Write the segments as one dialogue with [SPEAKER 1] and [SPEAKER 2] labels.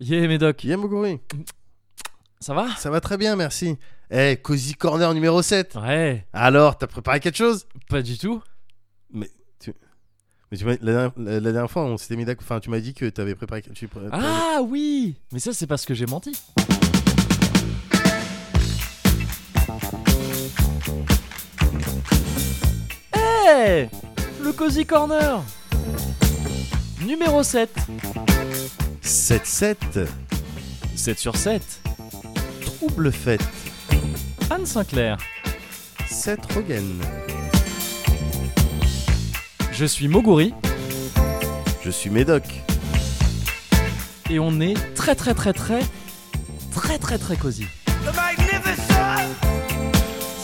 [SPEAKER 1] Yeah, Médoc.
[SPEAKER 2] Guillaume Moguri,
[SPEAKER 1] Ça va
[SPEAKER 2] ça va très bien, merci. Eh, Cozy Corner numéro 7.
[SPEAKER 1] Ouais,
[SPEAKER 2] Alors, t'as préparé quelque chose
[SPEAKER 1] pas du tout.
[SPEAKER 2] Mais tu m'as- la, dernière, la- la dernière fois, on s'était mis d'accord. Enfin, tu m'as dit que t'avais préparé. Tu, pré-
[SPEAKER 1] Ah oui Mais ça, c'est parce que j'ai menti. Hey Le Cozy Corner Numéro 7
[SPEAKER 2] t'avais- 7-7.
[SPEAKER 1] 7 sur 7
[SPEAKER 2] Trouble fête.
[SPEAKER 1] Anne Sinclair.
[SPEAKER 2] 7 Rogan.
[SPEAKER 1] Je suis Moguri
[SPEAKER 2] Je suis Médoc.
[SPEAKER 1] et on est très très très très très très très cosy.
[SPEAKER 3] The magnificent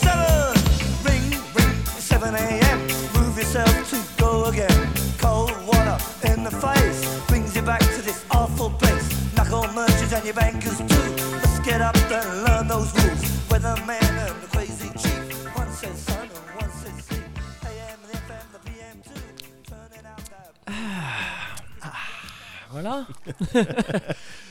[SPEAKER 3] seven ring ring 7 a.m. Move yourself to go again. Cold water in the face brings you back to this awful place. Knuckle merchants and your bankers too. Let's get up and learn those rules. Weatherman and the crazy chief. One says sun and one says sea. A.M. and FM, the PM too. Turning out that.
[SPEAKER 1] Voilà.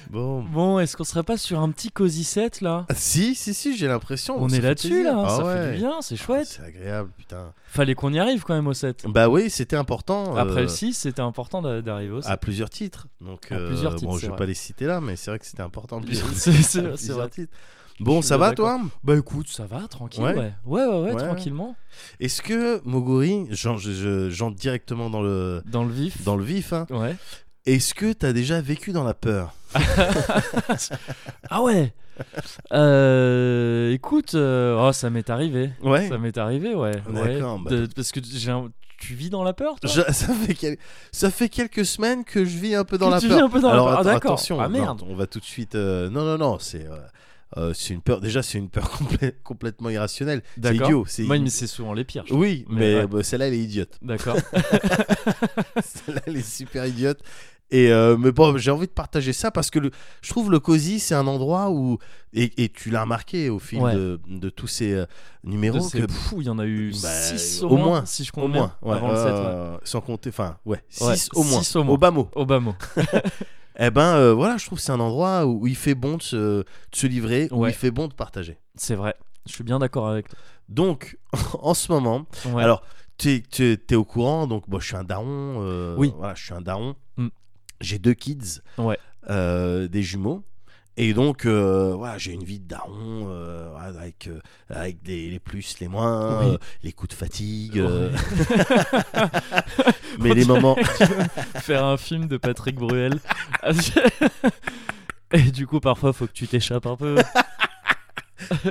[SPEAKER 2] Bon.
[SPEAKER 1] Bon, est-ce qu'on serait pas sur un petit cosy 7 là
[SPEAKER 2] Ah, Si, si, si, j'ai l'impression.
[SPEAKER 1] On
[SPEAKER 2] Oh, ça
[SPEAKER 1] est
[SPEAKER 2] fait
[SPEAKER 1] là-dessus
[SPEAKER 2] plaisir.
[SPEAKER 1] là, hein.
[SPEAKER 2] Ah
[SPEAKER 1] ça
[SPEAKER 2] ouais.
[SPEAKER 1] fait du bien, c'est chouette.
[SPEAKER 2] C'est agréable, putain.
[SPEAKER 1] Fallait qu'on y arrive quand même au 7.
[SPEAKER 2] Bah oui, c'était important.
[SPEAKER 1] Après
[SPEAKER 2] euh, Ah,
[SPEAKER 1] le 6, c'était important d'a- d'arriver au 7.
[SPEAKER 2] À plusieurs titres. Donc,
[SPEAKER 1] À
[SPEAKER 2] euh,
[SPEAKER 1] plusieurs titres,
[SPEAKER 2] bon,
[SPEAKER 1] c'est
[SPEAKER 2] je vais
[SPEAKER 1] vrai.
[SPEAKER 2] pas les citer là, mais c'est vrai que c'était important. de les-
[SPEAKER 1] C'est- c'est-
[SPEAKER 2] à
[SPEAKER 1] c'est
[SPEAKER 2] plusieurs
[SPEAKER 1] vrai.
[SPEAKER 2] titres. Bon,
[SPEAKER 1] suis
[SPEAKER 2] ça
[SPEAKER 1] bien
[SPEAKER 2] va toi
[SPEAKER 1] Bah écoute, ça va, tranquille.
[SPEAKER 2] Ouais.
[SPEAKER 1] Ouais, ouais, ouais, ouais,
[SPEAKER 2] Ouais.
[SPEAKER 1] tranquillement.
[SPEAKER 2] Est-ce que Moguri, j'en- je- je- j'entre directement dans le,
[SPEAKER 1] Dans le vif.
[SPEAKER 2] dans le vif, hein.
[SPEAKER 1] Ouais.
[SPEAKER 2] est-ce que t'as déjà vécu dans la peur
[SPEAKER 1] Ah ouais Euh, Écoute, euh, oh, ça m'est arrivé.
[SPEAKER 2] Ouais.
[SPEAKER 1] Ça m'est arrivé, ouais. ouais.
[SPEAKER 2] D'accord, bah.
[SPEAKER 1] De- Parce que j'ai un- tu vis dans la peur, toi
[SPEAKER 2] Je- ça, fait quel- ça fait quelques semaines que je vis un peu dans
[SPEAKER 1] Que
[SPEAKER 2] la
[SPEAKER 1] tu
[SPEAKER 2] peur.
[SPEAKER 1] vis un peu dans la
[SPEAKER 2] Alors,
[SPEAKER 1] peur. Ah,
[SPEAKER 2] atten-
[SPEAKER 1] d'accord.
[SPEAKER 2] attention,
[SPEAKER 1] Ah,
[SPEAKER 2] non,
[SPEAKER 1] merde.
[SPEAKER 2] on va tout de suite. euh, Non, non, non, c'est euh, euh, c'est une peur. Déjà, c'est une peur complè- complètement irrationnelle. C'est
[SPEAKER 1] D'accord.
[SPEAKER 2] idiot. c'est-
[SPEAKER 1] Moi, mais c'est souvent les pires. je
[SPEAKER 2] Oui,
[SPEAKER 1] Mais
[SPEAKER 2] mais,
[SPEAKER 1] ouais.
[SPEAKER 2] bah, celle-là, elle est idiote.
[SPEAKER 1] trouve. D'accord.
[SPEAKER 2] Celle-là, elle est super idiote. Et euh, mais bon, j'ai envie de partager ça parce que le- je trouve le cosy, c'est un endroit où et, et tu l'as remarqué au fil
[SPEAKER 1] Ouais.
[SPEAKER 2] de, de tous ces euh,
[SPEAKER 1] De
[SPEAKER 2] numéros
[SPEAKER 1] ces-
[SPEAKER 2] que
[SPEAKER 1] Pfff, il y en a eu
[SPEAKER 2] Bah,
[SPEAKER 1] 6
[SPEAKER 2] au
[SPEAKER 1] au moins,
[SPEAKER 2] moins,
[SPEAKER 1] si je compte
[SPEAKER 2] au moins,
[SPEAKER 1] bien,
[SPEAKER 2] ouais,
[SPEAKER 1] avant le 7. ouais.
[SPEAKER 2] euh, sans compter, enfin ouais,
[SPEAKER 1] Ouais,
[SPEAKER 2] 6 au moins,
[SPEAKER 1] six au moins.
[SPEAKER 2] bas mot.
[SPEAKER 1] Obama.
[SPEAKER 2] Eh ben euh, voilà, je trouve que c'est un endroit où il fait bon de se, de se livrer, où
[SPEAKER 1] Ouais.
[SPEAKER 2] il fait bon de partager.
[SPEAKER 1] C'est vrai. Je suis bien d'accord avec toi.
[SPEAKER 2] Donc en ce moment,
[SPEAKER 1] Ouais.
[SPEAKER 2] alors t'es es, au courant, donc moi je suis un daron, euh,
[SPEAKER 1] Oui.
[SPEAKER 2] voilà, je suis un daron.
[SPEAKER 1] Mm.
[SPEAKER 2] J'ai deux kids,
[SPEAKER 1] Ouais.
[SPEAKER 2] euh, des jumeaux. Et donc, euh, voilà, j'ai une vie de daron euh, voilà, avec, euh, avec des- les plus, les moins,
[SPEAKER 1] Oui.
[SPEAKER 2] euh, les coups de fatigue.
[SPEAKER 1] Ouais.
[SPEAKER 2] euh, mais les moments,
[SPEAKER 1] faire un film de Patrick Bruel. Et du coup, parfois, faut que tu t'échappes un
[SPEAKER 2] Euh,
[SPEAKER 1] peu.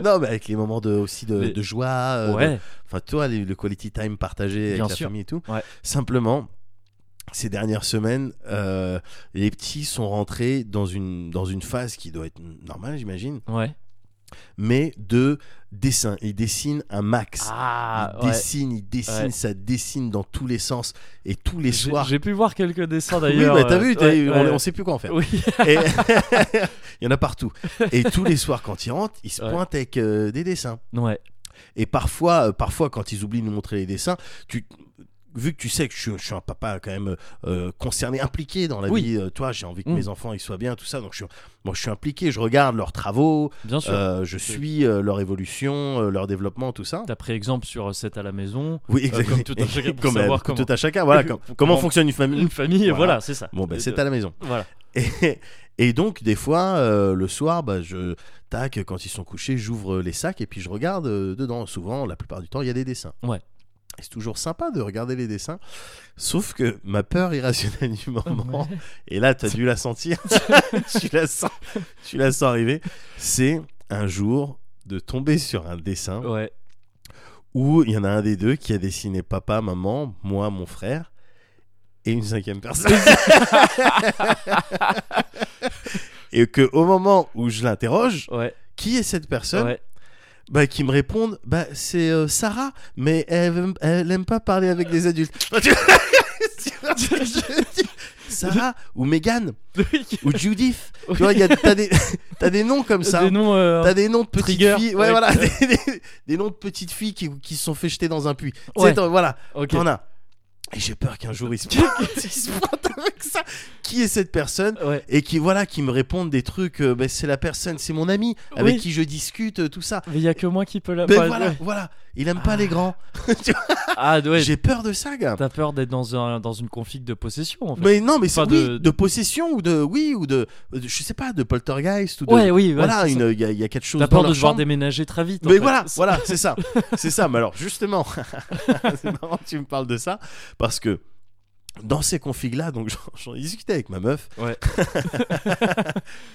[SPEAKER 2] Non, mais avec les moments de, aussi de,
[SPEAKER 1] Mais-
[SPEAKER 2] de joie. euh, de-
[SPEAKER 1] Ouais,
[SPEAKER 2] Enfin, toi, les- le quality time partagé
[SPEAKER 1] Bien
[SPEAKER 2] avec
[SPEAKER 1] sûr.
[SPEAKER 2] la famille et tout.
[SPEAKER 1] Ouais.
[SPEAKER 2] Simplement, ces dernières semaines, euh, les petits sont rentrés dans une, dans une phase qui doit être normale, j'imagine,
[SPEAKER 1] ouais.
[SPEAKER 2] mais de dessin. Ils dessinent un max.
[SPEAKER 1] Ah,
[SPEAKER 2] ils dessinent, ils dessinent,
[SPEAKER 1] Ouais.
[SPEAKER 2] ça dessine dans tous les sens. Et tous les
[SPEAKER 1] J'ai-
[SPEAKER 2] soirs.
[SPEAKER 1] J'ai pu voir quelques dessins
[SPEAKER 2] Oui,
[SPEAKER 1] d'ailleurs.
[SPEAKER 2] bah, t'as
[SPEAKER 1] euh,
[SPEAKER 2] vu, t'as
[SPEAKER 1] ouais,
[SPEAKER 2] vu, on,
[SPEAKER 1] ouais.
[SPEAKER 2] on sait plus quoi en faire.
[SPEAKER 1] Oui,
[SPEAKER 2] Et- il y en a partout. Et tous les soirs, quand ils rentrent, ils se
[SPEAKER 1] Ouais.
[SPEAKER 2] pointent avec euh, des dessins.
[SPEAKER 1] ouais,
[SPEAKER 2] Et parfois, euh, parfois quand ils oublient de nous montrer les dessins, tu vu que tu sais que je, suis- je suis un papa quand même euh, concerné, impliqué dans la
[SPEAKER 1] Oui.
[SPEAKER 2] vie, euh, toi, j'ai envie que
[SPEAKER 1] Mm.
[SPEAKER 2] mes enfants ils soient bien, tout ça. Donc je suis, moi, je suis impliqué, je regarde leurs travaux,
[SPEAKER 1] bien sûr.
[SPEAKER 2] euh, je suis euh, leur évolution, euh, leur développement, tout ça.
[SPEAKER 1] T'as pris exemple sur euh, 7 à la maison.
[SPEAKER 2] Oui,
[SPEAKER 1] comme
[SPEAKER 2] exactement.
[SPEAKER 1] tout un chacun pour
[SPEAKER 2] Comme, euh,
[SPEAKER 1] savoir
[SPEAKER 2] comme
[SPEAKER 1] comment-
[SPEAKER 2] tout un chacun, voilà, com- comment
[SPEAKER 1] comment-
[SPEAKER 2] fonctionne une famille.
[SPEAKER 1] Une famille,
[SPEAKER 2] Mmh. Voilà.
[SPEAKER 1] voilà, c'est ça.
[SPEAKER 2] Bon, ben
[SPEAKER 1] Et
[SPEAKER 2] c'est
[SPEAKER 1] de-
[SPEAKER 2] à la maison.
[SPEAKER 1] Voilà.
[SPEAKER 2] Et, et donc, des fois, euh, le soir, bah, je tac, quand ils sont couchés, j'ouvre les sacs et puis je regarde euh, dedans. Souvent, la plupart du temps, il y a des dessins.
[SPEAKER 1] Ouais.
[SPEAKER 2] Et C'est toujours sympa de regarder les dessins. Sauf que ma peur irrationnelle du moment,
[SPEAKER 1] Ouais.
[SPEAKER 2] et là, tu as dû la sentir, tu, la sens, tu la sens arriver, c'est un jour de tomber sur un dessin
[SPEAKER 1] Ouais.
[SPEAKER 2] où il y en a un des deux qui a dessiné papa, maman, moi, mon frère et une cinquième personne. et que au moment où je l'interroge,
[SPEAKER 1] Ouais.
[SPEAKER 2] qui est cette personne
[SPEAKER 1] ouais.
[SPEAKER 2] Bah qui me répondent, bah c'est euh, Sarah, mais elle, veut- elle aime pas parler avec des adultes. Sarah ou Megan ou Judith, tu vois, il y a- t'as des, t'as des noms comme ça.
[SPEAKER 1] Des noms. euh,
[SPEAKER 2] T'as des noms de petites
[SPEAKER 1] Trigger.
[SPEAKER 2] filles, ouais,
[SPEAKER 1] Ouais.
[SPEAKER 2] voilà, des, des- des noms de petites filles qui, qui se sont fait jeter dans un puits. Tu sais,
[SPEAKER 1] Ouais.
[SPEAKER 2] t'en- voilà,
[SPEAKER 1] ok.
[SPEAKER 2] t'en as. Et j'ai peur qu'un jour ils se pointent, ils se pointent avec que ça. Qui est cette personne
[SPEAKER 1] Ouais.
[SPEAKER 2] et qui voilà qui me répondent des trucs euh, ben, c'est la personne c'est mon ami avec qui je discute euh, tout ça
[SPEAKER 1] Mais il y a que moi qui peux la.
[SPEAKER 2] ben
[SPEAKER 1] enfin,
[SPEAKER 2] voilà
[SPEAKER 1] Ah, bah, ouais.
[SPEAKER 2] voilà il aime pas
[SPEAKER 1] Ah.
[SPEAKER 2] les grands
[SPEAKER 1] Ah ouais.
[SPEAKER 2] j'ai peur de ça gars
[SPEAKER 1] T'as peur d'être dans un dans une config de possession. En fait.
[SPEAKER 2] mais non mais c'est
[SPEAKER 1] Enfin,
[SPEAKER 2] oui,
[SPEAKER 1] de-
[SPEAKER 2] de... possession ou de oui ou de, de- je sais pas de poltergeist ou de
[SPEAKER 1] ouais, oui. ouais,
[SPEAKER 2] voilà
[SPEAKER 1] c'est
[SPEAKER 2] une
[SPEAKER 1] ça.
[SPEAKER 2] il y, a- il y a quelque chose
[SPEAKER 1] T'as
[SPEAKER 2] dans
[SPEAKER 1] peur de
[SPEAKER 2] leur
[SPEAKER 1] devoir
[SPEAKER 2] chambre.
[SPEAKER 1] déménager très vite. en
[SPEAKER 2] mais
[SPEAKER 1] fait.
[SPEAKER 2] voilà,
[SPEAKER 1] C'est-
[SPEAKER 2] voilà, c'est ça, c'est ça. Mais alors justement, c'est marrant que tu me parles de ça parce que dans ces configs-là, donc j'en- j'en ai discuté avec ma meuf.
[SPEAKER 1] Ouais.
[SPEAKER 2] Ben,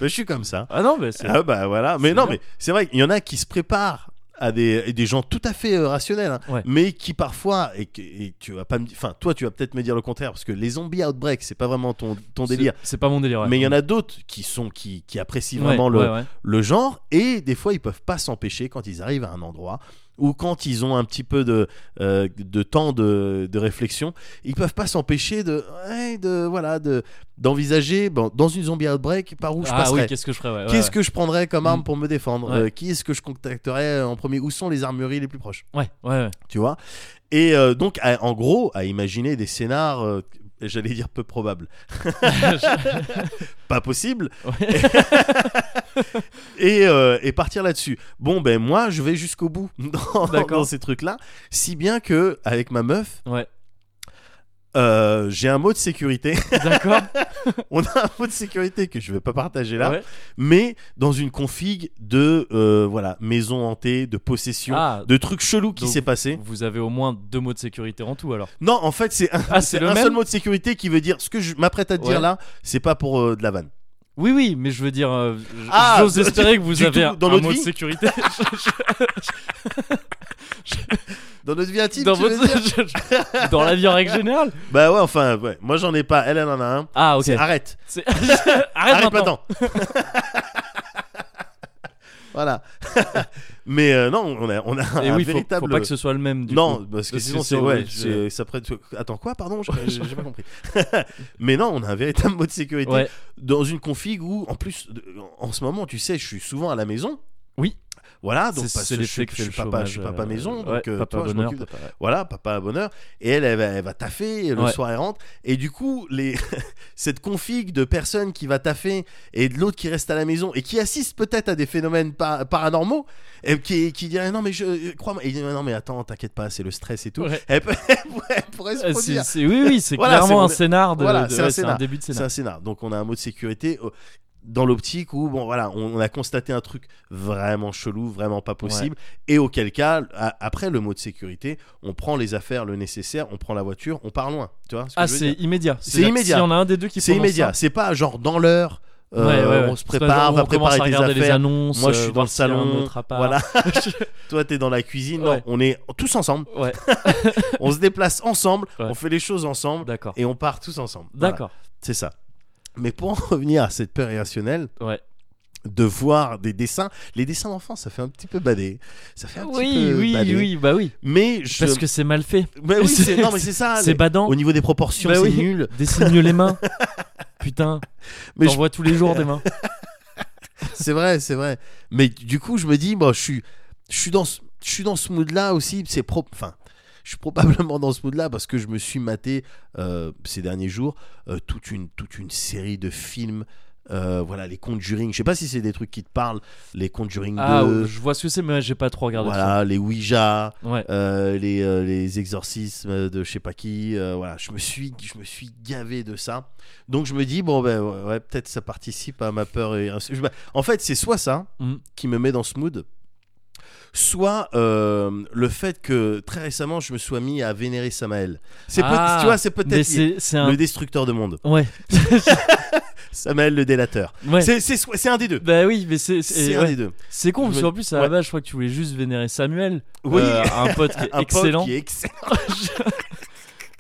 [SPEAKER 2] je suis comme ça.
[SPEAKER 1] Ah non, mais c'est.
[SPEAKER 2] Ah bah voilà, mais
[SPEAKER 1] c'est
[SPEAKER 2] non,
[SPEAKER 1] bien.
[SPEAKER 2] mais c'est vrai qu'il y en a qui se préparent à des, et des gens tout à fait euh, rationnels, hein,
[SPEAKER 1] Ouais.
[SPEAKER 2] mais qui parfois, et, que- et tu vas pas me di- enfin toi tu vas peut-être me dire le contraire, parce que les zombies Outbreak, c'est pas vraiment ton, ton
[SPEAKER 1] c'est-
[SPEAKER 2] délire,
[SPEAKER 1] C'est pas mon délire. ouais.
[SPEAKER 2] mais il y en a d'autres qui, sont qui, qui apprécient
[SPEAKER 1] Ouais,
[SPEAKER 2] vraiment le,
[SPEAKER 1] ouais, ouais.
[SPEAKER 2] le genre, et des fois ils peuvent pas s'empêcher quand ils arrivent à un endroit, ou quand ils ont un petit peu de, euh, de temps de, de réflexion, ils peuvent pas s'empêcher de, ouais, de, voilà, de, d'envisager, bon, dans une zombie Outbreak, par où je
[SPEAKER 1] Ah
[SPEAKER 2] passerai.
[SPEAKER 1] oui, qu'est-ce que je ferais ouais, ouais,
[SPEAKER 2] Qu'est-ce que je prendrais comme arme
[SPEAKER 1] Mm.
[SPEAKER 2] pour me défendre
[SPEAKER 1] Ouais.
[SPEAKER 2] Euh, Qui est-ce que je contacterais en premier Où sont les armureries les plus proches
[SPEAKER 1] Ouais, ouais, ouais.
[SPEAKER 2] Tu vois Et euh, donc, à- en gros, à imaginer des scénars, euh, j'allais dire peu probables, pas possible,
[SPEAKER 1] Ouais.
[SPEAKER 2] et, euh, et partir là-dessus. Bon, ben moi, je vais jusqu'au bout dans,
[SPEAKER 1] D'accord.
[SPEAKER 2] dans ces trucs-là, si bien que avec ma meuf,
[SPEAKER 1] Ouais.
[SPEAKER 2] euh, j'ai un mot de sécurité.
[SPEAKER 1] D'accord.
[SPEAKER 2] On a un mot de sécurité que je vais pas partager là,
[SPEAKER 1] Ouais.
[SPEAKER 2] mais dans une config de euh, voilà maison hantée, de possession.
[SPEAKER 1] Ah,
[SPEAKER 2] de trucs chelous qui
[SPEAKER 1] Donc,
[SPEAKER 2] s'est passé.
[SPEAKER 1] vous avez au moins deux mots de sécurité en tout alors.
[SPEAKER 2] Non, en fait, c'est un,
[SPEAKER 1] Ah,
[SPEAKER 2] c'est
[SPEAKER 1] c'est le
[SPEAKER 2] un
[SPEAKER 1] même
[SPEAKER 2] seul mot de sécurité qui veut dire ce que je m'apprête à te
[SPEAKER 1] Ouais.
[SPEAKER 2] dire là, c'est pas pour euh, de la vanne.
[SPEAKER 1] Oui, oui, mais je veux dire, euh, j-
[SPEAKER 2] Ah,
[SPEAKER 1] j'ose
[SPEAKER 2] du-
[SPEAKER 1] espérer que vous
[SPEAKER 2] du
[SPEAKER 1] avez
[SPEAKER 2] tout,
[SPEAKER 1] un,
[SPEAKER 2] dans
[SPEAKER 1] un
[SPEAKER 2] notre
[SPEAKER 1] mot de
[SPEAKER 2] vie.
[SPEAKER 1] sécurité.
[SPEAKER 2] Dans notre vie intime,
[SPEAKER 1] dans,
[SPEAKER 2] tu veux
[SPEAKER 1] votre-
[SPEAKER 2] dire
[SPEAKER 1] je- dans la vie en règle générale.
[SPEAKER 2] Bah ouais, enfin, ouais. moi j'en ai pas, elle, elle en a un.
[SPEAKER 1] Ah, ok.
[SPEAKER 2] C'est arrête,
[SPEAKER 1] C'est- Arrête,
[SPEAKER 2] arrête
[SPEAKER 1] maintenant.
[SPEAKER 2] maintenant. voilà. Mais euh, non, on a, on a
[SPEAKER 1] Et
[SPEAKER 2] un
[SPEAKER 1] oui, faut-
[SPEAKER 2] véritable.
[SPEAKER 1] faut, pas que ce soit le même. Du
[SPEAKER 2] non,
[SPEAKER 1] coup.
[SPEAKER 2] parce
[SPEAKER 1] Parce
[SPEAKER 2] que
[SPEAKER 1] que
[SPEAKER 2] sinon
[SPEAKER 1] c'est-
[SPEAKER 2] c'est ouais,
[SPEAKER 1] ouais, je-
[SPEAKER 2] c'est- ça prête. Attends quoi, pardon, j'ai j'ai- j'ai pas compris. Mais non, on a un véritable mot de sécurité
[SPEAKER 1] Ouais.
[SPEAKER 2] dans une config où en plus de- en ce moment tu sais je suis souvent à la maison
[SPEAKER 1] Oui.
[SPEAKER 2] voilà donc
[SPEAKER 1] C'est-
[SPEAKER 2] parce
[SPEAKER 1] c'est
[SPEAKER 2] que je,
[SPEAKER 1] l'effet
[SPEAKER 2] suis-
[SPEAKER 1] que
[SPEAKER 2] je
[SPEAKER 1] fait
[SPEAKER 2] suis
[SPEAKER 1] le
[SPEAKER 2] papa
[SPEAKER 1] chômage,
[SPEAKER 2] je suis papa
[SPEAKER 1] euh,
[SPEAKER 2] maison
[SPEAKER 1] ouais,
[SPEAKER 2] donc euh,
[SPEAKER 1] papa
[SPEAKER 2] toi, je
[SPEAKER 1] bonheur,
[SPEAKER 2] m'occupe de-
[SPEAKER 1] papa-
[SPEAKER 2] voilà papa à bonheur et elle elle va, elle va taffer le
[SPEAKER 1] Ouais.
[SPEAKER 2] soir elle rentre et du coup les cette config de personne qui va taffer et de l'autre qui reste à la maison et qui assiste peut-être à des phénomènes pa- paranormaux et qui qui dirait non mais je euh, crois-moi et il dit, Ah non mais attends t'inquiète pas c'est le stress et tout
[SPEAKER 1] Ouais.
[SPEAKER 2] elle, peut- elle pourrait- elle pourrait se
[SPEAKER 1] Ah, c'est-
[SPEAKER 2] produire
[SPEAKER 1] c'est- oui, oui, c'est
[SPEAKER 2] Voilà, c'est
[SPEAKER 1] clairement
[SPEAKER 2] mon-
[SPEAKER 1] un scénar. De,
[SPEAKER 2] Voilà,
[SPEAKER 1] de-
[SPEAKER 2] c'est un
[SPEAKER 1] ouais,
[SPEAKER 2] scénar.
[SPEAKER 1] début de
[SPEAKER 2] c'est
[SPEAKER 1] scénar.
[SPEAKER 2] un scénar. Donc on a un mot de sécurité euh, dans l'optique où bon voilà, on, on a constaté un truc vraiment chelou, vraiment pas possible, et auquel cas a- après le mot de sécurité, on prend les affaires, le nécessaire, on prend la voiture, on part loin. Tu vois ce que
[SPEAKER 1] Ah,
[SPEAKER 2] je veux
[SPEAKER 1] c'est
[SPEAKER 2] dire
[SPEAKER 1] immédiat.
[SPEAKER 2] C'est
[SPEAKER 1] C'est-à-dire que
[SPEAKER 2] immédiat.
[SPEAKER 1] S'il y en a un des deux qui
[SPEAKER 2] C'est
[SPEAKER 1] prononce
[SPEAKER 2] immédiat.
[SPEAKER 1] ça-
[SPEAKER 2] C'est pas genre dans l'heure. euh,
[SPEAKER 1] Ouais, ouais, ouais.
[SPEAKER 2] On se
[SPEAKER 1] C'est pas
[SPEAKER 2] prépare,
[SPEAKER 1] genre,
[SPEAKER 2] on va
[SPEAKER 1] on commence
[SPEAKER 2] préparer
[SPEAKER 1] à
[SPEAKER 2] tes
[SPEAKER 1] regarder les
[SPEAKER 2] affaires.
[SPEAKER 1] annonces.
[SPEAKER 2] Moi, je
[SPEAKER 1] euh,
[SPEAKER 2] suis dans
[SPEAKER 1] voir
[SPEAKER 2] le
[SPEAKER 1] s'il y a un
[SPEAKER 2] salon.
[SPEAKER 1] autre appart.
[SPEAKER 2] Voilà. Toi, t'es dans la cuisine. Non,
[SPEAKER 1] Ouais.
[SPEAKER 2] on est tous ensemble.
[SPEAKER 1] Ouais,
[SPEAKER 2] On se déplace ensemble.
[SPEAKER 1] Ouais.
[SPEAKER 2] On fait les choses ensemble.
[SPEAKER 1] d'accord.
[SPEAKER 2] Et on part tous ensemble. Voilà.
[SPEAKER 1] D'accord.
[SPEAKER 2] C'est ça. Mais pour en revenir à cette peur irrationnelle,
[SPEAKER 1] Ouais.
[SPEAKER 2] de voir des dessins, les dessins d'enfants, ça fait un petit peu bader. Ça fait un petit
[SPEAKER 1] Oui,
[SPEAKER 2] peu
[SPEAKER 1] oui,
[SPEAKER 2] bader.
[SPEAKER 1] oui, bah oui.
[SPEAKER 2] Mais je.
[SPEAKER 1] Parce que c'est mal fait.
[SPEAKER 2] Mais oui,
[SPEAKER 1] c'est-
[SPEAKER 2] c'est- non, mais c'est ça.
[SPEAKER 1] C'est
[SPEAKER 2] les-
[SPEAKER 1] badant.
[SPEAKER 2] Au niveau des proportions,
[SPEAKER 1] Bah
[SPEAKER 2] c'est
[SPEAKER 1] oui.
[SPEAKER 2] nul.
[SPEAKER 1] Dessine mieux les mains. Putain.
[SPEAKER 2] Mais
[SPEAKER 1] T'en
[SPEAKER 2] je-
[SPEAKER 1] vois tous les jours des mains.
[SPEAKER 2] C'est vrai, c'est vrai. Mais du coup, je me dis, moi, je suis, je suis dans, ce- je suis dans ce mood-là aussi. C'est pro. Enfin. Je suis probablement dans ce mood-là parce que je me suis maté euh, ces derniers jours euh, toute, une, toute une série de films. euh, voilà, les Conjuring. Je sais pas si c'est des trucs qui te parlent. Les Conjuring
[SPEAKER 1] Ah,
[SPEAKER 2] 2.
[SPEAKER 1] je vois ce que c'est, mais j'ai pas trop regardé.
[SPEAKER 2] Voilà, les Ouija,
[SPEAKER 1] ça. Ouais.
[SPEAKER 2] euh, les, euh, les exorcismes de je sais pas qui. euh, voilà, je me, suis, je me suis gavé de ça. Donc je me dis, bon, ben ouais, ouais, peut-être ça participe à ma peur. Et... je- bah, En fait, c'est soit ça
[SPEAKER 1] Mm.
[SPEAKER 2] qui me met dans ce mood, soit euh, le fait que très récemment, je me sois mis à vénérer Samael. C'est peut-
[SPEAKER 1] Ah,
[SPEAKER 2] tu vois, c'est peut-être
[SPEAKER 1] Mais
[SPEAKER 2] lié.
[SPEAKER 1] c'est c'est un.
[SPEAKER 2] le destructeur de monde.
[SPEAKER 1] Ouais.
[SPEAKER 2] Samael le délateur.
[SPEAKER 1] ouais.
[SPEAKER 2] C'est- C'est soit- c'est un des deux.
[SPEAKER 1] Bah oui, mais c'est.
[SPEAKER 2] C'est
[SPEAKER 1] C'est
[SPEAKER 2] un
[SPEAKER 1] ouais.
[SPEAKER 2] des deux.
[SPEAKER 1] C'est con,
[SPEAKER 2] Je
[SPEAKER 1] parce
[SPEAKER 2] me-
[SPEAKER 1] qu'en plus, à la
[SPEAKER 2] Ouais.
[SPEAKER 1] base, je crois que tu voulais juste vénérer Samuel.
[SPEAKER 2] Oui.
[SPEAKER 1] euh, un pote qui est
[SPEAKER 2] Un pote
[SPEAKER 1] excellent.
[SPEAKER 2] qui est excellent.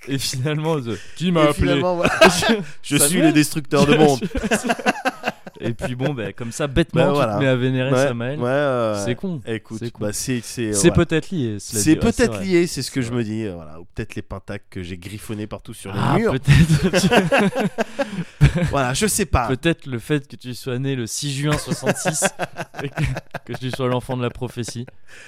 [SPEAKER 1] Et finalement, the- qui
[SPEAKER 2] Et
[SPEAKER 1] m'a appelé
[SPEAKER 2] finalement, voilà, je suis
[SPEAKER 1] Samuel
[SPEAKER 2] le destructeur de monde.
[SPEAKER 1] Et puis bon, bah, comme ça, bêtement,
[SPEAKER 2] Bah,
[SPEAKER 1] tu
[SPEAKER 2] voilà.
[SPEAKER 1] te mets à vénérer
[SPEAKER 2] Ouais,
[SPEAKER 1] Samuel.
[SPEAKER 2] ouais, ouais, ouais.
[SPEAKER 1] C'est con.
[SPEAKER 2] Écoute,
[SPEAKER 1] C'est con.
[SPEAKER 2] bah, c'est c'est
[SPEAKER 1] C'est
[SPEAKER 2] ouais.
[SPEAKER 1] peut-être lié. cela
[SPEAKER 2] C'est
[SPEAKER 1] dit, ouais,
[SPEAKER 2] peut-être
[SPEAKER 1] vrai.
[SPEAKER 2] lié, c'est ce que
[SPEAKER 1] C'est
[SPEAKER 2] je
[SPEAKER 1] vrai.
[SPEAKER 2] me dis. euh, Voilà, ou peut-être les pentacles que j'ai griffonnés partout sur les
[SPEAKER 1] Ah,
[SPEAKER 2] murs.
[SPEAKER 1] peut-être.
[SPEAKER 2] Voilà, je sais pas.
[SPEAKER 1] Peut-être le fait que tu sois né le 6 juin 66 et que, que tu sois l'enfant de la prophétie.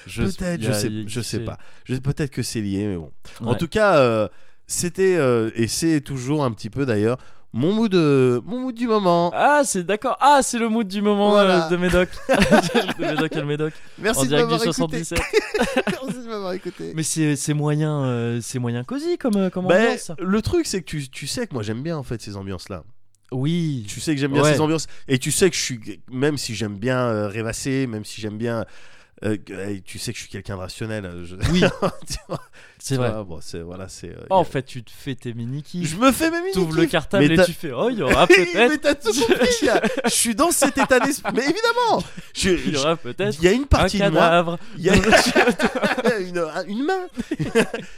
[SPEAKER 1] Je-
[SPEAKER 2] Peut-être,
[SPEAKER 1] il y
[SPEAKER 2] je
[SPEAKER 1] a-
[SPEAKER 2] sais,
[SPEAKER 1] il y a-
[SPEAKER 2] je sais
[SPEAKER 1] c'est-
[SPEAKER 2] pas. Je- Peut-être que c'est lié, mais bon. En
[SPEAKER 1] Ouais.
[SPEAKER 2] tout cas, euh, c'était euh, et c'est toujours un petit peu d'ailleurs mon mood, euh, mon mood du moment.
[SPEAKER 1] Ah, c'est d'accord. Ah, c'est le mood du moment
[SPEAKER 2] Voilà.
[SPEAKER 1] euh, de Médoc. de Médoc et le Médoc.
[SPEAKER 2] Merci
[SPEAKER 1] en
[SPEAKER 2] de
[SPEAKER 1] direct du
[SPEAKER 2] m'avoir écouté.
[SPEAKER 1] 77.
[SPEAKER 2] Merci de m'avoir écouté.
[SPEAKER 1] Mais c'est c'est moyen, euh, c'est moyen cosy comme, euh, comme
[SPEAKER 2] Ben,
[SPEAKER 1] ambiance.
[SPEAKER 2] le truc, c'est que tu, tu sais que moi j'aime bien en fait ces ambiances-là.
[SPEAKER 1] Oui.
[SPEAKER 2] Tu sais que j'aime bien
[SPEAKER 1] Ouais.
[SPEAKER 2] ces ambiances. Et tu sais que je suis, même si j'aime bien euh, rêvasser, même si j'aime bien. euh, que- hey, tu sais que je suis quelqu'un de rationnel. hein, je-
[SPEAKER 1] Oui,
[SPEAKER 2] Tu vois,
[SPEAKER 1] c'est
[SPEAKER 2] tu
[SPEAKER 1] vrai.
[SPEAKER 2] vois, bon, c'est- voilà, c'est, euh,
[SPEAKER 1] En
[SPEAKER 2] y a-
[SPEAKER 1] fait, tu te fais tes mini
[SPEAKER 2] Je
[SPEAKER 1] kiffs.
[SPEAKER 2] me fais même
[SPEAKER 1] Tu
[SPEAKER 2] une
[SPEAKER 1] ouvres le
[SPEAKER 2] équipe.
[SPEAKER 1] cartable
[SPEAKER 2] Mais
[SPEAKER 1] et
[SPEAKER 2] t'as-
[SPEAKER 1] tu fais Oh, il y aura peut-être.
[SPEAKER 2] Mais t'as tout compris là. Je suis dans cet état d'esprit. Mais évidemment je-
[SPEAKER 1] Il y
[SPEAKER 2] je-
[SPEAKER 1] aura peut-être
[SPEAKER 2] Il y a une
[SPEAKER 1] un
[SPEAKER 2] partie de moi.
[SPEAKER 1] cadavre.
[SPEAKER 2] Il y a une, une main.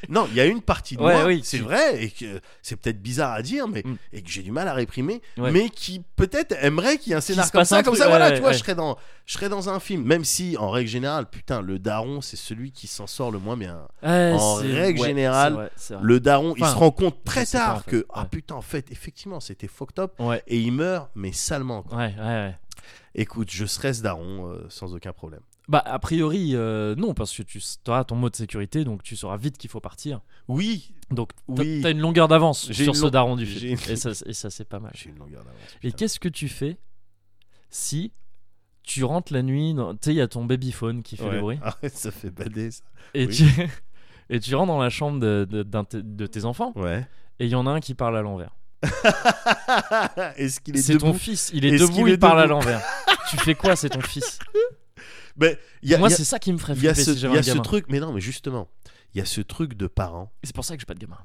[SPEAKER 2] non, il y a une partie de
[SPEAKER 1] Ouais,
[SPEAKER 2] moi.
[SPEAKER 1] oui,
[SPEAKER 2] c'est
[SPEAKER 1] tu-
[SPEAKER 2] vrai et que c'est peut-être bizarre à dire, mais
[SPEAKER 1] Mm.
[SPEAKER 2] et que j'ai du mal à réprimer,
[SPEAKER 1] Ouais.
[SPEAKER 2] mais qui peut-être aimerait qu'il y ait un scénario
[SPEAKER 1] se
[SPEAKER 2] comme
[SPEAKER 1] passe
[SPEAKER 2] ça,
[SPEAKER 1] un
[SPEAKER 2] comme
[SPEAKER 1] truc,
[SPEAKER 2] ça.
[SPEAKER 1] ouais,
[SPEAKER 2] voilà,
[SPEAKER 1] ouais,
[SPEAKER 2] tu vois,
[SPEAKER 1] ouais.
[SPEAKER 2] je serais dans, je serais dans un film, même si en règle générale, putain, le daron, c'est celui qui s'en sort le moins bien.
[SPEAKER 1] Ouais,
[SPEAKER 2] En
[SPEAKER 1] c'est-
[SPEAKER 2] règle
[SPEAKER 1] ouais,
[SPEAKER 2] générale,
[SPEAKER 1] c'est vrai, c'est vrai.
[SPEAKER 2] Le daron, il
[SPEAKER 1] Enfin,
[SPEAKER 2] se rend compte
[SPEAKER 1] je
[SPEAKER 2] très
[SPEAKER 1] sais pas,
[SPEAKER 2] tard
[SPEAKER 1] en fait.
[SPEAKER 2] que ah
[SPEAKER 1] Ouais.
[SPEAKER 2] putain, en fait, effectivement, c'était fucked up.
[SPEAKER 1] Ouais.
[SPEAKER 2] Et il meurt, mais salement. quoi.
[SPEAKER 1] Ouais, ouais, ouais.
[SPEAKER 2] Écoute, je serais ce daron euh, sans aucun problème.
[SPEAKER 1] Bah, a priori, euh, non, parce que tu auras ton mot de sécurité, donc tu sauras vite qu'il faut partir.
[SPEAKER 2] Oui,
[SPEAKER 1] Donc, t'as
[SPEAKER 2] Oui.
[SPEAKER 1] t'as une longueur d'avance
[SPEAKER 2] J'ai
[SPEAKER 1] sur
[SPEAKER 2] une
[SPEAKER 1] ce
[SPEAKER 2] long-
[SPEAKER 1] daron du
[SPEAKER 2] j'ai
[SPEAKER 1] film.
[SPEAKER 2] une-
[SPEAKER 1] Et ça, et ça, c'est pas mal.
[SPEAKER 2] j'ai une longueur d'avance.
[SPEAKER 1] Et
[SPEAKER 2] putain.
[SPEAKER 1] qu'est-ce que tu fais si tu rentres la nuit dans... Tu sais, il y a ton babyphone qui fait
[SPEAKER 2] Ouais.
[SPEAKER 1] le bruit.
[SPEAKER 2] Ah, ça fait bader ça.
[SPEAKER 1] Et,
[SPEAKER 2] oui.
[SPEAKER 1] tu... et tu rentres dans la chambre de, de- d'un te- de tes enfants
[SPEAKER 2] Ouais.
[SPEAKER 1] et il y en a un qui parle à l'envers.
[SPEAKER 2] Est-ce qu'il est,
[SPEAKER 1] C'est ton
[SPEAKER 2] debout
[SPEAKER 1] fils, il est
[SPEAKER 2] Est-ce
[SPEAKER 1] debout,
[SPEAKER 2] qu'il
[SPEAKER 1] il,
[SPEAKER 2] est
[SPEAKER 1] parle à
[SPEAKER 2] debout
[SPEAKER 1] l'envers. tu fais quoi, c'est ton fils
[SPEAKER 2] Ben, il y a,
[SPEAKER 1] Moi,
[SPEAKER 2] il y a-
[SPEAKER 1] c'est ça qui me ferait
[SPEAKER 2] il y a
[SPEAKER 1] flipper
[SPEAKER 2] ce,
[SPEAKER 1] si
[SPEAKER 2] il
[SPEAKER 1] j'avais
[SPEAKER 2] y
[SPEAKER 1] un
[SPEAKER 2] a ce
[SPEAKER 1] gamin.
[SPEAKER 2] truc, mais non, mais justement, il y a ce truc de parents.
[SPEAKER 1] Et C'est pour ça que j'ai pas de gamin.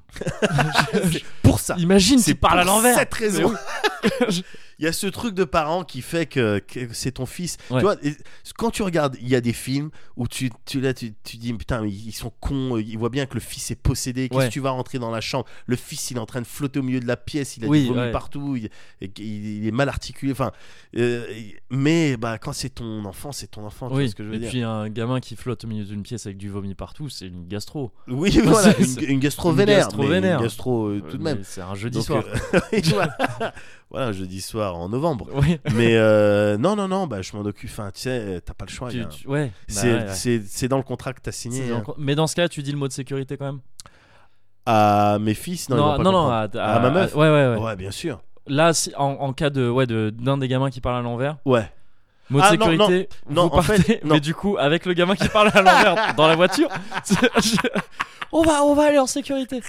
[SPEAKER 2] C'est pour ça.
[SPEAKER 1] Imagine,
[SPEAKER 2] C'est
[SPEAKER 1] tu parles à
[SPEAKER 2] pour
[SPEAKER 1] l'envers.
[SPEAKER 2] Cette raison.
[SPEAKER 1] Mais oui.
[SPEAKER 2] Il y a ce truc de parents qui fait que, que c'est ton fils.
[SPEAKER 1] Ouais.
[SPEAKER 2] Tu vois, et quand tu regardes, il y a des films où tu, tu là, tu, tu dis putain, mais ils sont cons. Ils voient bien que le fils est possédé. Qu'est-ce
[SPEAKER 1] Ouais.
[SPEAKER 2] que tu vas rentrer dans la chambre Le fils, il est en train de flotter au milieu de la pièce. Il a
[SPEAKER 1] Oui,
[SPEAKER 2] du vomi
[SPEAKER 1] ouais.
[SPEAKER 2] partout. Il, et qu'il- il est mal articulé. Enfin, euh, mais bah quand c'est ton enfant, c'est ton enfant. Tu vois
[SPEAKER 1] Oui,
[SPEAKER 2] ce que je veux
[SPEAKER 1] et
[SPEAKER 2] dire
[SPEAKER 1] puis un gamin qui flotte au milieu d'une pièce avec du vomi partout, c'est une gastro.
[SPEAKER 2] Oui, voilà,
[SPEAKER 1] c'est-
[SPEAKER 2] une, une gastro
[SPEAKER 1] une
[SPEAKER 2] vénère.
[SPEAKER 1] gastro
[SPEAKER 2] mais
[SPEAKER 1] vénère.
[SPEAKER 2] Une gastro euh, tout de
[SPEAKER 1] Mais
[SPEAKER 2] même.
[SPEAKER 1] C'est un jeudi
[SPEAKER 2] Donc,
[SPEAKER 1] soir.
[SPEAKER 2] euh, oui, voilà. voilà, jeudi soir en novembre.
[SPEAKER 1] Oui.
[SPEAKER 2] Mais euh, non, non, non, bah, je m'en occupe. Enfin, tu sais, euh, t'as pas le choix.
[SPEAKER 1] Tu-
[SPEAKER 2] il y a un-
[SPEAKER 1] tu- ouais, bah
[SPEAKER 2] C'est
[SPEAKER 1] ouais, ouais.
[SPEAKER 2] c'est- c'est dans le contrat que t'as signé.
[SPEAKER 1] C'est
[SPEAKER 2] hein.
[SPEAKER 1] encore- Mais dans ce cas, tu dis le mot de sécurité quand même
[SPEAKER 2] À mes fils, non, ils vont pas
[SPEAKER 1] non, non,
[SPEAKER 2] comprendre.
[SPEAKER 1] à,
[SPEAKER 2] À ma meuf
[SPEAKER 1] Ouais, ouais, ouais.
[SPEAKER 2] Ouais, bien sûr.
[SPEAKER 1] Là, si- en, en cas de ouais de- d'un des gamins qui parle à l'envers,
[SPEAKER 2] Ouais.
[SPEAKER 1] mot de
[SPEAKER 2] Ah, non,
[SPEAKER 1] sécurité,
[SPEAKER 2] non,
[SPEAKER 1] vous
[SPEAKER 2] en fait,
[SPEAKER 1] partez.
[SPEAKER 2] non.
[SPEAKER 1] Mais du coup, avec le gamin qui parle à l'envers dans la voiture, on va on va aller en sécurité.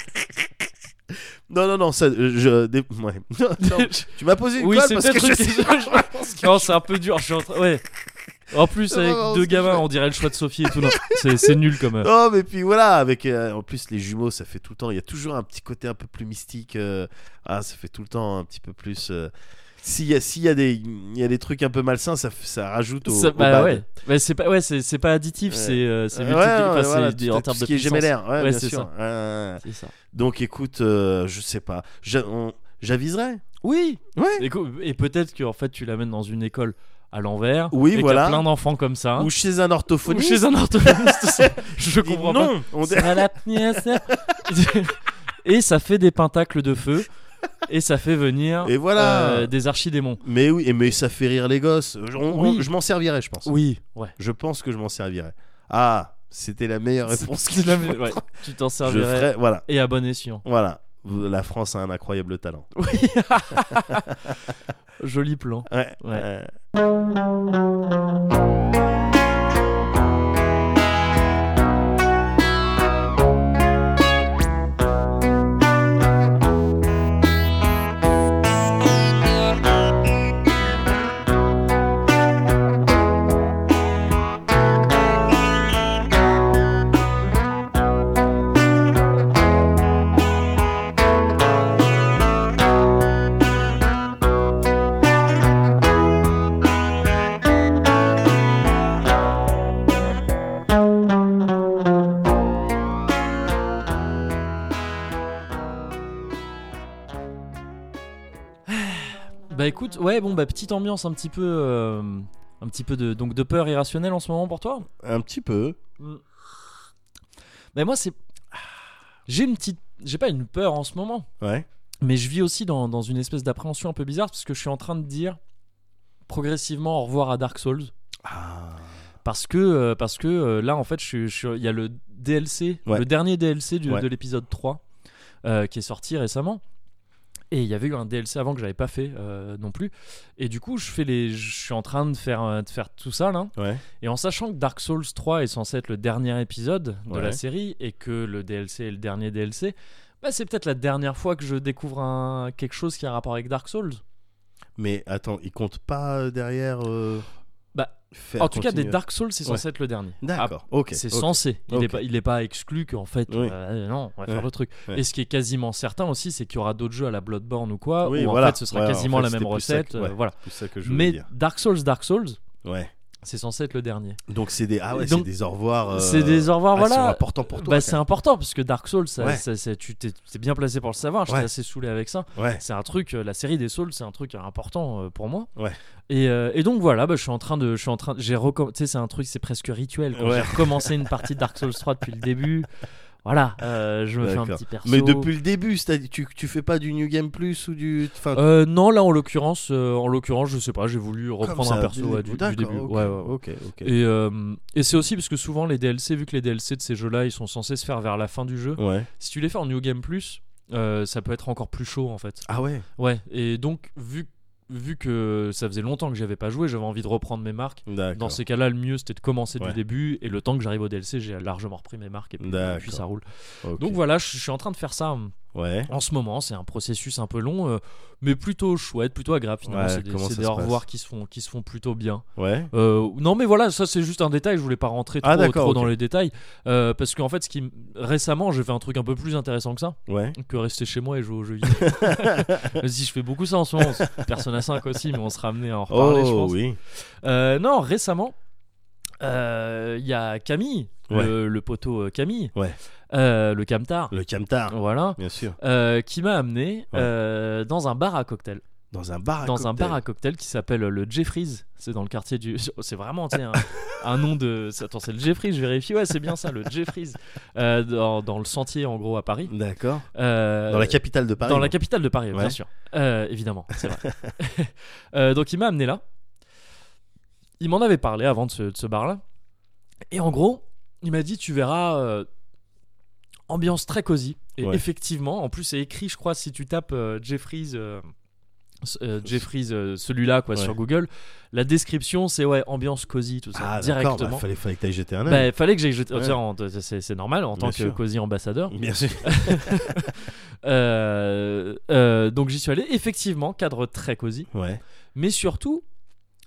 [SPEAKER 2] Non, non, non, ça, euh, je. dé- ouais. Non, non, tu m'as posé une
[SPEAKER 1] oui,
[SPEAKER 2] colle
[SPEAKER 1] c'est
[SPEAKER 2] parce
[SPEAKER 1] peut-être
[SPEAKER 2] que
[SPEAKER 1] le
[SPEAKER 2] je
[SPEAKER 1] cas-
[SPEAKER 2] sais pas, je pense que-
[SPEAKER 1] Non, c'est un peu dur. Je suis en train- Ouais. En plus,
[SPEAKER 2] Non,
[SPEAKER 1] avec
[SPEAKER 2] non,
[SPEAKER 1] deux
[SPEAKER 2] c'est
[SPEAKER 1] gamins,
[SPEAKER 2] chouette.
[SPEAKER 1] on dirait le choix de Sophie et tout. Non, c'est c'est nul comme. euh,
[SPEAKER 2] Oh, mais puis voilà, avec euh, en plus les jumeaux, ça fait tout le temps. Il y a toujours un petit côté un peu plus mystique. euh, ah, ça fait tout le temps un petit peu plus. euh, S'il y, a- s'il y, a des- il y a des trucs un peu malsains, ça, f- ça rajoute au.
[SPEAKER 1] ça-
[SPEAKER 2] au
[SPEAKER 1] bah
[SPEAKER 2] bad.
[SPEAKER 1] ouais. Mais c'est pas ouais, c'est c'est pas additif.
[SPEAKER 2] Ouais.
[SPEAKER 1] C'est euh, c'est
[SPEAKER 2] Ouais,
[SPEAKER 1] multipli-
[SPEAKER 2] ouais,
[SPEAKER 1] enfin, c'est
[SPEAKER 2] voilà,
[SPEAKER 1] du-
[SPEAKER 2] tout-
[SPEAKER 1] en
[SPEAKER 2] tout
[SPEAKER 1] termes
[SPEAKER 2] ce
[SPEAKER 1] de
[SPEAKER 2] qui est
[SPEAKER 1] puissance.
[SPEAKER 2] gémellaire. Ouais,
[SPEAKER 1] Ouais,
[SPEAKER 2] bien
[SPEAKER 1] c'est
[SPEAKER 2] sûr.
[SPEAKER 1] ça.
[SPEAKER 2] Ouais, ouais, ouais.
[SPEAKER 1] C'est ça.
[SPEAKER 2] Donc écoute, euh, je sais pas. J'a- on- J'aviserais
[SPEAKER 1] Oui.
[SPEAKER 2] Ouais.
[SPEAKER 1] Et, co- et peut-être que en fait, tu l'amènes dans une école à l'envers. et
[SPEAKER 2] Oui,
[SPEAKER 1] qu'il y a
[SPEAKER 2] voilà.
[SPEAKER 1] plein d'enfants comme ça.
[SPEAKER 2] Ou chez un
[SPEAKER 1] Hein Ou
[SPEAKER 2] orthophoniste.
[SPEAKER 1] chez un orthophoniste. ça, je
[SPEAKER 2] Il dit
[SPEAKER 1] comprends
[SPEAKER 2] non, on
[SPEAKER 1] pas.
[SPEAKER 2] dit-
[SPEAKER 1] Ça va la tenir, ça. et ça fait des pentacles de feu. Et ça fait venir
[SPEAKER 2] Et voilà.
[SPEAKER 1] euh, des archidémons.
[SPEAKER 2] Mais oui, et mais ça fait rire les gosses. Je- on-
[SPEAKER 1] Oui.
[SPEAKER 2] on- je m'en servirais, je pense.
[SPEAKER 1] Oui, ouais.
[SPEAKER 2] Je pense que je m'en servirais. Ah, c'était la meilleure réponse
[SPEAKER 1] C'est
[SPEAKER 2] que
[SPEAKER 1] la
[SPEAKER 2] je
[SPEAKER 1] même-
[SPEAKER 2] pourrais-
[SPEAKER 1] ouais, Tu t'en
[SPEAKER 2] je
[SPEAKER 1] servirais.
[SPEAKER 2] ferais- Voilà,
[SPEAKER 1] Et à bon escient.
[SPEAKER 2] voilà. La France a un incroyable talent.
[SPEAKER 1] Joli plan.
[SPEAKER 2] Ouais.
[SPEAKER 1] Ouais.
[SPEAKER 2] Euh,
[SPEAKER 1] Bah écoute, ouais, bon, bah petite ambiance un petit peu. euh, un petit peu de, donc de peur irrationnelle en ce moment pour toi
[SPEAKER 2] un petit peu.
[SPEAKER 1] Mais moi, c'est. J'ai une petite. J'ai pas une peur en ce moment,
[SPEAKER 2] Ouais.
[SPEAKER 1] mais je vis aussi dans, dans une espèce d'appréhension un peu bizarre parce que je suis en train de dire progressivement au revoir à Dark Souls.
[SPEAKER 2] Ah.
[SPEAKER 1] Parce que, euh, parce que euh, là, en fait, je suis- je suis- il y a le DLC,
[SPEAKER 2] Ouais.
[SPEAKER 1] le dernier DLC du-
[SPEAKER 2] Ouais.
[SPEAKER 1] de l'épisode 3 euh, qui est sorti récemment. Et il y avait eu un DLC avant que j'avais pas fait euh, non plus. Et du coup, je fais les, je suis en train de faire, euh, de faire tout ça là.
[SPEAKER 2] Ouais.
[SPEAKER 1] Et en sachant que Dark Souls 3 est censé être le dernier épisode de
[SPEAKER 2] Ouais.
[SPEAKER 1] la série et que le DLC est le dernier DLC, bah c'est peut-être la dernière fois que je découvre un... quelque chose qui a rapport avec Dark Souls.
[SPEAKER 2] Mais attends, il compte pas euh, derrière. euh,
[SPEAKER 1] Bah,
[SPEAKER 2] faire
[SPEAKER 1] en tout cas, des
[SPEAKER 2] continuer.
[SPEAKER 1] Dark Souls, c'est censé être le dernier.
[SPEAKER 2] D'accord, ok.
[SPEAKER 1] Ah, c'est
[SPEAKER 2] ok.
[SPEAKER 1] censé. Il n'est
[SPEAKER 2] ok.
[SPEAKER 1] pas, il est pas exclu qu'en fait,
[SPEAKER 2] Oui.
[SPEAKER 1] euh, non, on va faire
[SPEAKER 2] Ouais,
[SPEAKER 1] le truc.
[SPEAKER 2] ouais.
[SPEAKER 1] Et ce qui est quasiment certain aussi, c'est qu'il y aura d'autres jeux à la Bloodborne ou quoi,
[SPEAKER 2] Oui,
[SPEAKER 1] où en
[SPEAKER 2] voilà.
[SPEAKER 1] fait, ce sera
[SPEAKER 2] Ouais, en
[SPEAKER 1] quasiment
[SPEAKER 2] fait,
[SPEAKER 1] la
[SPEAKER 2] c'était
[SPEAKER 1] même
[SPEAKER 2] plus ça
[SPEAKER 1] recette.
[SPEAKER 2] que-
[SPEAKER 1] euh,
[SPEAKER 2] ouais.
[SPEAKER 1] voilà.
[SPEAKER 2] C'est ça que je voulais
[SPEAKER 1] Mais
[SPEAKER 2] dire.
[SPEAKER 1] Dark Souls, Dark Souls,
[SPEAKER 2] Ouais.
[SPEAKER 1] c'est censé être le dernier.
[SPEAKER 2] Donc c'est des. Ah ouais,
[SPEAKER 1] Et donc,
[SPEAKER 2] c'est des au revoir. euh,
[SPEAKER 1] c'est des au revoir,
[SPEAKER 2] ah, ils sont
[SPEAKER 1] voilà.
[SPEAKER 2] importants pour toi.
[SPEAKER 1] Bah, c'est important parce que Dark Souls, ça,
[SPEAKER 2] Ouais.
[SPEAKER 1] ça- ça- tu t'es t'es bien placé pour le savoir. J'étais
[SPEAKER 2] Ouais.
[SPEAKER 1] assez saoulé avec ça.
[SPEAKER 2] quand même. Ouais.
[SPEAKER 1] C'est un truc, euh, la série des Souls, c'est un truc important euh, pour moi.
[SPEAKER 2] Ouais.
[SPEAKER 1] Et, euh, et donc voilà, bah, je suis en train de, je suis en train, j'ai recomm- tu sais, c'est un truc, c'est presque rituel. quoi.
[SPEAKER 2] Ouais.
[SPEAKER 1] J'ai recommencé une partie de Dark Souls 3 depuis le début. Voilà, euh, je me fais un
[SPEAKER 2] D'accord.
[SPEAKER 1] petit perso.
[SPEAKER 2] Mais depuis le début, c'est-à-dire tu, tu fais pas du New Game Plus ou du. Enfin,
[SPEAKER 1] Euh, non, là en l'occurrence, euh, en l'occurrence, je sais pas, j'ai voulu
[SPEAKER 2] comme
[SPEAKER 1] reprendre
[SPEAKER 2] ça,
[SPEAKER 1] un perso
[SPEAKER 2] dès le
[SPEAKER 1] ouais, du, du
[SPEAKER 2] D'accord,
[SPEAKER 1] début.
[SPEAKER 2] ok,
[SPEAKER 1] Ouais, ouais, ouais.
[SPEAKER 2] ok, ok.
[SPEAKER 1] Et, euh, et c'est aussi parce que souvent les DLC, vu que les DLC de ces jeux-là, ils sont censés se faire vers la fin du jeu,
[SPEAKER 2] Ouais.
[SPEAKER 1] si tu les fais en New Game Plus, euh, ça peut être encore plus chaud en fait.
[SPEAKER 2] Ah ouais,
[SPEAKER 1] Ouais, et donc vu, vu que ça faisait longtemps que j'avais pas joué, j'avais envie de reprendre mes marques.
[SPEAKER 2] d'accord.
[SPEAKER 1] Dans ces cas-là, le mieux c'était de commencer
[SPEAKER 2] Ouais.
[SPEAKER 1] du début et le temps que j'arrive au DLC, j'ai largement repris mes marques et puis,
[SPEAKER 2] D'accord.
[SPEAKER 1] puis ça roule.
[SPEAKER 2] Ok.
[SPEAKER 1] Donc voilà, je je suis en train de faire ça hum,
[SPEAKER 2] Ouais.
[SPEAKER 1] en ce moment. C'est un processus un peu long, euh, mais plutôt chouette, plutôt agréable finalement.
[SPEAKER 2] Ouais,
[SPEAKER 1] c'est des,
[SPEAKER 2] comment
[SPEAKER 1] c'est
[SPEAKER 2] ça
[SPEAKER 1] des
[SPEAKER 2] se
[SPEAKER 1] au revoir
[SPEAKER 2] passe
[SPEAKER 1] qui se font, qui se font plutôt bien.
[SPEAKER 2] Ouais.
[SPEAKER 1] Euh, non, mais voilà, ça c'est juste un détail. Je voulais pas rentrer trop,
[SPEAKER 2] Ah, d'accord,
[SPEAKER 1] trop
[SPEAKER 2] ok.
[SPEAKER 1] dans les détails euh, parce qu'en fait, ce qui m- récemment, j'ai fait un truc un peu plus intéressant que ça
[SPEAKER 2] Ouais.
[SPEAKER 1] que rester chez moi et jouer aux jeux vidéo. si je fais beaucoup ça en ce moment, Persona 5 aussi, mais on sera amené à en reparler, je
[SPEAKER 2] Oh
[SPEAKER 1] pense.
[SPEAKER 2] oui.
[SPEAKER 1] Euh, non, récemment, euh, il y a Camille,
[SPEAKER 2] Ouais.
[SPEAKER 1] le, le poteau euh, Camille,
[SPEAKER 2] Ouais.
[SPEAKER 1] euh, le Camtar,
[SPEAKER 2] Le camtar,
[SPEAKER 1] voilà,
[SPEAKER 2] bien sûr.
[SPEAKER 1] euh, qui m'a amené
[SPEAKER 2] Ouais.
[SPEAKER 1] euh, dans un bar à cocktail.
[SPEAKER 2] Dans un bar. à
[SPEAKER 1] dans un
[SPEAKER 2] cocktail.
[SPEAKER 1] bar à cocktail qui s'appelle euh, le Jeffries. C'est dans le quartier du. C'est vraiment tu sais, un, un nom de. Attends, c'est le Jeffries, je vérifie. Ouais, c'est bien ça, le Jeffries. Euh, dans, dans le sentier, en gros, à Paris.
[SPEAKER 2] D'accord.
[SPEAKER 1] Euh,
[SPEAKER 2] Dans la capitale de Paris.
[SPEAKER 1] dans la
[SPEAKER 2] donc.
[SPEAKER 1] capitale de Paris, bien
[SPEAKER 2] Ouais.
[SPEAKER 1] sûr. Euh, évidemment, c'est vrai. Euh, donc il m'a amené là. Il m'en avait parlé avant de ce, de ce bar-là. Et en gros, il m'a dit, tu verras, euh, ambiance très cosy. Et
[SPEAKER 2] Ouais.
[SPEAKER 1] effectivement, en plus c'est écrit, je crois, si tu tapes euh, Jeffries... euh, s- euh, Jeffries, euh, celui-là, quoi,
[SPEAKER 2] Ouais.
[SPEAKER 1] sur Google. La description, c'est ouais, ambiance cosy, tout ça,
[SPEAKER 2] Ah, d'accord.
[SPEAKER 1] directement.
[SPEAKER 2] Bah, fallait, fallait que t'ailles jeter un
[SPEAKER 1] Bah,
[SPEAKER 2] œil.
[SPEAKER 1] fallait que j'aille jeter-
[SPEAKER 2] Ouais.
[SPEAKER 1] tiens, en- c'est c'est normal en
[SPEAKER 2] Bien
[SPEAKER 1] tant que
[SPEAKER 2] sûr.
[SPEAKER 1] cosy ambassadeur.
[SPEAKER 2] Bien sûr.
[SPEAKER 1] Euh, euh, donc j'y suis allé, effectivement, cadre très cosy,
[SPEAKER 2] Ouais.
[SPEAKER 1] mais surtout,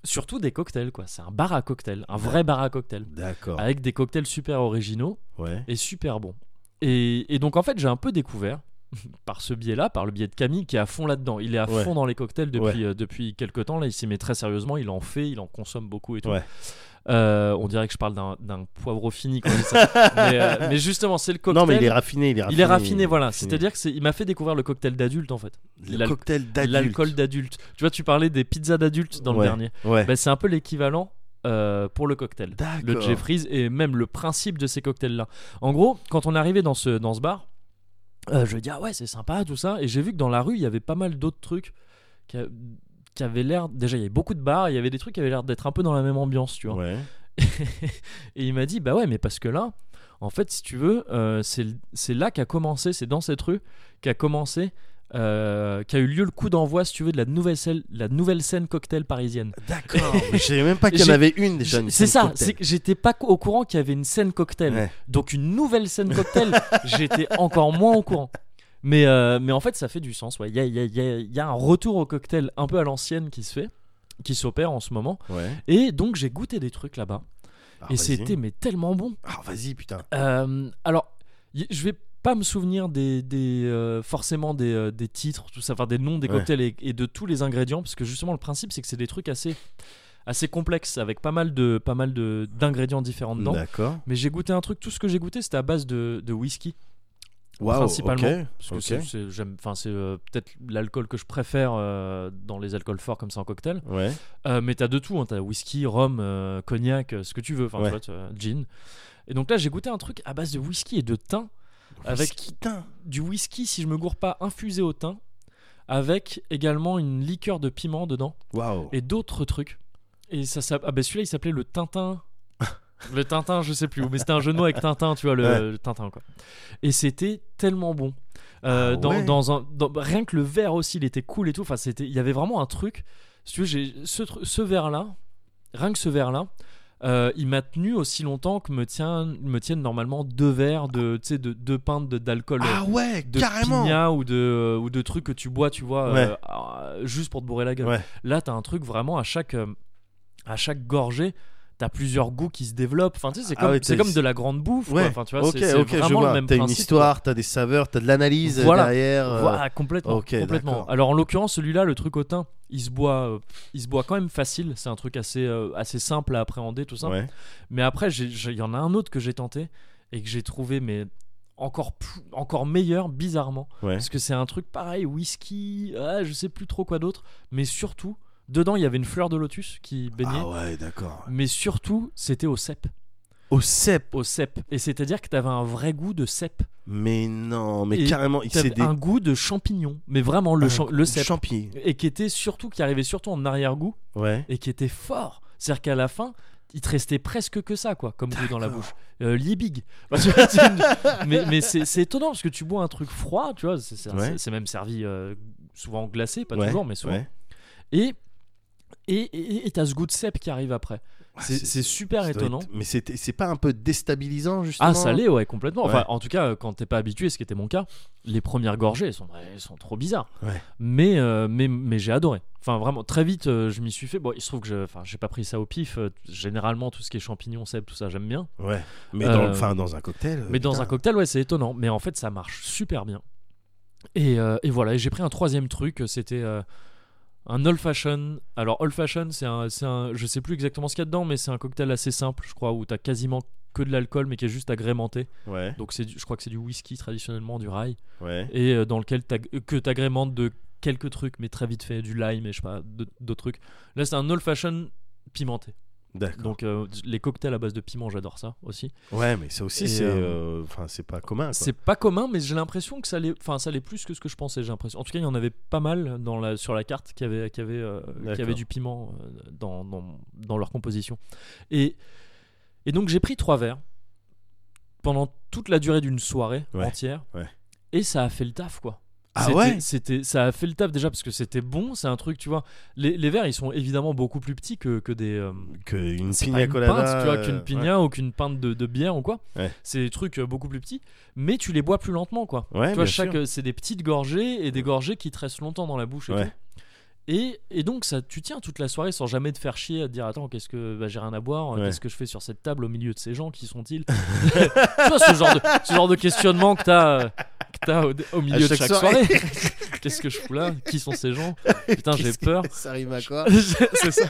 [SPEAKER 1] surtout des cocktails, quoi. C'est un bar à cocktails, un vrai bar à cocktails,
[SPEAKER 2] D'accord.
[SPEAKER 1] avec des cocktails super originaux
[SPEAKER 2] Ouais.
[SPEAKER 1] et super bons. Et, et donc en fait, j'ai un peu découvert, par ce biais-là, par le biais de Camille, qui est à fond là-dedans. Il est à
[SPEAKER 2] Ouais.
[SPEAKER 1] fond dans les cocktails depuis,
[SPEAKER 2] Ouais.
[SPEAKER 1] euh, depuis quelques temps, là, il s'y met très sérieusement, il en fait, il en consomme beaucoup et tout.
[SPEAKER 2] Ouais.
[SPEAKER 1] Euh, on dirait que je parle d'un- d'un poivreau fini quand je dis ça. mais, euh, mais justement, c'est le cocktail.
[SPEAKER 2] Non, mais il est raffiné. Il est raffiné,
[SPEAKER 1] Il est raffiné, voilà.
[SPEAKER 2] raffiné.
[SPEAKER 1] C'est-à-dire que c'est- il m'a fait découvrir le cocktail d'adulte en fait.
[SPEAKER 2] Le
[SPEAKER 1] l'al-
[SPEAKER 2] cocktail d'adulte.
[SPEAKER 1] L'alcool d'adulte. Tu vois, tu parlais des pizzas d'adultes dans
[SPEAKER 2] Ouais.
[SPEAKER 1] le dernier.
[SPEAKER 2] Ouais.
[SPEAKER 1] Bah, c'est un peu l'équivalent euh, pour le cocktail.
[SPEAKER 2] D'accord.
[SPEAKER 1] Le Jeffries et même le principe de ces cocktails-là. En gros, quand on est arrivé dans ce, dans ce bar, euh, je lui ai dit ah ouais c'est sympa tout ça et j'ai vu que dans la rue il y avait pas mal d'autres trucs qui, a- qui avaient l'air déjà il y avait beaucoup de bars il y avait des trucs qui avaient l'air d'être un peu dans la même ambiance tu vois
[SPEAKER 2] Ouais.
[SPEAKER 1] et il m'a dit bah ouais mais parce que là en fait si tu veux euh, c'est c'est là qu'a commencé c'est dans cette rue qu'a commencé euh, qu'a eu lieu le coup d'envoi si tu veux de la nouvelle scène la nouvelle scène cocktail parisienne
[SPEAKER 2] D'accord. mais je savais même pas qu'il y en
[SPEAKER 1] J'ai-
[SPEAKER 2] avait une déjà. une
[SPEAKER 1] c'est
[SPEAKER 2] scène
[SPEAKER 1] ça
[SPEAKER 2] cocktail.
[SPEAKER 1] c'est que j'étais pas au courant qu'il y avait une scène cocktail
[SPEAKER 2] Ouais.
[SPEAKER 1] donc une nouvelle scène cocktail j'étais encore moins au courant mais, euh, mais en fait ça fait du sens ouais. il y, a, il y a- il y a- il y a un retour au cocktail un peu à l'ancienne qui se fait qui s'opère en ce moment
[SPEAKER 2] Ouais.
[SPEAKER 1] et donc j'ai goûté des trucs là-bas
[SPEAKER 2] Ah,
[SPEAKER 1] et
[SPEAKER 2] vas-y.
[SPEAKER 1] c'était mais tellement bon
[SPEAKER 2] Ah, vas-y, putain.
[SPEAKER 1] Euh, alors, y- je vais pas me souvenir des, des, euh, forcément des, euh, des titres, tout ça, enfin des noms des
[SPEAKER 2] Ouais.
[SPEAKER 1] cocktails et, et de tous les ingrédients, parce que justement le principe c'est que c'est des trucs assez assez complexes avec pas mal de pas mal de d'ingrédients différents dedans.
[SPEAKER 2] D'accord.
[SPEAKER 1] Mais j'ai goûté un truc, tout ce que j'ai goûté c'était à base de, de whisky.
[SPEAKER 2] Waouh.
[SPEAKER 1] Principalement,
[SPEAKER 2] ok,
[SPEAKER 1] Parce que
[SPEAKER 2] ok.
[SPEAKER 1] c'est- c'est j'aime- enfin, c'est, euh, peut-être l'alcool que je préfère euh, dans les alcools forts comme ça en cocktail.
[SPEAKER 2] Ouais.
[SPEAKER 1] Euh, mais t'as de tout, hein, t'as whisky, rhum, euh, cognac, euh, ce que tu veux, enfin tu
[SPEAKER 2] Ouais.
[SPEAKER 1] vois, t'as- gin. Et donc là j'ai goûté un truc à base de whisky et de thym avec
[SPEAKER 2] Whisky, putain.
[SPEAKER 1] du whisky, si je me gourre pas, infusé au thym, avec également une liqueur de piment dedans
[SPEAKER 2] Waouh.
[SPEAKER 1] et d'autres trucs. Et ça, s'app- ah ben celui-là il s'appelait le Tintin. Le Tintin, je sais plus où, mais c'était un jeu de mots avec Tintin, tu vois, le,
[SPEAKER 2] Ouais.
[SPEAKER 1] le Tintin, quoi. Et c'était tellement bon. Euh,
[SPEAKER 2] Ah
[SPEAKER 1] dans,
[SPEAKER 2] ouais.
[SPEAKER 1] dans un, dans- rien que le verre aussi, il était cool et tout. Enfin, c'était, il y avait vraiment un truc. Si tu veux, j'ai, ce, tru- ce verre-là, rien que ce verre-là, euh, il m'a tenu aussi longtemps que me, tient, me tiennent normalement deux verres de, tu sais, de, deux pintes de- d'alcool. euh,
[SPEAKER 2] Ah ouais,
[SPEAKER 1] de
[SPEAKER 2] carrément.
[SPEAKER 1] piña ou de euh, ou de trucs que tu bois tu vois euh, euh, juste pour te bourrer la gueule
[SPEAKER 2] Ouais.
[SPEAKER 1] là t'as un truc vraiment à chaque euh, à chaque gorgée t'as plusieurs goûts qui se développent enfin tu sais c'est
[SPEAKER 2] Ah
[SPEAKER 1] comme,
[SPEAKER 2] ouais,
[SPEAKER 1] c'est
[SPEAKER 2] t'as-
[SPEAKER 1] comme de la grande bouffe quoi.
[SPEAKER 2] Ouais.
[SPEAKER 1] enfin tu vois
[SPEAKER 2] Ok,
[SPEAKER 1] c'est- c'est
[SPEAKER 2] ok, je
[SPEAKER 1] vraiment le
[SPEAKER 2] vois.
[SPEAKER 1] même
[SPEAKER 2] T'as une
[SPEAKER 1] principe, quoi.
[SPEAKER 2] histoire, t'as des saveurs, t'as de l'analyse euh,
[SPEAKER 1] Voilà.
[SPEAKER 2] derrière. euh,
[SPEAKER 1] Voilà, complètement.
[SPEAKER 2] ok,
[SPEAKER 1] complètement.
[SPEAKER 2] d'accord.
[SPEAKER 1] Alors en l'occurrence, celui-là, le truc au thym, il se boit, euh, il se boit quand même facile. C'est un truc assez, euh, assez simple à appréhender, tout ça.
[SPEAKER 2] ouais.
[SPEAKER 1] Mais après, j'ai- j'ai- il y en a un autre que j'ai tenté et que j'ai trouvé, mais encore, plus- encore meilleur, bizarrement.
[SPEAKER 2] Ouais.
[SPEAKER 1] Parce que c'est un truc pareil, whisky, ah, je sais plus trop quoi d'autre. Mais surtout, dedans, il y avait une fleur de lotus qui baignait.
[SPEAKER 2] Ah ouais, d'accord.
[SPEAKER 1] Mais surtout, c'était au cep.
[SPEAKER 2] Au cep.
[SPEAKER 1] Au cep. Et c'est-à-dire que t'avais un vrai goût de cep.
[SPEAKER 2] Mais non, mais
[SPEAKER 1] Et
[SPEAKER 2] carrément, c'est
[SPEAKER 1] T'avais
[SPEAKER 2] des Ah,
[SPEAKER 1] un goût de champignon. Mais vraiment, le,
[SPEAKER 2] un-
[SPEAKER 1] champ- le
[SPEAKER 2] des
[SPEAKER 1] cep.
[SPEAKER 2] champignons.
[SPEAKER 1] et qui était surtout, qui arrivait surtout en arrière-goût
[SPEAKER 2] Ouais.
[SPEAKER 1] et qui était fort. C'est-à-dire qu'à la fin, il te restait presque que ça, quoi, comme goût dans la bouche. Euh, Liebig. Bah, tu vois, tu- mais mais c'est c'est étonnant parce que tu bois un truc froid, tu vois, c'est- c'est
[SPEAKER 2] Ouais.
[SPEAKER 1] c'est même servi euh, souvent glacé, pas
[SPEAKER 2] Ouais,
[SPEAKER 1] toujours, mais souvent.
[SPEAKER 2] ouais.
[SPEAKER 1] Et et- et et t'as ce goût de cèpe qui arrive après. C'est
[SPEAKER 2] c'est-
[SPEAKER 1] c'est super
[SPEAKER 2] Ça doit
[SPEAKER 1] étonnant.
[SPEAKER 2] être- Mais c'était- c'est pas un peu déstabilisant justement
[SPEAKER 1] Ah, ça l'est, ouais, complètement. Enfin,
[SPEAKER 2] Ouais.
[SPEAKER 1] en tout cas, euh, quand t'es pas habitué, ce qui était mon cas, les premières gorgées, elles sont, elles sont trop bizarres.
[SPEAKER 2] Ouais.
[SPEAKER 1] Mais, euh, mais, mais j'ai adoré. Enfin, vraiment, très vite, euh, je m'y suis fait. Bon, il se trouve que je- enfin, j'ai pas pris ça au pif. Euh, Généralement, tout ce qui est champignons, cèpes, tout ça, j'aime bien.
[SPEAKER 2] Ouais. Mais dans,
[SPEAKER 1] Euh,
[SPEAKER 2] enfin, dans un cocktail.
[SPEAKER 1] Mais dans
[SPEAKER 2] putain.
[SPEAKER 1] un cocktail, ouais, c'est étonnant. Mais en fait, ça marche super bien. Et, euh, et voilà, et j'ai pris un troisième truc, c'était euh, un old fashion. Alors, old fashion, c'est un, c'est un. Je sais plus exactement ce qu'il y a dedans, mais c'est un cocktail assez simple, je crois, où t'as quasiment que de l'alcool, mais qui est juste agrémenté.
[SPEAKER 2] Ouais.
[SPEAKER 1] Donc, c'est du- je crois que c'est du whisky traditionnellement, du rail,
[SPEAKER 2] Ouais.
[SPEAKER 1] et euh, dans lequel t'ag- que t'agrémentes de quelques trucs, mais très vite fait, du lime et je sais pas, de- d'autres trucs. Là, c'est un old fashion pimenté.
[SPEAKER 2] D'accord.
[SPEAKER 1] Donc, euh, les cocktails à base de piment, j'adore ça aussi.
[SPEAKER 2] Ouais, mais ça aussi,
[SPEAKER 1] Et,
[SPEAKER 2] c'est.
[SPEAKER 1] euh,
[SPEAKER 2] euh, Enfin, c'est pas commun. quoi.
[SPEAKER 1] C'est pas commun, mais j'ai l'impression que ça l'est. Enfin, ça l'est plus que ce que je pensais. J'ai l'impression. En tout cas, il y en avait pas mal dans la sur la carte qui avait qui avait euh, qui
[SPEAKER 2] D'accord.
[SPEAKER 1] avait du piment euh, dans, dans, dans leur composition. Et et donc j'ai pris trois verres pendant toute la durée d'une soirée
[SPEAKER 2] Ouais,
[SPEAKER 1] entière.
[SPEAKER 2] ouais.
[SPEAKER 1] Et ça a fait le taf, quoi.
[SPEAKER 2] Ah
[SPEAKER 1] C'était-
[SPEAKER 2] ouais
[SPEAKER 1] C'était ça a fait le taf déjà parce que c'était bon. C'est un truc, tu vois. Les, les verres, ils sont évidemment beaucoup plus petits que que des. euh,
[SPEAKER 2] Qu'une
[SPEAKER 1] c'est pas
[SPEAKER 2] pina
[SPEAKER 1] Bah, une
[SPEAKER 2] colada.
[SPEAKER 1] pinte, tu vois, qu'une
[SPEAKER 2] euh,
[SPEAKER 1] pina ou qu'une pinte de, de bière ou quoi.
[SPEAKER 2] Ouais.
[SPEAKER 1] C'est des trucs euh, beaucoup plus petits, mais tu les bois plus lentement, quoi.
[SPEAKER 2] Ouais,
[SPEAKER 1] tu
[SPEAKER 2] bien
[SPEAKER 1] vois, chaque,
[SPEAKER 2] sûr.
[SPEAKER 1] euh, c'est des petites gorgées et des gorgées qui te restent longtemps dans la bouche et
[SPEAKER 2] Ouais.
[SPEAKER 1] tout. Et, et donc, ça, tu tiens toute la soirée sans jamais te faire chier à te dire Attends, qu'est-ce que bah, j'ai rien à boire, euh,
[SPEAKER 2] Ouais.
[SPEAKER 1] qu'est-ce que je fais sur cette table au milieu de ces gens, qui sont-ils Tu vois, ce genre de, ce genre de questionnement que t'as, euh, que t'as au, au milieu de
[SPEAKER 2] chaque
[SPEAKER 1] chaque soirée.
[SPEAKER 2] soirée.
[SPEAKER 1] qu'est-ce que je fous là Qui sont ces gens Putain, j'ai
[SPEAKER 2] Qu'est-ce que-
[SPEAKER 1] peur.
[SPEAKER 2] Ça rime à quoi
[SPEAKER 1] c'est ça.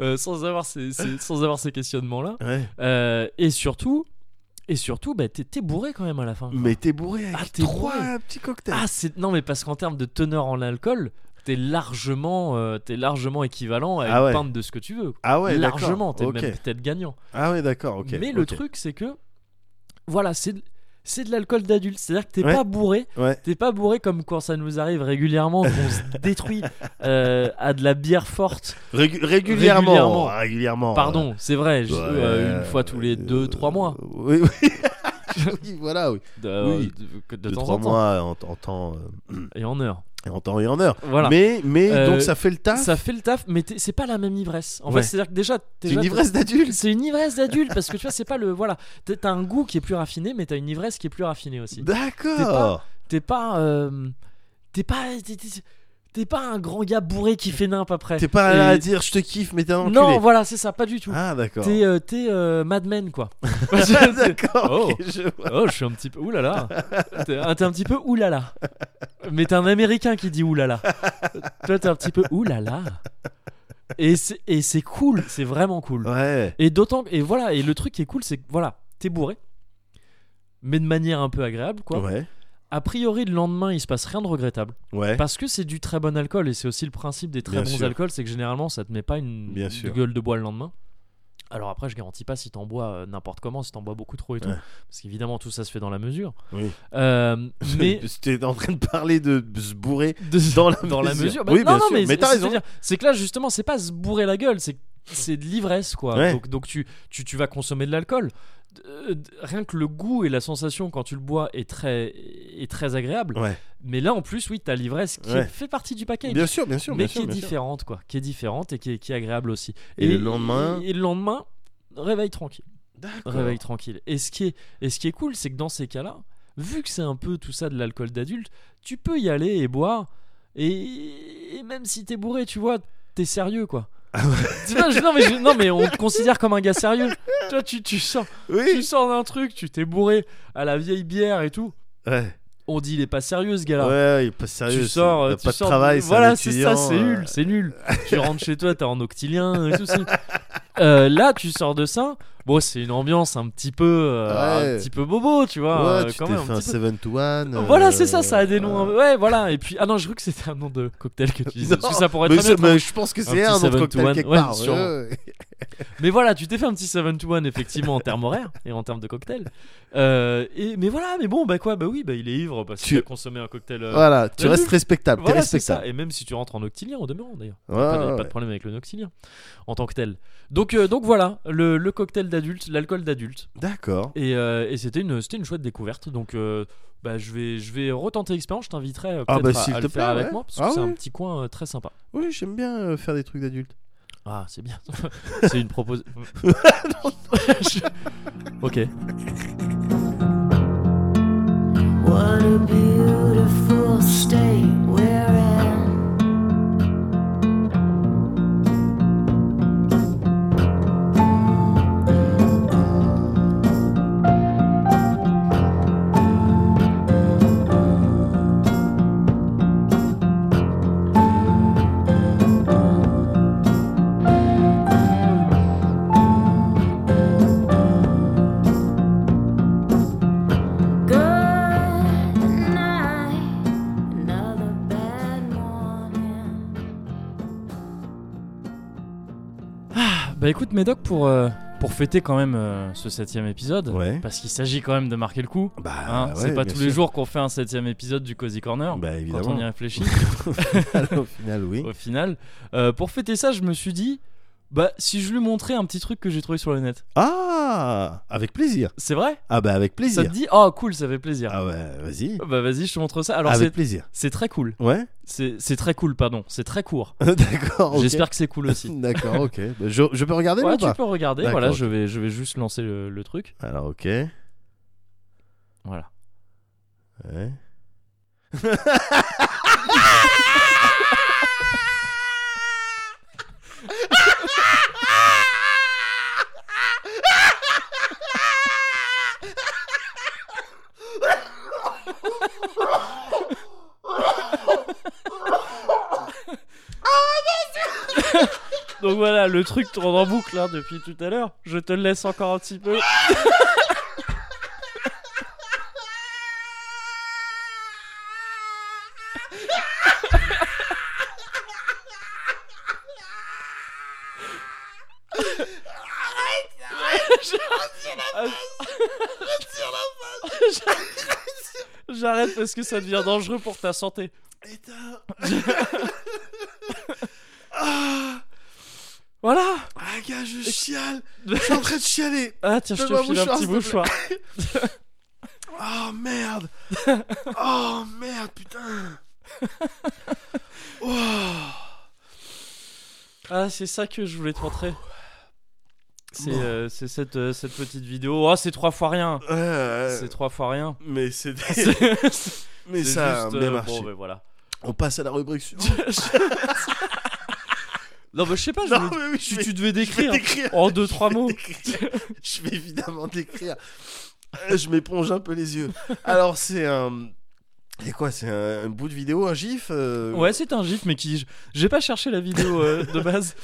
[SPEAKER 1] Euh, sans, avoir ces, ces- sans avoir ces questionnements-là.
[SPEAKER 2] Ouais.
[SPEAKER 1] Euh, et surtout, et surtout bah, t'es t'es bourré quand même à la fin. quoi.
[SPEAKER 2] Mais t'es bourré avec
[SPEAKER 1] Ah, t'es bourré.
[SPEAKER 2] trois petits cocktails.
[SPEAKER 1] Ah, c'est- non, mais parce qu'en termes de teneur en alcool, t'es largement, euh, t'es largement équivalent à une
[SPEAKER 2] Ah ouais.
[SPEAKER 1] pinte de ce que tu veux. quoi.
[SPEAKER 2] Ah ouais, d'accord.
[SPEAKER 1] largement, t'es
[SPEAKER 2] Ok.
[SPEAKER 1] même peut-être gagnant.
[SPEAKER 2] Ah ouais, d'accord, ok.
[SPEAKER 1] mais le
[SPEAKER 2] ok.
[SPEAKER 1] truc, c'est que, voilà, c'est de- c'est de l'alcool d'adulte. C'est-à-dire que t'es
[SPEAKER 2] Ouais.
[SPEAKER 1] pas bourré,
[SPEAKER 2] Ouais.
[SPEAKER 1] T'es pas bourré comme quand ça nous arrive régulièrement, qu'on se détruit euh, à de la bière forte.
[SPEAKER 2] Régu- régulièrement.
[SPEAKER 1] Régulièrement.
[SPEAKER 2] Régulièrement. Régulièrement.
[SPEAKER 1] Pardon, c'est vrai,
[SPEAKER 2] Euh, ouais.
[SPEAKER 1] je- euh, une fois tous les
[SPEAKER 2] Euh,
[SPEAKER 1] 2-3 mois.
[SPEAKER 2] Oui, oui. oui, voilà, oui.
[SPEAKER 1] De,
[SPEAKER 2] oui.
[SPEAKER 1] de- de
[SPEAKER 2] Deux,
[SPEAKER 1] temps
[SPEAKER 2] trois
[SPEAKER 1] en temps.
[SPEAKER 2] mois en, en temps, euh,
[SPEAKER 1] Et en heure.
[SPEAKER 2] et en temps et en heure.
[SPEAKER 1] Voilà.
[SPEAKER 2] Mais, mais
[SPEAKER 1] Euh,
[SPEAKER 2] donc ça fait le taf.
[SPEAKER 1] ça fait le taf, mais t'es- c'est pas la même ivresse. En
[SPEAKER 2] Ouais.
[SPEAKER 1] fait, c'est-à-dire que déjà.
[SPEAKER 2] C'est
[SPEAKER 1] déjà,
[SPEAKER 2] une
[SPEAKER 1] t'es-
[SPEAKER 2] ivresse d'adulte.
[SPEAKER 1] C'est une ivresse d'adulte parce que tu vois, c'est pas le. Voilà. T'as t'as un goût qui est plus raffiné, mais t'as une ivresse qui est plus raffinée aussi. T'es
[SPEAKER 2] D'accord.
[SPEAKER 1] pas- T'es pas. euh, T'es pas. t'es- t'es- T'es pas un grand gars bourré qui fait nimp après.
[SPEAKER 2] T'es pas là
[SPEAKER 1] Et-
[SPEAKER 2] à dire je te kiffe, mais t'es un enculé.
[SPEAKER 1] Non, voilà, c'est ça, pas du tout.
[SPEAKER 2] Ah, d'accord.
[SPEAKER 1] T'es euh, t'es, euh, Mad Men quoi.
[SPEAKER 2] d'accord.
[SPEAKER 1] Oh.
[SPEAKER 2] ok, je vois.
[SPEAKER 1] Oh, je suis un petit peu. Oulala! T'es un t'es un petit peu oulala! Mais t'es un américain qui dit oulala! Toi, t'es un petit peu oulala! Et c'est et c'est cool, c'est vraiment cool.
[SPEAKER 2] Ouais.
[SPEAKER 1] Et d'autant. que- Et voilà, et le truc qui est cool, c'est que voilà, t'es bourré, mais de manière un peu agréable, quoi.
[SPEAKER 2] ouais.
[SPEAKER 1] A priori, le lendemain, il se passe rien de regrettable.
[SPEAKER 2] Ouais.
[SPEAKER 1] Parce que c'est du très bon alcool, et c'est aussi le principe des très
[SPEAKER 2] Bien
[SPEAKER 1] bons
[SPEAKER 2] sûr.
[SPEAKER 1] alcools, c'est que généralement, ça te met pas une
[SPEAKER 2] Bien sûr.
[SPEAKER 1] gueule de bois le lendemain. Alors après, je garantis pas si t'en bois euh, n'importe comment, si t'en bois beaucoup trop et tout.
[SPEAKER 2] Ouais.
[SPEAKER 1] Parce qu'évidemment, tout ça se fait dans la mesure.
[SPEAKER 2] Oui.
[SPEAKER 1] Euh, mais
[SPEAKER 2] T'es en train de parler de se bourrer
[SPEAKER 1] de-
[SPEAKER 2] dans la
[SPEAKER 1] dans la
[SPEAKER 2] mesure.
[SPEAKER 1] mesure.
[SPEAKER 2] Oui,
[SPEAKER 1] Bah, non,
[SPEAKER 2] bien
[SPEAKER 1] non,
[SPEAKER 2] sûr.
[SPEAKER 1] mais,
[SPEAKER 2] Mais t'as
[SPEAKER 1] c'est-
[SPEAKER 2] raison.
[SPEAKER 1] c'est-à-dire, C'est que là, justement, c'est pas se bourrer la gueule, c'est que c'est de l'ivresse quoi.
[SPEAKER 2] Ouais.
[SPEAKER 1] Donc, donc tu, tu, tu vas consommer de l'alcool. Euh, d- Rien que le goût et la sensation quand tu le bois est très, est très agréable.
[SPEAKER 2] Ouais.
[SPEAKER 1] Mais là en plus, oui, t'as l'ivresse qui
[SPEAKER 2] Ouais.
[SPEAKER 1] fait partie du package.
[SPEAKER 2] Bien sûr, bien sûr,
[SPEAKER 1] mais
[SPEAKER 2] bien sûr.
[SPEAKER 1] qui est
[SPEAKER 2] bien sûr.
[SPEAKER 1] différente quoi. Qui est différente et qui est, qui est agréable aussi.
[SPEAKER 2] Et le lendemain-
[SPEAKER 1] Et, le lendemain, réveil tranquille.
[SPEAKER 2] D'accord.
[SPEAKER 1] Réveil tranquille. Et ce qui est, et ce qui est cool, c'est que dans ces cas-là, vu que c'est un peu tout ça de l'alcool d'adulte, tu peux y aller et boire. Et, et même si t'es bourré, tu vois, t'es sérieux quoi.
[SPEAKER 2] Ah
[SPEAKER 1] Tu vois, je- non, mais je- non, mais on te considère comme un gars sérieux. Tu vois, tu, tu sors, tu
[SPEAKER 2] Oui.
[SPEAKER 1] sors d'un truc, tu t'es bourré à la vieille bière et tout.
[SPEAKER 2] Ouais.
[SPEAKER 1] On dit il est pas sérieux ce gars-là.
[SPEAKER 2] Ouais, il est pas sérieux.
[SPEAKER 1] tu sors,
[SPEAKER 2] Ah c'est-
[SPEAKER 1] euh,
[SPEAKER 2] t'as
[SPEAKER 1] tu
[SPEAKER 2] pas
[SPEAKER 1] sors
[SPEAKER 2] de travail,
[SPEAKER 1] voilà,
[SPEAKER 2] un
[SPEAKER 1] c'est ça,
[SPEAKER 2] étudiant,
[SPEAKER 1] c'est
[SPEAKER 2] euh,
[SPEAKER 1] nul, c'est nul. tu rentres chez toi, t'es en octilien et tout ça. Euh, là, tu sors de ça. Bon, c'est une ambiance un petit peu, euh,
[SPEAKER 2] Ouais.
[SPEAKER 1] un petit peu bobo, tu vois.
[SPEAKER 2] Ouais,
[SPEAKER 1] euh,
[SPEAKER 2] tu
[SPEAKER 1] quand
[SPEAKER 2] t'es
[SPEAKER 1] même, un
[SPEAKER 2] fait euh, un
[SPEAKER 1] petit peu. Euh,
[SPEAKER 2] 7 to 1.
[SPEAKER 1] Voilà, c'est ça, ça a des noms. Ouais, voilà. Et puis, ah non, je crois que c'était un nom de cocktail que tu disais.
[SPEAKER 2] Non,
[SPEAKER 1] parce que ça pourrait être
[SPEAKER 2] Mais,
[SPEAKER 1] très bien.
[SPEAKER 2] c'est- mais je pense que
[SPEAKER 1] Un
[SPEAKER 2] c'est
[SPEAKER 1] petit
[SPEAKER 2] un, autre
[SPEAKER 1] 7 to
[SPEAKER 2] cocktail
[SPEAKER 1] one,
[SPEAKER 2] quelque
[SPEAKER 1] ouais,
[SPEAKER 2] part.
[SPEAKER 1] sûrement.
[SPEAKER 2] ouais, ouais.
[SPEAKER 1] Mais voilà, tu t'es fait un petit 7-to-1 effectivement en termes horaires et en termes de cocktail. Euh, et, mais voilà, mais bon, bah quoi, bah oui, bah il est ivre parce
[SPEAKER 2] Tu-
[SPEAKER 1] qu'il a consommé un cocktail. euh,
[SPEAKER 2] Voilà, tu
[SPEAKER 1] le
[SPEAKER 2] restes
[SPEAKER 1] nul.
[SPEAKER 2] respectable. T'es
[SPEAKER 1] Voilà, c'est ça.
[SPEAKER 2] respectable.
[SPEAKER 1] Et même si tu rentres en octilien au demeurant d'ailleurs.
[SPEAKER 2] Ouais,
[SPEAKER 1] Pas, de-
[SPEAKER 2] Ah, ouais,
[SPEAKER 1] pas
[SPEAKER 2] ouais.
[SPEAKER 1] de problème avec le noctilien en tant que tel. Donc, euh, donc voilà, le, le cocktail d'adulte, l'alcool d'adulte.
[SPEAKER 2] D'accord.
[SPEAKER 1] Et, euh, et c'était une, c'était une chouette découverte. Donc euh, bah, je, vais, je vais retenter l'expérience. Je t'inviterai euh,
[SPEAKER 2] Ah,
[SPEAKER 1] peut-être
[SPEAKER 2] bah,
[SPEAKER 1] à-
[SPEAKER 2] s'il
[SPEAKER 1] à,
[SPEAKER 2] te
[SPEAKER 1] le faire
[SPEAKER 2] plaît,
[SPEAKER 1] avec
[SPEAKER 2] ouais.
[SPEAKER 1] moi parce que
[SPEAKER 2] Ah
[SPEAKER 1] c'est
[SPEAKER 2] oui.
[SPEAKER 1] un petit coin euh, très sympa.
[SPEAKER 2] Oui, j'aime bien euh, faire des trucs d'adultes.
[SPEAKER 1] Ah, c'est bien. c'est une proposition. ok.
[SPEAKER 4] What a beautiful state we're in. Good night, another bad morning.
[SPEAKER 1] Bah écoute, Médoc, pour, euh, pour fêter quand même euh, ce septième épisode,
[SPEAKER 2] Ouais.
[SPEAKER 1] parce qu'il s'agit quand même de marquer le coup.
[SPEAKER 2] Bah,
[SPEAKER 1] hein,
[SPEAKER 2] ouais,
[SPEAKER 1] c'est pas
[SPEAKER 2] bien
[SPEAKER 1] tous les
[SPEAKER 2] sûr.
[SPEAKER 1] jours qu'on fait un septième épisode du Cozy Corner.
[SPEAKER 2] Bah,
[SPEAKER 1] quand
[SPEAKER 2] évidemment.
[SPEAKER 1] on y réfléchit.
[SPEAKER 2] Au final, oui.
[SPEAKER 1] au final. Euh, pour fêter ça, je me suis dit, bah si je lui montrais un petit truc que j'ai trouvé sur le net,
[SPEAKER 2] Ah Avec plaisir.
[SPEAKER 1] c'est vrai
[SPEAKER 2] Ah, bah, avec
[SPEAKER 1] Ça te
[SPEAKER 2] plaisir.
[SPEAKER 1] dit Oh cool, ça fait plaisir.
[SPEAKER 2] Ah, ouais, vas-y.
[SPEAKER 1] Bah vas-y, je te montre ça. Alors
[SPEAKER 2] Avec
[SPEAKER 1] c'est
[SPEAKER 2] plaisir.
[SPEAKER 1] c'est très cool.
[SPEAKER 2] Ouais
[SPEAKER 1] C'est c'est très cool, pardon. C'est très court.
[SPEAKER 2] D'accord. Ah, ok.
[SPEAKER 1] J'espère que c'est cool aussi.
[SPEAKER 2] D'accord, ok. Bah, Je, je peux regarder
[SPEAKER 1] Ouais,
[SPEAKER 2] ou
[SPEAKER 1] tu
[SPEAKER 2] pas
[SPEAKER 1] peux regarder.
[SPEAKER 2] D'accord,
[SPEAKER 1] Voilà,
[SPEAKER 2] ok.
[SPEAKER 1] je vais je vais juste lancer le, le truc.
[SPEAKER 2] Alors, ok.
[SPEAKER 1] Voilà.
[SPEAKER 2] Ouais.
[SPEAKER 1] Donc voilà, le truc tourne en boucle hein, depuis tout à l'heure. Je te le laisse encore un petit peu. J'arrête parce que ça devient dangereux pour ta santé.
[SPEAKER 2] Ah,
[SPEAKER 1] Voilà.
[SPEAKER 2] ah, gars, je chiale. Je suis en train de chialer.
[SPEAKER 1] Ah tiens, je te
[SPEAKER 2] Donne-moi un
[SPEAKER 1] file un
[SPEAKER 2] mouchoir,
[SPEAKER 1] petit
[SPEAKER 2] s'il te plaît.
[SPEAKER 1] mouchoir.
[SPEAKER 2] Oh merde Oh merde putain
[SPEAKER 1] Ah, c'est ça que je voulais te montrer. C'est euh, c'est cette, euh, cette petite vidéo. Oh, c'est trois fois rien. C'est trois fois rien.
[SPEAKER 2] Mais Euh. c'est
[SPEAKER 1] C'est
[SPEAKER 2] mais
[SPEAKER 1] c'est
[SPEAKER 2] ça a
[SPEAKER 1] juste,
[SPEAKER 2] bien
[SPEAKER 1] euh,
[SPEAKER 2] marché.
[SPEAKER 1] bon, ben voilà.
[SPEAKER 2] On passe à la rubrique suivante.
[SPEAKER 1] Non, mais je sais pas. Je
[SPEAKER 2] non
[SPEAKER 1] voulais-
[SPEAKER 2] mais oui,
[SPEAKER 1] tu,
[SPEAKER 2] je vais,
[SPEAKER 1] tu devais
[SPEAKER 2] je vais
[SPEAKER 1] décrire
[SPEAKER 2] décrire.
[SPEAKER 1] en deux trois
[SPEAKER 2] Je vais
[SPEAKER 1] mots.
[SPEAKER 2] décrire. je vais évidemment décrire. Euh, Je m'éponge un peu les yeux. Alors c'est un c'est quoi C'est un, un bout de vidéo, un gif euh,
[SPEAKER 1] Ouais, c'est un gif, mais qui j'ai pas cherché la vidéo euh, de base.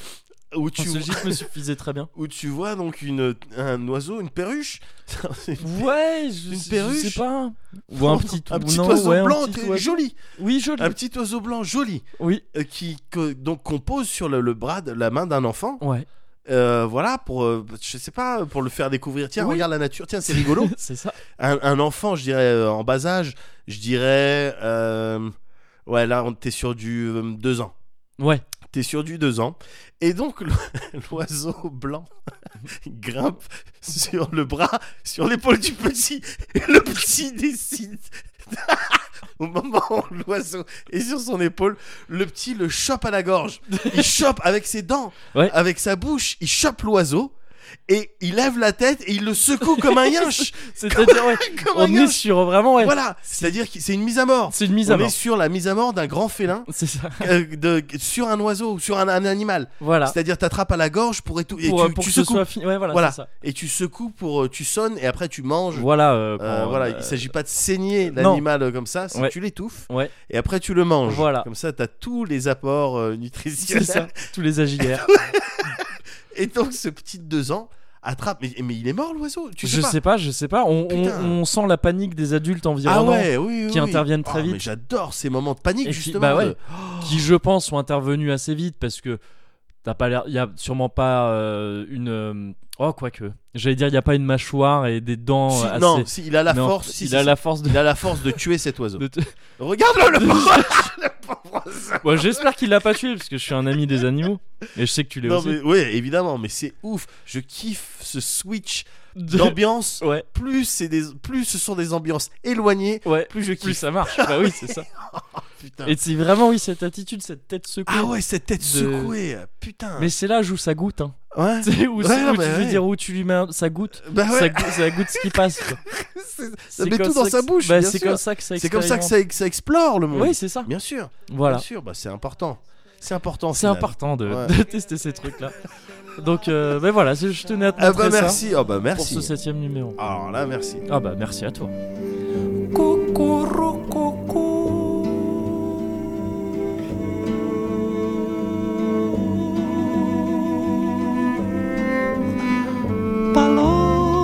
[SPEAKER 2] où
[SPEAKER 1] Tu
[SPEAKER 2] tu
[SPEAKER 1] Ce gif me suffisait très bien.
[SPEAKER 2] où tu vois donc une un oiseau, une perruche. C'est-
[SPEAKER 1] Ouais, je,
[SPEAKER 2] Une
[SPEAKER 1] je
[SPEAKER 2] perruche.
[SPEAKER 1] sais pas. Ou un petit,
[SPEAKER 2] Oh, un
[SPEAKER 1] ou
[SPEAKER 2] petit
[SPEAKER 1] non,
[SPEAKER 2] oiseau
[SPEAKER 1] ouais, un
[SPEAKER 2] blanc Ah.
[SPEAKER 1] petit
[SPEAKER 2] qui est
[SPEAKER 1] oiseau.
[SPEAKER 2] joli.
[SPEAKER 1] Oui, joli.
[SPEAKER 2] un petit oiseau blanc joli
[SPEAKER 1] Oui,
[SPEAKER 2] euh, qui que- donc qu'on pose sur le, le bras de la main d'un enfant
[SPEAKER 1] ouais.
[SPEAKER 2] Euh, voilà pour euh, je sais pas pour le faire découvrir tiens
[SPEAKER 1] Oui.
[SPEAKER 2] regarde la nature tiens c'est rigolo
[SPEAKER 1] c'est ça.
[SPEAKER 2] un, un enfant je dirais euh, en bas âge je dirais euh, ouais là on t'es sur du 2 ans
[SPEAKER 1] Ouais.
[SPEAKER 2] T'es sur du 2 ans. Et donc, l'o- l'oiseau blanc grimpe sur le bras, sur l'épaule du petit. Et le petit décide. Au moment où l'oiseau est sur son épaule, le petit le chope à la gorge. Il chope avec ses dents,
[SPEAKER 1] Ouais.
[SPEAKER 2] avec sa bouche, il chope l'oiseau. Et il lève la tête et il le secoue comme un yinche.
[SPEAKER 1] C'est-à-dire, ouais,
[SPEAKER 2] Comme un
[SPEAKER 1] on est
[SPEAKER 2] yinche.
[SPEAKER 1] sur vraiment, ouais.
[SPEAKER 2] Voilà, c'est-à-dire que c'est une mise à mort.
[SPEAKER 1] C'est une mise
[SPEAKER 2] on
[SPEAKER 1] à mort.
[SPEAKER 2] est sur la mise à mort d'un grand félin
[SPEAKER 1] C'est ça.
[SPEAKER 2] euh, de, sur un oiseau, sur un, un animal.
[SPEAKER 1] Voilà.
[SPEAKER 2] C'est-à-dire t'attrapes à la gorge pour étou- et
[SPEAKER 1] Ah. Pour, euh,
[SPEAKER 2] tu,
[SPEAKER 1] pour
[SPEAKER 2] tu
[SPEAKER 1] que ce
[SPEAKER 2] secoues
[SPEAKER 1] soit fini. Ouais, voilà,
[SPEAKER 2] Voilà.
[SPEAKER 1] c'est ça.
[SPEAKER 2] et tu secoues pour euh, tu sonnes et après tu manges.
[SPEAKER 1] Voilà. euh,
[SPEAKER 2] Euh,
[SPEAKER 1] quand,
[SPEAKER 2] voilà,
[SPEAKER 1] euh,
[SPEAKER 2] il s'agit pas de saigner
[SPEAKER 1] non.
[SPEAKER 2] l'animal euh, comme ça, c'est
[SPEAKER 1] Ouais.
[SPEAKER 2] tu l'étouffes
[SPEAKER 1] Ouais.
[SPEAKER 2] et après tu le manges.
[SPEAKER 1] Voilà.
[SPEAKER 2] Comme ça, t'as tous les apports euh,
[SPEAKER 1] C'est
[SPEAKER 2] nutritionnels.
[SPEAKER 1] ça. Tous les agilaires.
[SPEAKER 2] Et donc ce petit de deux ans attrape, mais, mais il est mort l'oiseau. Tu sais
[SPEAKER 1] je
[SPEAKER 2] pas.
[SPEAKER 1] sais pas, je sais pas. On, on-
[SPEAKER 2] Putain.
[SPEAKER 1] on sent la panique des adultes
[SPEAKER 2] Ah
[SPEAKER 1] environnants.
[SPEAKER 2] ouais, oui, oui,
[SPEAKER 1] oh qui
[SPEAKER 2] oui.
[SPEAKER 1] interviennent très
[SPEAKER 2] Ah,
[SPEAKER 1] vite.
[SPEAKER 2] mais J'adore ces moments de panique
[SPEAKER 1] Et qui-
[SPEAKER 2] justement.
[SPEAKER 1] bah ouais.
[SPEAKER 2] de-
[SPEAKER 1] qui je pense sont intervenus assez vite parce que t'as pas l'air, il y a sûrement pas euh, une, euh, oh quoique, j'allais dire il y a pas une mâchoire et des dents
[SPEAKER 2] Si-
[SPEAKER 1] assez.
[SPEAKER 2] non, si, il a la
[SPEAKER 1] ah, Non,
[SPEAKER 2] force. si,
[SPEAKER 1] il
[SPEAKER 2] si,
[SPEAKER 1] a
[SPEAKER 2] si.
[SPEAKER 1] la force de.
[SPEAKER 2] Il a la force de tuer cet oiseau.
[SPEAKER 1] de-
[SPEAKER 2] Regarde-le, le pauvre- le pauvre oiseau.
[SPEAKER 1] Bon, j'espère qu'il l'a pas tué parce que je suis un ami des animaux et je sais que tu l'es
[SPEAKER 2] Non,
[SPEAKER 1] aussi.
[SPEAKER 2] mais oui, évidemment, mais c'est ouf. Je kiffe ce switch
[SPEAKER 1] De-
[SPEAKER 2] d'ambiance.
[SPEAKER 1] Ouais,
[SPEAKER 2] Plus, c'est des... plus ce sont des ambiances éloignées,
[SPEAKER 1] ouais.
[SPEAKER 2] plus je kiffe.
[SPEAKER 1] Plus ça marche. bah oui, c'est ça.
[SPEAKER 2] Putain.
[SPEAKER 1] Et c'est vraiment oui cette attitude, cette tête secouée.
[SPEAKER 2] Ah ouais, cette tête
[SPEAKER 1] De-
[SPEAKER 2] secouée. Putain.
[SPEAKER 1] Mais c'est là où ça goûte, hein.
[SPEAKER 2] Ouais.
[SPEAKER 1] C'est où,
[SPEAKER 2] Ah. Ouais,
[SPEAKER 1] c'est-
[SPEAKER 2] non,
[SPEAKER 1] où tu
[SPEAKER 2] mais
[SPEAKER 1] veux
[SPEAKER 2] ouais.
[SPEAKER 1] dire où tu lui mets, un- ça goûte,
[SPEAKER 2] Bah
[SPEAKER 1] ça,
[SPEAKER 2] ouais,
[SPEAKER 1] goûte ça goûte ce qui passe. quoi.
[SPEAKER 2] c'est- ça
[SPEAKER 1] C'est
[SPEAKER 2] met
[SPEAKER 1] comme
[SPEAKER 2] tout dans
[SPEAKER 1] ça
[SPEAKER 2] sa
[SPEAKER 1] que-
[SPEAKER 2] bouche.
[SPEAKER 1] bah,
[SPEAKER 2] bien
[SPEAKER 1] c'est
[SPEAKER 2] sûr.
[SPEAKER 1] comme ça que ça.
[SPEAKER 2] C'est comme ça que ça, ça explore le monde.
[SPEAKER 1] Oui, c'est ça.
[SPEAKER 2] Bien sûr.
[SPEAKER 1] Voilà.
[SPEAKER 2] Bien sûr, bah, c'est important. C'est important. au
[SPEAKER 1] C'est
[SPEAKER 2] final.
[SPEAKER 1] important de,
[SPEAKER 2] Ouais.
[SPEAKER 1] de tester ces trucs-là. Donc, euh, ben voilà, c'est- je tenais à te
[SPEAKER 2] Ah
[SPEAKER 1] montrer
[SPEAKER 2] bah
[SPEAKER 1] ça
[SPEAKER 2] merci. Oh bah
[SPEAKER 1] pour
[SPEAKER 2] merci.
[SPEAKER 1] ce septième numéro.
[SPEAKER 2] Alors là, merci.
[SPEAKER 1] Ah bah merci à toi.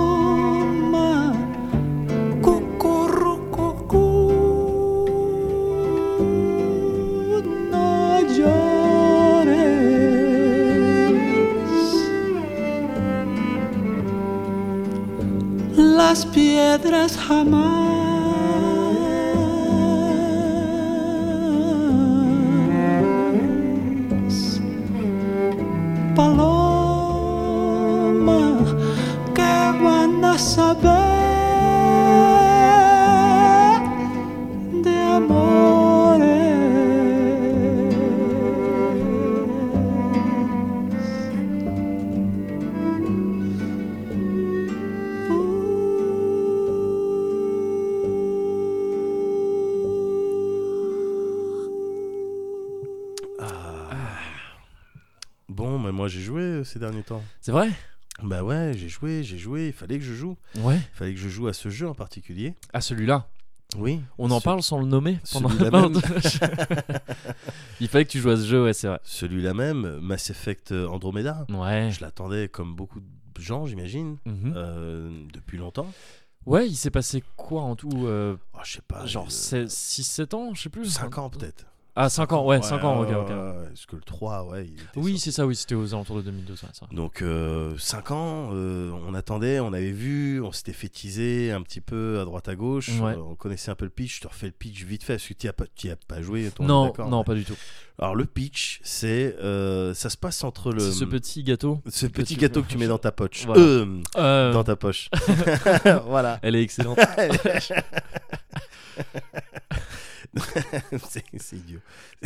[SPEAKER 5] Paloma, cucurucucú. No llores. Las piedras jamás. Paloma, que van a saber de amores.
[SPEAKER 2] Bon, mais moi j'ai joué euh, ces derniers temps.
[SPEAKER 1] C'est vrai
[SPEAKER 2] Bah ouais, j'ai joué, j'ai joué. Il fallait que je joue.
[SPEAKER 1] Ouais.
[SPEAKER 2] Il fallait que je joue à ce jeu en particulier.
[SPEAKER 1] À Ah, celui-là.
[SPEAKER 2] Oui.
[SPEAKER 1] On en
[SPEAKER 2] Ce-
[SPEAKER 1] parle sans le nommer pendant
[SPEAKER 2] celui-là
[SPEAKER 1] pendant-
[SPEAKER 2] même.
[SPEAKER 1] Il fallait que tu joues à ce jeu, ouais, c'est vrai.
[SPEAKER 2] Celui-là même, Mass Effect euh, Andromeda.
[SPEAKER 1] Ouais.
[SPEAKER 2] Je l'attendais comme beaucoup de gens, j'imagine,
[SPEAKER 1] Mhm.
[SPEAKER 2] euh, depuis longtemps.
[SPEAKER 1] Ouais, il s'est passé quoi en tout euh,
[SPEAKER 2] Oh, je sais pas.
[SPEAKER 1] Genre 6-7 ans, je sais plus.
[SPEAKER 2] 5 ans peut-être.
[SPEAKER 1] Ah, 5 ans, ouais, 5 ans, ok, ok.
[SPEAKER 2] ouais, Parce que le 3, ouais. Il était
[SPEAKER 1] Oui,
[SPEAKER 2] sorti.
[SPEAKER 1] c'est ça, oui, c'était aux alentours de 2012, ouais, c'est vrai.
[SPEAKER 2] Donc 5 ans, euh, on attendait, on avait vu, on s'était fait teaser un petit peu à droite à gauche.
[SPEAKER 1] Ouais.
[SPEAKER 2] Euh, on connaissait un peu le pitch. Je te refais le pitch vite fait parce que tu n'y as, pas- t'y as pas joué. toi, on est
[SPEAKER 1] Non,
[SPEAKER 2] d'accord,
[SPEAKER 1] non,
[SPEAKER 2] ouais.
[SPEAKER 1] pas du tout.
[SPEAKER 2] Alors le pitch, c'est. euh, ça se passe entre le. euh,
[SPEAKER 1] C'est ce petit gâteau.
[SPEAKER 2] ce petit
[SPEAKER 1] tu-
[SPEAKER 2] gâteau que tu mets dans ta poche.
[SPEAKER 1] Voilà.
[SPEAKER 2] Euh,
[SPEAKER 1] Euh,
[SPEAKER 2] dans ta poche. voilà.
[SPEAKER 1] Elle est excellente.
[SPEAKER 2] c'est c'est idiot.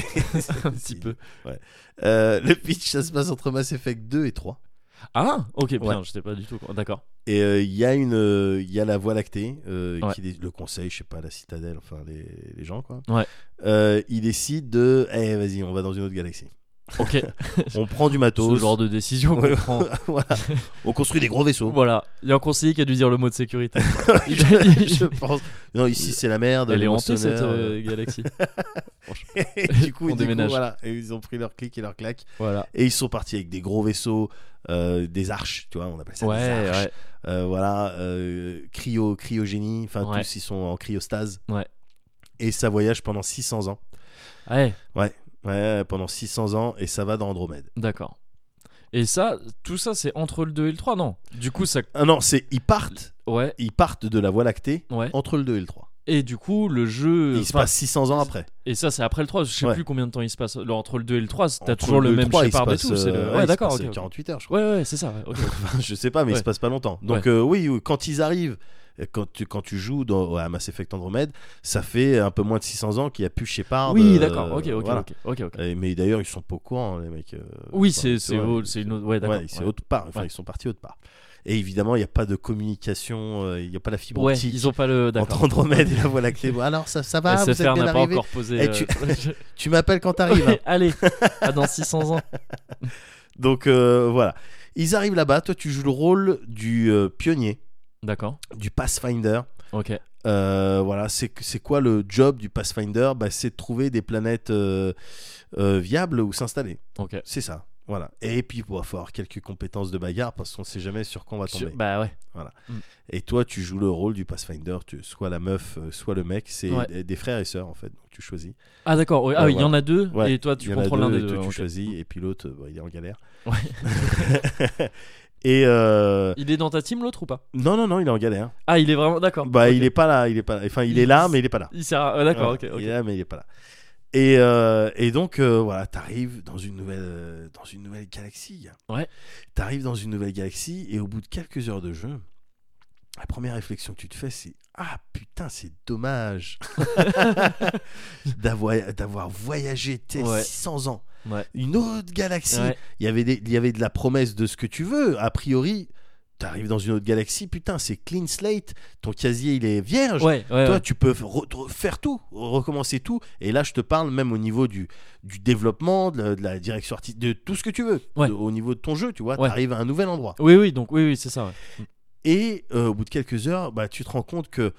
[SPEAKER 1] Un petit peu.
[SPEAKER 2] Ouais. Euh, le pitch, ça se passe entre Mass Effect 2 et 3.
[SPEAKER 1] Ah, ok, bien,
[SPEAKER 2] Ouais.
[SPEAKER 1] je sais pas du tout. quoi. D'accord.
[SPEAKER 2] Et euh, il y a une, euh, il y a la Voie lactée euh,
[SPEAKER 1] Ouais.
[SPEAKER 2] qui dé- le conseil, je sais pas, la citadelle, enfin les, les gens quoi.
[SPEAKER 1] Ouais.
[SPEAKER 2] Euh, il décide de, eh vas-y, on va dans une autre galaxie.
[SPEAKER 1] Ok,
[SPEAKER 2] On prend du
[SPEAKER 1] ce
[SPEAKER 2] matos.
[SPEAKER 1] genre de décision
[SPEAKER 2] Ouais.
[SPEAKER 1] qu'on prend.
[SPEAKER 2] Voilà. On construit des gros vaisseaux.
[SPEAKER 1] Voilà, il y a un conseiller qui a dû dire le mot de sécurité.
[SPEAKER 2] je, je pense. Non, ici c'est la merde.
[SPEAKER 1] Elle
[SPEAKER 2] le
[SPEAKER 1] est hantée
[SPEAKER 2] moissonneur,
[SPEAKER 1] cette
[SPEAKER 2] euh,
[SPEAKER 1] euh, galaxie.
[SPEAKER 2] et du coup,
[SPEAKER 1] On
[SPEAKER 2] du coup,
[SPEAKER 1] déménage.
[SPEAKER 2] voilà. Et ils ont pris leur clic et leur claque.
[SPEAKER 1] Voilà.
[SPEAKER 2] Et ils sont partis avec des gros vaisseaux, euh, des arches, tu vois, on appelle ça des
[SPEAKER 1] Ouais,
[SPEAKER 2] arches.
[SPEAKER 1] ouais.
[SPEAKER 2] Euh, voilà, euh, cryo, cryogénie, enfin
[SPEAKER 1] Ouais.
[SPEAKER 2] tous ils sont en cryostase.
[SPEAKER 1] Ouais.
[SPEAKER 2] Et ça voyage pendant 600 ans.
[SPEAKER 1] Ouais,
[SPEAKER 2] Ouais, pendant 600 ans et ça va dans Andromède.
[SPEAKER 1] d'accord. Et ça, tout ça, c'est entre le 2 et le 3, non Du coup, ça.
[SPEAKER 2] Ah non, c'est ils partent,
[SPEAKER 1] Ouais,
[SPEAKER 2] ils partent de la Voie lactée
[SPEAKER 1] ouais.
[SPEAKER 2] entre le 2 et le 3.
[SPEAKER 1] Et du coup, le jeu.
[SPEAKER 2] Il se passe 600 ans après.
[SPEAKER 1] Et ça, c'est après le 3. Je sais
[SPEAKER 2] Ouais.
[SPEAKER 1] plus combien de temps il se passe. Alors, entre le 2 et le 3, t'as
[SPEAKER 2] Entre
[SPEAKER 1] toujours le
[SPEAKER 2] deux et
[SPEAKER 1] même
[SPEAKER 2] trois, il se
[SPEAKER 1] Shepard et
[SPEAKER 2] passe,
[SPEAKER 1] tout. c'est le-
[SPEAKER 2] euh, il
[SPEAKER 1] Ouais,
[SPEAKER 2] se
[SPEAKER 1] d'accord.
[SPEAKER 2] passe, euh,
[SPEAKER 1] ok, ok.
[SPEAKER 2] 48 heures, je crois.
[SPEAKER 1] Ouais, ouais, c'est ça. ouais, ok.
[SPEAKER 2] je sais pas, mais
[SPEAKER 1] Ouais.
[SPEAKER 2] il se passe pas longtemps. Donc,
[SPEAKER 1] Ouais.
[SPEAKER 2] euh, oui, oui, quand ils arrivent, euh, quand tu, quand tu joues dans, à Mass Effect Andromeda, ça fait un peu moins de 600 ans qu'il n'y a plus Shepard.
[SPEAKER 1] oui,
[SPEAKER 2] euh,
[SPEAKER 1] d'accord. Ok, ok,
[SPEAKER 2] voilà.
[SPEAKER 1] ok, ok, ok.
[SPEAKER 2] Et- mais d'ailleurs, ils sont pas au courant, les mecs. euh,
[SPEAKER 1] Oui,
[SPEAKER 2] enfin,
[SPEAKER 1] c'est
[SPEAKER 2] tu
[SPEAKER 1] c'est
[SPEAKER 2] vois,
[SPEAKER 1] au- c'est une autre. Ouais, d'accord.
[SPEAKER 2] Ouais, c'est
[SPEAKER 1] ouais.
[SPEAKER 2] autre part. Enfin,
[SPEAKER 1] Ouais.
[SPEAKER 2] ils sont partis autre part. Et évidemment, il n'y a pas de communication, euh, il n'y a pas la fibre
[SPEAKER 1] Ouais,
[SPEAKER 2] optique
[SPEAKER 1] ils ont pas le.
[SPEAKER 2] entre
[SPEAKER 1] D'accord.
[SPEAKER 2] Andromède et la Voie lactée. Bon, alors, ça, ça va, Ah, vous êtes
[SPEAKER 1] SFR
[SPEAKER 2] bien
[SPEAKER 1] n'a pas
[SPEAKER 2] arrivé.
[SPEAKER 1] encore posé.
[SPEAKER 2] Eh,
[SPEAKER 1] euh,
[SPEAKER 2] tu- Tu m'appelles quand t'arrives. hein.
[SPEAKER 1] Ouais, Allez, à dans 600 ans.
[SPEAKER 2] Donc euh, voilà. Ils arrivent là-bas, toi tu joues le rôle du euh, pionnier,
[SPEAKER 1] D'accord.
[SPEAKER 2] du Pathfinder.
[SPEAKER 1] Ok.
[SPEAKER 2] Euh, voilà, c'est c'est quoi le job du Pathfinder bah, C'est de trouver des planètes euh, euh, viables où s'installer.
[SPEAKER 1] Ok.
[SPEAKER 2] C'est ça. Voilà. Et puis, il va falloir quelques compétences de bagarre parce qu'on sait jamais sur quoi on va tomber.
[SPEAKER 1] Sur- Bah ouais.
[SPEAKER 2] Et toi, tu joues le rôle du Pathfinder, tu, soit la meuf, euh, soit le mec. C'est
[SPEAKER 1] Ouais.
[SPEAKER 2] des, des frères et sœurs, en fait. Donc, tu choisis.
[SPEAKER 1] Ah d'accord. ouais. Ah
[SPEAKER 2] Ouais,
[SPEAKER 1] oui, il y en
[SPEAKER 2] voilà.
[SPEAKER 1] a deux.
[SPEAKER 2] Ouais,
[SPEAKER 1] Et toi, tu
[SPEAKER 2] Il y en a
[SPEAKER 1] contrôles l'un
[SPEAKER 2] deux,
[SPEAKER 1] des
[SPEAKER 2] et
[SPEAKER 1] deux.
[SPEAKER 2] toi, tu
[SPEAKER 1] ok.
[SPEAKER 2] choisis. Et puis l'autre, euh, bah, il est en galère.
[SPEAKER 1] Ouais.
[SPEAKER 2] et euh,
[SPEAKER 1] Il est dans ta team l'autre ou pas
[SPEAKER 2] non, non, non, il est en galère.
[SPEAKER 1] Ah, il est vraiment d'accord.
[SPEAKER 2] Bah,
[SPEAKER 1] ok.
[SPEAKER 2] il est pas là, il est pas là. Enfin, il est
[SPEAKER 1] Il-
[SPEAKER 2] là, mais il est pas là.
[SPEAKER 1] Il sert. à- ah, d'accord.
[SPEAKER 2] Ouais,
[SPEAKER 1] ok. ok.
[SPEAKER 2] Il est là, mais il est pas là. Et, euh, et donc, euh, voilà, t'arrives dans une nouvelle, euh, dans une nouvelle galaxie.
[SPEAKER 1] Ouais.
[SPEAKER 2] T'arrives dans une nouvelle galaxie et au bout de quelques heures de jeu, la première réflexion que tu te fais, c'est ah putain, c'est dommage d'avoir d'avoir voyagé tu sais,
[SPEAKER 1] Ouais.
[SPEAKER 2] 600 ans,
[SPEAKER 1] Ouais.
[SPEAKER 2] une autre galaxie.
[SPEAKER 1] Ouais.
[SPEAKER 2] Il y avait des- il y avait de la promesse de ce que tu veux. A priori, t'arrives dans une autre galaxie, putain, c'est clean slate. Ton casier il est vierge.
[SPEAKER 1] Ouais. Ouais.
[SPEAKER 2] Toi,
[SPEAKER 1] ouais.
[SPEAKER 2] tu peux re- re- faire tout, recommencer tout. Et là, je te parle même au niveau du, du développement, de la, de la direction artistique, de tout ce que tu veux.
[SPEAKER 1] Ouais.
[SPEAKER 2] De- au niveau de ton jeu, tu vois,
[SPEAKER 1] Ouais.
[SPEAKER 2] tu arrives à un nouvel endroit.
[SPEAKER 1] Oui, oui. Donc oui, oui, c'est ça. ouais.
[SPEAKER 2] Et euh, au bout de quelques heures, bah, tu te rends compte que.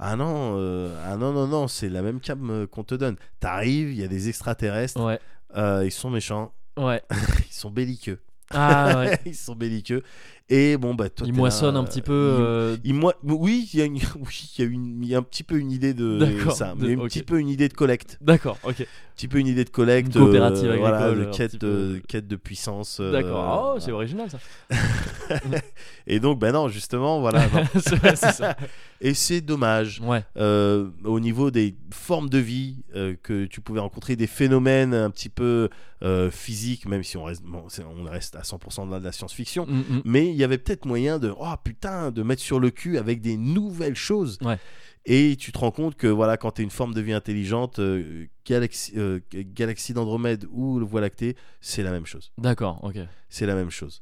[SPEAKER 2] Ah non, euh, ah non, non, non, c'est la même cam euh, qu'on te donne. T'arrives, il y a des extraterrestres,
[SPEAKER 1] Ouais.
[SPEAKER 2] euh, ils sont méchants,
[SPEAKER 1] Ouais.
[SPEAKER 2] ils sont belliqueux.
[SPEAKER 1] Ah ouais.
[SPEAKER 2] ils sont belliqueux. Et bon, bah, toi,
[SPEAKER 1] Il
[SPEAKER 2] t'es là,
[SPEAKER 1] moissonne un petit peu.
[SPEAKER 2] ils-
[SPEAKER 1] euh,
[SPEAKER 2] Il moi- oui, il y a, une- oui, il y a une- il y a un petit peu une idée de
[SPEAKER 1] D'accord,
[SPEAKER 2] ça,
[SPEAKER 1] de-
[SPEAKER 2] mais un
[SPEAKER 1] ok.
[SPEAKER 2] petit peu une idée de collecte,
[SPEAKER 1] D'accord, ok.
[SPEAKER 2] un petit peu une idée de collecte,
[SPEAKER 1] Une coopérative
[SPEAKER 2] euh, voilà,
[SPEAKER 1] agricole,
[SPEAKER 2] de
[SPEAKER 1] un
[SPEAKER 2] quête,
[SPEAKER 1] petit
[SPEAKER 2] de,
[SPEAKER 1] peu.
[SPEAKER 2] quête de puissance. euh,
[SPEAKER 1] D'accord. Oh, c'est
[SPEAKER 2] voilà.
[SPEAKER 1] original ça.
[SPEAKER 2] Et donc, ben non, justement, voilà. non.
[SPEAKER 1] c'est vrai, c'est ça.
[SPEAKER 2] Et c'est dommage.
[SPEAKER 1] Ouais.
[SPEAKER 2] euh, au niveau des formes de vie euh, que tu pouvais rencontrer, des phénomènes un petit peu euh, physiques, même si on reste, bon, c'est- on reste à 100% dans de la science-fiction,
[SPEAKER 1] Mm, mm.
[SPEAKER 2] mais il y avait peut-être moyen de oh putain de mettre sur le cul avec des nouvelles choses
[SPEAKER 1] Ouais.
[SPEAKER 2] et tu te rends compte que voilà quand tu es une forme de vie intelligente euh, galaxie, euh, galaxie d'Andromède ou le Voie lactée c'est la même chose
[SPEAKER 1] D'accord, ok.
[SPEAKER 2] c'est la même chose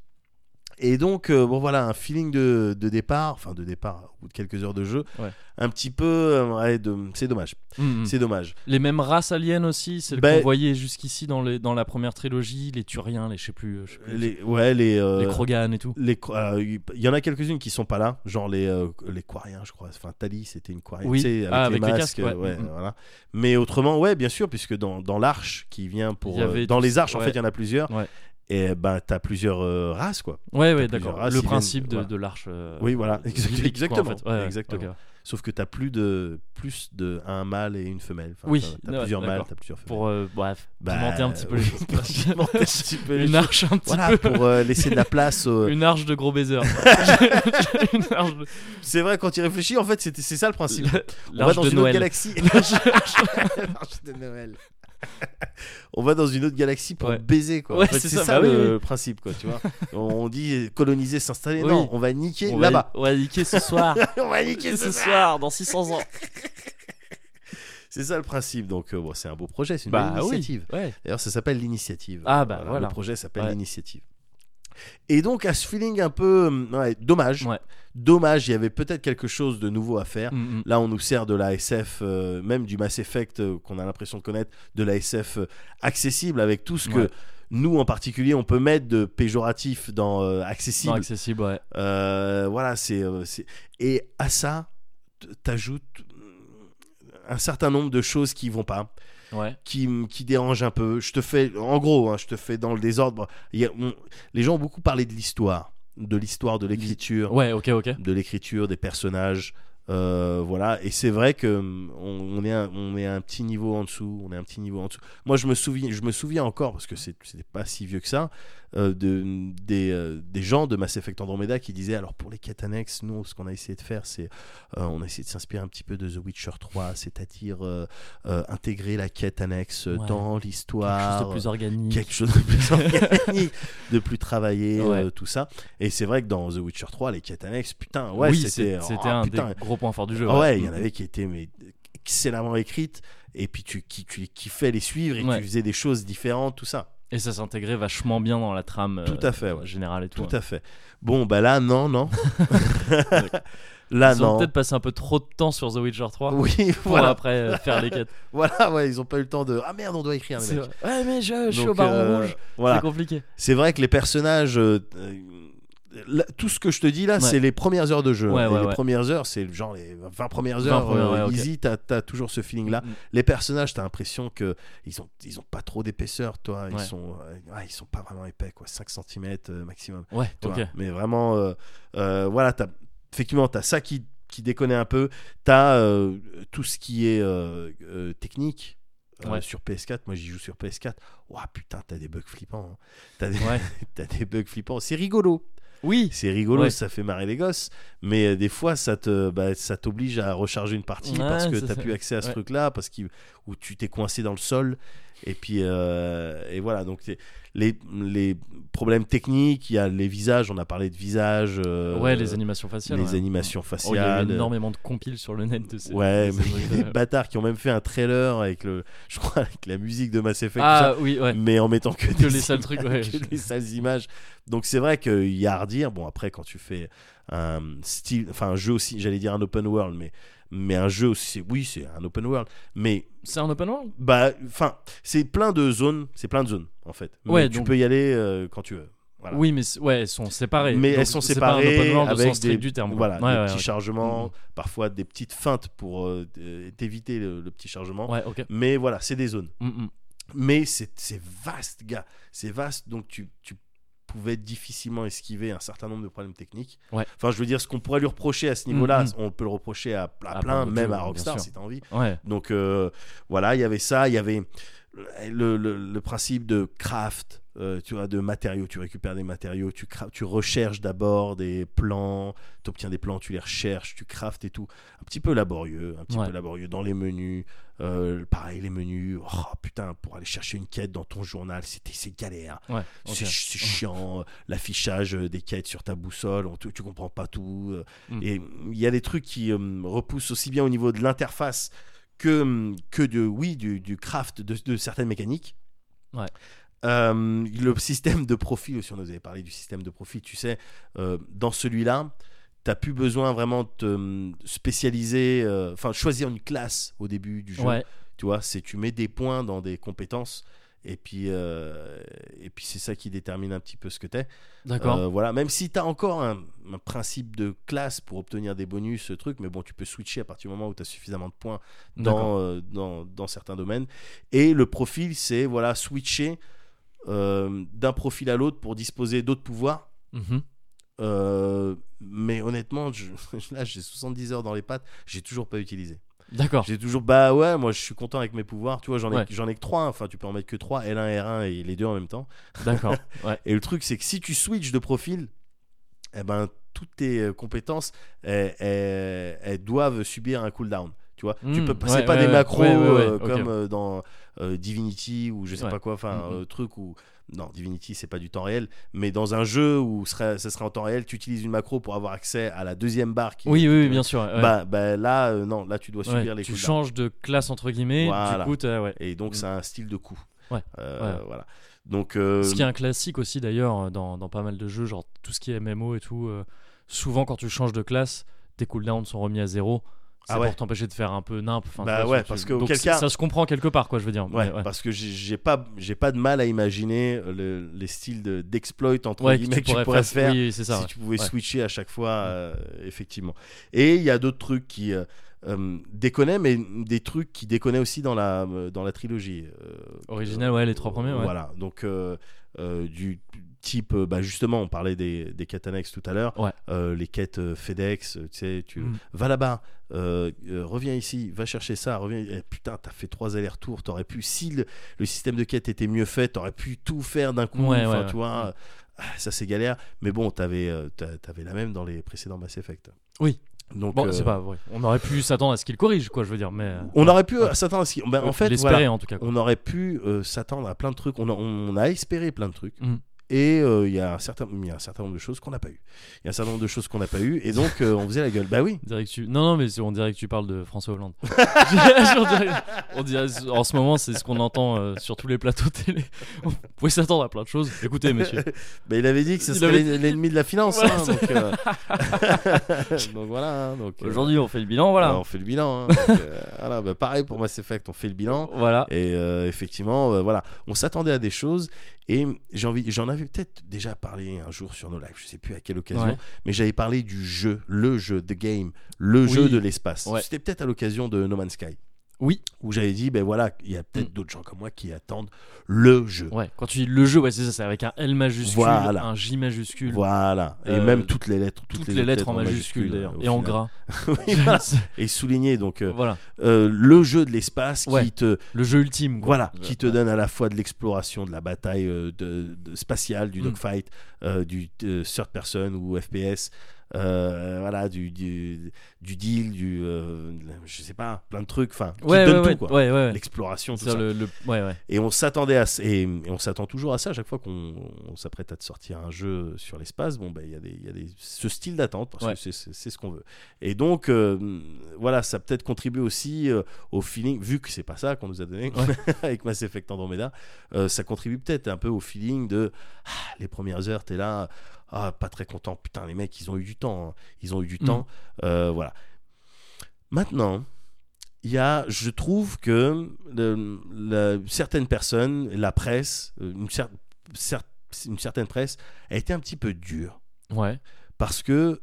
[SPEAKER 2] et donc euh, bon voilà un feeling de, de départ enfin de départ au bout de quelques heures de jeu
[SPEAKER 1] Ouais.
[SPEAKER 2] un petit peu euh, ouais, de- c'est dommage
[SPEAKER 1] Mm, mm.
[SPEAKER 2] c'est dommage
[SPEAKER 1] Les mêmes races aliens aussi, celles
[SPEAKER 2] Ben-
[SPEAKER 1] qu'on voyait jusqu'ici dans, les, dans la première trilogie, les Turiens, les je sais plus, euh, je sais plus,
[SPEAKER 2] les ouais les euh,
[SPEAKER 1] les Krogan et tout.
[SPEAKER 2] les Kro- alors, il il y en a quelques-unes qui sont pas là, genre les, euh, les Quariens, je crois. Enfin, Tali, c'était une Quarien,
[SPEAKER 1] Oui.
[SPEAKER 2] tu sais, avec,
[SPEAKER 1] Ah,
[SPEAKER 2] les
[SPEAKER 1] avec les
[SPEAKER 2] masques.
[SPEAKER 1] casques, ouais.
[SPEAKER 2] ouais,
[SPEAKER 1] Mhm.
[SPEAKER 2] voilà. Mais autrement, ouais, bien sûr, puisque dans, dans l'arche qui vient
[SPEAKER 1] Il
[SPEAKER 2] pour.
[SPEAKER 1] y
[SPEAKER 2] euh,
[SPEAKER 1] avait
[SPEAKER 2] dans
[SPEAKER 1] tout-
[SPEAKER 2] les arches, en
[SPEAKER 1] ouais.
[SPEAKER 2] fait, il y en a plusieurs.
[SPEAKER 1] Ouais.
[SPEAKER 2] Et ben, t'as plusieurs euh, races, quoi.
[SPEAKER 1] Ouais, ouais,
[SPEAKER 2] plusieurs
[SPEAKER 1] d'accord.
[SPEAKER 2] races,
[SPEAKER 1] Le
[SPEAKER 2] ils viennent-
[SPEAKER 1] principe de,
[SPEAKER 2] voilà.
[SPEAKER 1] de l'arche. euh,
[SPEAKER 2] Oui, voilà,
[SPEAKER 1] biblique,
[SPEAKER 2] exact-
[SPEAKER 1] quoi, en
[SPEAKER 2] exactement,
[SPEAKER 1] fait. Ouais, ouais,
[SPEAKER 2] exactement.
[SPEAKER 1] ok.
[SPEAKER 2] Sauf que t'as plus de plus de un mâle et une femelle. Enfin,
[SPEAKER 1] Oui,
[SPEAKER 2] t'as- T'as
[SPEAKER 1] ouais,
[SPEAKER 2] plusieurs mâles,
[SPEAKER 1] d'accord.
[SPEAKER 2] t'as plusieurs femelles.
[SPEAKER 1] Pour, euh, bref,
[SPEAKER 2] Bah,
[SPEAKER 1] pimenter un petit peu
[SPEAKER 2] oui,
[SPEAKER 1] les
[SPEAKER 2] pour pimenter un petit peu les
[SPEAKER 1] Une
[SPEAKER 2] choses.
[SPEAKER 1] arche un petit
[SPEAKER 2] Voilà,
[SPEAKER 1] peu.
[SPEAKER 2] pour euh, laisser de la place. aux-
[SPEAKER 1] Une arche de gros baiser. une arche de,
[SPEAKER 2] C'est vrai, quand il réfléchit, en fait, c'était- c'est ça le principe. On va
[SPEAKER 1] l'arche
[SPEAKER 2] dans
[SPEAKER 1] de
[SPEAKER 2] une autre
[SPEAKER 1] Noël.
[SPEAKER 2] galaxie. L'arche de Noël. On va dans une autre galaxie pour
[SPEAKER 1] Ouais.
[SPEAKER 2] baiser quoi.
[SPEAKER 1] Ouais,
[SPEAKER 2] En fait,
[SPEAKER 1] c'est
[SPEAKER 2] c'est
[SPEAKER 1] ça,
[SPEAKER 2] ça,
[SPEAKER 1] bah
[SPEAKER 2] le
[SPEAKER 1] oui.
[SPEAKER 2] principe quoi, tu vois. On dit coloniser, s'installer.
[SPEAKER 1] Oui.
[SPEAKER 2] Non, on va niquer
[SPEAKER 1] On va-
[SPEAKER 2] là-bas.
[SPEAKER 1] On va niquer ce soir.
[SPEAKER 2] on va niquer
[SPEAKER 1] Niquer
[SPEAKER 2] ce
[SPEAKER 1] ce
[SPEAKER 2] soir.
[SPEAKER 1] soir, dans 600 ans.
[SPEAKER 2] C'est ça le principe. Donc euh, bon, c'est un beau projet, c'est une
[SPEAKER 1] Bah
[SPEAKER 2] belle
[SPEAKER 1] oui.
[SPEAKER 2] initiative.
[SPEAKER 1] Ouais.
[SPEAKER 2] D'ailleurs, ça s'appelle l'initiative.
[SPEAKER 1] Ah, bah, voilà.
[SPEAKER 2] Le projet s'appelle
[SPEAKER 1] Ouais.
[SPEAKER 2] l'initiative. Et donc à ce feeling un peu hum, ouais, dommage.
[SPEAKER 1] Ouais.
[SPEAKER 2] Dommage. Il y avait peut-être quelque chose de nouveau à faire.
[SPEAKER 1] Mm, mm.
[SPEAKER 2] Là, on nous sert de la SF, euh, même du Mass Effect euh, qu'on a l'impression de connaître, de la SF euh, accessible avec tout ce que
[SPEAKER 1] Ouais.
[SPEAKER 2] nous, en particulier, on peut mettre de péjoratif dans euh, accessible.
[SPEAKER 1] Non, accessible, ouais.
[SPEAKER 2] Euh, voilà, c'est euh, c'est- et à ça, t- t'ajoutes euh, un certain nombre de choses qui vont pas,
[SPEAKER 1] Ouais.
[SPEAKER 2] qui m- qui dérangent un peu. Je te fais, en gros, hein, je te fais dans le désordre. Il y a- on- les gens ont beaucoup parlé de l'histoire, de l'histoire de l'écriture
[SPEAKER 1] Ouais, ok, ok.
[SPEAKER 2] de l'écriture, des personnages, Euh, voilà, et c'est vrai que hum, on, on est un, on est un petit niveau en dessous, on est un petit niveau en dessous. Moi, je me souviens, je me souviens encore parce que c'est- c'était pas si vieux que ça, euh, de des, euh, des gens de Mass Effect Andromeda qui disaient alors pour les quêtes annexes, nous, ce qu'on a essayé de faire, c'est euh, on a essayé de s'inspirer un petit peu de The Witcher 3, c'est-à-dire euh, euh, intégrer la quête annexe
[SPEAKER 1] Ouais.
[SPEAKER 2] dans
[SPEAKER 1] Quelque
[SPEAKER 2] l'histoire,
[SPEAKER 1] chose de plus organique.
[SPEAKER 2] Ah, quelque chose de plus organique, de plus travaillé,
[SPEAKER 1] Ouais.
[SPEAKER 2] euh, tout ça. Et c'est vrai que dans The Witcher 3, les quêtes annexes, putain, ouais,
[SPEAKER 1] oui, c'est-
[SPEAKER 2] c'était
[SPEAKER 1] c'était
[SPEAKER 2] oh,
[SPEAKER 1] un
[SPEAKER 2] putain.
[SPEAKER 1] des Mm. gros points forts du jeu.
[SPEAKER 2] Ah ouais, il y en avait qui étaient mais excellemment écrites et puis tu qui tu kiffais les suivre et
[SPEAKER 1] Ouais.
[SPEAKER 2] tu faisais des choses différentes, tout ça.
[SPEAKER 1] Et ça s'intégrait vachement bien dans la trame euh,
[SPEAKER 2] Tout à fait, ouais.
[SPEAKER 1] générale et tout. hein.
[SPEAKER 2] Tout
[SPEAKER 1] ouais.
[SPEAKER 2] à fait. Bon, bah là, non, non. là,
[SPEAKER 1] Ils ont
[SPEAKER 2] Ah, non.
[SPEAKER 1] peut-être passé un peu trop de temps sur The Witcher 3
[SPEAKER 2] Oui,
[SPEAKER 1] pour
[SPEAKER 2] voilà.
[SPEAKER 1] après euh, faire les quêtes.
[SPEAKER 2] Voilà, ouais, ils ont pas eu le temps de. Ah merde, on doit écrire. Les
[SPEAKER 1] C'est
[SPEAKER 2] mecs.
[SPEAKER 1] vrai. Ouais, mais je, je suis au
[SPEAKER 2] Donc,
[SPEAKER 1] baron
[SPEAKER 2] euh,
[SPEAKER 1] rouge.
[SPEAKER 2] Voilà.
[SPEAKER 1] C'est compliqué.
[SPEAKER 2] C'est vrai que les personnages. euh, euh, là, tout ce que je te dis là,
[SPEAKER 1] Ouais.
[SPEAKER 2] c'est les premières heures de jeu.
[SPEAKER 1] Ouais,
[SPEAKER 2] Et
[SPEAKER 1] ouais,
[SPEAKER 2] les
[SPEAKER 1] ouais.
[SPEAKER 2] premières heures, c'est genre les 20 premières
[SPEAKER 1] 20
[SPEAKER 2] heures.
[SPEAKER 1] premières,
[SPEAKER 2] euh,
[SPEAKER 1] ouais, ok. Mm.
[SPEAKER 2] easy, t'as t'as toujours ce feeling là. Les personnages, t'as l'impression que ils ont, ils ont pas trop d'épaisseur, toi. Ils
[SPEAKER 1] Ouais.
[SPEAKER 2] sont, euh, ouais, ils sont pas vraiment épais, quoi. 5 cm maximum.
[SPEAKER 1] Ouais,
[SPEAKER 2] toi.
[SPEAKER 1] ok.
[SPEAKER 2] Mais vraiment, euh, euh, voilà, t'as, effectivement, t'as ça qui, qui déconne un peu. T'as euh, tout ce qui est euh, euh, technique. euh,
[SPEAKER 1] Ouais.
[SPEAKER 2] Sur PS4, moi j'y joue sur PS4. Ouah putain, t'as des bugs flippants. hein. T'as des,
[SPEAKER 1] Ouais.
[SPEAKER 2] t'as des bugs flippants. C'est rigolo.
[SPEAKER 1] Oui.
[SPEAKER 2] C'est rigolo,
[SPEAKER 1] Ouais.
[SPEAKER 2] ça fait marrer les gosses, mais euh, des fois ça te bah, ça t'oblige à recharger une partie
[SPEAKER 1] Ouais,
[SPEAKER 2] parce que
[SPEAKER 1] c'est
[SPEAKER 2] t'as
[SPEAKER 1] ça.
[SPEAKER 2] plus accès à ce
[SPEAKER 1] Ouais.
[SPEAKER 2] truc-là parce qu'il où tu t'es coincé dans le sol et puis euh, et voilà donc t'es- les les problèmes techniques, il y a les visages, on a parlé de visages, euh,
[SPEAKER 1] ouais, les animations faciales.
[SPEAKER 2] les
[SPEAKER 1] ouais.
[SPEAKER 2] animations
[SPEAKER 1] Oh, il y a eu
[SPEAKER 2] faciales.
[SPEAKER 1] énormément de compiles sur le net de ces.
[SPEAKER 2] euh. Ouais,
[SPEAKER 1] de
[SPEAKER 2] mais Bah,
[SPEAKER 1] ces
[SPEAKER 2] il y a
[SPEAKER 1] trucs-là.
[SPEAKER 2] des bâtards qui ont même fait un trailer avec le, je crois, avec la musique de Mass Effect, tout ça,
[SPEAKER 1] Ah oui, ouais.
[SPEAKER 2] mais en mettant que,
[SPEAKER 1] Que
[SPEAKER 2] des
[SPEAKER 1] les sales trucs, ouais.
[SPEAKER 2] que des sales images. Donc c'est vrai qu'il y a à redire. Bon, après, quand tu fais un style, enfin un jeu aussi, j'allais dire un open world, mais, mais un jeu aussi, oui, c'est un open world, mais
[SPEAKER 1] C'est un open world
[SPEAKER 2] bah, enfin, c'est plein de zones, c'est plein de zones en fait. Mais
[SPEAKER 1] Ouais,
[SPEAKER 2] tu
[SPEAKER 1] donc-
[SPEAKER 2] peux y aller euh, quand tu veux. Voilà.
[SPEAKER 1] Oui, mais c'est- ouais, elles sont séparées.
[SPEAKER 2] Mais
[SPEAKER 1] Donc,
[SPEAKER 2] elles sont
[SPEAKER 1] c'est pas un open
[SPEAKER 2] séparées
[SPEAKER 1] world au
[SPEAKER 2] avec
[SPEAKER 1] sens strict
[SPEAKER 2] des,
[SPEAKER 1] du terme. quoi.
[SPEAKER 2] voilà,
[SPEAKER 1] ouais,
[SPEAKER 2] des
[SPEAKER 1] ouais, Mm.
[SPEAKER 2] petits
[SPEAKER 1] ok.
[SPEAKER 2] chargements, parfois des petites feintes pour euh, t'éviter le, le petit chargement.
[SPEAKER 1] Ouais, ok.
[SPEAKER 2] Mais voilà, c'est des zones.
[SPEAKER 1] Mm, mm.
[SPEAKER 2] Mais c'est c'est vaste, gars. C'est vaste, donc tu, tu pouvais difficilement esquiver un certain nombre de problèmes techniques.
[SPEAKER 1] Ouais.
[SPEAKER 2] Enfin, je veux dire, ce qu'on pourrait lui reprocher à ce niveau-là,
[SPEAKER 1] Mhm.
[SPEAKER 2] on peut le reprocher à, pla-
[SPEAKER 1] À plein
[SPEAKER 2] plein,
[SPEAKER 1] d'autres
[SPEAKER 2] même
[SPEAKER 1] jeux,
[SPEAKER 2] à
[SPEAKER 1] Ah, bien
[SPEAKER 2] Rockstar
[SPEAKER 1] sûr.
[SPEAKER 2] si t'as envie.
[SPEAKER 1] Ouais.
[SPEAKER 2] Donc euh, voilà, il y avait ça, il y avait le, le- le principe de craft, euh, tu vois, de matériaux, tu récupères des matériaux, tu, cra- tu recherches d'abord des plans, tu obtiens des plans, tu les recherches, tu craftes et tout. Un petit peu laborieux, un petit
[SPEAKER 1] Ouais.
[SPEAKER 2] peu laborieux dans les menus. Euh, pareil, les menus, oh putain, pour aller chercher une quête dans ton journal, c'était- c'est galère.
[SPEAKER 1] Ouais. ok.
[SPEAKER 2] C'est ch- c'est chiant, euh, l'affichage euh, des quêtes sur ta boussole, on te- tu comprends pas tout. euh,
[SPEAKER 1] Mm.
[SPEAKER 2] Et mm, il y a des trucs qui euh, repoussent aussi bien au niveau de l'interface que, mm, que de, oui, du, du craft de, de certaines mécaniques.
[SPEAKER 1] Ouais.
[SPEAKER 2] Euh, le système de profil, si on nous avait parlé du système de profil, tu sais, euh, dans celui-là, t'as plus besoin vraiment de te mm, spécialiser, euh, enfin choisir une classe au début du jeu
[SPEAKER 1] Ouais.
[SPEAKER 2] tu vois c'est tu mets des points dans des compétences et puis euh, et puis c'est ça qui détermine un petit peu ce que t'es
[SPEAKER 1] D'accord.
[SPEAKER 2] Euh, voilà même si t'as encore un, un principe de classe pour obtenir des bonus ce truc mais bon tu peux switcher à partir du moment où t'as suffisamment de points
[SPEAKER 1] D'accord.
[SPEAKER 2] dans, euh, dans dans certains domaines et le profil c'est voilà switcher euh, d'un profil à l'autre pour disposer d'autres pouvoirs
[SPEAKER 1] Mhm.
[SPEAKER 2] Euh, mais honnêtement je- là j'ai 70 heures dans les pattes j'ai toujours pas utilisé
[SPEAKER 1] D'accord.
[SPEAKER 2] j'ai toujours bah ouais, moi je suis content avec mes pouvoirs, tu vois, j'en ai
[SPEAKER 1] Ouais.
[SPEAKER 2] j'en ai que 3, enfin tu peux en mettre que 3, L1 R1 et les deux en même temps.
[SPEAKER 1] D'accord.
[SPEAKER 2] Et le truc c'est que si tu switches de profil, eh ben toutes tes euh, compétences elles, elles- elles doivent subir un cooldown. Tu vois, tu
[SPEAKER 1] Mm,
[SPEAKER 2] peux
[SPEAKER 1] ouais,
[SPEAKER 2] c'est pas
[SPEAKER 1] ouais,
[SPEAKER 2] des
[SPEAKER 1] ouais.
[SPEAKER 2] macros
[SPEAKER 1] Ouais, ouais, ouais,
[SPEAKER 2] euh,
[SPEAKER 1] ok.
[SPEAKER 2] comme euh, dans euh, Divinity ou je sais
[SPEAKER 1] Ouais.
[SPEAKER 2] pas quoi, enfin
[SPEAKER 1] Mm, mm.
[SPEAKER 2] euh, truc où non, Divinity c'est pas du temps réel, mais dans un jeu où serait, ça serait en temps réel, tu utilises une macro pour avoir accès à la deuxième barre qui
[SPEAKER 1] Oui, oui, oui, bien sûr. ouais.
[SPEAKER 2] Bah, bah, là euh, non, là tu dois subir
[SPEAKER 1] Ouais,
[SPEAKER 2] les
[SPEAKER 1] tu
[SPEAKER 2] cooldowns.
[SPEAKER 1] changes de classe entre guillemets,
[SPEAKER 2] Voilà.
[SPEAKER 1] du coup, t'as- ouais.
[SPEAKER 2] et donc
[SPEAKER 1] Mm.
[SPEAKER 2] c'est un style de coup.
[SPEAKER 1] Ouais,
[SPEAKER 2] Euh, Voilà. Donc euh,
[SPEAKER 1] Ce qui est un classique aussi d'ailleurs euh, dans, dans pas mal de jeux, genre tout ce qui est MMO et tout. euh, souvent, quand tu changes de classe, tes cooldowns sont remis à zéro. C'est
[SPEAKER 2] Ah ouais.
[SPEAKER 1] pour t'empêcher de faire un peu nimp. enfin,
[SPEAKER 2] Bah
[SPEAKER 1] tu vois,
[SPEAKER 2] ouais,
[SPEAKER 1] sur-
[SPEAKER 2] parce que
[SPEAKER 1] donc
[SPEAKER 2] auquel
[SPEAKER 1] c'est-
[SPEAKER 2] cas-
[SPEAKER 1] ça se comprend quelque part, quoi, je veux dire.
[SPEAKER 2] ouais, bah,
[SPEAKER 1] Mais ouais.
[SPEAKER 2] parce que j'ai- j'ai pas j'ai pas de mal à imaginer euh, le- les styles de- d'exploit entre
[SPEAKER 1] Ouais,
[SPEAKER 2] guillemets que tu pourrais faire.
[SPEAKER 1] Oui, oui, c'est ça.
[SPEAKER 2] si
[SPEAKER 1] ouais. Mm.
[SPEAKER 2] tu pouvais switcher à chaque fois, euh, effectivement. Et il y a d'autres trucs qui euh, euh, déconnaient, mais des trucs qui déconnaient aussi dans la, dans la trilogie. euh,
[SPEAKER 1] Original, ouais, les trois premiers, ouais.
[SPEAKER 2] Voilà, donc euh, euh, du type, euh, bah justement, on parlait des, des quêtes annexes tout à l'heure,
[SPEAKER 1] Ouais.
[SPEAKER 2] euh, les quêtes euh, FedEx, euh, tu sais, tu
[SPEAKER 1] Mm.
[SPEAKER 2] vas là-bas, euh, euh, reviens ici, va chercher ça, reviens. eh, putain, t'as fait trois allers-retours, t'aurais pu, si le, le système de quête était mieux fait, t'aurais pu tout faire d'un coup,
[SPEAKER 1] Ouais,
[SPEAKER 2] enfin,
[SPEAKER 1] ouais, Mm.
[SPEAKER 2] tu
[SPEAKER 1] ouais.
[SPEAKER 2] vois. euh, Ça c'est galère, mais bon, t'avais euh, t'a- t'avais la même dans les précédents Mass Effect.
[SPEAKER 1] Oui.
[SPEAKER 2] Donc,
[SPEAKER 1] Bon,
[SPEAKER 2] euh,
[SPEAKER 1] c'est pas vrai. On aurait pu s'attendre à ce qu'il corrige, quoi, je veux dire. Mais euh,
[SPEAKER 2] on aurait pu s'attendre à ce qui- ben,
[SPEAKER 1] euh,
[SPEAKER 2] en fait,
[SPEAKER 1] l'espérer
[SPEAKER 2] voilà,
[SPEAKER 1] en tout cas. quoi.
[SPEAKER 2] on aurait pu euh, s'attendre à plein de trucs. On a, on a espéré plein de trucs.
[SPEAKER 1] Mm.
[SPEAKER 2] Et euh, il y a un certain, il y a un certain nombre de choses qu'on n'a pas eu. Il y a un certain nombre de choses qu'on n'a pas eu. Et donc euh, on faisait la gueule. Bah oui.
[SPEAKER 1] On dirait que tu... Non, non, mais c'est- on dirait que tu parles de François Hollande. on dirait... on dirait- En ce moment, c'est ce qu'on entend euh, sur tous les plateaux télé. Vous pouvez s'attendre à plein de choses. Écoutez, monsieur.
[SPEAKER 2] Mais Bah, il avait dit que ce
[SPEAKER 1] Il
[SPEAKER 2] serait
[SPEAKER 1] avait
[SPEAKER 2] l'en- l'ennemi de la finance.
[SPEAKER 1] Voilà,
[SPEAKER 2] hein,
[SPEAKER 1] c'est-
[SPEAKER 2] donc, euh, donc voilà. hein, donc, euh,
[SPEAKER 1] Aujourd'hui, on fait le bilan, voilà.
[SPEAKER 2] on fait le bilan. hein, donc, euh, voilà, bah, pareil pour Mass Effect, on fait le bilan.
[SPEAKER 1] Voilà.
[SPEAKER 2] Et euh, effectivement, euh, voilà, on s'attendait à des choses. Et j'ai envie, j'en avais peut-être déjà parlé un jour sur nos lives, je sais plus à quelle occasion,
[SPEAKER 1] Ouais.
[SPEAKER 2] mais j'avais parlé du jeu, le jeu, the game, le
[SPEAKER 1] Oui.
[SPEAKER 2] jeu de l'espace.
[SPEAKER 1] Ouais.
[SPEAKER 2] C'était peut-être à l'occasion de No Man's Sky.
[SPEAKER 1] Oui. Mm.
[SPEAKER 2] Où j'avais dit, ben voilà, il y a peut-être d'autres gens comme moi qui attendent le jeu.
[SPEAKER 1] Ouais, quand tu dis le jeu, ouais, c'est ça, c'est avec un L majuscule,
[SPEAKER 2] euh, Voilà.
[SPEAKER 1] un J majuscule,
[SPEAKER 2] Voilà. Et
[SPEAKER 1] Euh,
[SPEAKER 2] même toutes les lettres,
[SPEAKER 1] toutes,
[SPEAKER 2] toutes,
[SPEAKER 1] les,
[SPEAKER 2] autres
[SPEAKER 1] lettres en majuscule,
[SPEAKER 2] euh,
[SPEAKER 1] d'ailleurs,
[SPEAKER 2] au
[SPEAKER 1] et en
[SPEAKER 2] final.
[SPEAKER 1] gras.
[SPEAKER 2] Oui, voilà. Et souligner donc euh,
[SPEAKER 1] voilà,
[SPEAKER 2] euh, le jeu de l'espace
[SPEAKER 1] Ouais.
[SPEAKER 2] qui te
[SPEAKER 1] le jeu ultime. quoi.
[SPEAKER 2] Voilà, qui te donne à la fois de l'exploration, de la bataille euh, de, de- spatiale, du
[SPEAKER 1] Mm.
[SPEAKER 2] dogfight, euh, du euh, third person ou FPS, euh, voilà, du, du, du deal, du, euh, je sais pas, plein de trucs, enfin, qui
[SPEAKER 1] Ouais,
[SPEAKER 2] te
[SPEAKER 1] ouais,
[SPEAKER 2] donne
[SPEAKER 1] ouais,
[SPEAKER 2] tout, quoi.
[SPEAKER 1] ouais, ouais, ouais.
[SPEAKER 2] L'exploration, tout
[SPEAKER 1] C'est-à-dire le-
[SPEAKER 2] ça.
[SPEAKER 1] le- ouais, ouais.
[SPEAKER 2] Et on s'attendait à, ça- et, et on s'attend toujours à ça à chaque fois qu'on on s'apprête à te sortir un jeu sur l'espace. Bon, ben il y a des, il y a des- ce style d'attente parce
[SPEAKER 1] Ouais.
[SPEAKER 2] que c'est- c'est c'est ce qu'on veut. Et donc euh, voilà, ça peut-être contribue aussi euh, au feeling, vu que c'est pas ça qu'on nous a donné avec Mass Effect Andromeda, euh, ça contribue peut-être un peu au feeling de ah, les premières heures, t'es là, ah, pas très content. Putain, les mecs, ils ont eu du temps, hein. ils ont eu du
[SPEAKER 1] Mm.
[SPEAKER 2] temps. Euh, voilà. Maintenant, il y a, je trouve que le- le- certaines personnes, la presse, euh, une, cer- cer- une certaine presse, a été un petit peu dure
[SPEAKER 1] Ouais.
[SPEAKER 2] parce que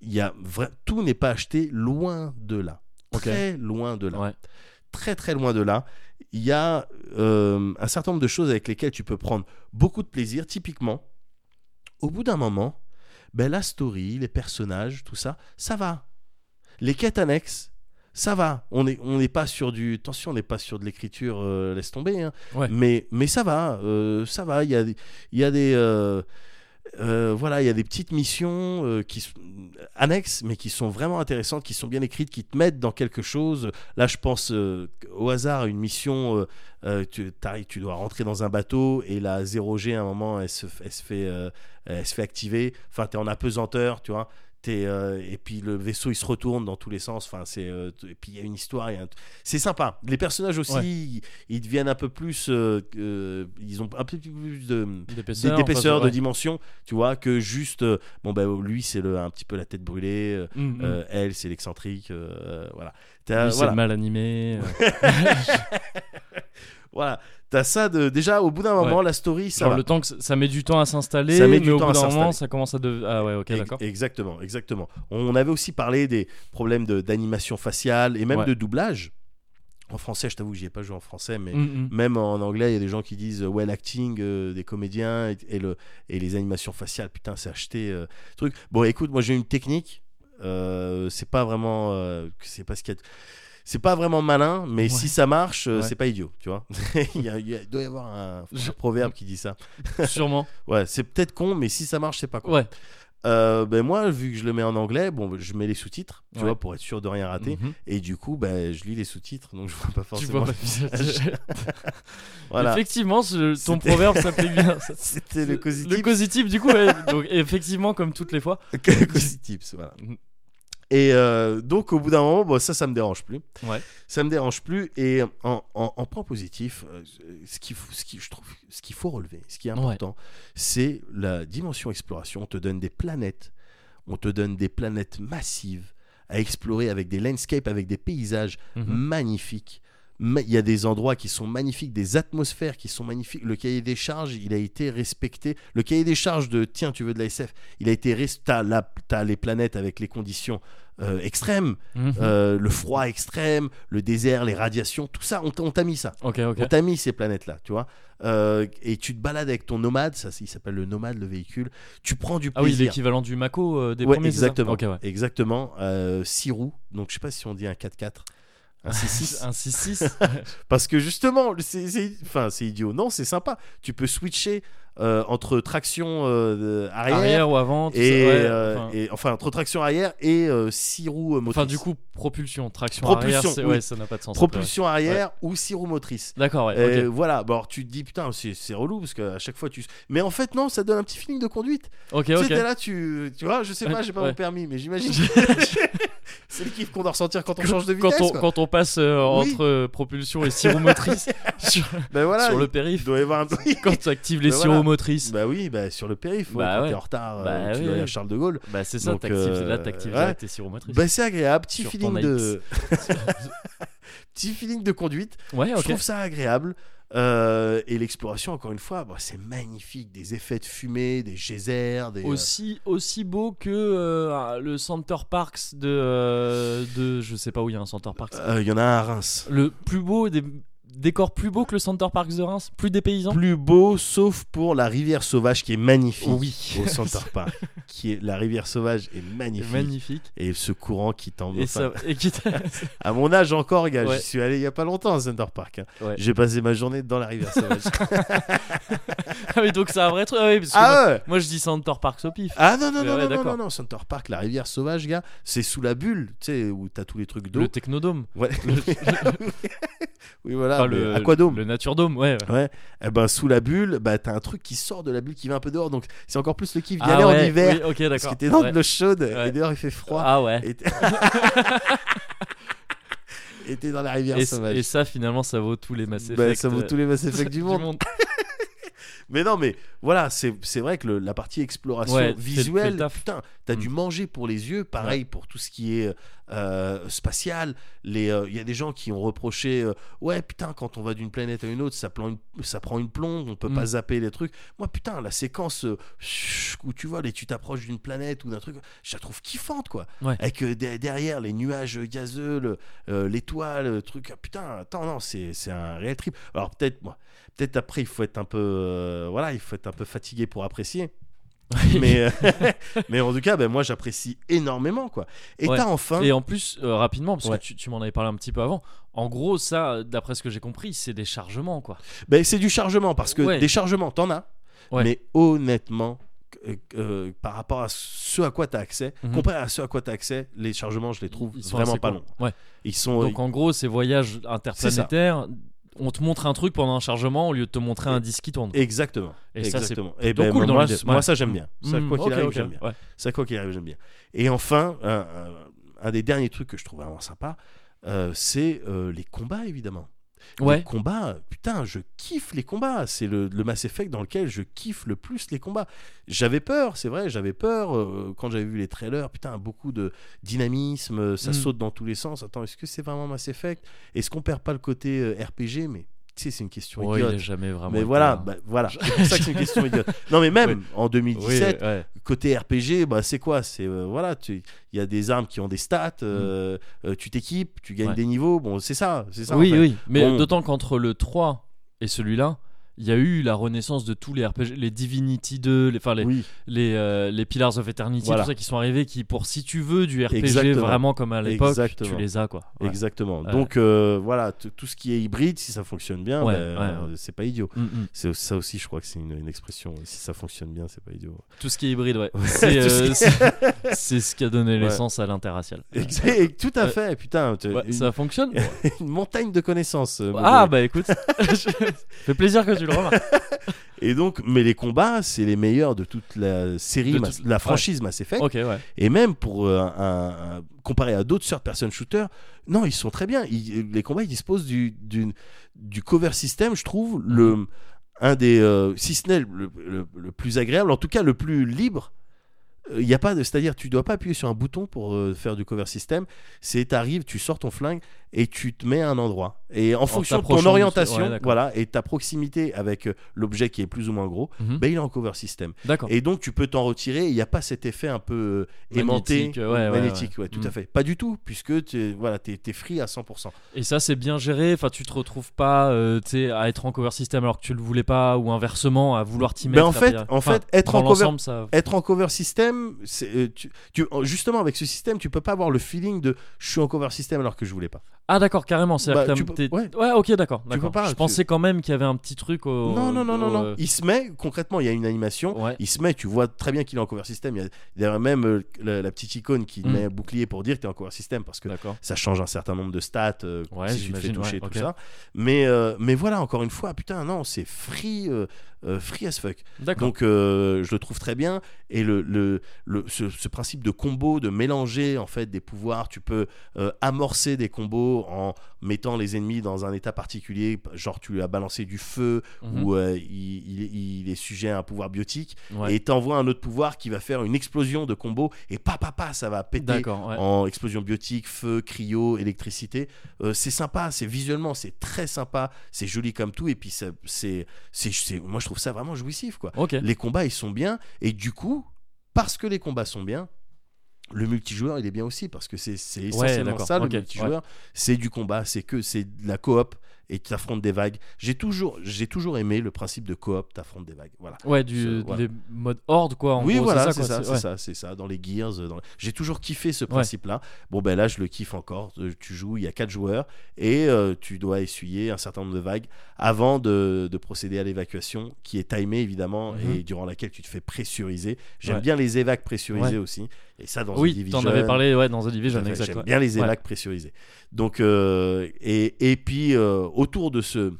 [SPEAKER 2] il y a vra- tout n'est pas acheté loin de là,
[SPEAKER 1] Ok.
[SPEAKER 2] très loin de là,
[SPEAKER 1] Ouais.
[SPEAKER 2] très très loin de là. Il y a euh, un certain nombre de choses avec lesquelles tu peux prendre beaucoup de plaisir. Typiquement, au bout d'un moment, ben, la story, les personnages, tout ça, ça va. Les quêtes annexes, ça va. On n'est on n'est pas sur du. Attention, on n'est pas sur de l'écriture, euh, laisse tomber. hein.
[SPEAKER 1] Ouais.
[SPEAKER 2] Mais, mais ça va, euh, ça va. Il y a, des- il y a des. euh, euh, voilà, il y a des petites missions euh, qui s- annexes, mais qui sont vraiment intéressantes, qui sont bien écrites, qui te mettent dans quelque chose. Là, je pense euh, au hasard à une mission. euh, euh, tu, t'arrives- tu dois rentrer dans un bateau et la 0G à un moment, elle se, f- elle se fait, euh, elle se fait activer. Enfin, t'es en apesanteur, tu vois. T'es, euh, et puis le vaisseau il se retourne dans tous les sens. Enfin, c'est euh, t- et puis il y a une histoire. il y a un t- C'est sympa. Les personnages aussi,
[SPEAKER 1] Ouais.
[SPEAKER 2] ils, ils deviennent un peu plus. euh, euh, ils ont un peu plus de des-
[SPEAKER 1] D'épaisseur.
[SPEAKER 2] d'épaisseur, de
[SPEAKER 1] enfin,
[SPEAKER 2] dimension, tu vois, que juste, euh, bon, bah, lui, c'est le- un petit peu la tête brûlée, euh,
[SPEAKER 1] ouais. Mm, mm.
[SPEAKER 2] euh, elle, c'est l'excentrique, euh, voilà.
[SPEAKER 1] Lui,
[SPEAKER 2] T'as,
[SPEAKER 1] c'est
[SPEAKER 2] voilà,
[SPEAKER 1] le mal animé. euh,
[SPEAKER 2] voilà. T'as ça de, déjà, au bout d'un moment, la story, ça
[SPEAKER 1] genre
[SPEAKER 2] va.
[SPEAKER 1] le temps que ça- ça met du temps à s'installer,
[SPEAKER 2] Ça met
[SPEAKER 1] mais
[SPEAKER 2] du
[SPEAKER 1] au
[SPEAKER 2] temps
[SPEAKER 1] bout
[SPEAKER 2] à
[SPEAKER 1] d'un moment,
[SPEAKER 2] s'installer.
[SPEAKER 1] ça commence à devenir. Ah ouais, ok,
[SPEAKER 2] Ex-
[SPEAKER 1] d'accord.
[SPEAKER 2] Exactement, exactement. On avait aussi parlé des problèmes de, d'animation faciale et même
[SPEAKER 1] Ouais.
[SPEAKER 2] de doublage. En français, je t'avoue, j'y ai pas joué en français, mais
[SPEAKER 1] Mm, mm.
[SPEAKER 2] même en anglais, il y a des gens qui disent euh, ouais l'acting euh, des comédiens et, et le, et les animations faciales, putain, c'est acheté euh, truc. Bon, écoute, moi j'ai une technique, euh, c'est pas vraiment, euh, que c'est pas ce qu'il y a de- c'est pas vraiment malin, mais
[SPEAKER 1] Ouais.
[SPEAKER 2] si ça marche, euh,
[SPEAKER 1] Ouais.
[SPEAKER 2] c'est pas idiot, tu vois. il, y a- il y a- il doit y avoir un,
[SPEAKER 1] Je-
[SPEAKER 2] un proverbe qui dit ça.
[SPEAKER 1] Sûrement.
[SPEAKER 2] Ouais, c'est peut-être con, mais si ça marche, c'est pas con.
[SPEAKER 1] Ouais.
[SPEAKER 2] Euh, ben moi, vu que je le mets en anglais, bon, je mets les sous-titres, tu
[SPEAKER 1] Ouais.
[SPEAKER 2] vois, pour être sûr de rien rater.
[SPEAKER 1] Mhm.
[SPEAKER 2] Et du coup, ben, je lis les sous-titres, donc je vois pas
[SPEAKER 1] Tu
[SPEAKER 2] forcément.
[SPEAKER 1] vois pas.
[SPEAKER 2] voilà.
[SPEAKER 1] Effectivement, ce- ton
[SPEAKER 2] C'était-
[SPEAKER 1] proverbe s'applique bien. Ça-
[SPEAKER 2] C'était le
[SPEAKER 1] Le
[SPEAKER 2] positif.
[SPEAKER 1] cositif, du coup, ouais. donc effectivement, comme toutes les fois.
[SPEAKER 2] Que- que ces tips, voilà.
[SPEAKER 1] Mhm.
[SPEAKER 2] Et euh, donc, au bout d'un moment, bon, ça, ça me dérange plus.
[SPEAKER 1] Ouais.
[SPEAKER 2] Ça me dérange plus. Et en, en- en point positif, euh, ce qu'il faut, ce qui, je trouve, ce qu'il faut relever, ce qui est important, c'est la dimension exploration. On te donne des planètes, on te donne des planètes massives à explorer avec des landscapes, avec des paysages magnifiques. Ma- Il y a des endroits qui sont magnifiques, des atmosphères qui sont magnifiques. Le cahier des charges, il a été respecté. Le cahier des charges de tiens, tu veux de la SF, il a été res- t'as la- t'as les planètes avec les conditions euh, extrêmes,
[SPEAKER 1] Mhm.
[SPEAKER 2] euh, le froid extrême, le désert, les radiations, tout ça, on t'a- on t'a mis ça.
[SPEAKER 1] Ok, ok.
[SPEAKER 2] On t'a mis ces planètes-là, tu vois. Euh, et tu te balades avec ton nomade, ça il s'appelle le nomade, le véhicule. Tu prends du
[SPEAKER 1] Ah oui,
[SPEAKER 2] plaisir.
[SPEAKER 1] l'équivalent du Mako euh, des
[SPEAKER 2] Ouais,
[SPEAKER 1] premiers. c'est ça
[SPEAKER 2] exactement.
[SPEAKER 1] Ok, ouais.
[SPEAKER 2] Exactement. Euh, six roues. Donc je sais pas si on dit un 4x4. Un 6-6.
[SPEAKER 1] Un 6-6.
[SPEAKER 2] Parce que justement, c'est, c'est- enfin, c'est idiot. Non, c'est sympa. Tu peux switcher euh, entre traction euh, arrière,
[SPEAKER 1] arrière ou avant. tout
[SPEAKER 2] et,
[SPEAKER 1] ça, ouais,
[SPEAKER 2] euh,
[SPEAKER 1] enfin.
[SPEAKER 2] et- enfin, entre traction arrière et euh, six roues euh, motrices.
[SPEAKER 1] Enfin, du coup, propulsion, traction
[SPEAKER 2] Propulsion,
[SPEAKER 1] arrière, c'est-
[SPEAKER 2] oui.
[SPEAKER 1] ouais, ça n'a pas de sens. après, ouais.
[SPEAKER 2] propulsion arrière ou six roues motrices.
[SPEAKER 1] D'accord, ouais.
[SPEAKER 2] Euh,
[SPEAKER 1] ok.
[SPEAKER 2] Voilà, bon, alors, tu te dis putain, c'est, c'est relou parce qu'à chaque fois tu. Mais en fait, non, ça donne un petit feeling de conduite.
[SPEAKER 1] Ok,
[SPEAKER 2] Tu
[SPEAKER 1] ok.
[SPEAKER 2] sais, t'es là, tu, tu vois, je sais pas, j'ai pas
[SPEAKER 1] Ouais.
[SPEAKER 2] mon permis, mais j'imagine. c'est le kiff qu'on doit ressentir quand on change de
[SPEAKER 1] Quand
[SPEAKER 2] vitesse.
[SPEAKER 1] on,
[SPEAKER 2] quoi.
[SPEAKER 1] quand on passe euh,
[SPEAKER 2] Oui.
[SPEAKER 1] entre euh, propulsion et sirop motrice sur,
[SPEAKER 2] Ben voilà,
[SPEAKER 1] sur le
[SPEAKER 2] il
[SPEAKER 1] périph,
[SPEAKER 2] doit y avoir un truc.
[SPEAKER 1] quand tu actives les
[SPEAKER 2] Ben
[SPEAKER 1] sirops
[SPEAKER 2] voilà.
[SPEAKER 1] motrices,
[SPEAKER 2] Bah oui, bah sur le périph, ouais,
[SPEAKER 1] Bah
[SPEAKER 2] quand
[SPEAKER 1] ouais.
[SPEAKER 2] t'es en retard, euh,
[SPEAKER 1] Bah oui,
[SPEAKER 2] tu dois aller à
[SPEAKER 1] oui.
[SPEAKER 2] Charles de Gaulle.
[SPEAKER 1] bah c'est ça,
[SPEAKER 2] Donc,
[SPEAKER 1] t'actives,
[SPEAKER 2] euh,
[SPEAKER 1] là t'actives
[SPEAKER 2] ouais.
[SPEAKER 1] direct tes sirops motrices.
[SPEAKER 2] Bah c'est agréable, petit
[SPEAKER 1] Sur ton
[SPEAKER 2] feeling de, petit feeling de conduite.
[SPEAKER 1] ouais,
[SPEAKER 2] Je
[SPEAKER 1] Eh, ok.
[SPEAKER 2] trouve ça agréable. Euh, et l'exploration, encore une fois, bah, c'est magnifique. Des effets de fumée, des geysers, des. euh,
[SPEAKER 1] Aussi, aussi beau que euh, le Center Parks de, euh, de. Je sais pas où il y a un Center Parks.
[SPEAKER 2] euh, Il y en a un à Reims.
[SPEAKER 1] Le plus beau des décors plus beau que le Center Parks de Reims Plus dépaysant
[SPEAKER 2] Plus beau, sauf pour la rivière sauvage qui est magnifique.
[SPEAKER 1] Oui.
[SPEAKER 2] Au Center Park, qui est la rivière sauvage est magnifique.
[SPEAKER 1] Magnifique.
[SPEAKER 2] Et ce courant qui t'envoie.
[SPEAKER 1] Et ça. Et qui t'a-
[SPEAKER 2] À mon âge encore, gars,
[SPEAKER 1] Ouais.
[SPEAKER 2] j'y suis allé il y a pas longtemps à Center Park. hein.
[SPEAKER 1] Ouais.
[SPEAKER 2] J'ai passé ma journée dans la rivière sauvage.
[SPEAKER 1] Ah oui, donc c'est un vrai truc. Ah oui, parce que moi,
[SPEAKER 2] ah ouais.
[SPEAKER 1] moi, je dis Center Parks au pif.
[SPEAKER 2] Ah non, non,
[SPEAKER 1] Mais
[SPEAKER 2] non,
[SPEAKER 1] ouais,
[SPEAKER 2] non, non,
[SPEAKER 1] d'accord.
[SPEAKER 2] non, non, Center Park, la rivière sauvage, gars, c'est sous la bulle, tu sais, où t'as tous les trucs d'eau.
[SPEAKER 1] le Technodome.
[SPEAKER 2] Ouais. oui, voilà,
[SPEAKER 1] Enfin,
[SPEAKER 2] le
[SPEAKER 1] Ah, le
[SPEAKER 2] aquadome.
[SPEAKER 1] Le Naturedome, ouais. ouais.
[SPEAKER 2] Ouais, eh ben, sous la bulle, bah, t'as un truc qui sort de la bulle qui va un peu dehors, donc c'est encore plus le kiff d'y
[SPEAKER 1] Ah
[SPEAKER 2] aller en
[SPEAKER 1] ouais, oui,
[SPEAKER 2] hiver.
[SPEAKER 1] ok,
[SPEAKER 2] Parce que
[SPEAKER 1] d'accord.
[SPEAKER 2] t'es dans
[SPEAKER 1] Ouais.
[SPEAKER 2] de l'eau chaude et
[SPEAKER 1] Ouais.
[SPEAKER 2] dehors il fait froid.
[SPEAKER 1] Ah ouais.
[SPEAKER 2] Et t'es- et t'es dans la rivière
[SPEAKER 1] Et,
[SPEAKER 2] sauvage.
[SPEAKER 1] et ça, finalement, ça vaut tous les Mass Effect.
[SPEAKER 2] Bah, ça vaut
[SPEAKER 1] euh,
[SPEAKER 2] tous les Mass Effect du monde. Mais non, mais voilà, c'est c'est vrai que le- la partie exploration
[SPEAKER 1] Ouais, fait- fait
[SPEAKER 2] visuelle,
[SPEAKER 1] le taf.
[SPEAKER 2] putain, t'as
[SPEAKER 1] Mm.
[SPEAKER 2] du manger pour les yeux, pareil pour tout ce qui est euh, spatial. Les, euh, il y a des gens qui ont reproché, euh, ouais, putain, quand on va d'une planète à une autre, ça, prend une, ça prend une plombe, on peut
[SPEAKER 1] Mm.
[SPEAKER 2] pas zapper les trucs. Moi, putain, la séquence euh, où tu vois, les, tu t'approches d'une planète ou d'un truc, je la trouve kiffante, quoi.
[SPEAKER 1] Ouais.
[SPEAKER 2] Avec euh, de- derrière les nuages gazeux, le- euh, l'étoile, le truc, ah, putain, attends, non, c'est c'est un réel trip. Alors peut-être, moi, peut-être après il faut être un peu euh, voilà il faut être un peu fatigué pour apprécier mais euh, mais en tout cas ben moi j'apprécie énormément quoi et
[SPEAKER 1] Ouais.
[SPEAKER 2] t'as enfin
[SPEAKER 1] Et en plus, euh, rapidement, parce
[SPEAKER 2] Hein Ouais.
[SPEAKER 1] que tu, tu m'en avais parlé un petit peu avant, en gros, ça, euh, d'après ce que j'ai compris, c'est des chargements, quoi.
[SPEAKER 2] ben c'est du chargement parce que
[SPEAKER 1] Ouais.
[SPEAKER 2] des chargements t'en as
[SPEAKER 1] Ouais.
[SPEAKER 2] mais honnêtement euh, euh, par rapport à ce à quoi t'as accès
[SPEAKER 1] Mhm.
[SPEAKER 2] comparé à ce à quoi t'as accès les chargements je les trouve
[SPEAKER 1] Ils sont
[SPEAKER 2] vraiment
[SPEAKER 1] assez
[SPEAKER 2] pas
[SPEAKER 1] courts.
[SPEAKER 2] longs
[SPEAKER 1] Ouais.
[SPEAKER 2] ils sont
[SPEAKER 1] Donc, en gros, ces voyages interplanétaires, on te montre un truc pendant un chargement au lieu de te montrer un disque qui tourne.
[SPEAKER 2] Exactement.
[SPEAKER 1] Et ça, c'est
[SPEAKER 2] Exactement. et
[SPEAKER 1] plutôt
[SPEAKER 2] ben,
[SPEAKER 1] cool dans
[SPEAKER 2] moi,
[SPEAKER 1] l'idée.
[SPEAKER 2] moi,
[SPEAKER 1] Ouais.
[SPEAKER 2] ça j'aime bien. Ça
[SPEAKER 1] Hmm,
[SPEAKER 2] quoi qu'il
[SPEAKER 1] ok,
[SPEAKER 2] arrive
[SPEAKER 1] ok,
[SPEAKER 2] j'aime bien.
[SPEAKER 1] ouais.
[SPEAKER 2] Ça, quoi qu'il arrive, j'aime bien. Et enfin, un, un- un des derniers trucs que je trouve vraiment sympa, euh, c'est euh, les combats, évidemment. Les
[SPEAKER 1] Ouais.
[SPEAKER 2] combats, euh, putain, je kiffe les combats. C'est le, le Mass Effect dans lequel je kiffe le plus les combats. J'avais peur, c'est vrai, j'avais peur euh, quand j'avais vu les trailers. Putain, beaucoup de dynamisme, euh, ça
[SPEAKER 1] Mm.
[SPEAKER 2] saute dans tous les sens. Attends, est-ce que c'est vraiment Mass Effect Est-ce qu'on perd pas le côté euh, RPG Mais tu sais, c'est une question
[SPEAKER 1] Ouais, il
[SPEAKER 2] idiote.
[SPEAKER 1] est jamais vraiment.
[SPEAKER 2] Mais
[SPEAKER 1] été
[SPEAKER 2] voilà,
[SPEAKER 1] un-
[SPEAKER 2] bah, voilà. c'est pour ça que c'est une question idiote. Non, mais même en
[SPEAKER 1] Oui,
[SPEAKER 2] 2017,
[SPEAKER 1] ouais.
[SPEAKER 2] côté RPG, bah, c'est quoi C'est euh, voilà, tu- il y a des armes qui ont des stats, euh, euh, tu t'équipes, tu gagnes
[SPEAKER 1] Ouais.
[SPEAKER 2] des niveaux. Bon, c'est ça, c'est ça. en
[SPEAKER 1] oui,
[SPEAKER 2] fait.
[SPEAKER 1] oui. Mais
[SPEAKER 2] Bon.
[SPEAKER 1] d'autant qu'entre le 3 et celui-là, il y a eu la renaissance de tous les RPG, les Divinity 2, les, enfin les,
[SPEAKER 2] Oui,
[SPEAKER 1] les, euh, les Pillars of Eternity,
[SPEAKER 2] Voilà.
[SPEAKER 1] tout ça qui sont arrivés, qui pour si tu veux du RPG
[SPEAKER 2] Exactement.
[SPEAKER 1] vraiment comme à l'époque, tu
[SPEAKER 2] Exactement.
[SPEAKER 1] les as quoi. Ouais.
[SPEAKER 2] exactement.
[SPEAKER 1] Ouais.
[SPEAKER 2] Donc euh, voilà, t- tout ce qui est hybride, si ça fonctionne bien,
[SPEAKER 1] Ouais,
[SPEAKER 2] bah,
[SPEAKER 1] ouais,
[SPEAKER 2] euh, c'est pas idiot.
[SPEAKER 1] Mm, mm.
[SPEAKER 2] C'est ça aussi, je crois que c'est une, une expression. Si ça fonctionne bien, c'est pas idiot.
[SPEAKER 1] Tout ce qui est hybride, ouais.
[SPEAKER 2] Ouais,
[SPEAKER 1] C'est
[SPEAKER 2] tout
[SPEAKER 1] euh,
[SPEAKER 2] ce qui-
[SPEAKER 1] c'est- c'est ce qui a donné
[SPEAKER 2] Ouais.
[SPEAKER 1] naissance à l'interracial.
[SPEAKER 2] Exact, tout à
[SPEAKER 1] Ouais.
[SPEAKER 2] fait. Putain, t-
[SPEAKER 1] Ouais,
[SPEAKER 2] une,
[SPEAKER 1] Ça fonctionne
[SPEAKER 2] une montagne de connaissances. euh, mon
[SPEAKER 1] Ah
[SPEAKER 2] gars.
[SPEAKER 1] bah écoute, je- fait plaisir que tu le remarques.
[SPEAKER 2] Et donc, mais les combats, c'est les meilleurs de toute la série,
[SPEAKER 1] De
[SPEAKER 2] Mass-
[SPEAKER 1] toute-
[SPEAKER 2] la franchise Mass Effect.
[SPEAKER 1] Ok, ouais.
[SPEAKER 2] Et même pour euh, un, un- comparé à d'autres third-person shooters, non, ils sont très bien. Ils- les combats, ils disposent du, d'une- du cover system, je trouve, le, un des, euh, si ce n'est le, le- le plus agréable, en tout cas le plus libre. Euh, Il y a pas de, c'est-à-dire, tu dois pas appuyer sur un bouton pour euh, faire du cover system. C'est, t'arrives, tu sors ton flingue et tu te mets à un endroit. Et en fonction de ton
[SPEAKER 1] t'approchant du-
[SPEAKER 2] orientation,
[SPEAKER 1] ouais, d'accord.
[SPEAKER 2] voilà, et ta proximité avec euh, l'objet qui est plus ou moins gros,
[SPEAKER 1] Mhm.
[SPEAKER 2] ben, il est en cover system.
[SPEAKER 1] D'accord.
[SPEAKER 2] Et donc tu peux t'en retirer, il n'y a pas cet effet un peu euh, aimanté,
[SPEAKER 1] Magnétique, ouais, ouais,
[SPEAKER 2] magnétique, ouais,
[SPEAKER 1] ouais.
[SPEAKER 2] tout
[SPEAKER 1] Mm.
[SPEAKER 2] à fait. Pas du tout, puisque tu es, voilà, t'es- t'es free à 100%.
[SPEAKER 1] Et ça, c'est bien géré. Enfin, tu te retrouves pas euh, tu sais, à être en cover system alors que tu le voulais pas, ou inversement, à vouloir t'y
[SPEAKER 2] Mais
[SPEAKER 1] mettre.
[SPEAKER 2] Ben, en fait,
[SPEAKER 1] après-
[SPEAKER 2] en
[SPEAKER 1] Enfin,
[SPEAKER 2] fait, être
[SPEAKER 1] dans
[SPEAKER 2] en cover,
[SPEAKER 1] l'ensemble, ça.
[SPEAKER 2] être en cover system, c'est, euh, tu, tu- justement avec ce système, tu peux pas avoir le feeling de je suis en cover system alors que je voulais pas.
[SPEAKER 1] Ah, d'accord, carrément. C'est
[SPEAKER 2] Bah, tu peux-
[SPEAKER 1] ouais.
[SPEAKER 2] ouais.
[SPEAKER 1] ok, d'accord.
[SPEAKER 2] peux
[SPEAKER 1] d'accord.
[SPEAKER 2] pas,
[SPEAKER 1] Je
[SPEAKER 2] tu-
[SPEAKER 1] pensais quand même qu'il y avait un petit truc au.
[SPEAKER 2] non, non, non, non,
[SPEAKER 1] au-
[SPEAKER 2] non.
[SPEAKER 1] euh,
[SPEAKER 2] Il se met, concrètement, il y a une animation.
[SPEAKER 1] Ouais.
[SPEAKER 2] Il se met, tu vois très bien qu'il est en cover system. Il y a derrière même euh, la, la petite icône qui
[SPEAKER 1] Mm.
[SPEAKER 2] met un bouclier pour dire que tu es en cover system parce que
[SPEAKER 1] D'accord.
[SPEAKER 2] ça change un certain nombre de stats euh,
[SPEAKER 1] Ouais,
[SPEAKER 2] si tu te fais
[SPEAKER 1] j'imagine,
[SPEAKER 2] toucher
[SPEAKER 1] ouais,
[SPEAKER 2] et tout
[SPEAKER 1] ok.
[SPEAKER 2] ça mais euh, mais voilà encore une fois putain non c'est free euh, euh, free as fuck
[SPEAKER 1] D'accord.
[SPEAKER 2] donc euh, je le trouve très bien et le, le, le- ce, ce principe de combo de mélanger en fait des pouvoirs tu peux euh, amorcer des combos en mettant les ennemis dans un état particulier genre tu lui as balancé du feu
[SPEAKER 1] Mhm.
[SPEAKER 2] ou euh, il, il- il est sujet à un pouvoir biotique
[SPEAKER 1] Ouais.
[SPEAKER 2] et t'envoies un autre pouvoir qui va faire une explosion de combo et pa pa pa ça va péter
[SPEAKER 1] D'accord. ouais.
[SPEAKER 2] en explosion biotique, feu, cryo, électricité. Euh, c'est sympa, c'est visuellement, c'est très sympa, c'est joli comme tout, et puis ça- c'est, c'est, c'est- moi je trouve ça vraiment jouissif quoi.
[SPEAKER 1] Ok.
[SPEAKER 2] Les combats ils sont bien, et du coup, parce que les combats sont bien, le multijoueur il est bien aussi parce que c'est, c'est essentiellement
[SPEAKER 1] d'accord,
[SPEAKER 2] ça le
[SPEAKER 1] ok,
[SPEAKER 2] multijoueur, c'est du combat, c'est que c'est de la coop et tu affrontes des vagues. J'ai toujours, j'ai toujours aimé le principe de coop, t'affrontes des vagues, voilà.
[SPEAKER 1] Ouais, du
[SPEAKER 2] Ce- voilà.
[SPEAKER 1] des modes horde quoi. En
[SPEAKER 2] oui,
[SPEAKER 1] gros,
[SPEAKER 2] voilà,
[SPEAKER 1] c'est
[SPEAKER 2] c'est ça,
[SPEAKER 1] quoi,
[SPEAKER 2] c'est
[SPEAKER 1] ouais.
[SPEAKER 2] ça, c'est ça. Dans les Gears, euh, dans les- j'ai toujours kiffé ce principe-là. Bon, ben là, je le kiffe encore. Euh, Tu joues, il y a quatre joueurs et euh, tu dois essuyer un certain nombre de vagues avant de, de procéder à l'évacuation, qui est timée évidemment
[SPEAKER 1] Mhm.
[SPEAKER 2] et durant laquelle tu te fais pressuriser. J'aime
[SPEAKER 1] Ouais.
[SPEAKER 2] bien les évacs pressurisés
[SPEAKER 1] Ouais.
[SPEAKER 2] aussi. Et ça, dans une
[SPEAKER 1] Oui,
[SPEAKER 2] division.
[SPEAKER 1] t'en avais parlé ouais, dans The
[SPEAKER 2] Tout à
[SPEAKER 1] Division,
[SPEAKER 2] fait,
[SPEAKER 1] exact.
[SPEAKER 2] J'aime
[SPEAKER 1] ouais.
[SPEAKER 2] bien les
[SPEAKER 1] Ouais.
[SPEAKER 2] évacs pressurisés. Donc, euh, et, et puis, euh, autour de ce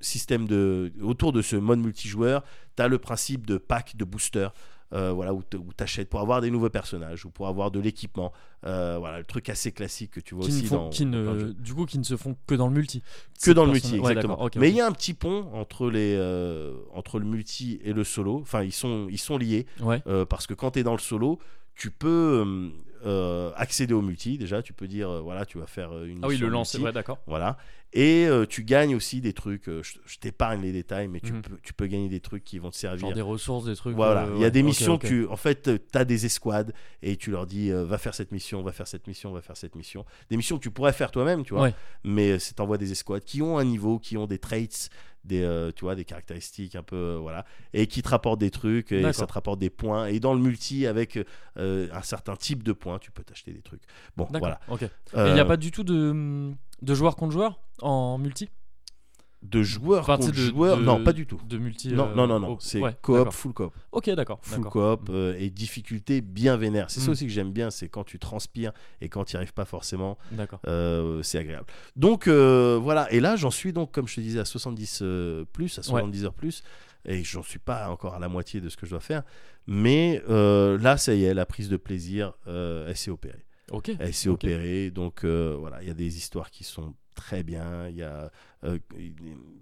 [SPEAKER 2] système de. Autour de ce mode multijoueur, tu as le principe de pack de booster. euh, voilà où t- où t'achètes pour avoir des nouveaux personnages ou pour avoir de l'équipement Euh, voilà le truc assez classique que tu vois
[SPEAKER 1] Qui ne
[SPEAKER 2] aussi
[SPEAKER 1] font-
[SPEAKER 2] dans,
[SPEAKER 1] qui
[SPEAKER 2] dans plein de
[SPEAKER 1] ne,
[SPEAKER 2] jeux.
[SPEAKER 1] du coup, qui ne se font que dans le multi.
[SPEAKER 2] que dans le
[SPEAKER 1] personne-
[SPEAKER 2] multi
[SPEAKER 1] ouais,
[SPEAKER 2] exactement
[SPEAKER 1] d'accord, ok,
[SPEAKER 2] mais
[SPEAKER 1] ok.
[SPEAKER 2] il y a un petit pont entre les euh, entre le multi et le solo enfin ils sont ils sont liés
[SPEAKER 1] Ouais.
[SPEAKER 2] euh, parce que quand tu es dans le solo, tu peux euh, euh, accéder au multi déjà, tu peux dire euh, voilà, tu vas faire euh, une
[SPEAKER 1] Ah oui,
[SPEAKER 2] mission
[SPEAKER 1] le lancer,
[SPEAKER 2] multi,
[SPEAKER 1] ouais, d'accord.
[SPEAKER 2] Voilà. Et euh, tu gagnes aussi des trucs, euh, je, je t'épargne les détails mais tu
[SPEAKER 1] Mhm.
[SPEAKER 2] peux tu peux gagner des trucs qui vont te servir.
[SPEAKER 1] Genre des ressources, des trucs.
[SPEAKER 2] Voilà,
[SPEAKER 1] euh,
[SPEAKER 2] il y a
[SPEAKER 1] ouais,
[SPEAKER 2] des
[SPEAKER 1] ok,
[SPEAKER 2] missions
[SPEAKER 1] ok.
[SPEAKER 2] que tu en fait tu as des escouades et tu leur dis euh, va faire cette mission, va faire cette mission, va faire cette mission. Des missions que tu pourrais faire toi-même, tu vois.
[SPEAKER 1] Ouais.
[SPEAKER 2] Mais euh, c'est t'envoies des escouades qui ont un niveau, qui ont des traits, des euh, tu vois des caractéristiques un peu euh, voilà et qui te rapportent des trucs et
[SPEAKER 1] D'accord.
[SPEAKER 2] ça te rapporte des points et dans le multi avec euh, un certain type de points, tu peux t'acheter des trucs. Bon,
[SPEAKER 1] D'accord.
[SPEAKER 2] voilà.
[SPEAKER 1] ok. Et il
[SPEAKER 2] Euh,
[SPEAKER 1] n'y a pas du tout de, de joueur contre joueur en multi
[SPEAKER 2] de joueur
[SPEAKER 1] Enfin, tu sais,
[SPEAKER 2] contre
[SPEAKER 1] de-
[SPEAKER 2] joueur,
[SPEAKER 1] de-
[SPEAKER 2] non, pas du tout.
[SPEAKER 1] De multi
[SPEAKER 2] Non,
[SPEAKER 1] euh,
[SPEAKER 2] non, non, non,
[SPEAKER 1] au-
[SPEAKER 2] c'est
[SPEAKER 1] ouais,
[SPEAKER 2] coop,
[SPEAKER 1] d'accord.
[SPEAKER 2] full coop.
[SPEAKER 1] Ok, d'accord.
[SPEAKER 2] full
[SPEAKER 1] d'accord.
[SPEAKER 2] coop
[SPEAKER 1] Mm.
[SPEAKER 2] euh, et difficulté bien vénère. C'est
[SPEAKER 1] Mm.
[SPEAKER 2] ça aussi que j'aime bien, c'est quand tu transpires et quand tu n'y arrives pas forcément,
[SPEAKER 1] D'accord.
[SPEAKER 2] euh, c'est agréable. Donc euh, voilà, et là j'en suis donc, comme je te disais, à 70 euh, plus, à 70 heures plus, et j'en suis pas encore à la moitié de ce que je dois faire, mais euh, là ça y est, la prise de plaisir, euh, elle s'est opérée.
[SPEAKER 1] Ok.
[SPEAKER 2] Elle s'est
[SPEAKER 1] Ok.
[SPEAKER 2] opérée, donc euh, voilà, il y a des histoires qui sont très bien, il y a, euh,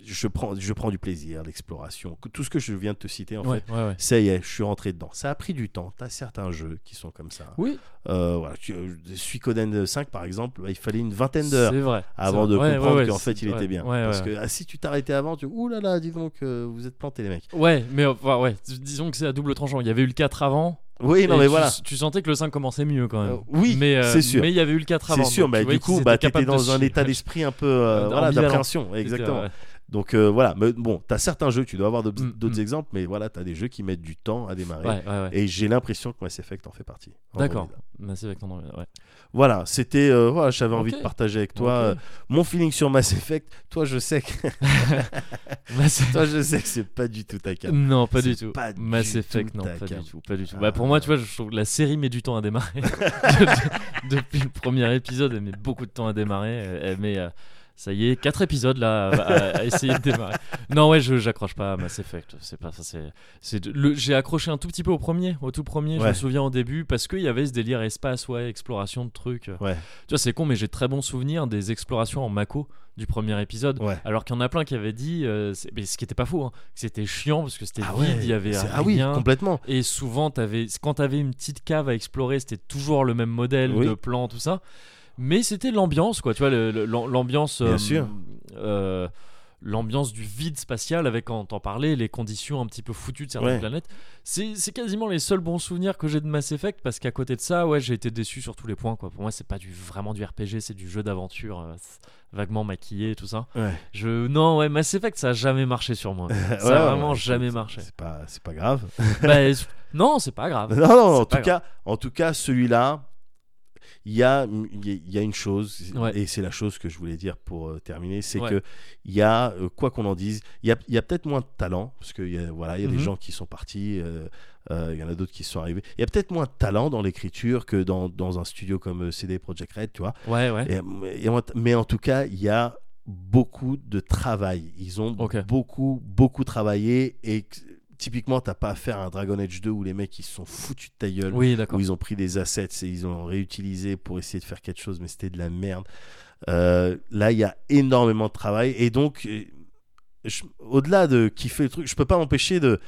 [SPEAKER 2] je, prends, je prends du plaisir, l'exploration, tout ce que je viens de te citer en fait
[SPEAKER 1] Ouais, ouais, ouais.
[SPEAKER 2] ça y est, je suis rentré dedans. Ça a pris du temps. T'as certains jeux qui sont comme ça.
[SPEAKER 1] Oui,
[SPEAKER 2] Euh, voilà, tu- euh, Suikoden 5 par exemple, bah, il fallait une vingtaine
[SPEAKER 1] c'est
[SPEAKER 2] d'heures
[SPEAKER 1] vrai.
[SPEAKER 2] avant
[SPEAKER 1] c'est
[SPEAKER 2] de
[SPEAKER 1] vrai. Ouais,
[SPEAKER 2] comprendre
[SPEAKER 1] ouais, ouais,
[SPEAKER 2] qu'en
[SPEAKER 1] c'est-
[SPEAKER 2] fait il
[SPEAKER 1] ouais,
[SPEAKER 2] était bien.
[SPEAKER 1] ouais,
[SPEAKER 2] Parce
[SPEAKER 1] ouais.
[SPEAKER 2] que ah, si tu t'arrêtais avant, tu ouh là là, dis donc, euh, vous êtes plantés les mecs.
[SPEAKER 1] Ouais, mais enfin, ouais, disons que c'est à double tranchant. Il y avait eu le 4 avant.
[SPEAKER 2] Oui, non
[SPEAKER 1] et
[SPEAKER 2] mais
[SPEAKER 1] tu-
[SPEAKER 2] voilà.
[SPEAKER 1] Tu sentais que le 5 commençait mieux quand même.
[SPEAKER 2] Euh, oui,
[SPEAKER 1] mais euh,
[SPEAKER 2] c'est sûr.
[SPEAKER 1] Mais il y avait eu le 4 avant.
[SPEAKER 2] C'est sûr,
[SPEAKER 1] donc
[SPEAKER 2] mais
[SPEAKER 1] tu voyais
[SPEAKER 2] du
[SPEAKER 1] qu'ils
[SPEAKER 2] coup,
[SPEAKER 1] étaient
[SPEAKER 2] bah,
[SPEAKER 1] capables
[SPEAKER 2] t'étais
[SPEAKER 1] de
[SPEAKER 2] dans
[SPEAKER 1] se-
[SPEAKER 2] un état d'esprit un peu euh,
[SPEAKER 1] Euh,
[SPEAKER 2] voilà,
[SPEAKER 1] ambivalent.
[SPEAKER 2] d'appréhension, exactement.
[SPEAKER 1] Ouais.
[SPEAKER 2] Donc euh, voilà, mais bon, t'as certains jeux, tu dois avoir de-
[SPEAKER 1] Mm,
[SPEAKER 2] d'autres
[SPEAKER 1] mm.
[SPEAKER 2] exemples, mais voilà, t'as des jeux qui mettent du temps à démarrer.
[SPEAKER 1] Ouais, ouais, ouais.
[SPEAKER 2] Et j'ai l'impression que Mass Effect en fait partie. En
[SPEAKER 1] D'accord.
[SPEAKER 2] vrai.
[SPEAKER 1] Mais c'est avec ton nom, ouais.
[SPEAKER 2] Voilà, c'était, euh, voilà, j'avais envie
[SPEAKER 1] Ok.
[SPEAKER 2] de partager avec toi. euh,
[SPEAKER 1] Ok.
[SPEAKER 2] mon feeling sur Mass Effect, toi je sais que,
[SPEAKER 1] Bah, c'est-
[SPEAKER 2] toi je sais que c'est pas du tout ta carte.
[SPEAKER 1] Non, pas
[SPEAKER 2] C'est
[SPEAKER 1] du tout.
[SPEAKER 2] pas du
[SPEAKER 1] Mass
[SPEAKER 2] tout
[SPEAKER 1] Effect, non,
[SPEAKER 2] ta
[SPEAKER 1] pas du
[SPEAKER 2] cam.
[SPEAKER 1] tout, pas du tout.
[SPEAKER 2] Ah.
[SPEAKER 1] Bah, pour moi, tu vois, je trouve que la série met du temps à démarrer. De- de- Depuis le premier épisode, elle met beaucoup de temps à démarrer. euh, Elle met, euh, ça y est, quatre épisodes là à, à- à essayer de démarrer. Non, ouais, je j'accroche pas à Mass Effect. C'est pas ça. C'est, c'est de- le- j'ai accroché un tout petit peu au premier, au tout premier. Je me
[SPEAKER 2] Ouais.
[SPEAKER 1] souviens au début parce qu'il y avait ce délire espace, ouais, exploration de trucs. euh,
[SPEAKER 2] Ouais.
[SPEAKER 1] Tu vois, c'est con, mais j'ai de très bons souvenirs des explorations en Mako du premier épisode.
[SPEAKER 2] Ouais.
[SPEAKER 1] Alors qu'il y en a plein qui avaient dit, euh, c'est- mais ce qui était pas faux, hein, que c'était chiant parce que c'était
[SPEAKER 2] Ah
[SPEAKER 1] vide,
[SPEAKER 2] ouais,
[SPEAKER 1] il y avait
[SPEAKER 2] c'est-
[SPEAKER 1] rien.
[SPEAKER 2] Ah oui, complètement.
[SPEAKER 1] Et souvent, avais, quand t'avais une petite cave à explorer, c'était toujours le même modèle
[SPEAKER 2] Oui.
[SPEAKER 1] de plan, tout ça. mais c'était l'ambiance quoi tu vois le- le- l'am- l'ambiance
[SPEAKER 2] Bien sûr.
[SPEAKER 1] euh, l'ambiance du vide spatial avec quand on t'en parlait les conditions un petit peu foutues de certaines
[SPEAKER 2] Ouais.
[SPEAKER 1] planètes c'est c'est quasiment les seuls bons souvenirs que j'ai de Mass Effect parce qu'à côté de ça ouais j'ai été déçu sur tous les points quoi pour moi c'est pas du vraiment du RPG c'est du jeu d'aventure euh, c'est vaguement maquillé et tout ça
[SPEAKER 2] Ouais.
[SPEAKER 1] je non ouais Mass Effect ça a jamais marché sur moi ça
[SPEAKER 2] Ouais, ouais,
[SPEAKER 1] a vraiment
[SPEAKER 2] ouais,
[SPEAKER 1] jamais
[SPEAKER 2] c'est-
[SPEAKER 1] marché
[SPEAKER 2] C'est pas, c'est pas grave.
[SPEAKER 1] Bah, c'est- non c'est pas grave
[SPEAKER 2] Non, non, en
[SPEAKER 1] pas
[SPEAKER 2] tout, cas, en tout cas, celui-là, il y a, il y a- il y a une chose,
[SPEAKER 1] Ouais.
[SPEAKER 2] et c'est la chose que je voulais dire pour euh, terminer, c'est
[SPEAKER 1] Ouais.
[SPEAKER 2] que il y a, euh, quoi qu'on en dise, il y a, il y a peut-être moins de talent, parce qu'il y a, voilà, il y a
[SPEAKER 1] Mhm.
[SPEAKER 2] des gens qui sont partis, euh, euh, il y en a d'autres qui sont arrivés. Il y a peut-être moins de talent dans l'écriture que dans, dans un studio comme euh, CD Projekt Red, tu vois.
[SPEAKER 1] ouais ouais
[SPEAKER 2] Et- et en- mais en tout cas, il y a beaucoup de travail. Ils ont
[SPEAKER 1] Ok.
[SPEAKER 2] beaucoup, beaucoup travaillé. Et que- typiquement, t'as pas à faire un Dragon Age 2 où les mecs ils se sont foutus de ta gueule.
[SPEAKER 1] oui d'accord
[SPEAKER 2] Où ils ont pris des assets et ils ont réutilisé pour essayer de faire quelque chose, mais c'était de la merde. Euh, là, il y a énormément de travail. Et donc, euh, je- au-delà de kiffer le truc, je peux pas m'empêcher de.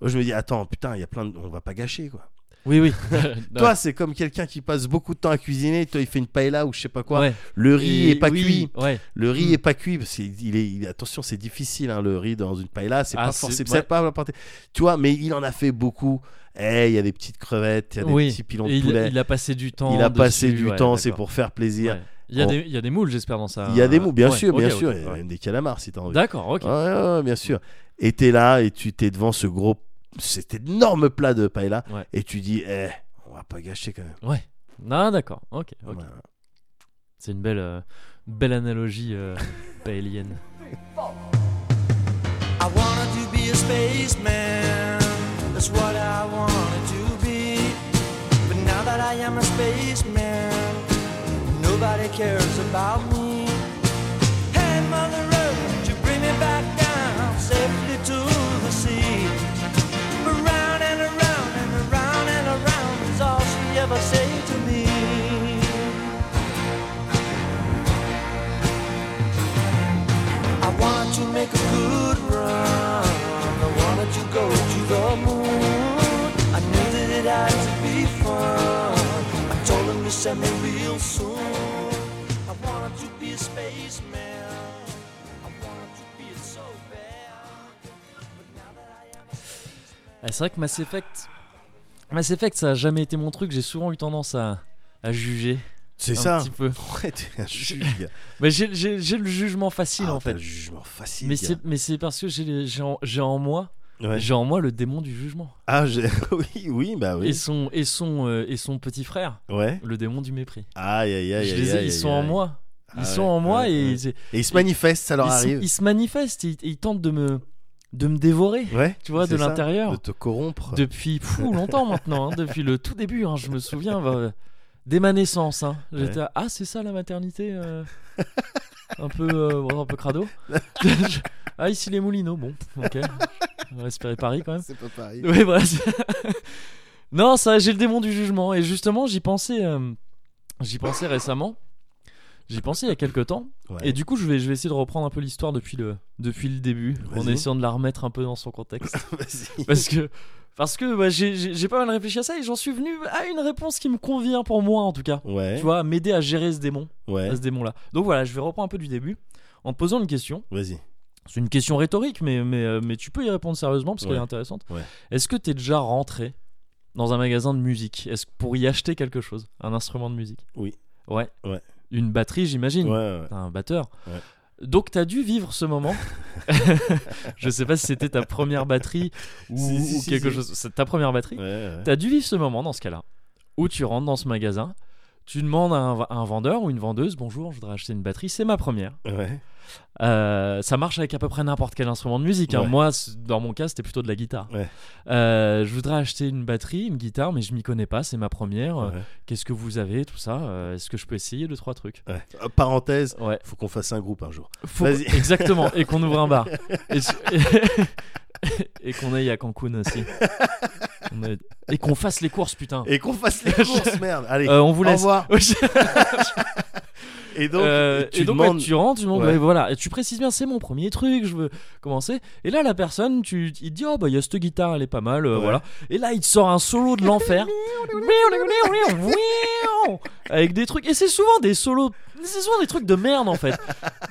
[SPEAKER 2] oh, Je me dis, attends, putain, il y a plein de. On va pas gâcher, quoi.
[SPEAKER 1] oui oui
[SPEAKER 2] Toi, c'est comme quelqu'un qui passe beaucoup de temps à cuisiner. Toi, il fait une paella ou je sais pas quoi.
[SPEAKER 1] Ouais.
[SPEAKER 2] Le riz
[SPEAKER 1] Et-
[SPEAKER 2] est pas
[SPEAKER 1] oui,
[SPEAKER 2] cuit.
[SPEAKER 1] ouais
[SPEAKER 2] Le riz
[SPEAKER 1] Mm.
[SPEAKER 2] est pas cuit, parce qu'il il est, il- attention, c'est difficile hein, le riz dans une paella, c'est
[SPEAKER 1] Ah,
[SPEAKER 2] pas
[SPEAKER 1] c'est-
[SPEAKER 2] forcément,
[SPEAKER 1] ouais.
[SPEAKER 2] c'est pas apporté. Tu vois, mais il en a fait beaucoup. Eh, il y a des petites crevettes, il y a des
[SPEAKER 1] Oui.
[SPEAKER 2] petits pilons
[SPEAKER 1] Et
[SPEAKER 2] de
[SPEAKER 1] il,
[SPEAKER 2] poulet.
[SPEAKER 1] il a passé du temps.
[SPEAKER 2] Il a passé
[SPEAKER 1] dessus,
[SPEAKER 2] du
[SPEAKER 1] ouais,
[SPEAKER 2] temps, c'est
[SPEAKER 1] d'accord.
[SPEAKER 2] pour faire plaisir.
[SPEAKER 1] Ouais. Il y, a
[SPEAKER 2] On-
[SPEAKER 1] des, il y a des moules, j'espère, dans ça.
[SPEAKER 2] Il y a des mots, bien
[SPEAKER 1] Ouais,
[SPEAKER 2] sûr,
[SPEAKER 1] ok,
[SPEAKER 2] bien
[SPEAKER 1] ok,
[SPEAKER 2] sûr,
[SPEAKER 1] ouais.
[SPEAKER 2] il y a même des Hein calamars si t'as envie.
[SPEAKER 1] D'accord, ok.
[SPEAKER 2] Ouais, ouais, ouais, bien sûr. Et t'es là et tu t'es devant ce gros, cet énorme plat de paella
[SPEAKER 1] Ouais.
[SPEAKER 2] et tu dis, eh, on va pas gâcher quand même.
[SPEAKER 1] Non, d'accord, ok. ok.
[SPEAKER 2] Voilà.
[SPEAKER 1] C'est une belle, euh, belle analogie euh, paélienne.
[SPEAKER 3] I wanted to be a spaceman. That's what I wanted to be. But now that I am a spaceman, nobody cares about me. Hey, Mother Earth, would you bring me back down safely to the sea? Around and around and around and around is all she ever said to me. I wanted to make a good run. I wanted to go to the moon. I knew that it had to be fun. I told him to send me real soon. I wanted to be a spaceman. I wanted to be it so bad.
[SPEAKER 1] Ah, c'est vrai que Mass Effect. Mass Effect, ça a jamais été mon truc. J'ai souvent eu tendance à, à juger.
[SPEAKER 2] C'est
[SPEAKER 1] un
[SPEAKER 2] ça.
[SPEAKER 1] petit peu.
[SPEAKER 2] Ouais, t'es un juge, gars.
[SPEAKER 1] Mais j'ai- j'ai j'ai le jugement facile,
[SPEAKER 2] Ah,
[SPEAKER 1] en
[SPEAKER 2] t'as
[SPEAKER 1] fait.
[SPEAKER 2] le jugement facile.
[SPEAKER 1] Mais
[SPEAKER 2] gars.
[SPEAKER 1] c'est mais c'est parce que j'ai les- j'ai en, j'ai en moi
[SPEAKER 2] Ouais.
[SPEAKER 1] j'ai en moi le démon du jugement
[SPEAKER 2] Ah, j'ai- oui, oui, bah
[SPEAKER 1] et
[SPEAKER 2] oui.
[SPEAKER 1] son et son euh, et son petit frère
[SPEAKER 2] Ouais.
[SPEAKER 1] le démon du mépris
[SPEAKER 2] Aïe, aïe, aïe,
[SPEAKER 1] Je
[SPEAKER 2] aïe,
[SPEAKER 1] les ai-
[SPEAKER 2] aïe,
[SPEAKER 1] ils sont
[SPEAKER 2] aïe,
[SPEAKER 1] en
[SPEAKER 2] aïe.
[SPEAKER 1] moi ils
[SPEAKER 2] Ah
[SPEAKER 1] sont
[SPEAKER 2] ouais,
[SPEAKER 1] en moi
[SPEAKER 2] ouais,
[SPEAKER 1] et
[SPEAKER 2] ouais.
[SPEAKER 1] c'est-
[SPEAKER 2] Et ils se manifestent, ça leur
[SPEAKER 1] ils, sont-
[SPEAKER 2] arrive.
[SPEAKER 1] ils se manifestent, ils, ils tentent de me, de me dévorer,
[SPEAKER 2] Ouais,
[SPEAKER 1] tu vois, de
[SPEAKER 2] c'est ça,
[SPEAKER 1] l'intérieur.
[SPEAKER 2] De te corrompre.
[SPEAKER 1] Depuis fou longtemps maintenant, hein, depuis le tout début, hein, je me souviens, bah, dès ma naissance, hein, j'étais là, ah c'est ça la maternité, euh, un peu, euh, bon, un peu crado. ah ici les Moulineaux, bon, ok, on va espérer Paris quand même.
[SPEAKER 2] C'est pas pareil.
[SPEAKER 1] Oui, voilà. c'est- non, ça, j'ai le démon du jugement. Et justement, j'y pensais, euh, j'y pensais récemment. J'y pensais il y a quelques temps.
[SPEAKER 2] Ouais.
[SPEAKER 1] Et du coup, je vais, je vais essayer de reprendre un peu l'histoire depuis le, depuis le début, en
[SPEAKER 2] Vas-y.
[SPEAKER 1] essayant de la remettre un peu dans son contexte.
[SPEAKER 2] Vas-y.
[SPEAKER 1] parce que, parce que bah, j'ai- j'ai j'ai pas mal réfléchi à ça et j'en suis venu à une réponse qui me convient pour moi, en tout cas.
[SPEAKER 2] Ouais.
[SPEAKER 1] Tu vois, m'aider à gérer ce démon,
[SPEAKER 2] ouais.
[SPEAKER 1] à ce démon-là. Donc voilà, je vais reprendre un peu du début en te posant une question.
[SPEAKER 2] Vas-y.
[SPEAKER 1] C'est une question rhétorique, mais, mais, euh, mais tu peux y répondre sérieusement parce qu'elle
[SPEAKER 2] Ouais.
[SPEAKER 1] est intéressante.
[SPEAKER 2] Ouais.
[SPEAKER 1] Est-ce que t'es déjà rentré dans un magasin de musique Est-ce que pour y acheter quelque chose Un instrument de musique
[SPEAKER 2] Oui.
[SPEAKER 1] Ouais.
[SPEAKER 2] Ouais.
[SPEAKER 1] Une batterie, j'imagine.
[SPEAKER 2] Ouais, ouais.
[SPEAKER 1] T'as un batteur.
[SPEAKER 2] Ouais.
[SPEAKER 1] Donc t'as dû vivre ce moment. Je sais pas si c'était ta première batterie ou,
[SPEAKER 2] Si, si,
[SPEAKER 1] ou
[SPEAKER 2] si,
[SPEAKER 1] quelque
[SPEAKER 2] si.
[SPEAKER 1] chose. C'est ta première batterie.
[SPEAKER 2] Ouais, ouais.
[SPEAKER 1] T'as dû vivre ce moment dans ce cas-là, où tu rentres dans ce magasin, tu demandes à un- à un vendeur ou une vendeuse, bonjour, je voudrais acheter une batterie, c'est ma première.
[SPEAKER 2] Ouais.
[SPEAKER 1] Euh, ça marche avec à peu près n'importe quel instrument de musique. hein.
[SPEAKER 2] Ouais.
[SPEAKER 1] Moi, c- dans mon cas, c'était plutôt de la guitare.
[SPEAKER 2] Ouais.
[SPEAKER 1] Euh, je voudrais acheter une batterie, une guitare, mais je m'y connais pas, c'est ma première. Euh,
[SPEAKER 2] Ouais.
[SPEAKER 1] Qu'est-ce que vous avez, tout ça Euh, Est-ce que je peux essayer deux trois trucs
[SPEAKER 2] Ouais. Euh, Parenthèse,
[SPEAKER 1] Ouais.
[SPEAKER 2] faut qu'on fasse un groupe un jour.
[SPEAKER 1] Faut-
[SPEAKER 2] Vas-y.
[SPEAKER 1] Exactement. Et qu'on ouvre un bar. Et, je- et qu'on aille à Cancun aussi. On est- Et qu'on fasse les courses, putain.
[SPEAKER 2] Et qu'on fasse les courses, merde. Allez,
[SPEAKER 1] Euh, on Oh. vous
[SPEAKER 2] au
[SPEAKER 1] laisse.
[SPEAKER 2] revoir.
[SPEAKER 1] Ouais, je-
[SPEAKER 2] Et Et donc,
[SPEAKER 1] Euh,
[SPEAKER 2] tu
[SPEAKER 1] et donc,
[SPEAKER 2] demandes-
[SPEAKER 1] ouais, tu rentres, tu demandes,
[SPEAKER 2] Ouais.
[SPEAKER 1] ouais, voilà, et tu précises bien, c'est mon premier truc, je veux commencer. Et là, la personne, tu, il te dit, oh bah, il y a cette guitare, elle est pas mal, euh,
[SPEAKER 2] Ouais.
[SPEAKER 1] voilà. Et là, il te sort un solo de l'enfer. Avec des trucs, et c'est souvent des solos, c'est souvent des trucs de merde en fait.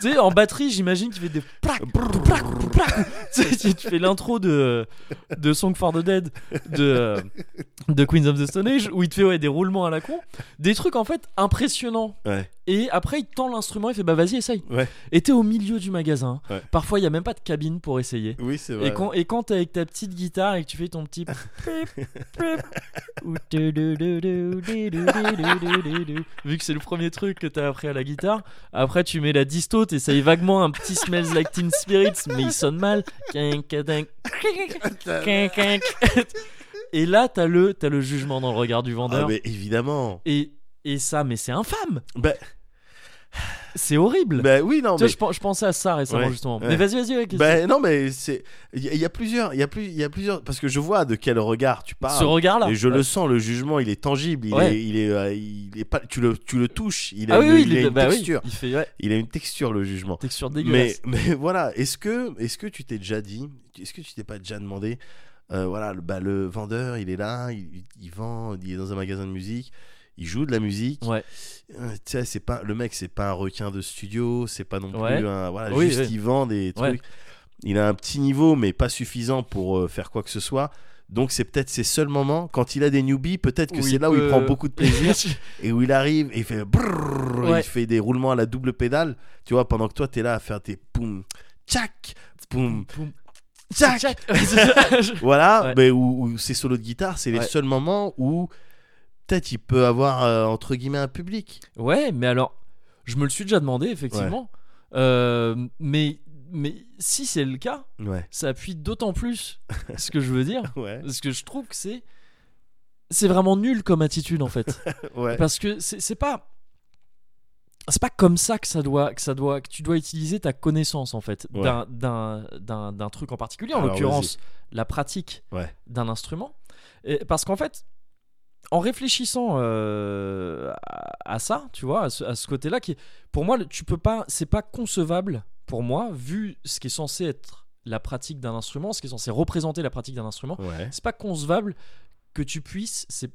[SPEAKER 1] tu sais, en batterie, j'imagine qu'il fait des plac, plac, plac. Tu sais, tu- tu fais l'intro de, de Song for the Dead de, de Queens of the Stone Age où il te fait ouais, des roulements à la con, des trucs en fait impressionnants.
[SPEAKER 2] Ouais.
[SPEAKER 1] Et après, il te tend l'instrument, il fait bah vas-y, essaye.
[SPEAKER 2] Ouais.
[SPEAKER 1] Et t'es au milieu du magasin.
[SPEAKER 2] Ouais.
[SPEAKER 1] Parfois, il n'y a même pas de cabine pour essayer.
[SPEAKER 2] Oui, c'est vrai.
[SPEAKER 1] Et quand, et quand t'es avec ta petite guitare et que tu fais ton petit. plip, plip, ou tu- du- du- du- du- du- du- du- du- du. Vu que c'est le premier truc que t'as appris à la guitare, après tu mets la disto, t'essayes vaguement un petit Smells Like Teen Spirits, mais il sonne mal. Quin, quin, quin, quin, quin, quin. Et là, t'as le, t'as le jugement dans le regard du
[SPEAKER 2] Ah,
[SPEAKER 1] vendeur.
[SPEAKER 2] mais évidemment.
[SPEAKER 1] et, et ça, mais c'est infâme!
[SPEAKER 2] Bah,
[SPEAKER 1] C'est horrible!
[SPEAKER 2] bah oui, non,
[SPEAKER 1] Tu vois,
[SPEAKER 2] mais.
[SPEAKER 1] je, pen- je pensais à ça récemment,
[SPEAKER 2] Ouais,
[SPEAKER 1] justement.
[SPEAKER 2] ouais.
[SPEAKER 1] Mais vas-y, vas-y, ouais, qu'est-ce
[SPEAKER 2] Ben non mais c'est il y, a- il y a plusieurs il y a plus il y a plusieurs parce que je vois de quel regard tu
[SPEAKER 1] que-
[SPEAKER 2] parles
[SPEAKER 1] ce regard-là.
[SPEAKER 2] ah, et je le sens le jugement il est tangible il
[SPEAKER 1] Ouais.
[SPEAKER 2] est il est, euh, il est pas tu le tu le touches il a
[SPEAKER 1] Ah
[SPEAKER 2] une,
[SPEAKER 1] oui, oui,
[SPEAKER 2] il a
[SPEAKER 1] est-
[SPEAKER 2] une
[SPEAKER 1] bah oui,
[SPEAKER 2] texture
[SPEAKER 1] il fait, ouais,
[SPEAKER 2] il a une texture le jugement
[SPEAKER 1] texture
[SPEAKER 2] mais,
[SPEAKER 1] dégueulasse.
[SPEAKER 2] mais voilà, est-ce que, est que tu t'es déjà dit, est-ce que tu t'es pas déjà demandé, euh, voilà, le, bah, le vendeur, il est là, il, il vend, il est dans un magasin de musique, il joue de la musique.
[SPEAKER 1] Ouais.
[SPEAKER 2] Euh, tu sais, c'est pas, le mec, c'est pas un requin de studio, c'est pas non plus
[SPEAKER 1] Ouais.
[SPEAKER 2] un. Voilà,
[SPEAKER 1] Oui,
[SPEAKER 2] juste
[SPEAKER 1] oui.
[SPEAKER 2] il vend des
[SPEAKER 1] Ouais.
[SPEAKER 2] trucs. Il a un petit niveau, mais pas suffisant pour euh, faire quoi que ce soit. Donc c'est peut-être ses seuls moments. Quand il a des newbies, peut-être que
[SPEAKER 1] Où
[SPEAKER 2] c'est
[SPEAKER 1] il
[SPEAKER 2] là où il
[SPEAKER 1] peut-
[SPEAKER 2] prend beaucoup de plaisir et où il arrive et il fait brrrr,
[SPEAKER 1] Ouais.
[SPEAKER 2] il fait des roulements à la double pédale tu vois pendant que toi t'es là à faire tes poum tchac poum
[SPEAKER 1] Poum.
[SPEAKER 2] tchac
[SPEAKER 1] Jack. Ouais,
[SPEAKER 2] voilà
[SPEAKER 1] Ouais.
[SPEAKER 2] mais où, où ces solos de guitare c'est les
[SPEAKER 1] Ouais.
[SPEAKER 2] seuls moments où peut-être il peut avoir euh, entre guillemets un public
[SPEAKER 1] Ouais, mais alors, je me le suis déjà demandé, effectivement. Euh, mais, mais si c'est le cas,
[SPEAKER 2] ouais
[SPEAKER 1] ça appuie d'autant plus ce que je veux dire.
[SPEAKER 2] ouais
[SPEAKER 1] Parce que je trouve que c'est. C'est vraiment nul comme attitude, en fait.
[SPEAKER 2] ouais
[SPEAKER 1] Parce que c'est c'est pas. C'est pas comme ça que ça doit que ça doit que tu dois utiliser ta connaissance en fait
[SPEAKER 2] Ouais.
[SPEAKER 1] d'un- d'un d'un d'un truc en particulier en
[SPEAKER 2] Alors,
[SPEAKER 1] l'occurrence la pratique
[SPEAKER 2] Ouais.
[SPEAKER 1] d'un instrument Et- parce qu'en fait en réfléchissant euh, à, à ça tu vois à ce, à ce côté là qui est- pour moi le- tu peux pas c'est pas concevable pour moi vu ce qui est censé être la pratique d'un instrument ce qui est censé représenter la pratique d'un instrument
[SPEAKER 2] ouais
[SPEAKER 1] c'est pas concevable que tu puisses c'est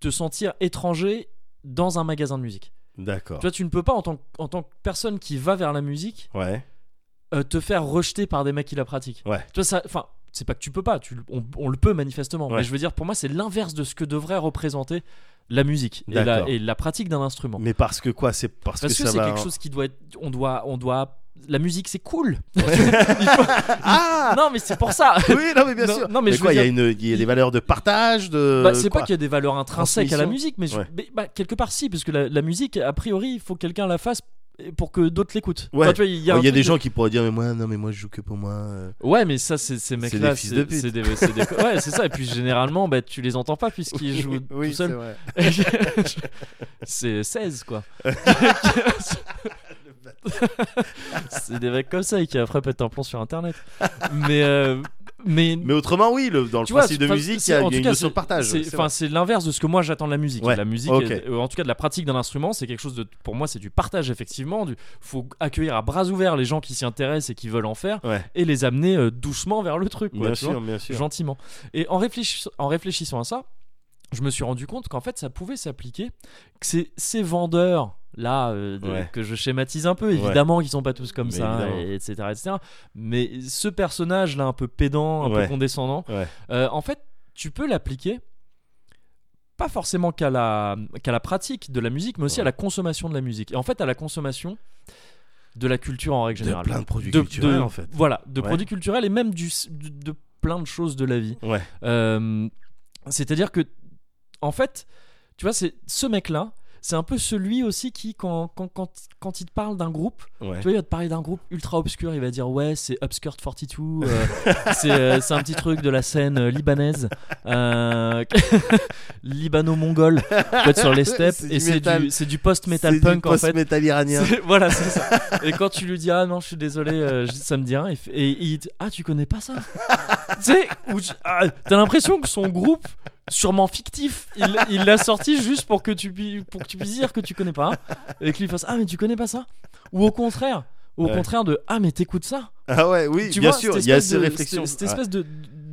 [SPEAKER 1] te sentir étranger dans un magasin de musique.
[SPEAKER 2] d'accord
[SPEAKER 1] Tu vois, tu ne peux pas, en tant, que- en tant que personne qui va vers la musique,
[SPEAKER 2] ouais
[SPEAKER 1] euh, te faire rejeter par des mecs qui la pratiquent.
[SPEAKER 2] Ouais.
[SPEAKER 1] Tu vois, ça, enfin, c'est pas que tu peux pas, tu, le- on, on le peut manifestement.
[SPEAKER 2] Ouais.
[SPEAKER 1] Mais je veux dire, pour moi, c'est l'inverse de ce que devrait représenter la musique et la,
[SPEAKER 2] D'accord.
[SPEAKER 1] et la pratique d'un instrument.
[SPEAKER 2] mais parce que quoi c'est parce,
[SPEAKER 1] Parce que,
[SPEAKER 2] ça
[SPEAKER 1] c'est
[SPEAKER 2] va
[SPEAKER 1] quelque chose qui doit être. On doit. On doit la musique, c'est cool.
[SPEAKER 2] ah
[SPEAKER 1] Non, mais c'est pour ça.
[SPEAKER 2] oui non mais bien
[SPEAKER 1] Non,
[SPEAKER 2] sûr
[SPEAKER 1] non, mais je veux
[SPEAKER 2] quoi il y a
[SPEAKER 1] dire-
[SPEAKER 2] une il y a des valeurs de partage de
[SPEAKER 1] Bah, c'est pas
[SPEAKER 2] Euh, quoi
[SPEAKER 1] qu'il y a des valeurs intrinsèques à la
[SPEAKER 2] Transmission.
[SPEAKER 1] musique, mais, je-
[SPEAKER 2] Ouais.
[SPEAKER 1] mais, bah, quelque part si, parce que la, la musique, a priori, il faut que quelqu'un la fasse pour que d'autres l'écoutent.
[SPEAKER 2] Ouais.
[SPEAKER 1] Enfin, tu vois, il y a,
[SPEAKER 2] Oh,
[SPEAKER 1] un
[SPEAKER 2] il y a
[SPEAKER 1] truc
[SPEAKER 2] des
[SPEAKER 1] de-
[SPEAKER 2] gens qui pourraient dire mais moi non mais moi je joue que pour moi euh.
[SPEAKER 1] Ouais, mais ça, c'est ces
[SPEAKER 2] des
[SPEAKER 1] mecs-là,
[SPEAKER 2] fils de
[SPEAKER 1] c'est
[SPEAKER 2] pute.
[SPEAKER 1] c'est des, c'est des- ouais, c'est ça. Et puis généralement, bah, tu les entends pas puisqu'ils jouent tout
[SPEAKER 2] c'est
[SPEAKER 1] seuls.
[SPEAKER 2] vrai.
[SPEAKER 1] c'est 16 quoi. c'est des mecs comme ça et qui après pètent un plomb sur internet. Mais euh, mais
[SPEAKER 2] Mais autrement, oui, le- dans le
[SPEAKER 1] tu vois,
[SPEAKER 2] principe de
[SPEAKER 1] enfin,
[SPEAKER 2] musique, il
[SPEAKER 1] c'est-
[SPEAKER 2] y a,
[SPEAKER 1] en
[SPEAKER 2] il y a
[SPEAKER 1] tout
[SPEAKER 2] une
[SPEAKER 1] cas,
[SPEAKER 2] notion de
[SPEAKER 1] c'est-
[SPEAKER 2] partage.
[SPEAKER 1] c'est-
[SPEAKER 2] c'est
[SPEAKER 1] Enfin, c'est l'inverse de ce que moi j'attends de la musique.
[SPEAKER 2] Ouais,
[SPEAKER 1] La musique,
[SPEAKER 2] ok.
[SPEAKER 1] euh, en tout cas, de la pratique d'un instrument, c'est quelque chose de, pour moi, c'est du partage effectivement. Du, faut accueillir à bras ouverts les gens qui s'y intéressent et qui veulent en faire
[SPEAKER 2] vrai. Ouais,
[SPEAKER 1] et les amener euh, doucement vers le truc. quoi,
[SPEAKER 2] bien
[SPEAKER 1] tu vois
[SPEAKER 2] sûr, bien sûr.
[SPEAKER 1] gentiment. Et en, réfléchissant- en réfléchissant à ça, je me suis rendu compte qu'en fait, ça pouvait s'appliquer, que ces, ces vendeurs là euh, de-
[SPEAKER 2] Ouais.
[SPEAKER 1] que je schématise un peu évidemment qu'ils sont pas tous comme
[SPEAKER 2] Mais
[SPEAKER 1] ça
[SPEAKER 2] évidemment.
[SPEAKER 1] et- etc etc mais ce personnage là un peu pédant un
[SPEAKER 2] Ouais.
[SPEAKER 1] peu condescendant
[SPEAKER 2] Ouais.
[SPEAKER 1] euh, en fait tu peux l'appliquer pas forcément qu'à la qu'à la pratique de la musique mais aussi
[SPEAKER 2] Ouais.
[SPEAKER 1] à la consommation de la musique et en fait à la consommation de la culture en règle
[SPEAKER 2] De
[SPEAKER 1] générale
[SPEAKER 2] plein de produits
[SPEAKER 1] de-
[SPEAKER 2] culturels,
[SPEAKER 1] de-
[SPEAKER 2] en fait.
[SPEAKER 1] Voilà, de
[SPEAKER 2] Ouais.
[SPEAKER 1] produits culturels et même du, de, de plein de choses de la vie.
[SPEAKER 2] Ouais.
[SPEAKER 1] Euh, C'est-à-dire que, en fait, tu vois, c'est ce mec-là, c'est un peu celui aussi qui, quand, quand, quand, quand il te parle d'un groupe,
[SPEAKER 2] Ouais.
[SPEAKER 1] tu vois, il va te parler d'un groupe ultra obscur, il va dire ouais, c'est Upskirt 42, euh, c'est euh, c'est un petit truc de la scène euh, libanaise, euh, libano-mongole, en fait, sur les steppes,
[SPEAKER 2] C'est du
[SPEAKER 1] et c'est
[SPEAKER 2] métal.
[SPEAKER 1] du, c'est du post-metal punk en fait.
[SPEAKER 2] métal iranien.
[SPEAKER 1] C'est- Voilà, c'est ça. Et quand tu lui dis ah non, je suis désolé, euh, je- ça me dit rien, il fait- et, il dit ah tu connais pas ça, tu sais, ou tu- ah, t'as l'impression que son groupe sûrement fictif. Il il l'a sorti juste pour que, tu, pu- pour que tu puisses dire que tu connais pas. Et que lui fasse Ah, mais tu connais pas ça Ou au contraire, au
[SPEAKER 2] Ouais.
[SPEAKER 1] contraire de Ah, mais t'écoutes ça
[SPEAKER 2] Ah ouais, oui,
[SPEAKER 1] tu
[SPEAKER 2] bien
[SPEAKER 1] vois,
[SPEAKER 2] sûr,
[SPEAKER 1] cette
[SPEAKER 2] il y a
[SPEAKER 1] espèce
[SPEAKER 2] ces
[SPEAKER 1] de-
[SPEAKER 2] réflexions.
[SPEAKER 1] Cette, cette espèce de,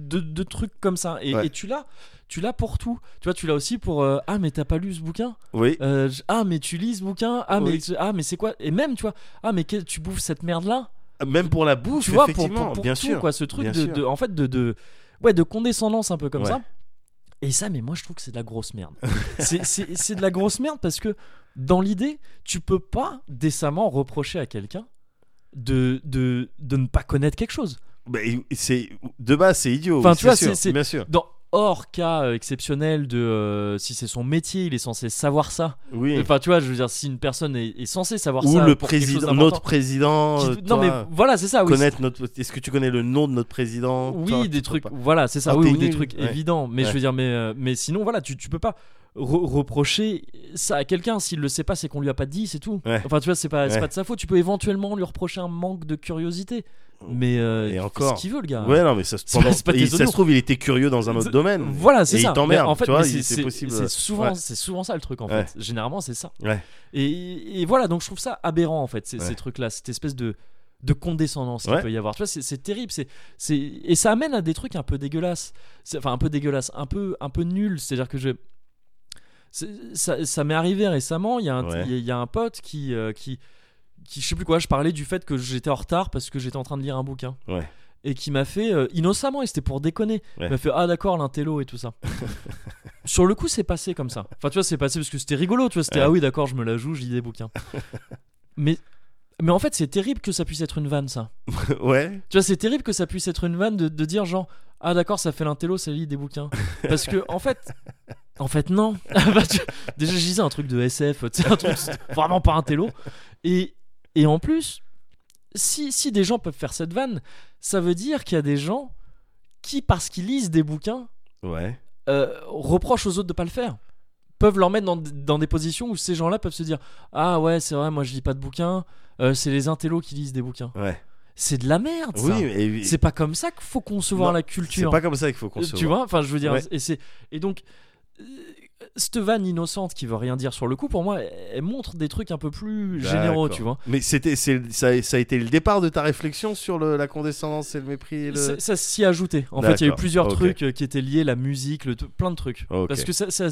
[SPEAKER 1] de, de truc comme ça. Et,
[SPEAKER 2] Ouais.
[SPEAKER 1] et tu l'as. Tu l'as pour tout. Tu vois, tu l'as aussi pour euh, Ah, mais t'as pas lu ce bouquin
[SPEAKER 2] Ah, oui,
[SPEAKER 1] Euh, j- Ah, mais tu lis ce bouquin Ah, mais,
[SPEAKER 2] Oui.
[SPEAKER 1] tu- ah, mais c'est quoi Et même, tu vois, Ah, mais que- tu bouffes cette merde-là
[SPEAKER 2] même pour la bouffe,
[SPEAKER 1] Tu vois, pour,
[SPEAKER 2] effectivement,
[SPEAKER 1] pour, pour
[SPEAKER 2] bien
[SPEAKER 1] tout,
[SPEAKER 2] sûr.
[SPEAKER 1] quoi, ce truc
[SPEAKER 2] bien
[SPEAKER 1] de,
[SPEAKER 2] sûr.
[SPEAKER 1] de- en fait, de, de, ouais, de condescendance un peu comme
[SPEAKER 2] Ouais.
[SPEAKER 1] ça. Et ça, mais moi, je trouve que c'est de la grosse merde. c'est c'est- c'est de la grosse merde parce que, dans l'idée, tu peux pas décemment reprocher à quelqu'un de, de, de ne pas connaître quelque chose.
[SPEAKER 2] Bah, et- c'est de base, c'est idiot.
[SPEAKER 1] Enfin,
[SPEAKER 2] oui,
[SPEAKER 1] tu vois,
[SPEAKER 2] sûr,
[SPEAKER 1] c'est- c'est-
[SPEAKER 2] bien sûr.
[SPEAKER 1] Dans hors cas euh, exceptionnel de euh, si c'est son métier, il est censé savoir ça.
[SPEAKER 2] Oui.
[SPEAKER 1] Enfin, tu vois, je veux dire, si une personne est, est censée savoir
[SPEAKER 2] Ou
[SPEAKER 1] ça,
[SPEAKER 2] le
[SPEAKER 1] pour quelque chose
[SPEAKER 2] président,
[SPEAKER 1] d'important,
[SPEAKER 2] notre président.
[SPEAKER 1] qui-
[SPEAKER 2] euh,
[SPEAKER 1] non, mais
[SPEAKER 2] toi,
[SPEAKER 1] voilà, c'est ça. oui,
[SPEAKER 2] connaître notre. Est-ce que tu connais le nom de notre président
[SPEAKER 1] Oui,
[SPEAKER 2] Toi, tu
[SPEAKER 1] des
[SPEAKER 2] peux
[SPEAKER 1] trucs.
[SPEAKER 2] pas.
[SPEAKER 1] Voilà, c'est ça.
[SPEAKER 2] Ah,
[SPEAKER 1] oui, ou
[SPEAKER 2] t'es
[SPEAKER 1] des
[SPEAKER 2] nul,
[SPEAKER 1] trucs
[SPEAKER 2] ouais.
[SPEAKER 1] évidents. Mais
[SPEAKER 2] Ouais.
[SPEAKER 1] je veux dire, mais, euh, mais sinon, voilà, tu, tu peux pas re- reprocher ça à quelqu'un. S'il le sait pas, c'est qu'on lui a pas dit, c'est tout.
[SPEAKER 2] Ouais.
[SPEAKER 1] Enfin, tu vois, c'est pas, c'est
[SPEAKER 2] Ouais.
[SPEAKER 1] pas de sa faute. Tu peux éventuellement lui reprocher un manque de curiosité. Mais euh,
[SPEAKER 2] Et
[SPEAKER 1] il fait
[SPEAKER 2] encore.
[SPEAKER 1] ce qu'il veut, le gars.
[SPEAKER 2] Ouais, non, mais ça, se-
[SPEAKER 1] C'est pas-
[SPEAKER 2] pendant-
[SPEAKER 1] c'est pas tes
[SPEAKER 2] il- ça
[SPEAKER 1] oignons.
[SPEAKER 2] se trouve, il était curieux dans un autre
[SPEAKER 1] C'est-
[SPEAKER 2] domaine.
[SPEAKER 1] Voilà, c'est
[SPEAKER 2] Et
[SPEAKER 1] ça.
[SPEAKER 2] il t'emmerde,
[SPEAKER 1] Mais en fait,
[SPEAKER 2] tu vois,
[SPEAKER 1] mais
[SPEAKER 2] il-
[SPEAKER 1] c'est
[SPEAKER 2] c'est
[SPEAKER 1] c'est-
[SPEAKER 2] possible.
[SPEAKER 1] c'est souvent,
[SPEAKER 2] Ouais.
[SPEAKER 1] c'est souvent ça le truc en
[SPEAKER 2] Ouais.
[SPEAKER 1] fait. Généralement, c'est ça.
[SPEAKER 2] Ouais.
[SPEAKER 1] Et, et voilà, donc je trouve ça aberrant en fait, ces,
[SPEAKER 2] Ouais.
[SPEAKER 1] ces trucs-là, cette espèce de de condescendance
[SPEAKER 2] Ouais.
[SPEAKER 1] qu'il peut y avoir. Tu vois, c'est- c'est terrible. C'est c'est et ça amène à des trucs un peu dégueulasses. C'est- Enfin, un peu dégueulasses, un peu un peu nuls. C'est-à-dire que je c'est- ça, ça m'est arrivé récemment. Il y, a un-
[SPEAKER 2] Ouais.
[SPEAKER 1] il y a- il y a un pote qui, euh, qui, qui, je sais plus quoi, je parlais du fait que j'étais en retard parce que j'étais en train de lire un bouquin.
[SPEAKER 2] Ouais.
[SPEAKER 1] Et qui m'a fait, euh, innocemment, et c'était pour déconner,
[SPEAKER 2] Ouais.
[SPEAKER 1] il m'a fait Ah d'accord, l'intello et tout ça. Sur le coup, c'est passé comme ça. Enfin, tu vois, c'est passé parce que c'était rigolo, tu vois, c'était
[SPEAKER 2] Ouais.
[SPEAKER 1] Ah oui, d'accord, je me la joue, je lis des bouquins. mais, mais en fait, c'est terrible que ça puisse être une vanne, ça.
[SPEAKER 2] ouais.
[SPEAKER 1] Tu vois, c'est terrible que ça puisse être une vanne de, de dire genre ah d'accord ça fait l'intello ça lit des bouquins parce que en fait en fait non Bah, tu- déjà je disais un truc de SF tu sais, un truc vraiment pas intello et et en plus si si des gens peuvent faire cette vanne ça veut dire qu'il y a des gens qui parce qu'ils lisent des bouquins
[SPEAKER 2] Ouais.
[SPEAKER 1] euh, reprochent aux autres de pas le faire peuvent leur mettre dans, dans des positions où ces gens-là peuvent se dire ah ouais c'est vrai moi je lis pas de bouquins euh, c'est les intellos qui lisent des bouquins
[SPEAKER 2] Ouais.
[SPEAKER 1] c'est de la merde ça
[SPEAKER 2] Oui, mais-
[SPEAKER 1] c'est pas comme ça qu'il faut concevoir
[SPEAKER 2] Non,
[SPEAKER 1] la
[SPEAKER 2] c'est
[SPEAKER 1] culture. Euh,
[SPEAKER 2] pas comme ça qu'il faut qu'on se
[SPEAKER 1] tu vois, enfin, je veux dire,
[SPEAKER 2] Ouais.
[SPEAKER 1] et c'est et donc euh, cette vanne innocente qui veut rien dire sur le coup, pour moi, elle elle montre des trucs un peu plus généraux,
[SPEAKER 2] D'accord.
[SPEAKER 1] tu vois.
[SPEAKER 2] Mais c'était, c'est, ça, ça a été le départ de ta réflexion sur le, la condescendance et le mépris et le.
[SPEAKER 1] Ça, ça s'y ajoutait. En fait, il y a eu
[SPEAKER 2] D'accord,
[SPEAKER 1] plusieurs
[SPEAKER 2] ok.
[SPEAKER 1] trucs euh, qui étaient liés, la musique, le t- plein de trucs.
[SPEAKER 2] Ok.
[SPEAKER 1] Parce que ça, ça-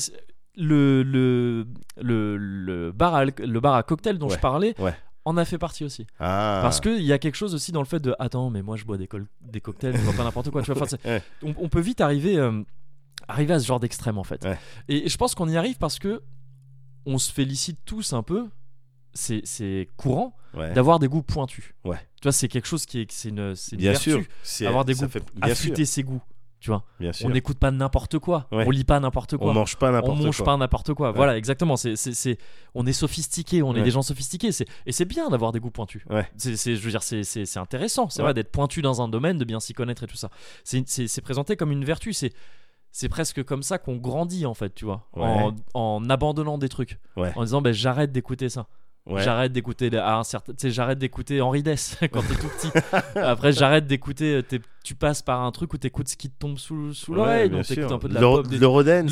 [SPEAKER 1] le, le, le, le bar à, alc- le bar à cocktail dont
[SPEAKER 2] Ouais,
[SPEAKER 1] je parlais
[SPEAKER 2] ouais.
[SPEAKER 1] en a fait partie aussi.
[SPEAKER 2] Ah.
[SPEAKER 1] Parce qu'il y a quelque chose aussi dans le fait de attends, mais moi je bois des, col- des cocktails, je bois pas n'importe quoi. Tu vois, Enfin, c'est-
[SPEAKER 2] Ouais.
[SPEAKER 1] on, on peut vite arriver, euh, arriver à ce genre d'extrême en fait.
[SPEAKER 2] Ouais.
[SPEAKER 1] Et je pense qu'on y arrive parce que on se félicite tous un peu, c'est- c'est courant,
[SPEAKER 2] Ouais.
[SPEAKER 1] d'avoir des goûts pointus.
[SPEAKER 2] Ouais.
[SPEAKER 1] Tu vois, c'est quelque chose qui est, c'est une, c'est une
[SPEAKER 2] Bien
[SPEAKER 1] vertu.
[SPEAKER 2] sûr. C'est,
[SPEAKER 1] Avoir des
[SPEAKER 2] ça
[SPEAKER 1] goûts
[SPEAKER 2] fait- bien sûr.
[SPEAKER 1] Affûter ses goûts. Tu vois,
[SPEAKER 2] Bien sûr.
[SPEAKER 1] on n'écoute pas n'importe quoi,
[SPEAKER 2] Ouais.
[SPEAKER 1] on lit pas n'importe quoi
[SPEAKER 2] On mange pas
[SPEAKER 1] on
[SPEAKER 2] n'importe
[SPEAKER 1] mange
[SPEAKER 2] quoi.
[SPEAKER 1] pas n'importe quoi. Voilà, exactement. C'est, c'est, c'est- on est sophistiqué, on est
[SPEAKER 2] Ouais.
[SPEAKER 1] des gens sophistiqués. C'est, et c'est bien d'avoir des goûts pointus.
[SPEAKER 2] Ouais.
[SPEAKER 1] C'est, c'est- je veux dire, c'est, c'est, c'est intéressant. C'est
[SPEAKER 2] Ouais.
[SPEAKER 1] vrai d'être pointu dans un domaine, de bien s'y connaître et tout ça. C'est, c'est, c'est présenté comme une vertu. C'est, c'est presque comme ça qu'on grandit en fait, tu vois, en, en abandonnant des trucs,
[SPEAKER 2] Ouais.
[SPEAKER 1] en disant ben j'arrête d'écouter ça,
[SPEAKER 2] Ouais.
[SPEAKER 1] j'arrête d'écouter, les- à un certain, tu sais, j'arrête d'écouter Henri Dess quand t'es tout petit. Après j'arrête d'écouter, euh, t'es- tu passes par un truc où t'écoutes ce qui te tombe sous, sous
[SPEAKER 2] Ouais,
[SPEAKER 1] l'oreille,
[SPEAKER 2] bien
[SPEAKER 1] donc t'écoutes
[SPEAKER 2] sûr.
[SPEAKER 1] un peu de la
[SPEAKER 2] Le-
[SPEAKER 1] pop, des-
[SPEAKER 2] l'eurodance.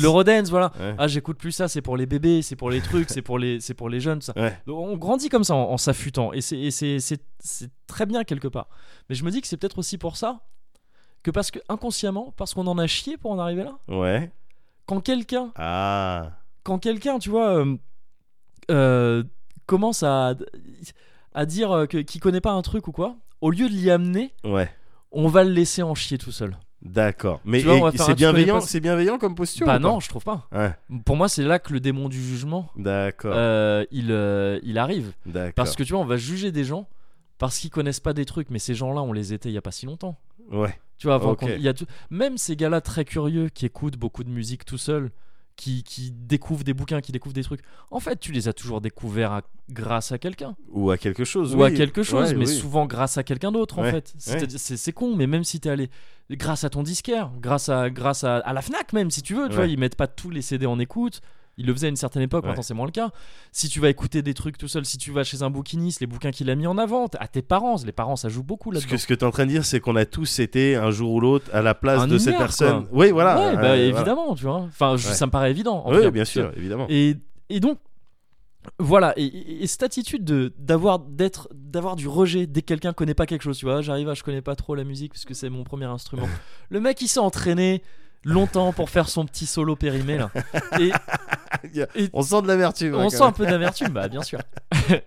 [SPEAKER 1] l'eurodance, voilà.
[SPEAKER 2] Ouais.
[SPEAKER 1] Ah, j'écoute plus ça, c'est pour les bébés, c'est pour les trucs, c'est pour les, c'est pour les jeunes, ça.
[SPEAKER 2] Ouais.
[SPEAKER 1] Donc, on grandit comme ça en, en s'affûtant, et c'est, et c'est, c'est, c'est très bien quelque part. Mais je me dis que c'est peut-être aussi pour ça que parce que inconsciemment, parce qu'on en a chié pour en arriver là,
[SPEAKER 2] Ouais.
[SPEAKER 1] quand quelqu'un,
[SPEAKER 2] Ah.
[SPEAKER 1] quand quelqu'un, tu vois, euh, euh, commence à, à dire euh, que, qu'il connaît pas un truc ou quoi, au lieu de l'y amener,
[SPEAKER 2] Ouais.
[SPEAKER 1] on va le laisser en chier tout seul.
[SPEAKER 2] D'accord. Mais
[SPEAKER 1] Tu vois,
[SPEAKER 2] et-
[SPEAKER 1] on va faire un
[SPEAKER 2] c'est
[SPEAKER 1] tu connais
[SPEAKER 2] bienveillant,
[SPEAKER 1] pas-
[SPEAKER 2] c'est bienveillant comme posture.
[SPEAKER 1] bah
[SPEAKER 2] ou
[SPEAKER 1] non, je trouve pas.
[SPEAKER 2] pas Ouais.
[SPEAKER 1] Pour moi, c'est là que le démon du jugement,
[SPEAKER 2] D'accord.
[SPEAKER 1] euh, il, euh, il arrive.
[SPEAKER 2] D'accord.
[SPEAKER 1] Parce que tu vois, on va juger des gens parce qu'ils connaissent pas des trucs, mais ces gens-là, on les était il y a pas si longtemps.
[SPEAKER 2] Ouais.
[SPEAKER 1] Tu vois, avant
[SPEAKER 2] Ok.
[SPEAKER 1] qu'on- il y a tout- même ces gars-là très curieux qui écoutent beaucoup de musique tout seuls, qui, qui découvrent des bouquins, qui découvrent des trucs. En fait, tu les as toujours découverts à- grâce à quelqu'un
[SPEAKER 2] Ou à quelque chose.
[SPEAKER 1] ou
[SPEAKER 2] oui.
[SPEAKER 1] à quelque chose,
[SPEAKER 2] Ouais,
[SPEAKER 1] mais
[SPEAKER 2] oui.
[SPEAKER 1] souvent grâce à quelqu'un d'autre en
[SPEAKER 2] Ouais,
[SPEAKER 1] fait. C'est-à-dire- C'est c'est con, mais même si t'es allé grâce à ton disquaire, grâce à grâce à, à la Fnac même si tu veux, tu
[SPEAKER 2] Ouais.
[SPEAKER 1] vois, ils mettent pas tous les CD en écoute. Il le faisait à une certaine époque,
[SPEAKER 2] Ouais.
[SPEAKER 1] maintenant c'est moins le cas. Si tu vas écouter des trucs tout seul, si tu vas chez un bouquiniste, les bouquins qu'il a mis en avant, t- à tes parents, les parents ça joue beaucoup
[SPEAKER 2] Parce
[SPEAKER 1] là-dedans.
[SPEAKER 2] que ce que tu es en train de dire, c'est qu'on a tous été un jour ou l'autre à la place
[SPEAKER 1] Un
[SPEAKER 2] de cette
[SPEAKER 1] nerd,
[SPEAKER 2] personne.
[SPEAKER 1] quoi.
[SPEAKER 2] Oui, voilà.
[SPEAKER 1] Ouais,
[SPEAKER 2] Euh,
[SPEAKER 1] bah,
[SPEAKER 2] voilà.
[SPEAKER 1] évidemment, tu vois. Enfin, je-
[SPEAKER 2] Ouais.
[SPEAKER 1] ça me paraît évident. en tout
[SPEAKER 2] Oui,
[SPEAKER 1] cas.
[SPEAKER 2] bien sûr, évidemment.
[SPEAKER 1] Et, et donc, voilà, et, et- et cette attitude de d'avoir d'être d'avoir du rejet dès que quelqu'un connaît pas quelque chose, tu vois, j'arrive à je connais pas trop la musique parce que c'est mon premier instrument. Le mec il s'est entraîné longtemps pour faire son petit solo périmé là. Et, et
[SPEAKER 2] On sent de l'amertume. hein,
[SPEAKER 1] on
[SPEAKER 2] quand
[SPEAKER 1] sent
[SPEAKER 2] même.
[SPEAKER 1] un peu d'amertume, bah bien sûr.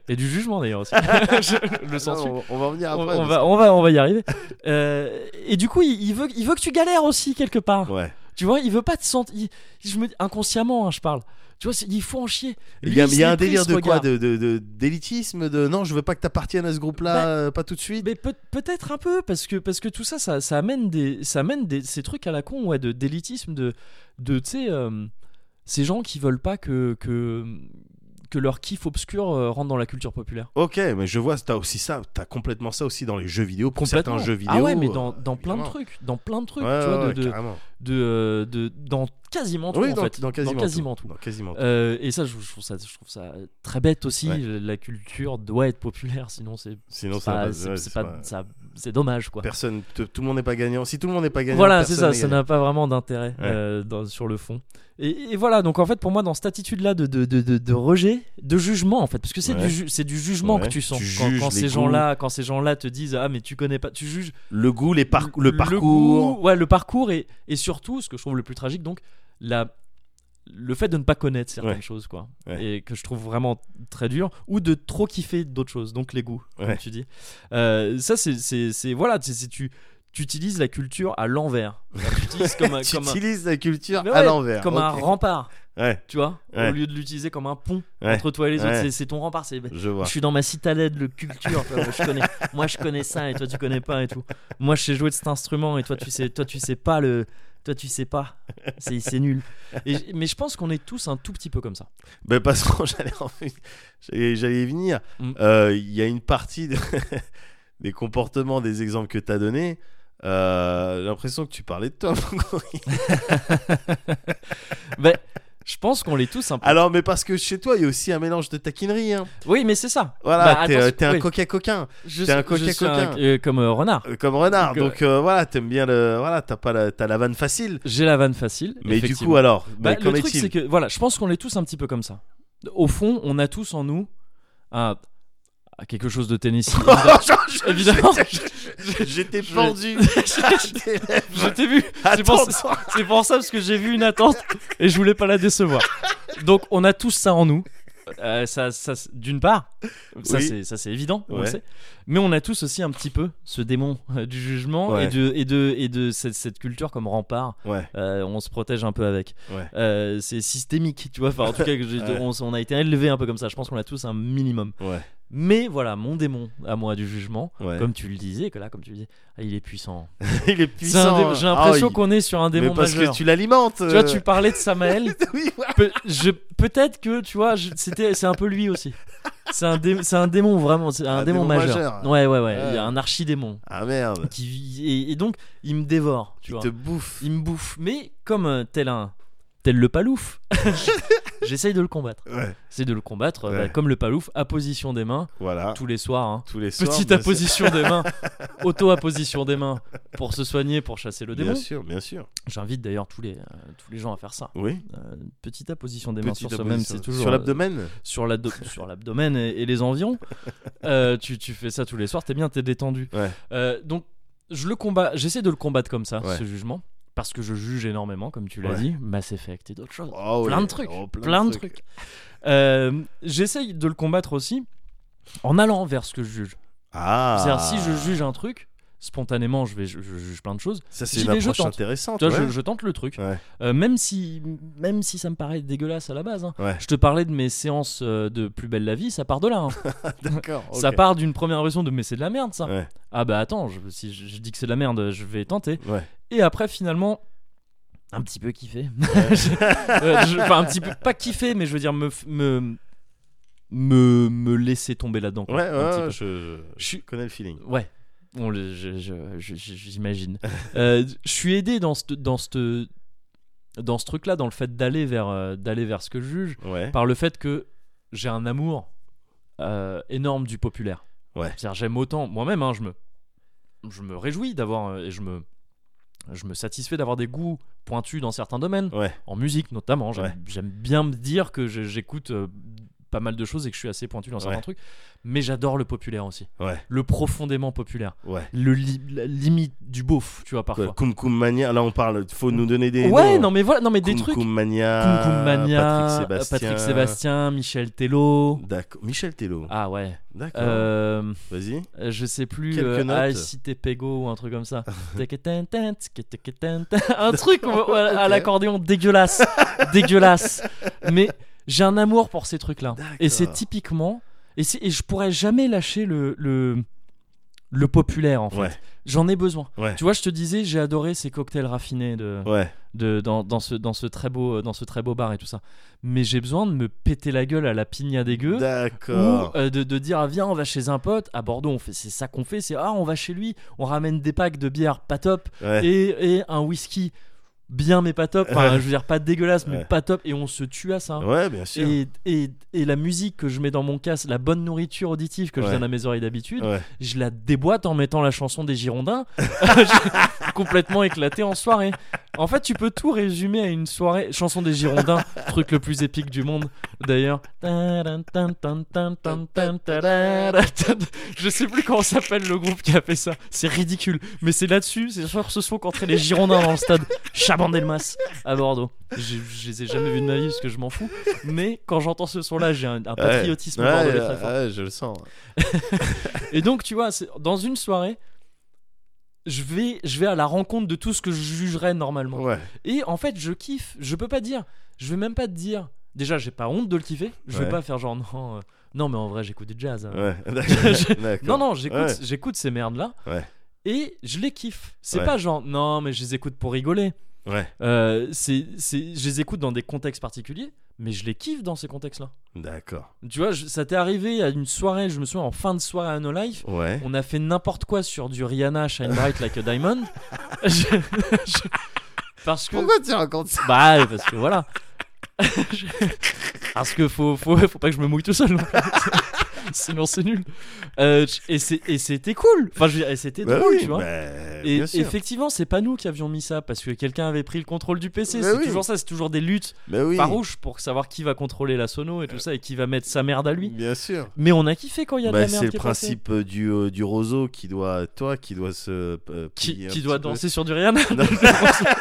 [SPEAKER 1] Et du jugement d'ailleurs aussi. Je le sens.
[SPEAKER 2] Non, on, on va en venir
[SPEAKER 1] On,
[SPEAKER 2] après.
[SPEAKER 1] on
[SPEAKER 2] parce
[SPEAKER 1] va, on, va, on va y arriver. Euh, et du coup, il, il veut, il veut que tu galères aussi quelque part.
[SPEAKER 2] que- Ouais.
[SPEAKER 1] Tu vois, il veut pas te sentir. il- Je me inconsciemment, hein, je parle. Tu vois, c'est- il faut en chier.
[SPEAKER 2] Il
[SPEAKER 1] Lui,
[SPEAKER 2] y a, il y
[SPEAKER 1] s'est
[SPEAKER 2] a un
[SPEAKER 1] pris
[SPEAKER 2] délire
[SPEAKER 1] ce
[SPEAKER 2] de quoi
[SPEAKER 1] regard.
[SPEAKER 2] de, de- de- D'élitisme de, non, je veux pas que t'appartiennes à ce groupe-là,
[SPEAKER 1] Bah,
[SPEAKER 2] euh, pas tout de suite.
[SPEAKER 1] Mais peut- peut-être un peu parce que parce que tout ça, ça, ça amène des ça amène des ces trucs à la con ouais de d'élitisme de de tu sais euh, ces gens qui veulent pas que que que leur kiff obscur euh, rentre dans la culture populaire.
[SPEAKER 2] Ok, mais je vois, t'as aussi ça, t'as complètement ça aussi dans les jeux vidéo, pour certains
[SPEAKER 1] Complètement.
[SPEAKER 2] jeux vidéo.
[SPEAKER 1] Ah ouais, mais
[SPEAKER 2] euh,
[SPEAKER 1] dans, dans plein de
[SPEAKER 2] évidemment.
[SPEAKER 1] trucs, dans plein de trucs,
[SPEAKER 2] Ouais,
[SPEAKER 1] tu vois,
[SPEAKER 2] ouais,
[SPEAKER 1] de, de,
[SPEAKER 2] carrément.
[SPEAKER 1] de, euh, de- dans quasiment tout
[SPEAKER 2] Oui,
[SPEAKER 1] en
[SPEAKER 2] dans,
[SPEAKER 1] fait,
[SPEAKER 2] dans quasiment,
[SPEAKER 1] tout.
[SPEAKER 2] Dans quasiment tout.
[SPEAKER 1] Euh, et ça je, je trouve ça, je trouve ça très bête aussi.
[SPEAKER 2] Ouais.
[SPEAKER 1] La culture doit être populaire, sinon c'est
[SPEAKER 2] Sinon,
[SPEAKER 1] c'est
[SPEAKER 2] ça va
[SPEAKER 1] pas-
[SPEAKER 2] pas-
[SPEAKER 1] bah, c'est-
[SPEAKER 2] ouais,
[SPEAKER 1] c'est
[SPEAKER 2] c'est
[SPEAKER 1] pas-
[SPEAKER 2] pas-
[SPEAKER 1] ça- c'est dommage quoi.
[SPEAKER 2] Personne, te- tout le monde n'est pas gagnant. Si tout le monde n'est pas gagnant,
[SPEAKER 1] Voilà, c'est
[SPEAKER 2] personne
[SPEAKER 1] ça,
[SPEAKER 2] n'est
[SPEAKER 1] ça
[SPEAKER 2] gagnant.
[SPEAKER 1] n'a pas vraiment d'intérêt
[SPEAKER 2] Ouais.
[SPEAKER 1] euh, dans- sur le fond. Et, et voilà, donc en fait, pour moi, dans cette attitude-là de, de, de, de- de rejet, de jugement, en fait, parce que c'est
[SPEAKER 2] Ouais.
[SPEAKER 1] du, ju- c'est du jugement
[SPEAKER 2] Ouais.
[SPEAKER 1] que tu sens
[SPEAKER 2] Tu
[SPEAKER 1] quand,
[SPEAKER 2] juges
[SPEAKER 1] quand
[SPEAKER 2] les
[SPEAKER 1] ces
[SPEAKER 2] goûts.
[SPEAKER 1] gens-là, quand ces gens-là te disent ah mais tu connais pas, tu juges
[SPEAKER 2] le goût, les par- le, parcours.
[SPEAKER 1] goût, ouais, le parcours et, et surtout, ce que je trouve le plus tragique, donc la le fait de ne pas connaître certaines
[SPEAKER 2] Ouais.
[SPEAKER 1] choses quoi
[SPEAKER 2] Ouais.
[SPEAKER 1] et que je trouve vraiment très dur ou de trop kiffer d'autres choses donc les goûts comme
[SPEAKER 2] Ouais.
[SPEAKER 1] tu dis Euh, ça c'est- c'est c'est- voilà c'est- c'est- tu tu utilises la culture à l'envers tu utilises comme un-
[SPEAKER 2] tu
[SPEAKER 1] comme un-
[SPEAKER 2] utilises la culture
[SPEAKER 1] Mais
[SPEAKER 2] à
[SPEAKER 1] ouais,
[SPEAKER 2] l'envers.
[SPEAKER 1] comme un
[SPEAKER 2] Ok.
[SPEAKER 1] rempart,
[SPEAKER 2] Ouais,
[SPEAKER 1] tu vois,
[SPEAKER 2] Ouais.
[SPEAKER 1] au lieu de l'utiliser comme un pont
[SPEAKER 2] Ouais.
[SPEAKER 1] entre toi et les autres.
[SPEAKER 2] Ouais.
[SPEAKER 1] C'est- C'est ton rempart. C'est bah,
[SPEAKER 2] je vois.
[SPEAKER 1] je suis dans ma citadelle de culture. tu vois, moi, je connais, moi, je connais ça et toi, tu connais pas et tout. Moi, je sais jouer de cet instrument et toi, tu sais, toi, tu sais pas le. Toi, tu sais pas. C'est c'est nul. Et j- mais je pense qu'on est tous un tout petit peu comme ça.
[SPEAKER 2] Ben parce que j'allais en- j'allais j'allais y venir.
[SPEAKER 1] Mm.
[SPEAKER 2] Euh, Il y a une partie de- des comportements, des exemples que tu as donnés. euh, J'ai l'impression que tu parlais de toi. Franco.
[SPEAKER 1] Ben, je pense qu'on l'est tous un peu.
[SPEAKER 2] Alors, mais parce que chez toi, il y a aussi un mélange de taquinerie. hein.
[SPEAKER 1] Oui, mais c'est ça.
[SPEAKER 2] Voilà,
[SPEAKER 1] Bah,
[SPEAKER 2] t'es euh,
[SPEAKER 1] attention,
[SPEAKER 2] t'es un
[SPEAKER 1] oui.
[SPEAKER 2] coquet coquin,
[SPEAKER 1] Je
[SPEAKER 2] t'es un
[SPEAKER 1] suis-
[SPEAKER 2] coquet
[SPEAKER 1] je suis un-
[SPEAKER 2] coquin.
[SPEAKER 1] euh, comme euh, renard.
[SPEAKER 2] euh, comme renard.
[SPEAKER 1] Donc,
[SPEAKER 2] Donc euh, voilà, t'aimes bien le. Voilà, t'as pas la, t'as la vanne facile.
[SPEAKER 1] J'ai la vanne facile.
[SPEAKER 2] Mais du
[SPEAKER 1] effectivement.
[SPEAKER 2] coup, alors,
[SPEAKER 1] Bah,
[SPEAKER 2] mais qu'en
[SPEAKER 1] le truc, c'est
[SPEAKER 2] est-il
[SPEAKER 1] que voilà, je pense qu'on est tous un petit peu comme ça. Au fond, on a tous en nous un- à quelque chose de Tennessee. Évidemment,
[SPEAKER 2] J'étais
[SPEAKER 1] Je-
[SPEAKER 2] pendu.
[SPEAKER 1] je t'ai vu. C'est pour,
[SPEAKER 2] Attends,
[SPEAKER 1] ça- c'est pour ça parce que j'ai vu une attente et je voulais pas la décevoir. Donc, on a tous ça en nous. Euh, ça, ça, d'une part, ça
[SPEAKER 2] Oui.
[SPEAKER 1] c'est ça c'est évident, on le
[SPEAKER 2] Ouais.
[SPEAKER 1] sait. Mais on a tous aussi un petit peu ce démon euh, du jugement et
[SPEAKER 2] Ouais.
[SPEAKER 1] de et de et de cette, cette culture comme rempart
[SPEAKER 2] Ouais,
[SPEAKER 1] euh, on se protège un peu avec.
[SPEAKER 2] Ouais.
[SPEAKER 1] Euh, c'est systémique, tu vois. Enfin, en tout cas, que j'ai-
[SPEAKER 2] Ouais.
[SPEAKER 1] on, on a été élevé un peu comme ça. Je pense qu'on a tous un minimum.
[SPEAKER 2] ouais,
[SPEAKER 1] Mais voilà, mon démon à moi du jugement,
[SPEAKER 2] ouais.
[SPEAKER 1] comme tu le disais, que là, comme tu le disais, ah, il est puissant.
[SPEAKER 2] Il
[SPEAKER 1] C'est
[SPEAKER 2] est
[SPEAKER 1] un
[SPEAKER 2] puissant.
[SPEAKER 1] dé- J'ai l'impression
[SPEAKER 2] Ah oui.
[SPEAKER 1] qu'on est sur un démon
[SPEAKER 2] Mais parce
[SPEAKER 1] majeur.
[SPEAKER 2] que tu euh, l'alimentes. euh,
[SPEAKER 1] Tu vois, tu parlais de Samael.
[SPEAKER 2] oui, voilà.
[SPEAKER 1] Pe- je- Peut-être que, tu vois, je- c'était, c'est un peu lui aussi. C'est un, dé- c'est un démon vraiment, c'est un,
[SPEAKER 2] Un
[SPEAKER 1] démon,
[SPEAKER 2] démon
[SPEAKER 1] majeur.
[SPEAKER 2] majeur.
[SPEAKER 1] Ouais, ouais, ouais.
[SPEAKER 2] Ouais.
[SPEAKER 1] Il y a un archidémon
[SPEAKER 2] Ah merde.
[SPEAKER 1] qui vit- et, et donc il me dévore. Tu
[SPEAKER 2] Tu
[SPEAKER 1] vois.
[SPEAKER 2] te bouffes.
[SPEAKER 1] Il me bouffe, mais comme euh, tel un tel le palouf, j'essaye de le combattre.
[SPEAKER 2] Ouais.
[SPEAKER 1] J'essaye de le combattre euh, bah,
[SPEAKER 2] Ouais.
[SPEAKER 1] comme le palouf, à position des mains,
[SPEAKER 2] Voilà.
[SPEAKER 1] tous les soirs. hein.
[SPEAKER 2] Tous les soirs.
[SPEAKER 1] Petite
[SPEAKER 2] bien
[SPEAKER 1] apposition des mains, auto-apposition des mains pour se soigner, pour chasser le
[SPEAKER 2] sûr. Bien
[SPEAKER 1] démon.
[SPEAKER 2] sûr, bien sûr.
[SPEAKER 1] J'invite d'ailleurs tous les, euh, tous les gens à faire ça.
[SPEAKER 2] Oui.
[SPEAKER 1] Euh, petite apposition des mains
[SPEAKER 2] Petite
[SPEAKER 1] sur soi-même,
[SPEAKER 2] apposition.
[SPEAKER 1] c'est toujours
[SPEAKER 2] sur
[SPEAKER 1] euh,
[SPEAKER 2] l'abdomen.
[SPEAKER 1] sur l'abdo- sur l'abdomen et, et les environs. Euh, tu, tu fais ça tous les soirs, t'es bien, t'es détendu.
[SPEAKER 2] Ouais.
[SPEAKER 1] Euh, donc, je le combat, j'essaie de le combattre comme ça,
[SPEAKER 2] Ouais.
[SPEAKER 1] ce jugement, parce que je juge énormément, comme tu l'as
[SPEAKER 2] Ouais.
[SPEAKER 1] dit, Mass Effect et d'autres choses.
[SPEAKER 2] Oh, ouais.
[SPEAKER 1] plein de trucs,
[SPEAKER 2] Oh,
[SPEAKER 1] plein, de trucs. Euh, j'essaie de le combattre aussi en allant vers ce que je juge.
[SPEAKER 2] Ah.
[SPEAKER 1] C'est-à-dire, si je juge un truc, spontanément, je vais, je, je juge plein de choses.
[SPEAKER 2] Ça c'est
[SPEAKER 1] j'y
[SPEAKER 2] une
[SPEAKER 1] vais, je
[SPEAKER 2] approche
[SPEAKER 1] tente.
[SPEAKER 2] intéressante.
[SPEAKER 1] Tu vois,
[SPEAKER 2] ouais.
[SPEAKER 1] je, je tente le truc.
[SPEAKER 2] Ouais.
[SPEAKER 1] Euh, même, si, même si ça me paraît dégueulasse à la base. hein.
[SPEAKER 2] Ouais.
[SPEAKER 1] Je te parlais de mes séances euh, de Plus Belle la Vie, ça part de là. hein.
[SPEAKER 2] D'accord.
[SPEAKER 1] Ça
[SPEAKER 2] ok.
[SPEAKER 1] part d'une première impression de mais c'est de la merde ça.
[SPEAKER 2] Ouais.
[SPEAKER 1] Ah bah attends, je- si je, je dis que c'est de la merde, je vais tenter.
[SPEAKER 2] Ouais.
[SPEAKER 1] Et après finalement, un petit peu kiffé. Euh, je- Enfin un petit peu, pas kiffé, mais je veux dire me f- me me, me laisser tomber là-dedans.
[SPEAKER 2] Ouais.
[SPEAKER 1] quoi,
[SPEAKER 2] Ouais.
[SPEAKER 1] un petit
[SPEAKER 2] ouais,
[SPEAKER 1] peu.
[SPEAKER 2] je, je connais le feeling.
[SPEAKER 1] Ouais. On le- je- je- je- je- J'imagine. Euh, je suis aidé dans cette dans cette dans ce truc-là, dans le fait d'aller vers, euh, d'aller vers ce que je juge,
[SPEAKER 2] Ouais.
[SPEAKER 1] par le fait que j'ai un amour euh, énorme du populaire.
[SPEAKER 2] Ouais.
[SPEAKER 1] C'est-à-dire, j'aime autant moi-même, hein, je me, je me réjouis d'avoir euh, et je me, je me satisfais d'avoir des goûts pointus dans certains domaines,
[SPEAKER 2] Ouais.
[SPEAKER 1] en musique notamment. J'aime
[SPEAKER 2] Ouais.
[SPEAKER 1] j'aime bien me dire que je- j'écoute euh, pas mal de choses et que je suis assez pointu dans certains
[SPEAKER 2] Ouais.
[SPEAKER 1] trucs, mais j'adore le populaire aussi,
[SPEAKER 2] Ouais.
[SPEAKER 1] le profondément populaire,
[SPEAKER 2] Ouais.
[SPEAKER 1] le li- la limite du beauf, tu vois parfois.
[SPEAKER 2] Koum Koum Mania, là on parle, faut nous donner des.
[SPEAKER 1] ouais,
[SPEAKER 2] noms.
[SPEAKER 1] non mais voilà, non mais des
[SPEAKER 2] Koum
[SPEAKER 1] trucs.
[SPEAKER 2] Koum Mania,
[SPEAKER 1] Koum Koum Mania,
[SPEAKER 2] Patrick Sébastien.
[SPEAKER 1] Patrick Sébastien, Michel Tello.
[SPEAKER 2] D'accord. Michel Tello.
[SPEAKER 1] Ah ouais.
[SPEAKER 2] D'accord.
[SPEAKER 1] Euh,
[SPEAKER 2] Vas-y.
[SPEAKER 1] je sais plus.
[SPEAKER 2] Quelques
[SPEAKER 1] Euh, ah,
[SPEAKER 2] notes.
[SPEAKER 1] si t'es Pego ou un truc comme ça. Teketentent, teketentent. un truc où- où- à, à l'accordéon dégueulasse. dégueulasse. Mais j'ai un amour pour ces trucs-là. Et c'est
[SPEAKER 2] D'accord.
[SPEAKER 1] typiquement. Et, c'est- et je pourrais jamais lâcher le, le, le populaire en fait.
[SPEAKER 2] Ouais.
[SPEAKER 1] J'en ai besoin.
[SPEAKER 2] Ouais.
[SPEAKER 1] Tu vois, je te disais, j'ai adoré ces cocktails raffinés de
[SPEAKER 2] Ouais.
[SPEAKER 1] de, dans, dans, ce, dans, ce très beau, dans ce très beau bar et tout ça. Mais j'ai besoin de me péter la gueule à la pigna dégueu.
[SPEAKER 2] D'accord.
[SPEAKER 1] Ou euh, de, de dire ah, viens on va chez un pote à Bordeaux on fait c'est ça qu'on fait c'est ah on va chez lui on ramène des packs de bière pas top
[SPEAKER 2] Ouais.
[SPEAKER 1] et, et un whisky bien mais pas top enfin,
[SPEAKER 2] Ouais.
[SPEAKER 1] je veux dire pas dégueulasse mais
[SPEAKER 2] Ouais.
[SPEAKER 1] pas top et on se tue à ça
[SPEAKER 2] Ouais, bien sûr.
[SPEAKER 1] et, et, et la musique que je mets dans mon casque la bonne nourriture auditive que je
[SPEAKER 2] Ouais.
[SPEAKER 1] donne à mes oreilles d'habitude
[SPEAKER 2] Ouais.
[SPEAKER 1] je la déboîte en mettant la chanson des Girondins, Je- complètement éclaté en soirée. En fait, tu peux tout résumer à une soirée chanson des Girondins, truc le plus épique du monde d'ailleurs. Je sais plus comment s'appelle le groupe qui a fait ça. C'est ridicule, mais c'est là-dessus, c'est sur ce son qu'entraient les Girondins dans le stade Chabandelmas à Bordeaux. Je, je les ai jamais vus de ma vie parce que je m'en fous, mais quand j'entends ce son-là, j'ai un, un
[SPEAKER 2] Ouais.
[SPEAKER 1] patriotisme
[SPEAKER 2] Ouais,
[SPEAKER 1] bordelais
[SPEAKER 2] ouais,
[SPEAKER 1] très fort.
[SPEAKER 2] ouais, je le sens.
[SPEAKER 1] Et donc, tu vois, c'est- dans une soirée, je vais, je vais à la rencontre de tout ce que je jugerais normalement.
[SPEAKER 2] Ouais.
[SPEAKER 1] Et en fait, je kiffe. Je peux pas dire. Je vais même pas te dire. Déjà, j'ai pas honte de le kiffer. Je vais
[SPEAKER 2] Ouais.
[SPEAKER 1] pas faire genre non, euh, non, mais en vrai, j'écoute du jazz. hein.
[SPEAKER 2] Ouais.
[SPEAKER 1] Je-
[SPEAKER 2] D'accord.
[SPEAKER 1] Non, non, j'écoute,
[SPEAKER 2] Ouais.
[SPEAKER 1] j'écoute ces merdes là.
[SPEAKER 2] Ouais.
[SPEAKER 1] Et je les kiffe. C'est
[SPEAKER 2] Ouais.
[SPEAKER 1] pas genre non, mais je les écoute pour rigoler.
[SPEAKER 2] Ouais.
[SPEAKER 1] Euh, c'est, c'est, je les écoute dans des contextes particuliers, mais je les kiffe dans ces contextes-là.
[SPEAKER 2] D'accord.
[SPEAKER 1] Tu vois, je- ça t'est arrivé à une soirée, je me souviens en fin de soirée à No Life,
[SPEAKER 2] Ouais.
[SPEAKER 1] on a fait n'importe quoi sur du Rihanna Shine Bright Like a Diamond. Je- je- parce que.
[SPEAKER 2] Pourquoi tu racontes ça
[SPEAKER 1] Bah, ouais, parce que voilà. Je- parce que faut, faut, faut pas que je me mouille tout seul. non plus. Sinon, c'est nul. Euh, je- et c'est- et c'était cool. Enfin, je veux dire, et c'était
[SPEAKER 2] Bah
[SPEAKER 1] drôle,
[SPEAKER 2] oui,
[SPEAKER 1] tu vois.
[SPEAKER 2] bah,
[SPEAKER 1] Et
[SPEAKER 2] bien sûr.
[SPEAKER 1] effectivement, c'est pas nous qui avions mis ça parce que quelqu'un avait pris le contrôle du PC.
[SPEAKER 2] Bah
[SPEAKER 1] c'est
[SPEAKER 2] oui.
[SPEAKER 1] toujours ça, c'est toujours des luttes
[SPEAKER 2] Bah oui. Euh.
[SPEAKER 1] farouches pour savoir qui va contrôler la sono et tout ça et qui va mettre sa merde à lui.
[SPEAKER 2] Bien sûr.
[SPEAKER 1] Mais on a kiffé quand il y a de
[SPEAKER 2] Bah,
[SPEAKER 1] la merde
[SPEAKER 2] c'est le
[SPEAKER 1] qui est passée.
[SPEAKER 2] principe euh, du, euh, du roseau qui doit, toi, qui doit se. euh,
[SPEAKER 1] qui,
[SPEAKER 2] plier un
[SPEAKER 1] qui
[SPEAKER 2] petit
[SPEAKER 1] doit
[SPEAKER 2] peu.
[SPEAKER 1] danser sur du Rihanna.
[SPEAKER 2] Non.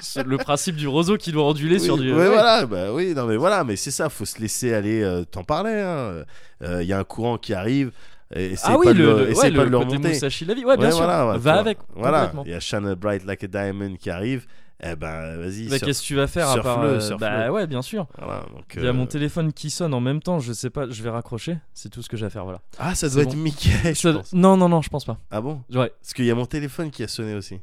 [SPEAKER 1] C'est le principe du roseau qui doit onduler
[SPEAKER 2] Oui,
[SPEAKER 1] sur du.
[SPEAKER 2] ouais, voilà, bah oui, non mais voilà, mais c'est ça, faut se laisser aller. euh, T'en parlais, hein. Euh, Il y a un courant qui arrive. Et essaye
[SPEAKER 1] Ah oui,
[SPEAKER 2] pas de
[SPEAKER 1] le,
[SPEAKER 2] le,
[SPEAKER 1] le-
[SPEAKER 2] essaye
[SPEAKER 1] ouais,
[SPEAKER 2] pas
[SPEAKER 1] le
[SPEAKER 2] de le
[SPEAKER 1] côté
[SPEAKER 2] remonter.
[SPEAKER 1] Musashi la vie. Ouais, bien
[SPEAKER 2] Ouais,
[SPEAKER 1] sûr.
[SPEAKER 2] voilà, ouais, tu vois.
[SPEAKER 1] Va avec.
[SPEAKER 2] Voilà,
[SPEAKER 1] complètement.
[SPEAKER 2] il y a Shine Bright Like a Diamond qui arrive. Eh ben, vas-y.
[SPEAKER 1] Bah,
[SPEAKER 2] sur-
[SPEAKER 1] Qu'est-ce que tu vas faire à part.
[SPEAKER 2] surfe-le,
[SPEAKER 1] euh,
[SPEAKER 2] surfe-le.
[SPEAKER 1] bah ouais, bien sûr.
[SPEAKER 2] voilà, donc,
[SPEAKER 1] Il y a
[SPEAKER 2] euh,
[SPEAKER 1] mon téléphone qui sonne en même temps. Je sais pas, je vais raccrocher. C'est tout ce que j'ai à faire. Voilà.
[SPEAKER 2] Ah, ça doit
[SPEAKER 1] C'est
[SPEAKER 2] être
[SPEAKER 1] bon.
[SPEAKER 2] Mickey, je
[SPEAKER 1] Ça-
[SPEAKER 2] pense.
[SPEAKER 1] Non, non, non, je pense pas.
[SPEAKER 2] Ah bon
[SPEAKER 1] Ouais.
[SPEAKER 2] Parce qu'il y a mon téléphone qui a sonné aussi.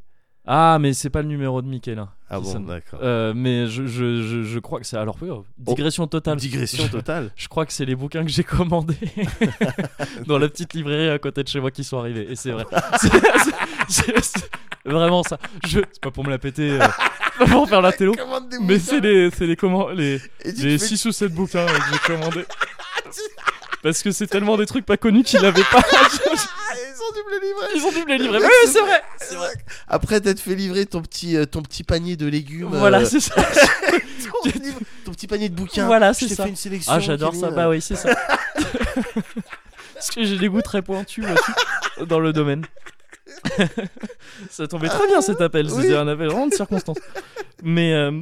[SPEAKER 1] Ah, mais c'est pas le numéro de Mickey là.
[SPEAKER 2] Ah
[SPEAKER 1] qui
[SPEAKER 2] bon,
[SPEAKER 1] sonne.
[SPEAKER 2] d'accord.
[SPEAKER 1] Euh, mais je, je, je, je crois que c'est. Alors, oui, oh, digression totale.
[SPEAKER 2] Digression totale.
[SPEAKER 1] Je crois que c'est les bouquins que j'ai commandés dans la petite librairie à côté de chez moi qui sont arrivés. Et c'est vrai. C'est- c'est- c'est- c'est vraiment ça. Je... C'est pas pour me la péter, euh, pas pour faire la télo.
[SPEAKER 2] Commande des
[SPEAKER 1] Mais
[SPEAKER 2] bouquins.
[SPEAKER 1] c'est les, c'est les, comment, les,
[SPEAKER 2] Et tu
[SPEAKER 1] les
[SPEAKER 2] fais-
[SPEAKER 1] 6 ou 7 bouquins euh, que j'ai commandés. Parce que c'est tellement des trucs pas connus qu'ils n'avaient pas.
[SPEAKER 2] Ah, ils ont dû me le livrer.
[SPEAKER 1] Ils ont dû me les livrer. Mais oui, c'est vrai.
[SPEAKER 2] C'est vrai. Après t'être fait livrer ton petit, euh, ton petit panier de légumes.
[SPEAKER 1] Voilà,
[SPEAKER 2] euh,
[SPEAKER 1] c'est ça.
[SPEAKER 2] ton, livre- ton petit panier de bouquins.
[SPEAKER 1] Voilà,
[SPEAKER 2] Je
[SPEAKER 1] c'est
[SPEAKER 2] t'ai
[SPEAKER 1] ça.
[SPEAKER 2] fait une sélection.
[SPEAKER 1] Ah, j'adore ça.
[SPEAKER 2] Kevin.
[SPEAKER 1] Bah oui, c'est ça. Parce que j'ai des goûts très pointus aussi dans le domaine. ça tombait très bien cet appel.
[SPEAKER 2] Oui.
[SPEAKER 1] C'était un appel vraiment de circonstance. Mais, euh,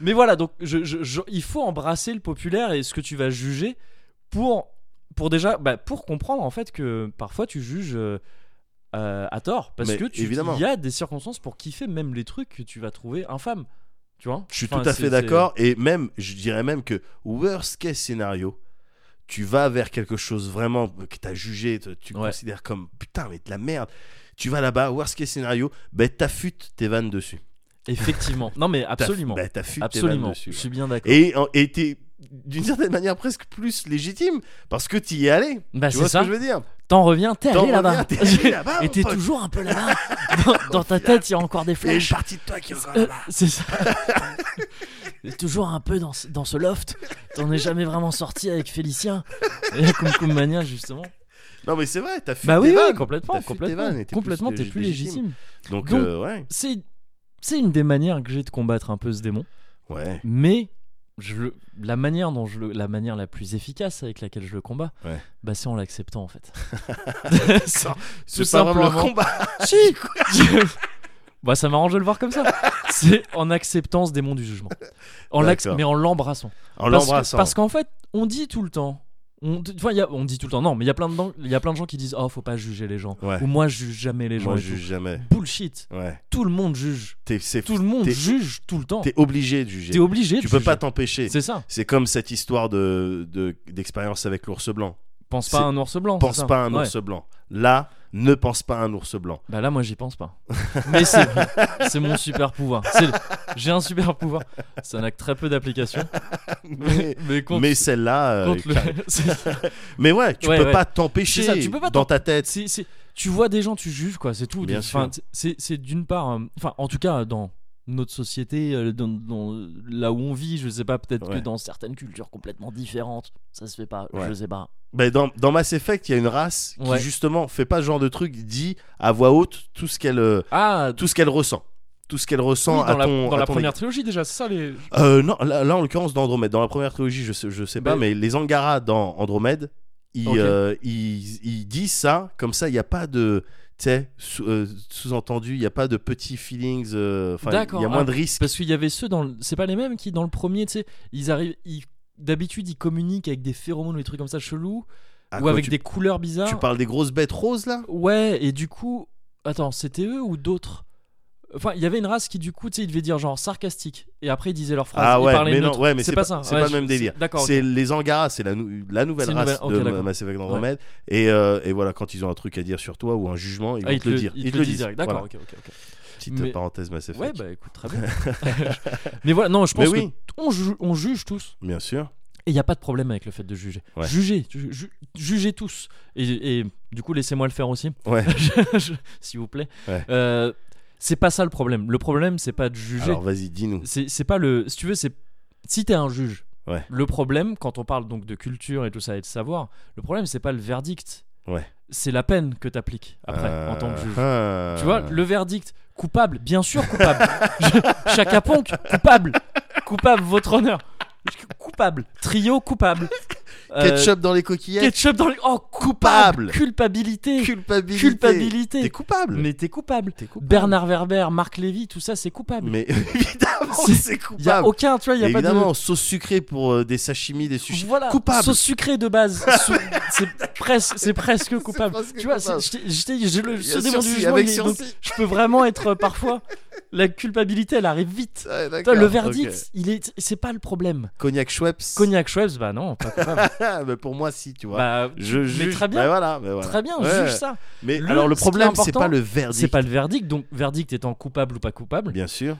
[SPEAKER 1] mais voilà, donc je- je- je- il faut embrasser le populaire et ce que tu vas juger pour, pour déjà bah, pour comprendre en fait que parfois tu juges. euh, euh, à tort parce
[SPEAKER 2] Mais
[SPEAKER 1] que tu
[SPEAKER 2] évidemment.
[SPEAKER 1] il y a des circonstances pour kiffer même les trucs que tu vas trouver infâmes tu vois
[SPEAKER 2] Je suis
[SPEAKER 1] Enfin,
[SPEAKER 2] tout à
[SPEAKER 1] c'est-
[SPEAKER 2] fait d'accord. Et même, je dirais même que worst case scénario, tu vas vers quelque chose vraiment que t'as jugé, te- tu
[SPEAKER 1] Ouais.
[SPEAKER 2] considères comme putain, mais de la merde. Tu vas là-bas, worst case scénario, ben t'affutes tes vannes dessus.
[SPEAKER 1] c'est- effectivement non mais
[SPEAKER 2] T'aff-
[SPEAKER 1] absolument
[SPEAKER 2] Ben t'affutes tes vannes
[SPEAKER 1] absolument
[SPEAKER 2] dessus.
[SPEAKER 1] je suis bien d'accord
[SPEAKER 2] Et, en- et t'es d'une certaine manière presque plus légitime parce que t'y es allé.
[SPEAKER 1] Bah,
[SPEAKER 2] tu
[SPEAKER 1] c'est
[SPEAKER 2] vois
[SPEAKER 1] ça.
[SPEAKER 2] ce que je veux dire
[SPEAKER 1] T'en reviens, t'es
[SPEAKER 2] T'en
[SPEAKER 1] allé
[SPEAKER 2] reviens,
[SPEAKER 1] là-bas.
[SPEAKER 2] t'es allé là-bas,
[SPEAKER 1] Et
[SPEAKER 2] mon
[SPEAKER 1] t'es
[SPEAKER 2] pote.
[SPEAKER 1] toujours un peu là-bas. Dans, dans ta tête, il y a encore des
[SPEAKER 2] Il y a une
[SPEAKER 1] flèches.
[SPEAKER 2] partie de toi qui est encore
[SPEAKER 1] Euh,
[SPEAKER 2] là-bas.
[SPEAKER 1] C'est ça. T'es toujours un peu dans ce, dans ce loft. T'en es jamais vraiment sorti avec Félicien. Et Koum Koum Mania, justement.
[SPEAKER 2] Non, mais c'est vrai, t'as fait
[SPEAKER 1] Bah
[SPEAKER 2] tes
[SPEAKER 1] oui, oui,
[SPEAKER 2] vannes. T'as
[SPEAKER 1] complètement.
[SPEAKER 2] fui tes vannes
[SPEAKER 1] Complètement,
[SPEAKER 2] et t'es plus
[SPEAKER 1] complètement, t'es plus légitime.
[SPEAKER 2] Donc,
[SPEAKER 1] Donc-
[SPEAKER 2] euh, ouais.
[SPEAKER 1] C'est c'est une des manières que j'ai de combattre un peu ce démon.
[SPEAKER 2] Ouais,
[SPEAKER 1] Mais je, le- la manière dont je le- la manière la plus efficace avec laquelle je le combats,
[SPEAKER 2] Ouais.
[SPEAKER 1] bah c'est en l'acceptant en fait. C'est-
[SPEAKER 2] c'est pas vraiment un
[SPEAKER 1] simplement-
[SPEAKER 2] combat.
[SPEAKER 1] si. bah ça m'arrange de le voir comme ça. C'est en acceptant ce démon du jugement. En l'acc-
[SPEAKER 2] D'accord.
[SPEAKER 1] mais en l'embrassant.
[SPEAKER 2] En
[SPEAKER 1] Parce que-
[SPEAKER 2] l'embrassant.
[SPEAKER 1] Parce qu'en fait, on dit tout le temps. On, enfin, il y a- on dit tout le temps, non, mais il y a plein de gens- il y a plein de gens qui disent Oh, faut pas juger les gens.
[SPEAKER 2] Ouais.
[SPEAKER 1] Ou moi, je juge jamais les gens.
[SPEAKER 2] Moi,
[SPEAKER 1] et
[SPEAKER 2] je juge jamais.
[SPEAKER 1] tout. Bullshit.
[SPEAKER 2] Ouais.
[SPEAKER 1] Tout le monde juge.
[SPEAKER 2] T'es, c'est-
[SPEAKER 1] Tout le monde
[SPEAKER 2] t'es-
[SPEAKER 1] juge tout le temps.
[SPEAKER 2] t'es obligé de
[SPEAKER 1] T'es
[SPEAKER 2] juger.
[SPEAKER 1] obligé.
[SPEAKER 2] Tu
[SPEAKER 1] de
[SPEAKER 2] peux pas
[SPEAKER 1] juger.
[SPEAKER 2] t'empêcher.
[SPEAKER 1] C'est ça.
[SPEAKER 2] C'est comme cette histoire de, de- d'expérience avec l'ours blanc.
[SPEAKER 1] Pense pas
[SPEAKER 2] C'est-
[SPEAKER 1] à un ours blanc. Oh, c'est
[SPEAKER 2] Pense
[SPEAKER 1] ça
[SPEAKER 2] pas à un
[SPEAKER 1] Ouais.
[SPEAKER 2] ours blanc. Là, ne pense pas à un ours blanc.
[SPEAKER 1] Bah là, moi, j'y pense pas. Mais c'est c'est mon super pouvoir. C'est le- J'ai un super pouvoir. Ça n'a que très peu d'applications.
[SPEAKER 2] Mais,
[SPEAKER 1] Mais contre,
[SPEAKER 2] mais celle-là. euh,
[SPEAKER 1] contre le-
[SPEAKER 2] carré-
[SPEAKER 1] c'est-
[SPEAKER 2] Mais ouais, tu
[SPEAKER 1] Ouais,
[SPEAKER 2] peux
[SPEAKER 1] ouais.
[SPEAKER 2] pas t'empêcher
[SPEAKER 1] C'est ça, tu peux pas
[SPEAKER 2] dans
[SPEAKER 1] t'en-
[SPEAKER 2] ta tête.
[SPEAKER 1] c'est- c'est- Tu vois des gens, tu juges, quoi. C'est tout.
[SPEAKER 2] Bien
[SPEAKER 1] Enfin,
[SPEAKER 2] sûr.
[SPEAKER 1] c'est- c'est c'est d'une part. euh, Enfin, en tout cas, dans notre société, euh, dans, dans, euh, là où on vit, je sais pas, peut-être que
[SPEAKER 2] Ouais.
[SPEAKER 1] dans certaines cultures complètement différentes, ça se fait pas.
[SPEAKER 2] Ouais.
[SPEAKER 1] Je sais pas.
[SPEAKER 2] Ben, dans, dans Mass Effect, il y a une race qui
[SPEAKER 1] Ouais.
[SPEAKER 2] justement fait pas ce genre de truc, dit à voix haute tout ce qu'elle euh,
[SPEAKER 1] Ah,
[SPEAKER 2] tout ce qu'elle ressent, tout ce qu'elle ressent
[SPEAKER 1] oui,
[SPEAKER 2] à
[SPEAKER 1] dans,
[SPEAKER 2] ton
[SPEAKER 1] la, dans
[SPEAKER 2] à
[SPEAKER 1] la
[SPEAKER 2] ton
[SPEAKER 1] première trilogie déjà, c'est ça les.
[SPEAKER 2] égard. Euh, non, là, là, en l'occurrence dans Andromède, dans la première trilogie, je sais, je sais pas,
[SPEAKER 1] Ben-
[SPEAKER 2] mais les Angara dans Andromède, ils,
[SPEAKER 1] Ok.
[SPEAKER 2] euh, ils, ils disent ça comme ça, il n'y a pas de tu sais, sous- euh, sous-entendu, il n'y a pas de petits feelings, euh, enfin, il
[SPEAKER 1] D'accord,
[SPEAKER 2] y a moins
[SPEAKER 1] ah.
[SPEAKER 2] de risques.
[SPEAKER 1] Parce qu'il y avait ceux dans le... C'est pas les mêmes qui, dans le premier, tu sais, ils arrivent. Ils... D'habitude, ils communiquent avec des phéromones ou des trucs comme ça chelous,
[SPEAKER 2] Ah,
[SPEAKER 1] ou
[SPEAKER 2] quoi,
[SPEAKER 1] avec
[SPEAKER 2] tu,
[SPEAKER 1] des couleurs bizarres.
[SPEAKER 2] tu parles des grosses bêtes roses là
[SPEAKER 1] Ouais, et du coup. Attends, c'était eux ou d'autres Enfin, il y avait une race qui, du coup, tu sais, ils devaient dire genre sarcastique. Et après, ils disaient leur phrase.
[SPEAKER 2] Ah
[SPEAKER 1] ils
[SPEAKER 2] ouais,
[SPEAKER 1] parlaient
[SPEAKER 2] mais
[SPEAKER 1] une
[SPEAKER 2] non,
[SPEAKER 1] autre.
[SPEAKER 2] ouais, mais
[SPEAKER 1] c'est
[SPEAKER 2] c'est
[SPEAKER 1] pas
[SPEAKER 2] pas-
[SPEAKER 1] ça.
[SPEAKER 2] c'est
[SPEAKER 1] Ouais,
[SPEAKER 2] pas le
[SPEAKER 1] je-
[SPEAKER 2] même délire.
[SPEAKER 1] D'accord. ok.
[SPEAKER 2] C'est les Angara, c'est la, nou- la nouvelle
[SPEAKER 1] C'est une
[SPEAKER 2] race
[SPEAKER 1] nouvelle- ok,
[SPEAKER 2] de
[SPEAKER 1] d'accord.
[SPEAKER 2] Mass Effect Andromède. Et, euh, et voilà, quand ils ont un truc à dire sur toi ou un jugement, ils
[SPEAKER 1] Ah,
[SPEAKER 2] vont te le dire.
[SPEAKER 1] Ils te le disent direct. D'accord,
[SPEAKER 2] Voilà.
[SPEAKER 1] ok, ok, ok.
[SPEAKER 2] Petite
[SPEAKER 1] Mais-
[SPEAKER 2] parenthèse Mass Effect.
[SPEAKER 1] Ouais, bah écoute, très bien. mais voilà, non, je
[SPEAKER 2] Mais
[SPEAKER 1] pense
[SPEAKER 2] oui,
[SPEAKER 1] que on, ju- on juge tous.
[SPEAKER 2] bien sûr.
[SPEAKER 1] Et il n'y a pas de problème avec le fait de juger.
[SPEAKER 2] Ouais.
[SPEAKER 1] Jugez, ju- ju- jugez tous. Et, et du coup, laissez-moi le faire aussi,
[SPEAKER 2] Ouais.
[SPEAKER 1] Je- je- s'il vous plaît.
[SPEAKER 2] Ouais.
[SPEAKER 1] Euh, c'est pas ça le problème. Le problème, c'est pas de juger.
[SPEAKER 2] Alors vas-y, dis-nous.
[SPEAKER 1] C'est c'est pas le. Si tu veux, c'est. Si t'es un juge,
[SPEAKER 2] Ouais.
[SPEAKER 1] le problème, quand on parle donc de culture et tout ça et de savoir, le problème, c'est pas le verdict.
[SPEAKER 2] Ouais.
[SPEAKER 1] C'est la peine que t'appliques après
[SPEAKER 2] Euh,
[SPEAKER 1] en tant que juge.
[SPEAKER 2] euh,
[SPEAKER 1] Tu vois, le verdict, coupable, bien sûr coupable. Je- Chaka Ponk, coupable. Coupable, votre honneur. Coupable. Trio, coupable. Euh,
[SPEAKER 2] Ketchup dans les coquillettes.
[SPEAKER 1] ketchup dans les. Oh, coupable.
[SPEAKER 2] Coupable.
[SPEAKER 1] Culpabilité.
[SPEAKER 2] Culpabilité.
[SPEAKER 1] Culpabilité.
[SPEAKER 2] T'es coupable.
[SPEAKER 1] Mais t'es coupable.
[SPEAKER 2] T'es coupable.
[SPEAKER 1] Bernard Werber, Marc Lévy, tout ça, c'est coupable.
[SPEAKER 2] Mais évidemment,
[SPEAKER 1] C'est-
[SPEAKER 2] c'est
[SPEAKER 1] Il y a
[SPEAKER 2] coupable.
[SPEAKER 1] aucun, tu vois, il y a
[SPEAKER 2] Évidemment, sauce sucrée pour euh, des sashimi,
[SPEAKER 1] pas
[SPEAKER 2] des
[SPEAKER 1] de.
[SPEAKER 2] sushis.
[SPEAKER 1] Voilà,
[SPEAKER 2] Coupable.
[SPEAKER 1] sauce sucrée de base. Sou- c'est presque, c'est presque coupable.
[SPEAKER 2] presque
[SPEAKER 1] tu vois, c'est-
[SPEAKER 2] coupable.
[SPEAKER 1] je t'ai- je t'ai- j'ai le
[SPEAKER 2] Il y a
[SPEAKER 1] ce démon du
[SPEAKER 2] sursis,
[SPEAKER 1] jugement,
[SPEAKER 2] avec
[SPEAKER 1] il est- donc,
[SPEAKER 2] sursis.
[SPEAKER 1] je peux vraiment être euh, parfois. La culpabilité, elle arrive vite.
[SPEAKER 2] Ah, Ouais,
[SPEAKER 1] Putain,
[SPEAKER 2] d'accord,
[SPEAKER 1] le
[SPEAKER 2] ok.
[SPEAKER 1] verdict, il est, c'est pas le problème.
[SPEAKER 2] Cognac Schweppes.
[SPEAKER 1] Cognac Schweppes, bah non, pas coupable.
[SPEAKER 2] Mais pour moi, si, tu vois.
[SPEAKER 1] bah,
[SPEAKER 2] je
[SPEAKER 1] mais
[SPEAKER 2] juge.
[SPEAKER 1] très bien.
[SPEAKER 2] Bah voilà, bah voilà.
[SPEAKER 1] très bien,
[SPEAKER 2] Ouais.
[SPEAKER 1] juge ça.
[SPEAKER 2] Mais
[SPEAKER 1] Le-
[SPEAKER 2] alors le
[SPEAKER 1] ce qui est
[SPEAKER 2] problème, c'est
[SPEAKER 1] important,
[SPEAKER 2] pas le verdict.
[SPEAKER 1] C'est pas le verdict, donc verdict étant coupable ou pas coupable.
[SPEAKER 2] Bien sûr.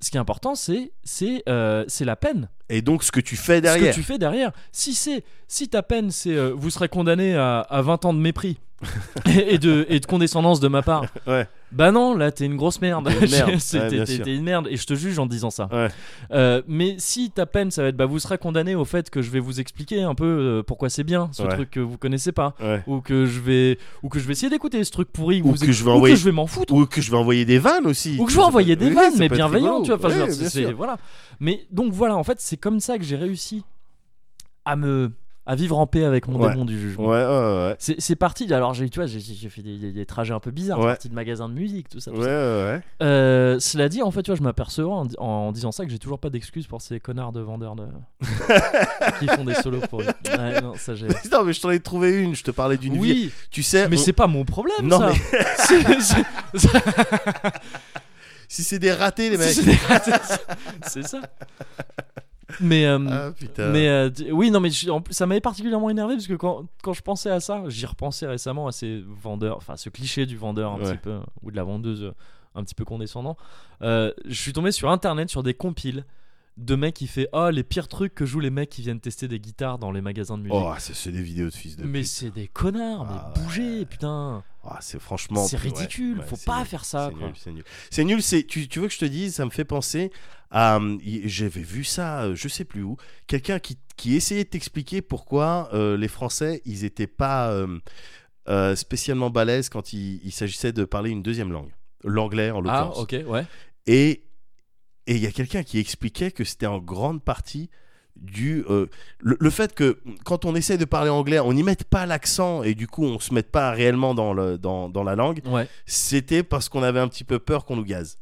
[SPEAKER 1] Ce qui est important, c'est c'est euh, c'est la peine.
[SPEAKER 2] Et donc ce que tu fais derrière.
[SPEAKER 1] Ce que tu fais derrière. Si c'est si ta peine, c'est euh, vous serez condamné à, à 20 ans de mépris et, et de et de condescendance de ma part.
[SPEAKER 2] Ouais.
[SPEAKER 1] Bah non, là t'es une grosse merde.
[SPEAKER 2] T'es une merde.
[SPEAKER 1] C'est-
[SPEAKER 2] Ouais,
[SPEAKER 1] t'es-
[SPEAKER 2] bien
[SPEAKER 1] t'es-
[SPEAKER 2] sûr.
[SPEAKER 1] t'es une merde et je te juge en disant ça.
[SPEAKER 2] Ouais.
[SPEAKER 1] Euh, mais si ta peine, ça va être bah vous serez condamné au fait que je vais vous expliquer un peu euh, pourquoi c'est bien ce
[SPEAKER 2] Ouais.
[SPEAKER 1] truc que vous connaissez pas
[SPEAKER 2] Ouais.
[SPEAKER 1] ou que je vais ou que je vais essayer d'écouter ce truc pourri
[SPEAKER 2] Ou
[SPEAKER 1] vous-
[SPEAKER 2] que je vais envoyer-
[SPEAKER 1] je vais m'en foutre
[SPEAKER 2] Ou que je vais envoyer des vannes aussi.
[SPEAKER 1] ou que je
[SPEAKER 2] Ça
[SPEAKER 1] vais
[SPEAKER 2] peut-
[SPEAKER 1] envoyer des
[SPEAKER 2] Oui,
[SPEAKER 1] vannes
[SPEAKER 2] ça
[SPEAKER 1] mais
[SPEAKER 2] peut être
[SPEAKER 1] bienveillants
[SPEAKER 2] rigolo.
[SPEAKER 1] tu vois enfin, je veux
[SPEAKER 2] Ouais,
[SPEAKER 1] dire,
[SPEAKER 2] bien
[SPEAKER 1] c'est-
[SPEAKER 2] sûr.
[SPEAKER 1] voilà mais donc voilà en fait c'est comme ça que j'ai réussi à me à vivre en paix avec mon
[SPEAKER 2] Ouais.
[SPEAKER 1] démon du jugement
[SPEAKER 2] Ouais, ouais,
[SPEAKER 1] c'est c'est parti alors j'ai tu vois j'ai- j'ai fait des, des- des trajets un peu bizarres
[SPEAKER 2] Ouais.
[SPEAKER 1] parti de magasins de musique tout ça,
[SPEAKER 2] ouais.
[SPEAKER 1] tout
[SPEAKER 2] Ouais,
[SPEAKER 1] ça.
[SPEAKER 2] ouais,
[SPEAKER 1] Euh, cela dit, en fait, tu vois, je m'apercevais en, di- en disant ça que j'ai toujours pas d'excuses pour ces connards de vendeurs de... qui font des solos pour eux. Ouais, non, ça j'ai.
[SPEAKER 2] ouais. Non, mais je t'en ai trouvé une. Je te parlais d'une vie.
[SPEAKER 1] Oui,
[SPEAKER 2] Tu sais, oh,
[SPEAKER 1] mais
[SPEAKER 2] on-
[SPEAKER 1] c'est pas mon problème,
[SPEAKER 2] Non,
[SPEAKER 1] ça.
[SPEAKER 2] mais-
[SPEAKER 1] C'est- c'est-
[SPEAKER 2] si c'est des ratés, les mecs.
[SPEAKER 1] c'est- c'est- c'est ça. Mais. euh,
[SPEAKER 2] Ah putain.
[SPEAKER 1] Mais euh, tu- oui, non, mais je- en plus, ça m'avait particulièrement énervé parce que quand, quand je pensais à ça, j'y repensais récemment à ces vendeurs, enfin ce cliché du vendeur un
[SPEAKER 2] Ouais.
[SPEAKER 1] petit peu, ou de la vendeuse euh, un petit peu condescendant. Euh, je suis tombé sur internet sur des compiles de mec qui fait oh les pires trucs que jouent les mecs qui viennent tester des guitares dans les magasins de musique.
[SPEAKER 2] Oh, c'est c'est des vidéos de fils de.
[SPEAKER 1] mais
[SPEAKER 2] pute.
[SPEAKER 1] c'est des connards, mais
[SPEAKER 2] Ah ouais.
[SPEAKER 1] bougez, putain.
[SPEAKER 2] Oh, c'est franchement.
[SPEAKER 1] C'est
[SPEAKER 2] ouais,
[SPEAKER 1] ridicule, faut
[SPEAKER 2] c'est
[SPEAKER 1] pas
[SPEAKER 2] nul,
[SPEAKER 1] faire ça,
[SPEAKER 2] c'est
[SPEAKER 1] quoi.
[SPEAKER 2] nul, C'est nul. C'est nul. c'est- Tu, tu veux que je te dise Ça me fait penser à. hum, y- J'avais vu ça, euh, je sais plus où. Quelqu'un qui, qui essayait de t'expliquer pourquoi euh, les Français, ils étaient pas euh, euh, spécialement balèzes quand il, il s'agissait de parler une deuxième langue. L'anglais, en
[SPEAKER 1] Ah
[SPEAKER 2] l'occurrence.
[SPEAKER 1] ok ouais.
[SPEAKER 2] Et et il y a quelqu'un qui expliquait que c'était en grande partie du euh, le, le fait que quand on essaie de parler anglais, on n'y mette pas l'accent et du coup on se mette pas réellement dans le dans, dans la langue.
[SPEAKER 1] Ouais.
[SPEAKER 2] C'était parce qu'on avait un petit peu peur qu'on nous gaze.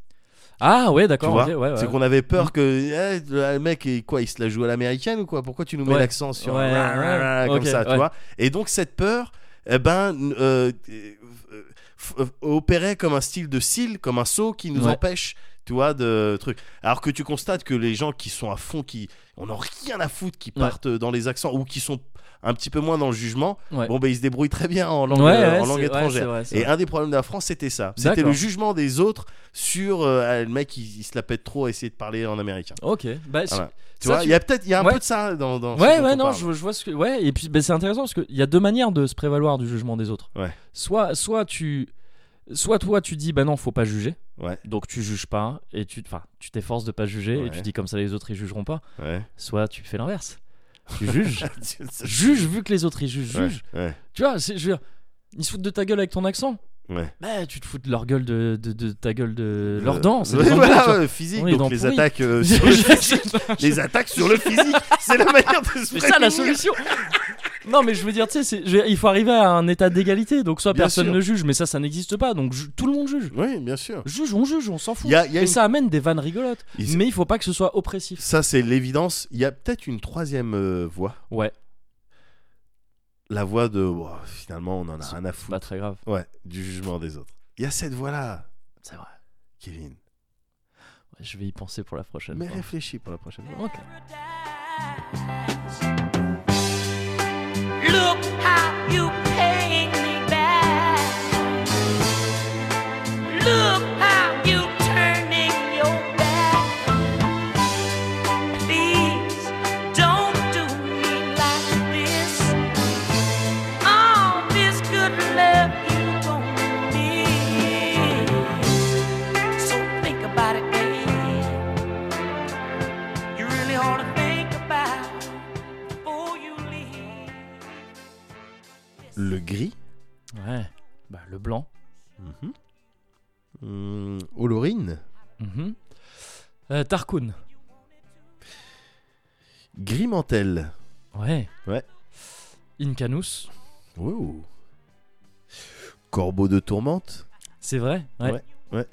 [SPEAKER 1] Ah ouais
[SPEAKER 2] Tu
[SPEAKER 1] d'accord.
[SPEAKER 2] vois
[SPEAKER 1] ok, ouais, ouais. Hmm.
[SPEAKER 2] C'est qu'on avait peur que eh, le mec il- quoi, il se la joue à l'américaine ou quoi Pourquoi tu nous mets
[SPEAKER 1] Ouais.
[SPEAKER 2] l'accent sur
[SPEAKER 1] Ouais, ouais.
[SPEAKER 2] comme
[SPEAKER 1] Ok,
[SPEAKER 2] ça, tu
[SPEAKER 1] ouais.
[SPEAKER 2] vois Et donc cette peur, eh ben euh, euh, f- euh, opérait comme un style de cil, comme un saut qui nous
[SPEAKER 1] Ouais.
[SPEAKER 2] empêche, tu vois, de trucs. Alors que tu constates que les gens qui sont à fond, qui on n'a rien à foutre, qui
[SPEAKER 1] Ouais.
[SPEAKER 2] partent euh, dans les accents ou qui sont un petit peu moins dans le jugement,
[SPEAKER 1] Ouais.
[SPEAKER 2] bon ben ils se débrouillent très bien en langue,
[SPEAKER 1] Ouais,
[SPEAKER 2] euh,
[SPEAKER 1] ouais,
[SPEAKER 2] en langue
[SPEAKER 1] c'est- ouais,
[SPEAKER 2] étrangère.
[SPEAKER 1] c'est vrai, c'est
[SPEAKER 2] Et
[SPEAKER 1] vrai.
[SPEAKER 2] un des problèmes de la France, c'était ça. C'était
[SPEAKER 1] D'accord.
[SPEAKER 2] le jugement des autres sur euh, ah, le mec, il, il se la pète trop à essayer de parler en américain.
[SPEAKER 1] Ok. Bah,
[SPEAKER 2] Voilà. Tu
[SPEAKER 1] ça,
[SPEAKER 2] vois,
[SPEAKER 1] tu-
[SPEAKER 2] il y a peut-être, il y a un
[SPEAKER 1] Ouais.
[SPEAKER 2] peu de ça dans. dans ce
[SPEAKER 1] Ouais,
[SPEAKER 2] dont
[SPEAKER 1] ouais,
[SPEAKER 2] on
[SPEAKER 1] non,
[SPEAKER 2] parle.
[SPEAKER 1] je, je vois ce que. Ouais, et puis ben, c'est intéressant parce qu'il y a deux manières de se prévaloir du jugement des autres.
[SPEAKER 2] Ouais.
[SPEAKER 1] Soit, soit tu. Soit toi tu dis bah non faut pas juger
[SPEAKER 2] Ouais.
[SPEAKER 1] donc tu juges pas et tu enfin tu t'efforces de pas juger et
[SPEAKER 2] Ouais.
[SPEAKER 1] tu dis comme ça les autres ils jugeront pas
[SPEAKER 2] Ouais.
[SPEAKER 1] soit tu fais l'inverse tu juges
[SPEAKER 2] C'est-
[SPEAKER 1] juge vu que les autres ils jugent juge
[SPEAKER 2] Ouais, ouais.
[SPEAKER 1] tu vois c'est je veux dire, ils se foutent de ta gueule avec ton accent
[SPEAKER 2] Ouais.
[SPEAKER 1] bah tu te fous de leur gueule de, de, de ta gueule de leur
[SPEAKER 2] Euh,
[SPEAKER 1] dent c'est
[SPEAKER 2] ouais,
[SPEAKER 1] des
[SPEAKER 2] voilà,
[SPEAKER 1] Anglais,
[SPEAKER 2] ouais, physique,
[SPEAKER 1] On est dans
[SPEAKER 2] donc les
[SPEAKER 1] pourri.
[SPEAKER 2] attaques, euh,
[SPEAKER 1] tu
[SPEAKER 2] sur
[SPEAKER 1] vois.
[SPEAKER 2] le physique, les attaques sur le physique, c'est la manière de se
[SPEAKER 1] C'est ça la
[SPEAKER 2] prémunir.
[SPEAKER 1] solution. Non mais je veux dire, tu sais, c'est- je veux dire, il faut arriver à un état d'égalité. Donc soit
[SPEAKER 2] Bien
[SPEAKER 1] personne
[SPEAKER 2] sûr.
[SPEAKER 1] ne juge, mais ça, ça n'existe pas. Donc ju- tout le monde juge.
[SPEAKER 2] Oui, bien sûr.
[SPEAKER 1] Juge, on juge, on s'en fout.
[SPEAKER 2] Il y a- il y a
[SPEAKER 1] Et
[SPEAKER 2] une-
[SPEAKER 1] ça amène des vannes rigolotes.
[SPEAKER 2] Il-
[SPEAKER 1] Mais il faut pas que ce soit oppressif.
[SPEAKER 2] Ça, c'est l'évidence. Il y a peut-être une troisième euh, voie.
[SPEAKER 1] Ouais,
[SPEAKER 2] La voie de oh, finalement, on en a
[SPEAKER 1] C'est
[SPEAKER 2] rien à foutre.
[SPEAKER 1] pas Bah, très grave.
[SPEAKER 2] Ouais, du jugement des autres. Il y a cette voie-là,
[SPEAKER 1] C'est vrai.
[SPEAKER 2] Kevin.
[SPEAKER 1] Ouais, Je vais y penser pour la prochaine.
[SPEAKER 2] Mais
[SPEAKER 1] fois.
[SPEAKER 2] réfléchis pour la prochaine fois.
[SPEAKER 1] Ok.
[SPEAKER 4] Look how you paid me back. Look how you turning your back. Please don't do me like this. All this good love you gonna miss. So think about it, babe. You really ought to think about it before you leave.
[SPEAKER 2] Le gris,
[SPEAKER 1] Ouais. Bah, le blanc. Hmm.
[SPEAKER 2] hum, Olorine,
[SPEAKER 1] Mhm. Euh, Tarkoun.
[SPEAKER 2] Grimantel.
[SPEAKER 1] Ouais.
[SPEAKER 2] Ouais.
[SPEAKER 1] Incanus.
[SPEAKER 2] Wow. Corbeau de tourmente.
[SPEAKER 1] C'est vrai. Ouais.
[SPEAKER 2] Ouais, ouais.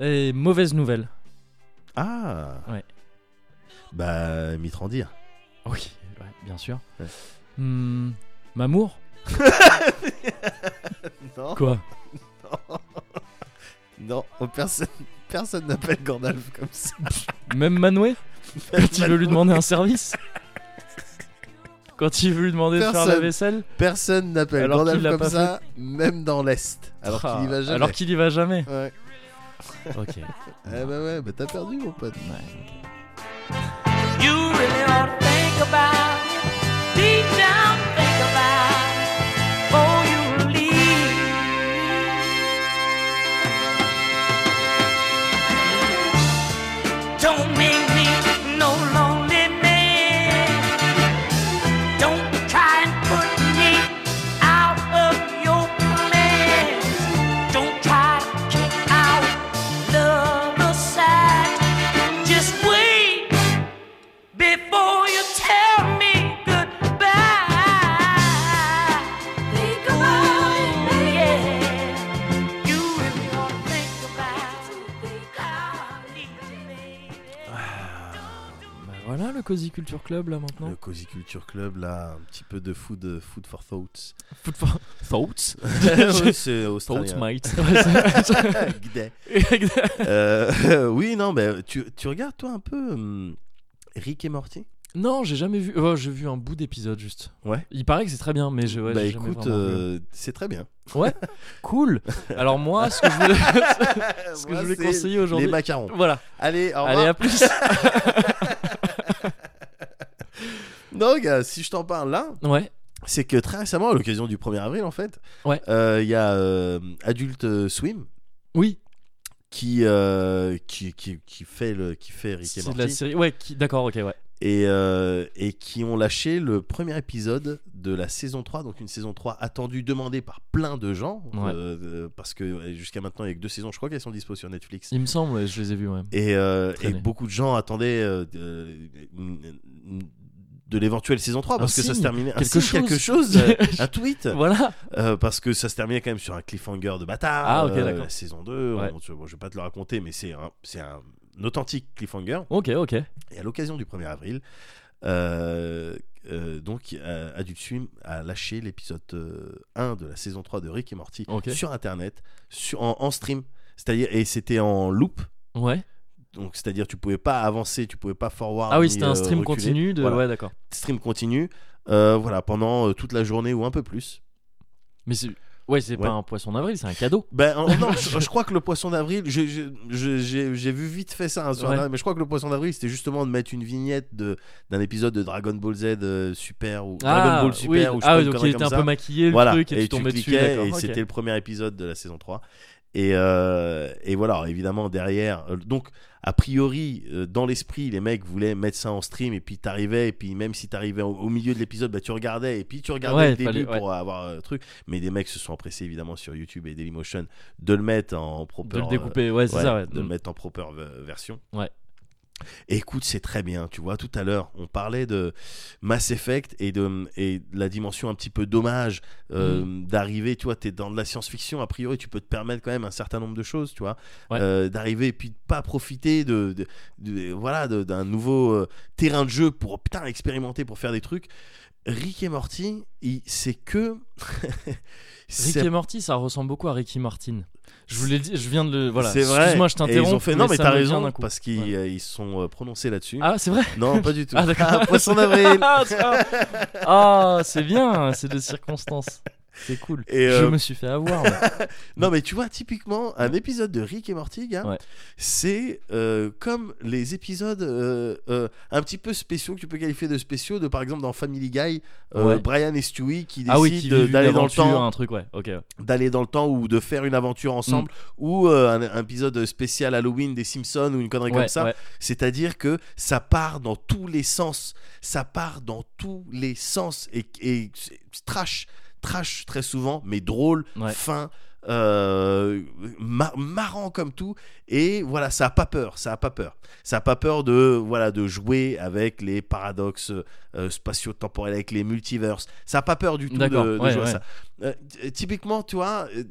[SPEAKER 1] Et mauvaise nouvelle.
[SPEAKER 2] Ah.
[SPEAKER 1] Ouais.
[SPEAKER 2] Bah, Mitrandir.
[SPEAKER 1] Oui, ouais, bien sûr.
[SPEAKER 2] Ouais.
[SPEAKER 1] Hmm, Mamour.
[SPEAKER 2] Non,
[SPEAKER 1] Quoi
[SPEAKER 2] non, Oh, personne, personne n'appelle Gandalf comme ça.
[SPEAKER 1] Même Manway Quand il veut lui demander un service Quand il veut lui demander de faire la
[SPEAKER 2] Personne.
[SPEAKER 1] vaisselle
[SPEAKER 2] Personne n'appelle
[SPEAKER 1] Alors
[SPEAKER 2] Gandalf
[SPEAKER 1] qu'il l'a
[SPEAKER 2] comme
[SPEAKER 1] pas
[SPEAKER 2] ça, même dans l'Est. Alors
[SPEAKER 1] Ah,
[SPEAKER 2] qu'il y va jamais.
[SPEAKER 1] Alors qu'il y va jamais.
[SPEAKER 2] Ouais.
[SPEAKER 1] Ok.
[SPEAKER 2] Eh bah ouais, bah t'as perdu mon pote.
[SPEAKER 4] You really ought to think about it. Deep down, think about it. Oh, you leave. Don't make me no lonely man. Don't try and put me out of your plans. Don't try to kick out love aside. Just wait before you tell me goodbye. Think about it, yeah. You really ought to think about how I need you, baby.
[SPEAKER 1] Bah voilà le Cozy Culture Club là maintenant.
[SPEAKER 2] Le Cozy Culture Club, là, un petit peu de food, food for thoughts.
[SPEAKER 1] Food for- Thoughts
[SPEAKER 2] Ouais, c'est
[SPEAKER 1] Thoughts,
[SPEAKER 2] australien. Ah,
[SPEAKER 1] mate.
[SPEAKER 2] G'day. Euh, oui, non, mais tu, tu regardes, toi, un peu hum, Rick et Morty
[SPEAKER 1] non, j'ai jamais vu. oh, j'ai vu un bout d'épisode juste.
[SPEAKER 2] Ouais.
[SPEAKER 1] Il paraît que c'est très bien, mais je. ouais,
[SPEAKER 2] Bah
[SPEAKER 1] j'ai jamais
[SPEAKER 2] écoute,
[SPEAKER 1] vraiment vu.
[SPEAKER 2] euh, c'est très bien.
[SPEAKER 1] Cool Alors moi, ce que je voulais, ce que
[SPEAKER 2] Euh, Moi,
[SPEAKER 1] je voulais
[SPEAKER 2] c'est
[SPEAKER 1] conseiller
[SPEAKER 2] Les
[SPEAKER 1] aujourd'hui.
[SPEAKER 2] macarons.
[SPEAKER 1] Voilà.
[SPEAKER 2] Allez, au revoir.
[SPEAKER 1] Allez, à plus
[SPEAKER 2] Non, gars, euh, si je t'en parle là,
[SPEAKER 1] Ouais.
[SPEAKER 2] c'est que très récemment, à l'occasion du 1er avril, en fait,
[SPEAKER 1] Ouais.
[SPEAKER 2] euh, il y a euh, Adult Swim
[SPEAKER 1] Oui,
[SPEAKER 2] qui, euh, qui, qui, qui fait le, qui fait Rick et
[SPEAKER 1] c'est
[SPEAKER 2] Morty.
[SPEAKER 1] de la série. Ouais, qui- d'accord, ok, ouais.
[SPEAKER 2] et, euh, et qui ont lâché le premier épisode de la saison 3, donc une saison 3 attendue, demandée par plein de gens,
[SPEAKER 1] Ouais.
[SPEAKER 2] euh, euh, parce que euh, jusqu'à maintenant, il y a que deux saisons, je crois qu'elles sont dispo sur Netflix.
[SPEAKER 1] Il me semble, ouais, je les ai vus, ouais.
[SPEAKER 2] Et, euh, et
[SPEAKER 1] Traîner.
[SPEAKER 2] beaucoup de gens attendaient euh, de, une- une- de l'éventuelle saison 3
[SPEAKER 1] Un
[SPEAKER 2] parce que ça se
[SPEAKER 1] signe,
[SPEAKER 2] terminait un
[SPEAKER 1] Ah quelque
[SPEAKER 2] signe, quelque
[SPEAKER 1] chose.
[SPEAKER 2] chose euh, un tweet
[SPEAKER 1] Voilà.
[SPEAKER 2] euh, parce que ça se terminait quand même sur un cliffhanger de bâtard
[SPEAKER 1] Ah, ok,
[SPEAKER 2] euh,
[SPEAKER 1] d'accord.
[SPEAKER 2] la saison 2
[SPEAKER 1] Ouais.
[SPEAKER 2] on- je, bon, je vais pas te le raconter mais c'est un, c'est un authentique cliffhanger
[SPEAKER 1] Ok, ok.
[SPEAKER 2] et à l'occasion du 1er avril, euh, euh, donc euh, Adult Swim a lâché l'épisode euh, 1 de la saison 3 de Rick et Morty
[SPEAKER 1] Ok.
[SPEAKER 2] sur internet, sur, en, en stream. C'est-à-dire, et c'était en loop.
[SPEAKER 1] Ouais.
[SPEAKER 2] Donc, c'est-à-dire, tu pouvais pas avancer, tu pouvais pas forward.
[SPEAKER 1] Ah oui,
[SPEAKER 2] ni,
[SPEAKER 1] c'était un
[SPEAKER 2] euh,
[SPEAKER 1] stream
[SPEAKER 2] reculer.
[SPEAKER 1] continu de.
[SPEAKER 2] Voilà.
[SPEAKER 1] Ouais, d'accord.
[SPEAKER 2] Stream continu. euh, voilà, pendant euh, toute la journée ou un peu plus.
[SPEAKER 1] Mais c'est. Ouais, c'est
[SPEAKER 2] Ouais.
[SPEAKER 1] pas un poisson d'avril, c'est un cadeau.
[SPEAKER 2] Ben, en- non, je, je crois que le poisson d'avril, j'ai- j'ai j'ai- j'ai vu vite fait ça, hein, sur
[SPEAKER 1] Ouais.
[SPEAKER 2] Internet, mais je crois que le poisson d'avril, c'était justement de mettre une vignette de- d'un épisode de Dragon Ball Z euh, Super ou Dragon Ball Super.
[SPEAKER 1] oui.
[SPEAKER 2] ou je sais
[SPEAKER 1] ah,
[SPEAKER 2] pas,
[SPEAKER 1] oui,
[SPEAKER 2] une
[SPEAKER 1] donc il
[SPEAKER 2] connerie
[SPEAKER 1] était
[SPEAKER 2] comme
[SPEAKER 1] un
[SPEAKER 2] ça.
[SPEAKER 1] peu maquillé le
[SPEAKER 2] voilà,
[SPEAKER 1] truc et, tu
[SPEAKER 2] tu
[SPEAKER 1] tombais dessus.
[SPEAKER 2] cliquais,
[SPEAKER 1] d'accord,
[SPEAKER 2] Et
[SPEAKER 1] ok.
[SPEAKER 2] c'était le premier épisode de la saison 3. Et, euh, et voilà, alors évidemment, derrière. euh, donc, a priori, euh, dans l'esprit, les mecs voulaient mettre ça en stream et puis t'arrivais, et puis même si t'arrivais au, au milieu de l'épisode, bah, tu regardais, et puis tu regardais
[SPEAKER 1] Ouais,
[SPEAKER 2] le début
[SPEAKER 1] fallait- ouais.
[SPEAKER 2] pour avoir euh, le truc. Mais des mecs se sont empressés évidemment sur YouTube et Dailymotion de le mettre en proper.
[SPEAKER 1] De le
[SPEAKER 2] euh,
[SPEAKER 1] découper, ouais, c'est
[SPEAKER 2] ouais,
[SPEAKER 1] ça, ouais.
[SPEAKER 2] de le
[SPEAKER 1] Mm.
[SPEAKER 2] mettre en proper euh, version.
[SPEAKER 1] Ouais.
[SPEAKER 2] Et écoute, c'est très bien. Tu vois, tout à l'heure, on parlait de Mass Effect et de, et de la dimension un petit peu dommage euh,
[SPEAKER 1] Mm.
[SPEAKER 2] d'arriver. Tu vois, t'es dans de la science-fiction. A priori, tu peux te permettre quand même un certain nombre de choses, tu vois.
[SPEAKER 1] Ouais.
[SPEAKER 2] Euh, d'arriver et puis de pas profiter de, de- de- voilà de- d'un nouveau euh, terrain de jeu pour putain expérimenter pour faire des trucs. Rick et Morty, il- c'est que
[SPEAKER 1] Rick
[SPEAKER 2] c'est
[SPEAKER 1] et Morty, ça ressemble beaucoup à Ricky Martin. Je vous l'ai dit, je viens de le. Voilà.
[SPEAKER 2] c'est vrai.
[SPEAKER 1] Excuse-moi, je t'interromps.
[SPEAKER 2] Et Ils ont fait non, mais
[SPEAKER 1] ça
[SPEAKER 2] t'as
[SPEAKER 1] me vient
[SPEAKER 2] raison
[SPEAKER 1] d'un coup.
[SPEAKER 2] parce qu'ils
[SPEAKER 1] Ouais.
[SPEAKER 2] euh, ils se sont euh, prononcés là-dessus.
[SPEAKER 1] Ah, c'est vrai
[SPEAKER 2] Non, pas du tout.
[SPEAKER 1] Ah, d'accord.
[SPEAKER 2] poisson d'avril.
[SPEAKER 1] Ah, ça- Ah, c'est bien, c'est de circonstances. C'est cool.
[SPEAKER 2] Et,
[SPEAKER 1] Je
[SPEAKER 2] euh,
[SPEAKER 1] me suis fait avoir. là.
[SPEAKER 2] Non, mais tu vois, typiquement, un épisode de Rick et Morty, gars,
[SPEAKER 1] Ouais.
[SPEAKER 2] c'est euh, comme les épisodes euh, euh, un petit peu spéciaux que tu peux qualifier de spéciaux, de par exemple dans Family Guy, euh,
[SPEAKER 1] Ouais.
[SPEAKER 2] Brian et Stewie qui
[SPEAKER 1] Ah
[SPEAKER 2] décident
[SPEAKER 1] oui, qui
[SPEAKER 2] de-
[SPEAKER 1] vivent hein.
[SPEAKER 2] d'aller dans le
[SPEAKER 1] l'aventure,
[SPEAKER 2] temps,
[SPEAKER 1] un truc, ouais. Ok. ouais.
[SPEAKER 2] d'aller dans le temps ou de faire une aventure ensemble,
[SPEAKER 1] Mm.
[SPEAKER 2] ou euh, un, un épisode spécial Halloween des Simpsons ou une connerie
[SPEAKER 1] Ouais,
[SPEAKER 2] comme ça.
[SPEAKER 1] ouais.
[SPEAKER 2] C'est-à-dire que ça part dans tous les sens. Ça part dans tous les sens. Et, et c'est trash, trash très souvent, mais drôle,
[SPEAKER 1] Ouais.
[SPEAKER 2] fin, euh, mar- marrant comme tout. Et voilà, ça a pas peur. Ça a pas peur. Ça a pas peur de, voilà, de jouer avec les paradoxes euh, spatio-temporels, avec les multiverses. Ça a pas peur du tout de,
[SPEAKER 1] D'accord,
[SPEAKER 2] de
[SPEAKER 1] ouais,
[SPEAKER 2] jouer à
[SPEAKER 1] ouais.
[SPEAKER 2] ça. Euh, t- typiquement, tu vois. euh,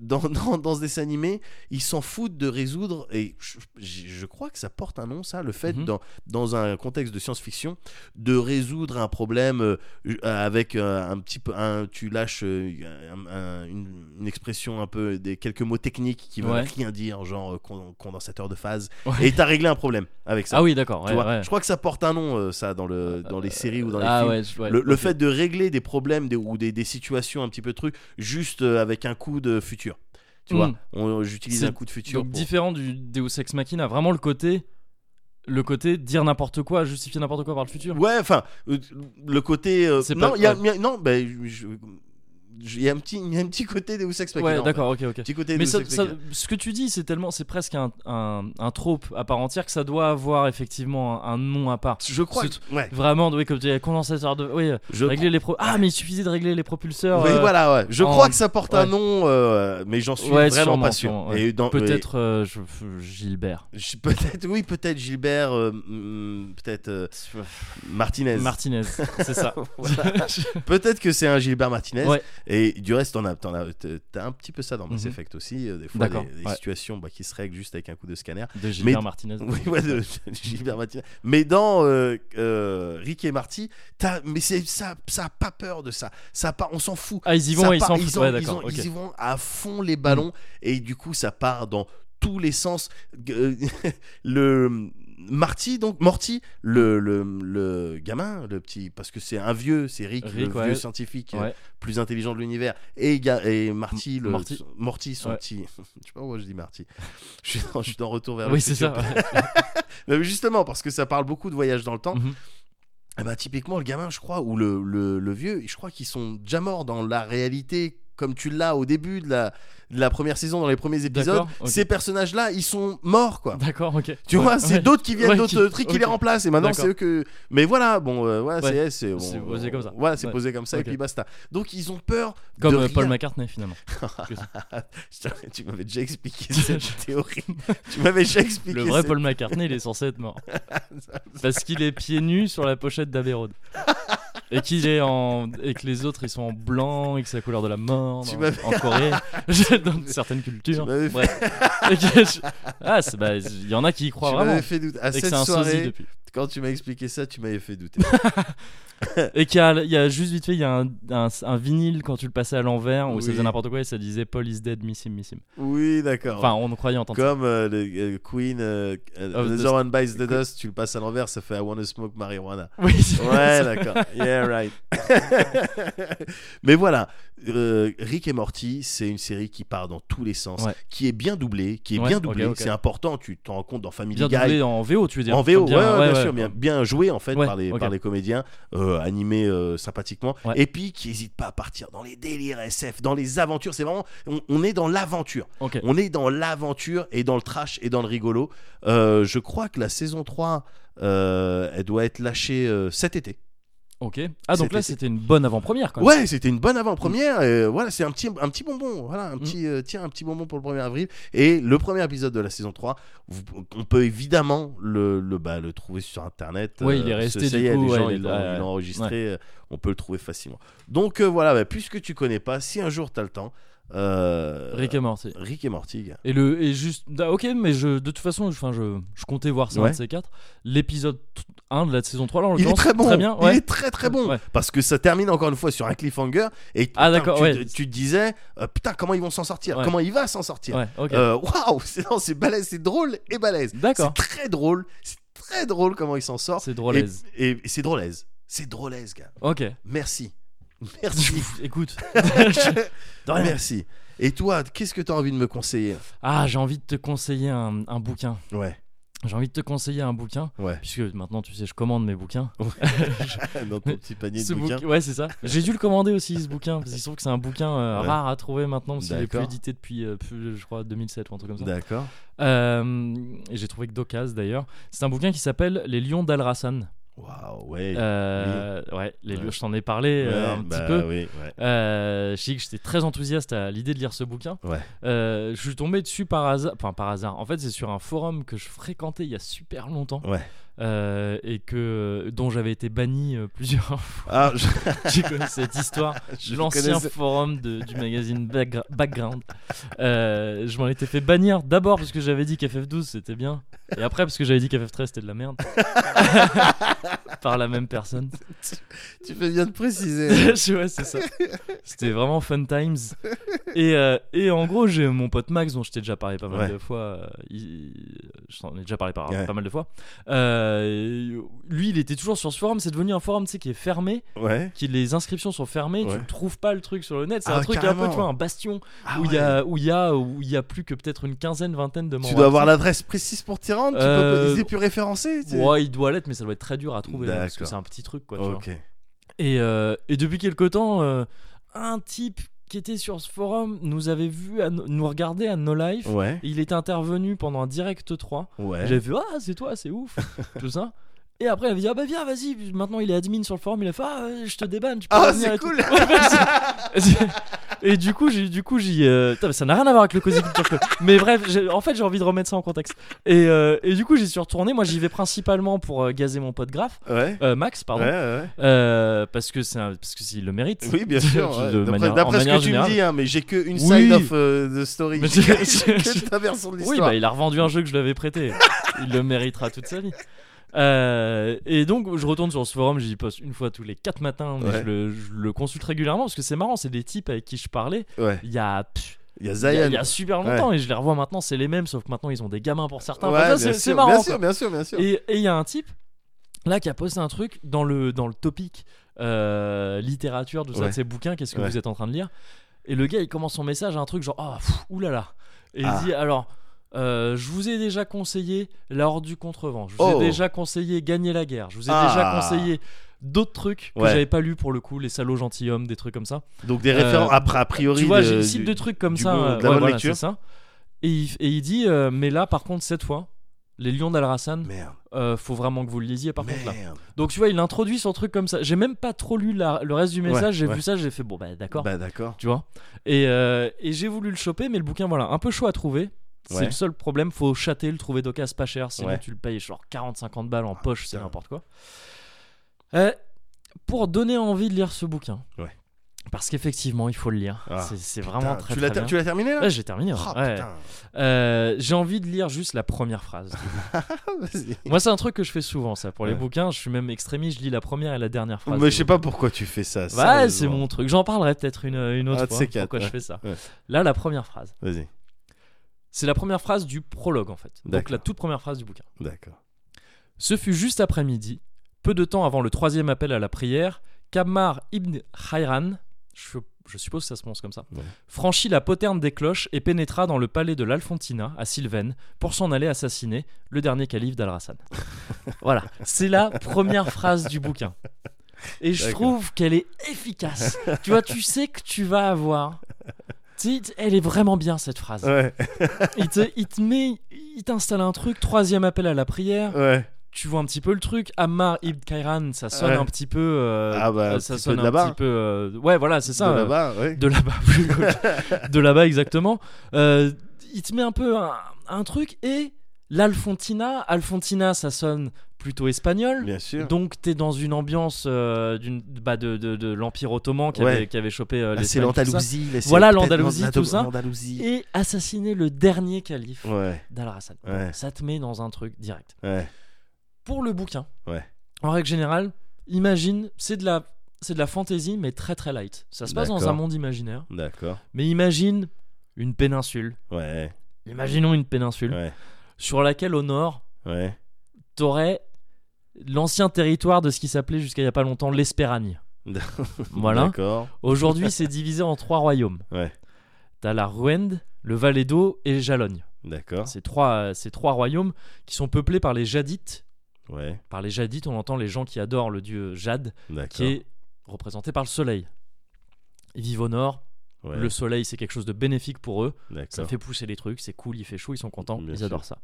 [SPEAKER 2] Dans, dans, dans ce dessin animé, ils s'en foutent de résoudre, et je, je- je crois que ça porte un nom, ça, le fait,
[SPEAKER 1] Mhm.
[SPEAKER 2] dans, dans un contexte de science-fiction, de résoudre un problème euh, avec euh, un petit peu, un, tu lâches euh, un- un- une, une expression un peu, des quelques mots techniques qui veulent
[SPEAKER 1] Ouais.
[SPEAKER 2] rien dire, genre euh, con- condensateur de phase,
[SPEAKER 1] Ouais.
[SPEAKER 2] et t'as réglé un problème avec ça.
[SPEAKER 1] Ah oui, d'accord.
[SPEAKER 2] Tu
[SPEAKER 1] ouais,
[SPEAKER 2] vois,
[SPEAKER 1] ouais.
[SPEAKER 2] Je crois que ça porte un nom, euh, ça, dans, le, dans les séries ou dans les
[SPEAKER 1] ah,
[SPEAKER 2] films.
[SPEAKER 1] ouais, je- ouais,
[SPEAKER 2] Le, le
[SPEAKER 1] ok.
[SPEAKER 2] fait de régler des problèmes des- ou des, des situations un petit peu truc juste euh, avec un coup de futur. Tu
[SPEAKER 1] Mm.
[SPEAKER 2] vois, on- euh, j'utilise
[SPEAKER 1] C'est
[SPEAKER 2] un coup de futur.
[SPEAKER 1] Donc
[SPEAKER 2] pour-
[SPEAKER 1] différent du Deus Ex Machina, vraiment le côté, le côté dire n'importe quoi, justifier n'importe quoi par le futur.
[SPEAKER 2] Ouais, enfin, euh, le côté. euh,
[SPEAKER 1] C'est
[SPEAKER 2] non,
[SPEAKER 1] pas-
[SPEAKER 2] il y a,
[SPEAKER 1] ouais.
[SPEAKER 2] il y a- non, ben, je- je- je- il y a un petit, il y a un petit côté Deus Ex Machina. en
[SPEAKER 1] Ouais,
[SPEAKER 2] fait.
[SPEAKER 1] d'accord, ok, ok.
[SPEAKER 2] Petit côté
[SPEAKER 1] Mais
[SPEAKER 2] Deus
[SPEAKER 1] ça-
[SPEAKER 2] Ex
[SPEAKER 1] ça-
[SPEAKER 2] Machina.
[SPEAKER 1] ce que tu dis, c'est tellement, c'est presque un, un, un trope à part entière que ça doit avoir effectivement un, un nom à part.
[SPEAKER 2] Je crois.
[SPEAKER 1] ce
[SPEAKER 2] que- ouais.
[SPEAKER 1] Vraiment, oui, comme tu dis, condensateur de, oui, euh,
[SPEAKER 2] Je
[SPEAKER 1] régler les pro- Ah, mais il suffisait de régler les propulseurs.
[SPEAKER 2] Oui,
[SPEAKER 1] euh,
[SPEAKER 2] voilà, ouais. Je
[SPEAKER 1] en-
[SPEAKER 2] crois que ça porte un
[SPEAKER 1] ouais.
[SPEAKER 2] nom, euh, mais j'en suis
[SPEAKER 1] Ouais,
[SPEAKER 2] vraiment
[SPEAKER 1] sûrement,
[SPEAKER 2] pas sûr.
[SPEAKER 1] sûrement, ouais.
[SPEAKER 2] Et dans-
[SPEAKER 1] Peut-être euh, je- f- Gilbert.
[SPEAKER 2] et- je- peut-être, oui, peut-être Gilbert, euh, mm, peut-être euh, Martinez.
[SPEAKER 1] Martinez, c'est ça.
[SPEAKER 2] Voilà. Peut-être que c'est un Gilbert Martinez.
[SPEAKER 1] Ouais.
[SPEAKER 2] Et du reste, t'en as, t'en as, t'as un petit peu ça dans Mass
[SPEAKER 1] Mhm.
[SPEAKER 2] Effect aussi. euh, Des fois,
[SPEAKER 1] D'accord,
[SPEAKER 2] des, des
[SPEAKER 1] ouais.
[SPEAKER 2] situations bah, qui se règlent juste avec un coup de scanner.
[SPEAKER 1] De Gilbert
[SPEAKER 2] Mais-
[SPEAKER 1] Martinez.
[SPEAKER 2] Oui, ouais, de- de Gilbert Martinez. Mais dans euh, euh, Rick et Marty, t'as, mais c'est, ça, ça a pas peur de ça. ça a pas, on s'en fout.
[SPEAKER 1] Ah, ils y vont,
[SPEAKER 2] Ça
[SPEAKER 1] et ils
[SPEAKER 2] part-
[SPEAKER 1] s'en foutent.
[SPEAKER 2] ont-
[SPEAKER 1] Ouais,
[SPEAKER 2] ils
[SPEAKER 1] d'accord.
[SPEAKER 2] ont-
[SPEAKER 1] ok.
[SPEAKER 2] ils y vont à fond les ballons et du coup ça part dans tous les sens. Euh, le Marty donc Morty, le, le, le gamin, le petit parce que c'est un vieux, c'est Rick,
[SPEAKER 1] Rick,
[SPEAKER 2] le
[SPEAKER 1] ouais.
[SPEAKER 2] vieux scientifique euh,
[SPEAKER 1] Ouais.
[SPEAKER 2] plus intelligent de l'univers et, ga- et Marty le
[SPEAKER 1] Morty.
[SPEAKER 2] son- Morty, son
[SPEAKER 1] Ouais.
[SPEAKER 2] petit. je sais pas pourquoi je dis Marty. Je suis dans, je suis dans retour vers le
[SPEAKER 1] Oui, c'est
[SPEAKER 2] futur.
[SPEAKER 1] ça. ouais.
[SPEAKER 2] Mais justement parce que ça parle beaucoup de voyage dans le temps.
[SPEAKER 1] Mhm.
[SPEAKER 2] Eh ben, typiquement, le gamin, je crois, ou le, le- le vieux, je crois qu'ils sont déjà morts dans la réalité comme tu l'as au début de la, de la première saison, dans les premiers épisodes.
[SPEAKER 1] D'accord, ok.
[SPEAKER 2] Ces personnages-là, ils sont morts, quoi.
[SPEAKER 1] D'accord, ok.
[SPEAKER 2] Tu vois, c'est
[SPEAKER 1] Ouais.
[SPEAKER 2] d'autres qui viennent
[SPEAKER 1] Ouais,
[SPEAKER 2] d'autres
[SPEAKER 1] qui-
[SPEAKER 2] euh, trucs qui les
[SPEAKER 1] ok.
[SPEAKER 2] remplacent. Et maintenant, c'est
[SPEAKER 1] D'accord.
[SPEAKER 2] eux que. Mais voilà, bon, euh, voilà,
[SPEAKER 1] Ouais.
[SPEAKER 2] c'est- c'est. bon,
[SPEAKER 1] C'est posé
[SPEAKER 2] on-
[SPEAKER 1] comme ça.
[SPEAKER 2] Voilà, c'est
[SPEAKER 1] Ouais.
[SPEAKER 2] posé comme ça,
[SPEAKER 1] Ok.
[SPEAKER 2] et puis basta. Donc, ils ont peur.
[SPEAKER 1] Comme
[SPEAKER 2] de
[SPEAKER 1] euh, Paul
[SPEAKER 2] rien.
[SPEAKER 1] McCartney finalement.
[SPEAKER 2] Putain, tu m'avais déjà expliqué cette théorie. Tu m'avais déjà expliqué.
[SPEAKER 1] Le vrai
[SPEAKER 2] cette-
[SPEAKER 1] Paul McCartney, il est censé être mort. Parce qu'il est pieds nus sur la pochette d'Abbey Road. Et qu'il est en et que les autres ils sont en blanc et que c'est la couleur de la mort
[SPEAKER 2] Tu
[SPEAKER 1] dans-
[SPEAKER 2] m'avais-
[SPEAKER 1] en Corée dans certaines cultures.
[SPEAKER 2] Tu m'avais fait-
[SPEAKER 1] Bref. Et que je- Ah c'est bah il y en a qui y croient
[SPEAKER 2] Tu
[SPEAKER 1] vraiment.
[SPEAKER 2] m'avais fait douter. À
[SPEAKER 1] Et que
[SPEAKER 2] cette
[SPEAKER 1] c'est un sosie
[SPEAKER 2] soirée,
[SPEAKER 1] depuis.
[SPEAKER 2] quand tu m'as expliqué ça, tu m'avais fait douter.
[SPEAKER 1] Et qu'il y a, il y a juste vite fait, il y a un, un- un vinyle quand tu le passais à l'envers où ça
[SPEAKER 2] Oui.
[SPEAKER 1] faisait n'importe quoi et ça disait Paul is dead, miss him, miss him.
[SPEAKER 2] oui, d'accord.
[SPEAKER 1] Enfin, on croyait entendre ça.
[SPEAKER 2] Comme euh, le euh, Queen, euh, euh,
[SPEAKER 1] Of the
[SPEAKER 2] Another One Bites the Dust, tu le passes à l'envers, ça fait I Wanna Smoke Marijuana.
[SPEAKER 1] Oui, c'est-
[SPEAKER 2] Ouais, d'accord. Yeah, right. Mais voilà, euh, Rick et Morty, c'est une série qui part dans tous les sens,
[SPEAKER 1] Ouais.
[SPEAKER 2] qui est bien doublée, qui est
[SPEAKER 1] Ouais,
[SPEAKER 2] bien doublée.
[SPEAKER 1] ok, ok.
[SPEAKER 2] C'est important, tu t'en rends compte dans Family
[SPEAKER 1] bien
[SPEAKER 2] Guy.
[SPEAKER 1] doublé en VO, tu veux dire
[SPEAKER 2] En VO,
[SPEAKER 1] Bien-
[SPEAKER 2] ouais, ouais,
[SPEAKER 1] ouais,
[SPEAKER 2] bien
[SPEAKER 1] ouais.
[SPEAKER 2] sûr, bien, bien joué en fait
[SPEAKER 1] Ouais,
[SPEAKER 2] par, les,
[SPEAKER 1] ok.
[SPEAKER 2] par les comédiens, euh, animés euh, sympathiquement,
[SPEAKER 1] Ouais.
[SPEAKER 2] et puis qui n'hésitent pas à partir dans les délires SF, dans les aventures. C'est vraiment, on, on est dans l'aventure,
[SPEAKER 1] Ok.
[SPEAKER 2] on est dans l'aventure et dans le trash et dans le rigolo. Euh, je crois que la saison 3, euh, elle doit être lâchée euh, cet été.
[SPEAKER 1] Ok. Ah donc
[SPEAKER 2] C'était-
[SPEAKER 1] là c'était une bonne avant-première quand même. Mm.
[SPEAKER 2] Ouais, c'était une bonne avant-première. et voilà, c'est un petit, un petit bonbon. Voilà, un petit, euh, tiens, un petit bonbon pour le 1er avril. Et le premier épisode de la saison 3, vous- on peut évidemment le, le, bah, le trouver sur Internet.
[SPEAKER 1] Ouais, il est
[SPEAKER 2] ce-
[SPEAKER 1] resté,
[SPEAKER 2] ça
[SPEAKER 1] du
[SPEAKER 2] y est,
[SPEAKER 1] coup,
[SPEAKER 2] les
[SPEAKER 1] ouais,
[SPEAKER 2] gens,
[SPEAKER 1] il est-
[SPEAKER 2] ils l'ont ils l'ont
[SPEAKER 1] ouais.
[SPEAKER 2] enregistré. euh, On peut le trouver facilement. Donc euh, voilà, bah, puisque tu connais pas, si un jour tu as le temps, euh,
[SPEAKER 1] Rick et Morty.
[SPEAKER 2] Rick et Morty, gars.
[SPEAKER 1] Et le et juste ah, ok mais je de toute façon enfin je, je comptais voir ça un
[SPEAKER 2] Ouais.
[SPEAKER 1] de ces quatre l'épisode 1 de la saison 3 là en
[SPEAKER 2] Il est
[SPEAKER 1] l'occurrence,
[SPEAKER 2] très bon,
[SPEAKER 1] très bien ouais.
[SPEAKER 2] il est très très bon
[SPEAKER 1] Ouais.
[SPEAKER 2] parce que ça termine encore une fois sur un cliffhanger et
[SPEAKER 1] Ah,
[SPEAKER 2] putain,
[SPEAKER 1] d'accord,
[SPEAKER 2] tu,
[SPEAKER 1] ouais.
[SPEAKER 2] te- tu te disais euh, putain comment ils vont s'en sortir,
[SPEAKER 1] Ouais.
[SPEAKER 2] comment il va s'en sortir.
[SPEAKER 1] Ouais, ok.
[SPEAKER 2] Euh, Waouh, c'est non, c'est balèze, c'est drôle et balèze.
[SPEAKER 1] D'accord.
[SPEAKER 2] C'est très drôle, c'est très drôle comment il s'en sort.
[SPEAKER 1] C'est drôle.
[SPEAKER 2] Et, et- et c'est drôlaise, c'est drôlaise, gars.
[SPEAKER 1] Ok.
[SPEAKER 2] Merci, merci,
[SPEAKER 1] Écoute.
[SPEAKER 2] merci. Et toi, qu'est-ce que t'as envie de me conseiller
[SPEAKER 1] ah, j'ai envie de te conseiller un, un bouquin.
[SPEAKER 2] Ouais,
[SPEAKER 1] J'ai envie de te conseiller un bouquin
[SPEAKER 2] ouais.
[SPEAKER 1] puisque maintenant tu sais je commande mes bouquins.
[SPEAKER 2] Dans ton petit panier
[SPEAKER 1] Ce
[SPEAKER 2] de bouquins.
[SPEAKER 1] bouquin- ouais, c'est ça. J'ai dû le commander aussi ce bouquin parce qu'il se trouve que c'est un bouquin euh,
[SPEAKER 2] Ouais.
[SPEAKER 1] rare à trouver maintenant parce qu'il est plus
[SPEAKER 2] D'accord.
[SPEAKER 1] édité depuis euh, plus, je crois 2007 ou un truc comme ça.
[SPEAKER 2] D'accord.
[SPEAKER 1] Euh, et j'ai trouvé que d'occasion d'ailleurs. C'est un bouquin qui s'appelle Les Lions d'Alrasan.
[SPEAKER 2] Waouh, ouais.
[SPEAKER 1] Euh, ouais, les lions,
[SPEAKER 2] Ouais.
[SPEAKER 1] je t'en ai parlé euh,
[SPEAKER 2] Ouais,
[SPEAKER 1] un
[SPEAKER 2] bah
[SPEAKER 1] petit peu.
[SPEAKER 2] oui, ouais.
[SPEAKER 1] Euh, je sais que j'étais très enthousiaste à l'idée de lire ce bouquin.
[SPEAKER 2] Ouais.
[SPEAKER 1] Euh, je suis tombé dessus par hasard. Enfin, par hasard. En fait, c'est sur un forum que je fréquentais il y a super longtemps.
[SPEAKER 2] Ouais.
[SPEAKER 1] Euh, et que dont j'avais été banni euh, plusieurs fois.
[SPEAKER 2] Ah, je,
[SPEAKER 1] J'ai connu cette histoire.
[SPEAKER 2] je
[SPEAKER 1] L'ancien
[SPEAKER 2] connaissais-
[SPEAKER 1] forum de- du magazine Backgra- Background. Euh, je m'en étais fait bannir d'abord parce que j'avais dit qu'FF12 c'était bien. Et après parce que j'avais dit qu'FF13 c'était de la merde. Par la même personne.
[SPEAKER 2] Tu fais bien de préciser.
[SPEAKER 1] Je- ouais, c'est ça. C'était vraiment fun times. Et, euh, et en gros, j'ai mon pote Max, dont je t'ai déjà parlé pas mal
[SPEAKER 2] Ouais.
[SPEAKER 1] de fois. euh, il- je t'en ai déjà parlé par-
[SPEAKER 2] Ouais.
[SPEAKER 1] pas mal de fois. Euh, lui, il était toujours sur ce forum. C'est devenu un forum tu sais, qui est fermé,
[SPEAKER 2] ouais.
[SPEAKER 1] qui les inscriptions sont fermées.
[SPEAKER 2] Ouais.
[SPEAKER 1] Tu ne trouves pas le truc sur le net. C'est
[SPEAKER 2] Ah,
[SPEAKER 1] un truc un
[SPEAKER 2] carrément.
[SPEAKER 1] peu, tu vois, un bastion
[SPEAKER 2] Ah
[SPEAKER 1] où il
[SPEAKER 2] ouais.
[SPEAKER 1] y a où il y a où il y a plus que peut-être une quinzaine, vingtaine de membres.
[SPEAKER 2] Tu dois avoir l'adresse précise pour t'y rendre. Tu
[SPEAKER 1] Euh,
[SPEAKER 2] peux, ils étaient plus référencés. tu-
[SPEAKER 1] Ouais, il doit l'être, mais ça doit être très dur à trouver là, parce que
[SPEAKER 2] D'accord.
[SPEAKER 1] c'est un petit truc, quoi. tu vois.
[SPEAKER 2] Ok.
[SPEAKER 1] Et, euh, et depuis quelque temps, euh, un type qui était sur ce forum nous avait vu, à no- nous regarder à No Life.
[SPEAKER 2] Ouais.
[SPEAKER 1] Il était intervenu pendant un direct 3.
[SPEAKER 2] Ouais.
[SPEAKER 1] J'avais fait Ah, c'est toi, c'est ouf, tout ça. Et après, il avait dit Ah, bah viens, vas-y. Puis Maintenant, il est admin sur le forum. Il a fait Ah, euh, je te débanne. Tu peux
[SPEAKER 2] Ah,
[SPEAKER 1] revenir
[SPEAKER 2] c'est
[SPEAKER 1] et tout.
[SPEAKER 2] cool.
[SPEAKER 1] Ouais, bah, c'est- et du coup, j'ai, du coup, j'y, euh, putain, mais ça n'a rien à voir avec le Cozy Culture Club. Mais bref, j'ai- en fait, j'ai envie de remettre ça en contexte. Et, euh, et du coup, j'y suis retourné. Moi, j'y vais principalement pour euh, gazer mon pote Graf,
[SPEAKER 2] Ouais.
[SPEAKER 1] euh, Max, pardon.
[SPEAKER 2] Ouais, ouais.
[SPEAKER 1] Euh, parce que c'est un- parce que s'il le mérite.
[SPEAKER 2] Oui, bien sûr.
[SPEAKER 1] De manière-
[SPEAKER 2] ouais. D'après
[SPEAKER 1] en
[SPEAKER 2] d'après ce
[SPEAKER 1] manière
[SPEAKER 2] que tu me
[SPEAKER 1] générale.
[SPEAKER 2] dis, hein, mais j'ai que une
[SPEAKER 1] Oui.
[SPEAKER 2] side of euh, the story.
[SPEAKER 1] Mais
[SPEAKER 2] J'ai
[SPEAKER 1] je-
[SPEAKER 2] que ta version de
[SPEAKER 1] Oui,
[SPEAKER 2] l'histoire.
[SPEAKER 1] bah, il a revendu un jeu que je lui avais prêté. il le méritera toute sa vie. Euh, et donc, je retourne sur ce forum, j'y poste une fois tous les 4 matins, mais
[SPEAKER 2] Ouais.
[SPEAKER 1] je, le, je le consulte régulièrement parce que c'est marrant, c'est des types avec qui je parlais
[SPEAKER 2] Ouais.
[SPEAKER 1] il y a, pff,
[SPEAKER 2] Il y a
[SPEAKER 1] il y
[SPEAKER 2] Zion.
[SPEAKER 1] a- il y a super longtemps et je les revois maintenant, c'est les mêmes, sauf que maintenant ils ont des gamins pour certains.
[SPEAKER 2] Ouais,
[SPEAKER 1] Enfin, ça,
[SPEAKER 2] bien
[SPEAKER 1] c'est-
[SPEAKER 2] sûr,
[SPEAKER 1] c'est marrant.
[SPEAKER 2] Bien
[SPEAKER 1] quoi.
[SPEAKER 2] sûr, bien sûr, bien sûr.
[SPEAKER 1] Et et il y a un type là qui a posté un truc dans le, dans le topic euh, littérature, tout ça,
[SPEAKER 2] Ouais.
[SPEAKER 1] de ses bouquins, qu'est-ce que
[SPEAKER 2] Ouais.
[SPEAKER 1] vous êtes en train de lire Et le gars il commence son message à un truc genre Ah, pff, oulala. Et
[SPEAKER 2] Ah.
[SPEAKER 1] il dit Alors, Euh, je vous ai déjà conseillé La Horde du Contrevent. Je vous
[SPEAKER 2] Oh.
[SPEAKER 1] ai déjà conseillé Gagner la guerre. Je vous ai
[SPEAKER 2] Ah.
[SPEAKER 1] déjà conseillé d'autres trucs que
[SPEAKER 2] Ouais.
[SPEAKER 1] j'avais pas lu pour le coup, Les salauds gentilshommes, des trucs comme ça.
[SPEAKER 2] Donc des références,
[SPEAKER 1] Euh,
[SPEAKER 2] après, a priori.
[SPEAKER 1] tu vois,
[SPEAKER 2] de-
[SPEAKER 1] j'ai une cible
[SPEAKER 2] du-
[SPEAKER 1] de trucs comme
[SPEAKER 2] du
[SPEAKER 1] ça.
[SPEAKER 2] bon- de la
[SPEAKER 1] euh,
[SPEAKER 2] bonne
[SPEAKER 1] voilà,
[SPEAKER 2] lecture.
[SPEAKER 1] c'est ça. Et il, et il dit, euh, mais là, par contre, cette fois, Les Lions d'Alrasan,
[SPEAKER 2] Merde.
[SPEAKER 1] euh, faut vraiment que vous le lisiez par contre là.
[SPEAKER 2] merde.
[SPEAKER 1] Donc tu vois, il introduit son truc comme ça. J'ai même pas trop lu la- le reste du message,
[SPEAKER 2] Ouais,
[SPEAKER 1] j'ai
[SPEAKER 2] ouais.
[SPEAKER 1] vu ça, j'ai fait bon bah d'accord.
[SPEAKER 2] Bah d'accord.
[SPEAKER 1] Tu vois Et, euh, et j'ai voulu le choper, mais le bouquin, voilà, un peu chaud à trouver. C'est
[SPEAKER 2] Ouais.
[SPEAKER 1] le seul problème, faut chater, le trouver d'occasion pas cher, sinon
[SPEAKER 2] Ouais. Ah,
[SPEAKER 1] tu le payes genre 40-50 balles en poche, c'est
[SPEAKER 2] putain.
[SPEAKER 1] n'importe quoi. Euh, pour donner envie de lire ce bouquin,
[SPEAKER 2] Ouais.
[SPEAKER 1] parce qu'effectivement, il faut le lire.
[SPEAKER 2] Ah,
[SPEAKER 1] c'est c'est vraiment
[SPEAKER 2] Putain,
[SPEAKER 1] très
[SPEAKER 2] tu
[SPEAKER 1] très
[SPEAKER 2] l'as ter-
[SPEAKER 1] bien.
[SPEAKER 2] tu l'as terminé là
[SPEAKER 1] Ouais, j'ai terminé.
[SPEAKER 2] Oh,
[SPEAKER 1] ouais.
[SPEAKER 2] putain.
[SPEAKER 1] Euh, j'ai envie de lire juste la première phrase.
[SPEAKER 2] Vas-y.
[SPEAKER 1] Moi, c'est un truc que je fais souvent, ça. Pour les
[SPEAKER 2] Ouais.
[SPEAKER 1] bouquins, je suis même extrémiste, je lis la première et la dernière phrase.
[SPEAKER 2] Mais
[SPEAKER 1] du
[SPEAKER 2] je sais
[SPEAKER 1] bouquin.
[SPEAKER 2] pas pourquoi tu fais ça.
[SPEAKER 1] Ouais, c'est
[SPEAKER 2] sérieusement.
[SPEAKER 1] mon truc. J'en parlerai peut-être une, euh, une autre
[SPEAKER 2] Ah, de
[SPEAKER 1] fois.
[SPEAKER 2] ces quatre,
[SPEAKER 1] Pourquoi
[SPEAKER 2] ouais.
[SPEAKER 1] je fais ça
[SPEAKER 2] Ouais.
[SPEAKER 1] Là, la première phrase.
[SPEAKER 2] Vas-y.
[SPEAKER 1] C'est la première phrase du prologue, en fait. Donc,
[SPEAKER 2] D'accord.
[SPEAKER 1] la toute première phrase du bouquin.
[SPEAKER 2] D'accord.
[SPEAKER 1] Ce fut juste après midi, peu de temps avant le troisième appel à la prière, qu'Ammar ibn Khayran, je, je suppose que ça se prononce comme ça,
[SPEAKER 2] Ouais.
[SPEAKER 1] franchit la poterne des cloches et pénétra dans le palais de l'Alfontina, à Sylvaine, pour s'en aller assassiner le dernier calife d'Al-Rassan. voilà, c'est la première phrase du bouquin. Et je
[SPEAKER 2] D'accord.
[SPEAKER 1] trouve qu'elle est efficace. tu vois, tu sais que tu vas avoir. Tu sais, Elle est vraiment bien cette phrase.
[SPEAKER 2] Ouais,
[SPEAKER 1] Il te, il te met, il t'installe un truc. Troisième appel à la prière
[SPEAKER 2] ouais.
[SPEAKER 1] tu vois un petit peu le truc. Ammar Ibn Kairan, ça sonne
[SPEAKER 2] Ouais.
[SPEAKER 1] un petit peu. euh,
[SPEAKER 2] Ah bah, un
[SPEAKER 1] ça
[SPEAKER 2] petit
[SPEAKER 1] sonne
[SPEAKER 2] peu de là-bas.
[SPEAKER 1] un petit peu. euh, ouais, voilà, c'est ça.
[SPEAKER 2] de
[SPEAKER 1] euh,
[SPEAKER 2] là-bas, ouais.
[SPEAKER 1] de là-bas, oui, oui. de là-bas, exactement. Euh, il te met un peu un, un truc et l'Alfontina. Alfontina, ça sonne plutôt espagnol.
[SPEAKER 2] Bien sûr.
[SPEAKER 1] Donc t'es dans une ambiance euh, d'une bah, de, de- de l'empire ottoman qui,
[SPEAKER 2] Ouais.
[SPEAKER 1] avait, qui avait chopé euh,
[SPEAKER 2] Ah, c'est
[SPEAKER 1] l'Espagne, tout ça.
[SPEAKER 2] l'Andalousie. là, c'est
[SPEAKER 1] Voilà,
[SPEAKER 2] peut-être
[SPEAKER 1] l'Andalousie,
[SPEAKER 2] l'And-
[SPEAKER 1] tout ça.
[SPEAKER 2] L'Andalousie.
[SPEAKER 1] et assassiner le dernier calife
[SPEAKER 2] Ouais,
[SPEAKER 1] d'Al-Rassan.
[SPEAKER 2] ouais,
[SPEAKER 1] Ça te met dans un truc direct.
[SPEAKER 2] ouais.
[SPEAKER 1] pour le bouquin,
[SPEAKER 2] Ouais.
[SPEAKER 1] en règle générale, imagine, c'est de la c'est de la fantaisie mais très très light. Ça se passe dans
[SPEAKER 2] D'accord.
[SPEAKER 1] un monde imaginaire,
[SPEAKER 2] D'accord.
[SPEAKER 1] mais imagine une péninsule.
[SPEAKER 2] Ouais,
[SPEAKER 1] Imaginons une péninsule
[SPEAKER 2] ouais,
[SPEAKER 1] sur laquelle au nord,
[SPEAKER 2] ouais.
[SPEAKER 1] t'aurais l'ancien territoire de ce qui s'appelait jusqu'à il y a pas longtemps l'Espéranie. Voilà.
[SPEAKER 2] D'accord.
[SPEAKER 1] Aujourd'hui, c'est divisé en trois royaumes.
[SPEAKER 2] Ouais.
[SPEAKER 1] T'as la Rouende, le Valais d'Eau et Jalogne.
[SPEAKER 2] D'accord.
[SPEAKER 1] Ces trois, ces trois royaumes qui sont peuplés par les Jadites.
[SPEAKER 2] Ouais,
[SPEAKER 1] Par les Jadites, on entend les gens qui adorent le dieu Jade, qui
[SPEAKER 2] d'accord.
[SPEAKER 1] est représenté par le soleil. Ils vivent au nord,
[SPEAKER 2] Ouais,
[SPEAKER 1] le soleil c'est quelque chose de bénéfique pour eux, ça
[SPEAKER 2] D'accord.
[SPEAKER 1] fait pousser les trucs, c'est cool, il fait chaud, ils sont contents,
[SPEAKER 2] Bien
[SPEAKER 1] ils
[SPEAKER 2] sûr.
[SPEAKER 1] adorent ça.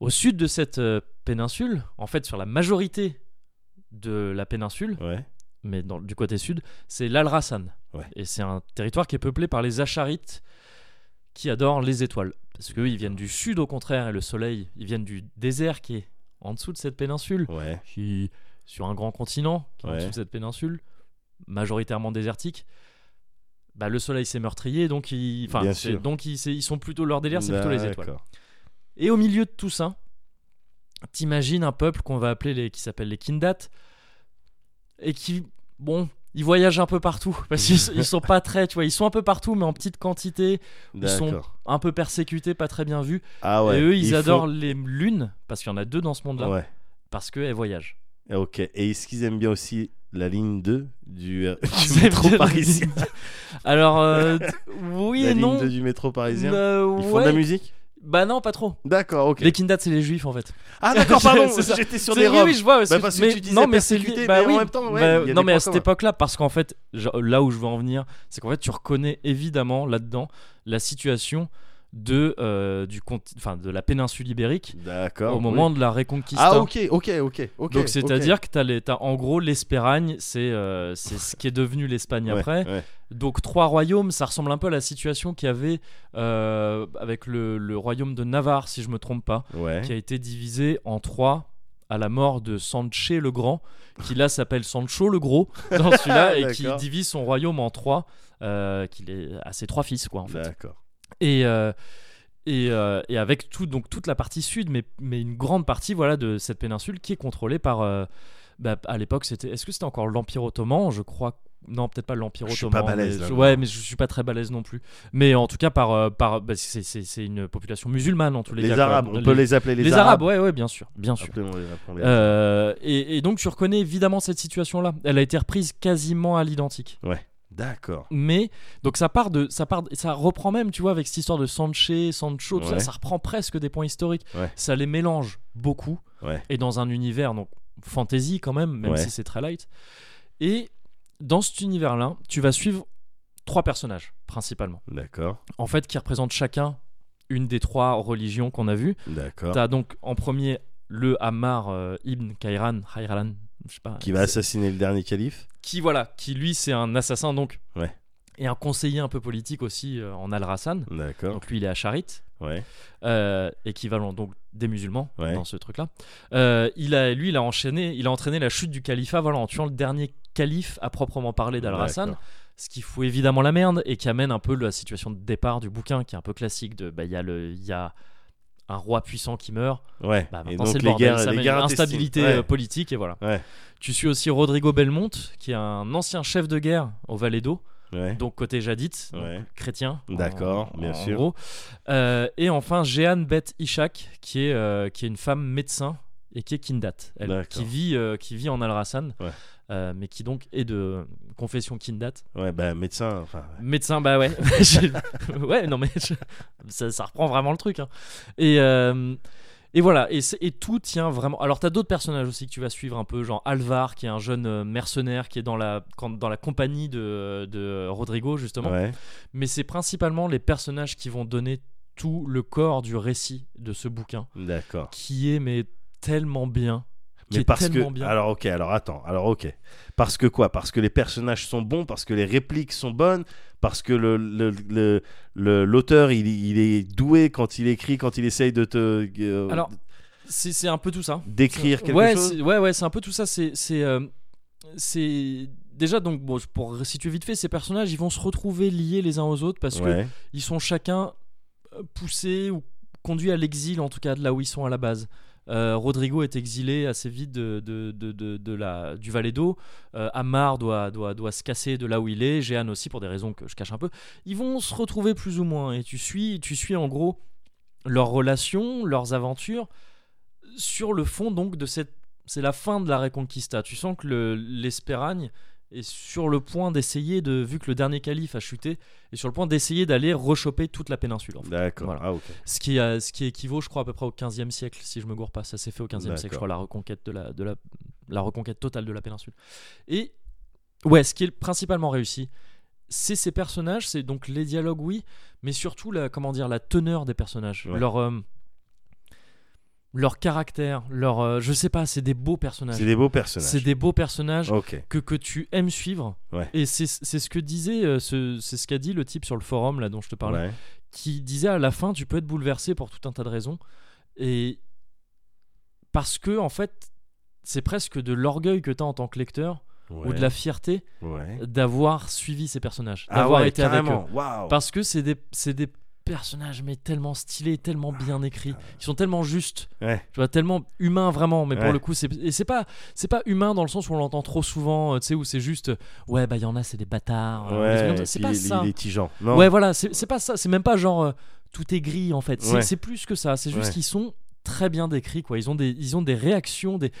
[SPEAKER 1] Au sud de cette euh, péninsule, en fait sur la majorité de la péninsule,
[SPEAKER 2] Ouais,
[SPEAKER 1] mais dans- du côté sud, c'est l'Al-Rassan.
[SPEAKER 2] Ouais.
[SPEAKER 1] Et c'est un territoire qui est peuplé par les Acharites qui adorent les étoiles. Parce qu'eux, ils viennent du sud au contraire, et le soleil, ils viennent du désert qui est en dessous de cette péninsule
[SPEAKER 2] ouais,
[SPEAKER 1] qui sur un grand continent, qui est en
[SPEAKER 2] Ouais.
[SPEAKER 1] dessous de cette péninsule, majoritairement désertique, bah, le soleil s'est meurtrier, donc ils, enfin,
[SPEAKER 2] Bien
[SPEAKER 1] c'est-
[SPEAKER 2] sûr.
[SPEAKER 1] donc ils, c'est- ils sont plutôt leur délire, c'est plutôt les étoiles.
[SPEAKER 2] D'accord.
[SPEAKER 1] Et au milieu de tout ça, t'imagines un peuple qu'on va appeler les, qui s'appelle les Kindat, et qui, bon, ils voyagent un peu partout parce qu'ils sont- ils sont pas très, tu vois, ils sont un peu partout, mais en petite quantité, Ils sont-
[SPEAKER 2] D'accord.
[SPEAKER 1] un peu persécutés, pas très bien vus.
[SPEAKER 2] Ah ouais.
[SPEAKER 1] et eux, ils,
[SPEAKER 2] faut-
[SPEAKER 1] adorent les lunes parce qu'il y en a deux dans ce monde-là,
[SPEAKER 2] Ouais.
[SPEAKER 1] parce qu'elles voyagent.
[SPEAKER 2] Et Ok. Et est-ce qu'ils aiment bien aussi la ligne 2 du, euh,
[SPEAKER 1] Ils
[SPEAKER 2] du
[SPEAKER 1] aiment
[SPEAKER 2] métro
[SPEAKER 1] bien la
[SPEAKER 2] parisien
[SPEAKER 1] Alors, euh, t- oui
[SPEAKER 2] La
[SPEAKER 1] et non.
[SPEAKER 2] ligne 2 du métro parisien
[SPEAKER 1] Euh,
[SPEAKER 2] Ils font de la
[SPEAKER 1] ouais.
[SPEAKER 2] musique
[SPEAKER 1] Bah non, pas trop.
[SPEAKER 2] D'accord, ok.
[SPEAKER 1] Les Kindat, c'est les juifs en fait.
[SPEAKER 2] Ah d'accord, pardon,
[SPEAKER 1] C'est ça.
[SPEAKER 2] j'étais sur
[SPEAKER 1] C'est-
[SPEAKER 2] des
[SPEAKER 1] oui,
[SPEAKER 2] robes.
[SPEAKER 1] oui, je vois.
[SPEAKER 2] Bah, parce que
[SPEAKER 1] mais-
[SPEAKER 2] tu disais
[SPEAKER 1] non, mais c'est
[SPEAKER 2] persécuté,
[SPEAKER 1] lié-
[SPEAKER 2] mais
[SPEAKER 1] bah
[SPEAKER 2] en
[SPEAKER 1] oui.
[SPEAKER 2] même temps, ouais,
[SPEAKER 1] Bah,
[SPEAKER 2] il y a
[SPEAKER 1] non,
[SPEAKER 2] des
[SPEAKER 1] mais
[SPEAKER 2] points
[SPEAKER 1] à cette
[SPEAKER 2] communs.
[SPEAKER 1] époque-là, parce qu'en fait, genre, là où je veux en venir, c'est qu'en fait, tu reconnais évidemment là-dedans la situation de euh, du conti- enfin de la péninsule ibérique
[SPEAKER 2] D'accord.
[SPEAKER 1] au
[SPEAKER 2] oui.
[SPEAKER 1] moment de la Reconquista.
[SPEAKER 2] Ah ok, ok, ok, ok.
[SPEAKER 1] hein. Donc c'est-à-dire que t'as, les- t'as en gros l'Espagne, c'est, euh, c'est ce qui est devenu
[SPEAKER 2] ok.
[SPEAKER 1] l'Espagne
[SPEAKER 2] Ouais,
[SPEAKER 1] après.
[SPEAKER 2] ouais.
[SPEAKER 1] Donc trois royaumes, ça ressemble un peu à la situation qu'il y avait euh, avec le, le royaume de Navarre, si je me trompe pas,
[SPEAKER 2] Ouais.
[SPEAKER 1] qui a été divisé en trois à la mort de Sanche le Grand, qui là s'appelle Sancho le Gros dans celui-là et qui
[SPEAKER 2] D'accord.
[SPEAKER 1] divise son royaume en trois, euh, qu'il est à ses trois fils quoi en fait.
[SPEAKER 2] D'accord.
[SPEAKER 1] Et euh, et, euh, et avec tout donc toute la partie sud, mais mais une grande partie voilà de cette péninsule qui est contrôlée par euh, bah, à l'époque c'était est-ce que c'était encore l'empire ottoman je crois non peut-être pas l'empire
[SPEAKER 2] Je
[SPEAKER 1] ottoman
[SPEAKER 2] suis pas balèze,
[SPEAKER 1] mais-
[SPEAKER 2] là,
[SPEAKER 1] je-
[SPEAKER 2] non.
[SPEAKER 1] ouais mais je suis pas très balèze non plus mais en tout cas par euh, par bah, c'est- c'est c'est une population musulmane en tous les,
[SPEAKER 2] Les
[SPEAKER 1] cas quoi.
[SPEAKER 2] Arabes, Ah, on peut les appeler les,
[SPEAKER 1] les arabes ouais ouais bien sûr bien sûr
[SPEAKER 2] Appelons-les, appelons-les.
[SPEAKER 1] Euh, et, et donc tu reconnais évidemment cette situation là elle a été reprise quasiment à l'identique
[SPEAKER 2] Ouais. D'accord.
[SPEAKER 1] Mais donc ça part de ça part ça reprend même tu vois avec cette histoire de Sanche, Sancho tout ça,
[SPEAKER 2] Ouais.
[SPEAKER 1] ça reprend presque des points historiques.
[SPEAKER 2] Ouais.
[SPEAKER 1] Ça les mélange beaucoup
[SPEAKER 2] Ouais.
[SPEAKER 1] et dans un univers donc fantasy quand même même
[SPEAKER 2] Ouais.
[SPEAKER 1] si c'est très light. Et dans cet univers là, tu vas suivre trois personnages principalement.
[SPEAKER 2] D'accord.
[SPEAKER 1] En fait qui représentent chacun une des trois religions qu'on a vues.
[SPEAKER 2] D'accord.
[SPEAKER 1] T'as donc en premier le Ammar euh, ibn Kairan, Hayran, je sais pas.
[SPEAKER 2] Qui va
[SPEAKER 1] c'est-
[SPEAKER 2] assassiner le dernier calife
[SPEAKER 1] qui voilà, qui lui c'est un assassin donc.
[SPEAKER 2] Ouais.
[SPEAKER 1] Et un conseiller un peu politique aussi euh, en Al-Rassan.
[SPEAKER 2] D'accord.
[SPEAKER 1] Donc lui il est à Charite,
[SPEAKER 2] Ouais.
[SPEAKER 1] euh, équivalent donc des musulmans
[SPEAKER 2] Ouais.
[SPEAKER 1] dans ce truc-là. Euh, il a, lui il a enchaîné, il a entraîné la chute du califat voilà en tuant le dernier calife à proprement parler d'Al-Rassan,
[SPEAKER 2] D'accord.
[SPEAKER 1] ce qui fout évidemment la merde et qui amène un peu la situation de départ du bouquin qui est un peu classique de bah il y a le il y a un roi puissant qui meurt,
[SPEAKER 2] Ouais.
[SPEAKER 1] bah,
[SPEAKER 2] Et
[SPEAKER 1] maintenant
[SPEAKER 2] donc
[SPEAKER 1] c'est le
[SPEAKER 2] les
[SPEAKER 1] bordel,
[SPEAKER 2] guerres,
[SPEAKER 1] ça
[SPEAKER 2] les
[SPEAKER 1] amène
[SPEAKER 2] guerres
[SPEAKER 1] une
[SPEAKER 2] intestines.
[SPEAKER 1] instabilité
[SPEAKER 2] Ouais.
[SPEAKER 1] euh, politique et voilà.
[SPEAKER 2] Ouais.
[SPEAKER 1] Tu suis aussi Rodrigo Belmonte, qui est un ancien chef de guerre au Valédo,
[SPEAKER 2] Ouais.
[SPEAKER 1] donc côté jadite, donc
[SPEAKER 2] Ouais.
[SPEAKER 1] chrétien. en-
[SPEAKER 2] D'accord, bien
[SPEAKER 1] en
[SPEAKER 2] sûr.
[SPEAKER 1] gros. Euh, et enfin, Jeanne Beth Ishak, qui est, euh, qui est une femme médecin et qui est Kindat, elle,
[SPEAKER 2] D'accord.
[SPEAKER 1] qui, vit, euh, qui vit en Al-Rassan,
[SPEAKER 2] Ouais.
[SPEAKER 1] euh, mais qui donc est de confession Kindat.
[SPEAKER 2] Ouais, bah médecin. Enfin, ouais.
[SPEAKER 1] Médecin, bah ouais. J'ai- ouais, non mais je- ça, ça reprend vraiment le truc. hein. Et, euh, et voilà, et, c'est- et tout tient vraiment. Alors t'as d'autres personnages aussi que tu vas suivre un peu, genre Alvar, qui est un jeune euh, mercenaire qui est dans la, quand- dans la compagnie de, de Rodrigo, justement.
[SPEAKER 2] Ouais.
[SPEAKER 1] Mais c'est principalement les personnages qui vont donner tout le corps du récit de ce bouquin,
[SPEAKER 2] D'accord.
[SPEAKER 1] qui est mais tellement bien. Qui
[SPEAKER 2] Mais
[SPEAKER 1] est
[SPEAKER 2] parce
[SPEAKER 1] tellement
[SPEAKER 2] que
[SPEAKER 1] bien.
[SPEAKER 2] alors ok alors attends alors ok parce que quoi parce que les personnages sont bons parce que les répliques sont bonnes parce que le le- le- le- l'auteur il, il est doué quand il écrit quand il essaye de te euh,
[SPEAKER 1] Alors, c'est c'est un peu tout ça.
[SPEAKER 2] d'écrire quelque
[SPEAKER 1] ouais,
[SPEAKER 2] chose
[SPEAKER 1] c'est- Ouais, ouais, c'est un peu tout ça. C'est, c'est, euh, c'est- déjà donc bon, pour situer vite fait, ces personnages, ils vont se retrouver liés les uns aux autres parce que
[SPEAKER 2] ouais
[SPEAKER 1] ils sont chacun euh, poussés ou conduits à l'exil en tout cas de là où ils sont à la base. Euh, Rodrigo est exilé assez vite de, de, de, de- de la, du Valédo. Euh, Amar doit, doit, doit se casser de là où il est. Jeanne aussi pour des raisons que je cache un peu. Ils vont se retrouver plus ou moins et tu suis, tu suis en gros leurs relations, leurs aventures sur le fond donc de cette... C'est la fin de la Reconquista. Tu sens que le- l'Espéragne est sur le point d'essayer de... Vu que le dernier calife a chuté, est sur le point d'essayer d'aller rechoper toute la péninsule. en fait.
[SPEAKER 2] d'accord
[SPEAKER 1] Voilà.
[SPEAKER 2] ah ok
[SPEAKER 1] Ce qui, euh, ce qui équivaut, je crois, à peu près au 15e siècle, si je me gourre pas. Ça s'est fait au 15e siècle, je
[SPEAKER 2] D'accord.
[SPEAKER 1] crois, la reconquête, de la, de la, la reconquête totale de la péninsule. Et ouais, ce qui est principalement réussi, c'est ces personnages, c'est donc les dialogues, oui, mais surtout la, comment dire, la teneur des personnages.
[SPEAKER 2] Ouais.
[SPEAKER 1] Leur, euh, leur caractère, leur. euh, je sais pas, c'est des beaux personnages.
[SPEAKER 2] c'est des beaux personnages
[SPEAKER 1] C'est des beaux personnages
[SPEAKER 2] ok
[SPEAKER 1] que, que tu aimes suivre.
[SPEAKER 2] Ouais.
[SPEAKER 1] Et c'est c'est ce que disait, euh, ce- c'est ce qu'a dit le type sur le forum là dont je te parlais,
[SPEAKER 2] ouais
[SPEAKER 1] qui disait à la fin tu peux être bouleversé pour tout un tas de raisons et parce que en fait c'est presque de l'orgueil que tu as en tant que lecteur ou
[SPEAKER 2] Ouais.
[SPEAKER 1] de la fierté
[SPEAKER 2] ouais
[SPEAKER 1] d'avoir suivi ces personnages,
[SPEAKER 2] Ah
[SPEAKER 1] d'avoir
[SPEAKER 2] ouais,
[SPEAKER 1] été avec
[SPEAKER 2] carrément.
[SPEAKER 1] eux,
[SPEAKER 2] Waouh.
[SPEAKER 1] parce que c'est des c'est des personnages mais tellement stylés, tellement bien écrits, ils sont tellement justes
[SPEAKER 2] Ah, ouais
[SPEAKER 1] tu vois tellement humain vraiment mais pour
[SPEAKER 2] Ouais.
[SPEAKER 1] le coup c'est et c'est pas c'est pas humain dans le sens où on l'entend trop souvent euh, tu sais où c'est juste euh, ouais bah il y en a c'est des bâtards euh, des trucs comme ça.
[SPEAKER 2] ouais
[SPEAKER 1] c'est
[SPEAKER 2] puis
[SPEAKER 1] pas
[SPEAKER 2] il-
[SPEAKER 1] ça
[SPEAKER 2] il est tigeant non
[SPEAKER 1] ouais voilà c'est c'est pas ça c'est même pas genre euh, tout est gris en fait c'est
[SPEAKER 2] Ouais.
[SPEAKER 1] c'est plus que ça c'est juste
[SPEAKER 2] Ouais.
[SPEAKER 1] qu'ils sont très bien décrits quoi ils ont des ils ont des réactions des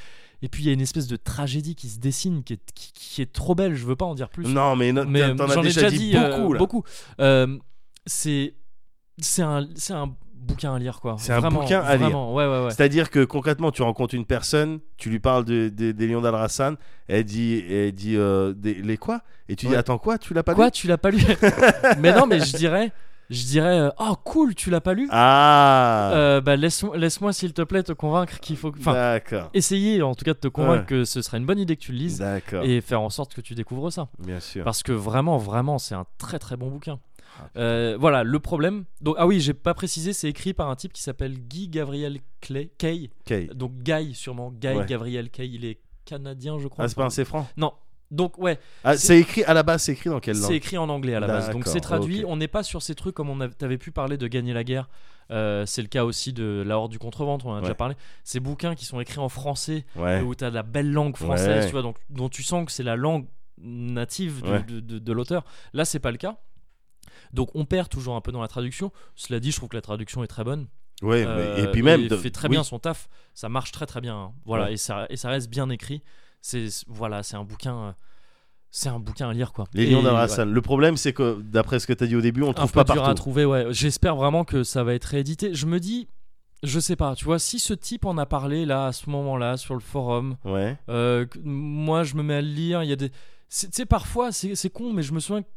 [SPEAKER 1] et puis il y a une espèce de tragédie qui se dessine qui est, qui, qui est trop belle je veux pas en dire plus
[SPEAKER 2] non mais, non,
[SPEAKER 1] mais euh,
[SPEAKER 2] t'en- t'en
[SPEAKER 1] j'en
[SPEAKER 2] as
[SPEAKER 1] ai déjà dit euh,
[SPEAKER 2] beaucoup là
[SPEAKER 1] beaucoup Euh, c'est c'est un c'est un bouquin à lire quoi
[SPEAKER 2] C'est un
[SPEAKER 1] Vraiment,
[SPEAKER 2] bouquin à lire.
[SPEAKER 1] vraiment. ouais ouais ouais
[SPEAKER 2] C'est-à-dire que concrètement, tu rencontres une personne, tu lui parles de, de- des Lions d'Al-Rassan, elle dit, elle dit euh, des- les quoi Et tu dis,
[SPEAKER 1] Ouais.
[SPEAKER 2] attends, quoi Tu l'as pas
[SPEAKER 1] Quoi,
[SPEAKER 2] lu
[SPEAKER 1] tu l'as pas lu Mais non, mais je dirais, je dirais, euh, oh cool, tu l'as pas lu.
[SPEAKER 2] Ah
[SPEAKER 1] Euh, bah laisse-moi, laisse-moi, s'il te plaît te convaincre qu'il faut, que- enfin,
[SPEAKER 2] D'accord.
[SPEAKER 1] essayer en tout cas de te convaincre
[SPEAKER 2] Ouais.
[SPEAKER 1] que ce serait une bonne idée que tu le lises
[SPEAKER 2] D'accord.
[SPEAKER 1] et faire en sorte que tu découvres ça.
[SPEAKER 2] Bien sûr.
[SPEAKER 1] Parce que vraiment, vraiment, c'est un très très bon bouquin.
[SPEAKER 2] Ah,
[SPEAKER 1] Euh, voilà, le problème. Donc ah oui, j'ai pas précisé, c'est écrit par un type qui s'appelle Guy Gabriel Clay, Kay.
[SPEAKER 2] Ok.
[SPEAKER 1] Donc Guy sûrement, Guy
[SPEAKER 2] Ouais.
[SPEAKER 1] Gabriel Kay, il est canadien, je crois.
[SPEAKER 2] Ah, c'est pas un c'est franc
[SPEAKER 1] Non. Donc ouais,
[SPEAKER 2] Ah,
[SPEAKER 1] C'est-
[SPEAKER 2] c'est écrit à la base, c'est écrit dans quelle
[SPEAKER 1] C'est
[SPEAKER 2] langue
[SPEAKER 1] écrit en anglais à la base, donc
[SPEAKER 2] D'accord,
[SPEAKER 1] c'est traduit.
[SPEAKER 2] ok.
[SPEAKER 1] On n'est pas sur ces trucs comme on av- t'avais pu parler de gagner la guerre. Euh, c'est le cas aussi de la Horde du Contreventre, on en a déjà
[SPEAKER 2] Ouais.
[SPEAKER 1] parlé. Ces bouquins qui sont écrits en français,
[SPEAKER 2] Ouais.
[SPEAKER 1] où t'as de la belle langue française,
[SPEAKER 2] Ouais.
[SPEAKER 1] tu vois, donc, dont tu sens que c'est la langue native de,
[SPEAKER 2] Ouais.
[SPEAKER 1] de- de- de l'auteur. Là, c'est pas le cas. Donc on perd toujours un peu dans la traduction. Cela dit, je trouve que la traduction est très bonne.
[SPEAKER 2] Ouais,
[SPEAKER 1] Euh,
[SPEAKER 2] mais- et puis même.
[SPEAKER 1] il
[SPEAKER 2] de-
[SPEAKER 1] fait très
[SPEAKER 2] oui.
[SPEAKER 1] bien son taf. Ça marche très très bien. hein. Voilà,
[SPEAKER 2] Ouais.
[SPEAKER 1] et ça et ça reste bien écrit. C'est voilà, c'est un bouquin. euh, c'est un bouquin à lire quoi.
[SPEAKER 2] Les
[SPEAKER 1] Et-
[SPEAKER 2] Lions
[SPEAKER 1] ouais.
[SPEAKER 2] d'Abrahamson. Le problème, c'est que, d'après ce que tu as dit au début, on le
[SPEAKER 1] un
[SPEAKER 2] trouve
[SPEAKER 1] peu
[SPEAKER 2] pas
[SPEAKER 1] dur à
[SPEAKER 2] partout.
[SPEAKER 1] trouver ouais j'espère vraiment que ça va être réédité je me dis je sais pas tu vois si ce type en a parlé là à ce moment là sur le forum
[SPEAKER 2] Ouais.
[SPEAKER 1] euh, que- moi je me mets à le lire il y a des c'est- tu sais parfois c'est c'est con mais je me souviens que-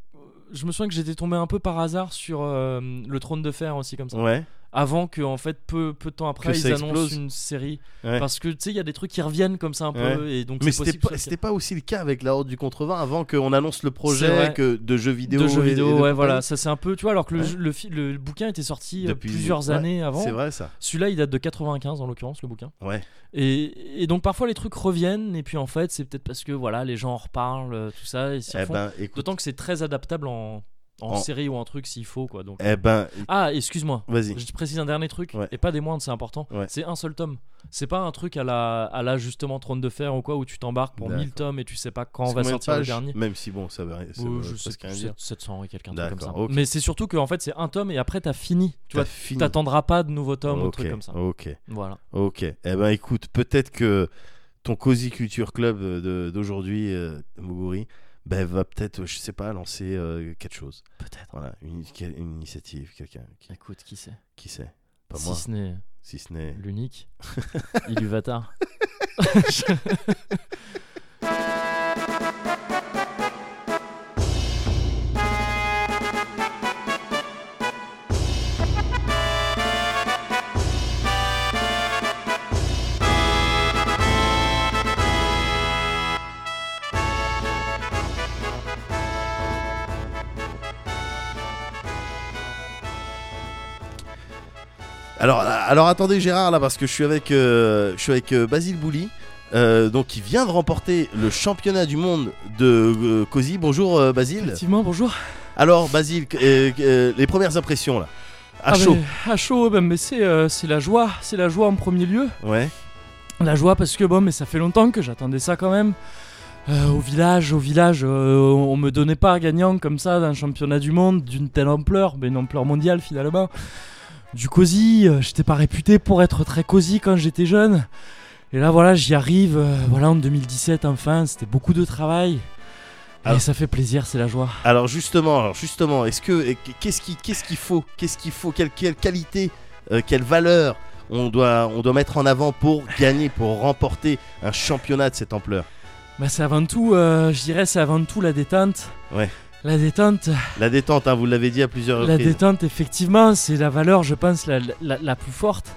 [SPEAKER 1] je me souviens que j'étais tombé un peu par hasard sur euh, le trône de fer aussi comme ça
[SPEAKER 2] Ouais.
[SPEAKER 1] avant que en fait peu peu de temps après
[SPEAKER 2] Que
[SPEAKER 1] ils
[SPEAKER 2] ça
[SPEAKER 1] annoncent
[SPEAKER 2] explose.
[SPEAKER 1] une série
[SPEAKER 2] Ouais.
[SPEAKER 1] parce que tu sais il y a des trucs qui reviennent comme ça un peu et donc
[SPEAKER 2] Mais
[SPEAKER 1] c'est
[SPEAKER 2] c'était
[SPEAKER 1] possible
[SPEAKER 2] pas,
[SPEAKER 1] que ce soit
[SPEAKER 2] c'était pas aussi le cas avec la Horde du Contrevin avant qu'on annonce le
[SPEAKER 1] C'est
[SPEAKER 2] projet
[SPEAKER 1] vrai.
[SPEAKER 2] que de jeux vidéo.
[SPEAKER 1] de jeux
[SPEAKER 2] et- et
[SPEAKER 1] vidéo
[SPEAKER 2] de
[SPEAKER 1] ouais
[SPEAKER 2] compagnie.
[SPEAKER 1] voilà ça c'est un peu tu vois alors que le,
[SPEAKER 2] Ouais.
[SPEAKER 1] jeu- le, fi- le bouquin était sorti euh,
[SPEAKER 2] Depuis-
[SPEAKER 1] plusieurs
[SPEAKER 2] ouais,
[SPEAKER 1] années avant
[SPEAKER 2] C'est vrai ça.
[SPEAKER 1] Celui-là, il date de 95 en l'occurrence, le bouquin.
[SPEAKER 2] Ouais.
[SPEAKER 1] Et, et donc parfois les trucs reviennent, et puis en fait, c'est peut-être parce que voilà, les gens en reparlent, euh, tout ça. et s'y
[SPEAKER 2] Eh
[SPEAKER 1] refont.
[SPEAKER 2] ben, écoute.
[SPEAKER 1] D'autant que c'est très adaptable en, en
[SPEAKER 2] En-
[SPEAKER 1] série ou en truc s'il faut, quoi. Donc...
[SPEAKER 2] Eh ben,
[SPEAKER 1] Ah, excuse-moi,
[SPEAKER 2] vas-y.
[SPEAKER 1] je précise un dernier truc,
[SPEAKER 2] Ouais.
[SPEAKER 1] et pas des moindres, c'est important.
[SPEAKER 2] Ouais.
[SPEAKER 1] C'est un seul tome. C'est pas un truc à la, à la justement Trône de Fer ou quoi, où tu t'embarques pour
[SPEAKER 2] D'accord.
[SPEAKER 1] 1000 tomes et tu sais pas quand
[SPEAKER 2] C'est
[SPEAKER 1] va
[SPEAKER 2] combien de
[SPEAKER 1] sortir le
[SPEAKER 2] pages
[SPEAKER 1] dernier.
[SPEAKER 2] Même si bon, ça veut rien. ça
[SPEAKER 1] Oh,
[SPEAKER 2] veut
[SPEAKER 1] je sais
[SPEAKER 2] presque
[SPEAKER 1] plus,
[SPEAKER 2] rien dire.
[SPEAKER 1] 700 et quelqu'un, truc comme ça.
[SPEAKER 2] D'accord, ok.
[SPEAKER 1] Mais c'est surtout que en fait, c'est un tome et après t'as fini. Tu
[SPEAKER 2] T'as
[SPEAKER 1] vois,
[SPEAKER 2] fini.
[SPEAKER 1] t'attendras pas de nouveaux tomes ou de
[SPEAKER 2] Ok,
[SPEAKER 1] trucs comme ça.
[SPEAKER 2] Ok.
[SPEAKER 1] Voilà.
[SPEAKER 2] Ok. Eh ben, écoute, peut-être que ton Cozy Culture Club euh, de- d'aujourd'hui, euh, Muguri, ben, va peut-être, euh, je sais pas, lancer euh, quelque chose.
[SPEAKER 1] Peut-être.
[SPEAKER 2] Voilà, une, quelle- une initiative, quelqu'un. Qui,
[SPEAKER 1] Écoute, qui c'est
[SPEAKER 2] qui sait Pas
[SPEAKER 1] Si
[SPEAKER 2] moi,
[SPEAKER 1] ce n'est
[SPEAKER 2] si ce n'est.
[SPEAKER 1] l'unique Iluvatar.
[SPEAKER 2] Alors, alors attendez, Gérard, là, parce que je suis avec, euh, je suis avec euh, Basile Bouli. euh, donc, qui vient de remporter le championnat du monde de euh, Cozy. Bonjour, euh, Basile.
[SPEAKER 1] Effectivement, bonjour.
[SPEAKER 2] Alors, Basile, que- euh, euh, les premières impressions, là. À
[SPEAKER 1] Ah,
[SPEAKER 2] Ah, chaud.
[SPEAKER 1] Mais, à chaud, ben, mais c'est euh, c'est la joie, c'est la joie en premier lieu.
[SPEAKER 2] Ouais.
[SPEAKER 1] La joie parce que bon, mais ça fait longtemps que j'attendais ça quand même. Euh, au village, au village, euh, on me donnait pas gagnant comme ça d'un championnat du monde d'une telle ampleur, mais une ampleur mondiale finalement. Du cosy, euh, j'étais pas réputé pour être très cosy quand j'étais jeune. Et là voilà, j'y arrive, euh, voilà en 2017 enfin, c'était beaucoup de travail. Et
[SPEAKER 2] Alors-
[SPEAKER 1] ça fait plaisir, c'est la joie.
[SPEAKER 2] Alors justement, alors justement, est-ce que et qu'est-ce qui qu'est-ce qu'il faut, qu'est-ce qu'il faut, quelle, quelle qualité, euh, quelle valeur on doit on doit mettre en avant pour gagner, pour remporter un championnat de cette ampleur.
[SPEAKER 1] Bah c'est avant tout, euh, je dirais c'est avant tout la détente.
[SPEAKER 2] Ouais.
[SPEAKER 1] La détente,
[SPEAKER 2] La détente, hein, vous l'avez dit à plusieurs
[SPEAKER 1] la
[SPEAKER 2] reprises.
[SPEAKER 1] détente effectivement c'est la valeur je pense la, la- la plus forte.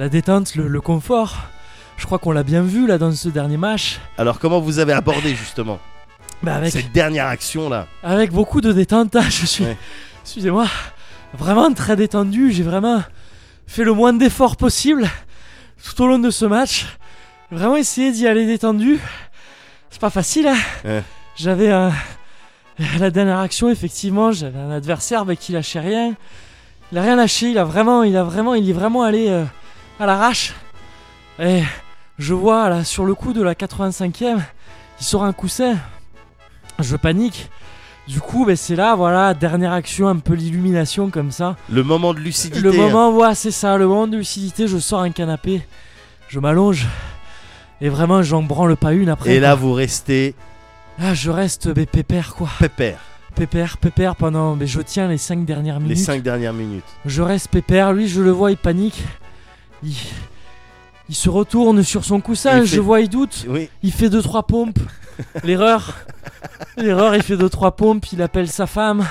[SPEAKER 1] La détente, le, le confort. Je crois qu'on l'a bien vu là dans ce dernier match.
[SPEAKER 2] Alors comment vous avez abordé justement
[SPEAKER 1] Bah avec,
[SPEAKER 2] cette dernière action là
[SPEAKER 1] avec beaucoup de détente, hein, je suis,
[SPEAKER 2] Ouais.
[SPEAKER 1] excusez-moi, vraiment très détendu. J'ai vraiment fait le moins d'efforts possible tout au long de ce match. Vraiment essayé d'y aller détendu. C'est pas facile, hein.
[SPEAKER 2] Ouais.
[SPEAKER 1] J'avais un. La dernière action, effectivement, j'avais un adversaire mais qui lâchait rien. Il a rien lâché, il a vraiment, il a vraiment, il est vraiment allé euh, à l'arrache. Et je vois là sur le coup de la 85e, il sort un coussin. Je panique. Du coup, ben, c'est là, voilà, dernière action, un peu l'illumination comme ça.
[SPEAKER 2] Le moment de lucidité.
[SPEAKER 1] Le
[SPEAKER 2] hein.
[SPEAKER 1] moment, ouais, c'est ça, le moment de lucidité, je sors un canapé, je m'allonge, et vraiment, j'en branle pas une après.
[SPEAKER 2] Et là
[SPEAKER 1] quoi.
[SPEAKER 2] vous restez
[SPEAKER 1] Là, je reste ben, pépère, quoi.
[SPEAKER 2] pépère
[SPEAKER 1] Pépère, pépère pendant. Mais je tiens les 5 dernières minutes.
[SPEAKER 2] les cinq dernières minutes.
[SPEAKER 1] Je reste pépère, lui, je le vois, il panique. Il, il se retourne sur son coussin,
[SPEAKER 2] Il
[SPEAKER 1] je
[SPEAKER 2] fait-
[SPEAKER 1] vois, il doute.
[SPEAKER 2] Oui,
[SPEAKER 1] Il fait 2-3 pompes. L'erreur. L'erreur, il fait 2-3 pompes, il appelle sa femme.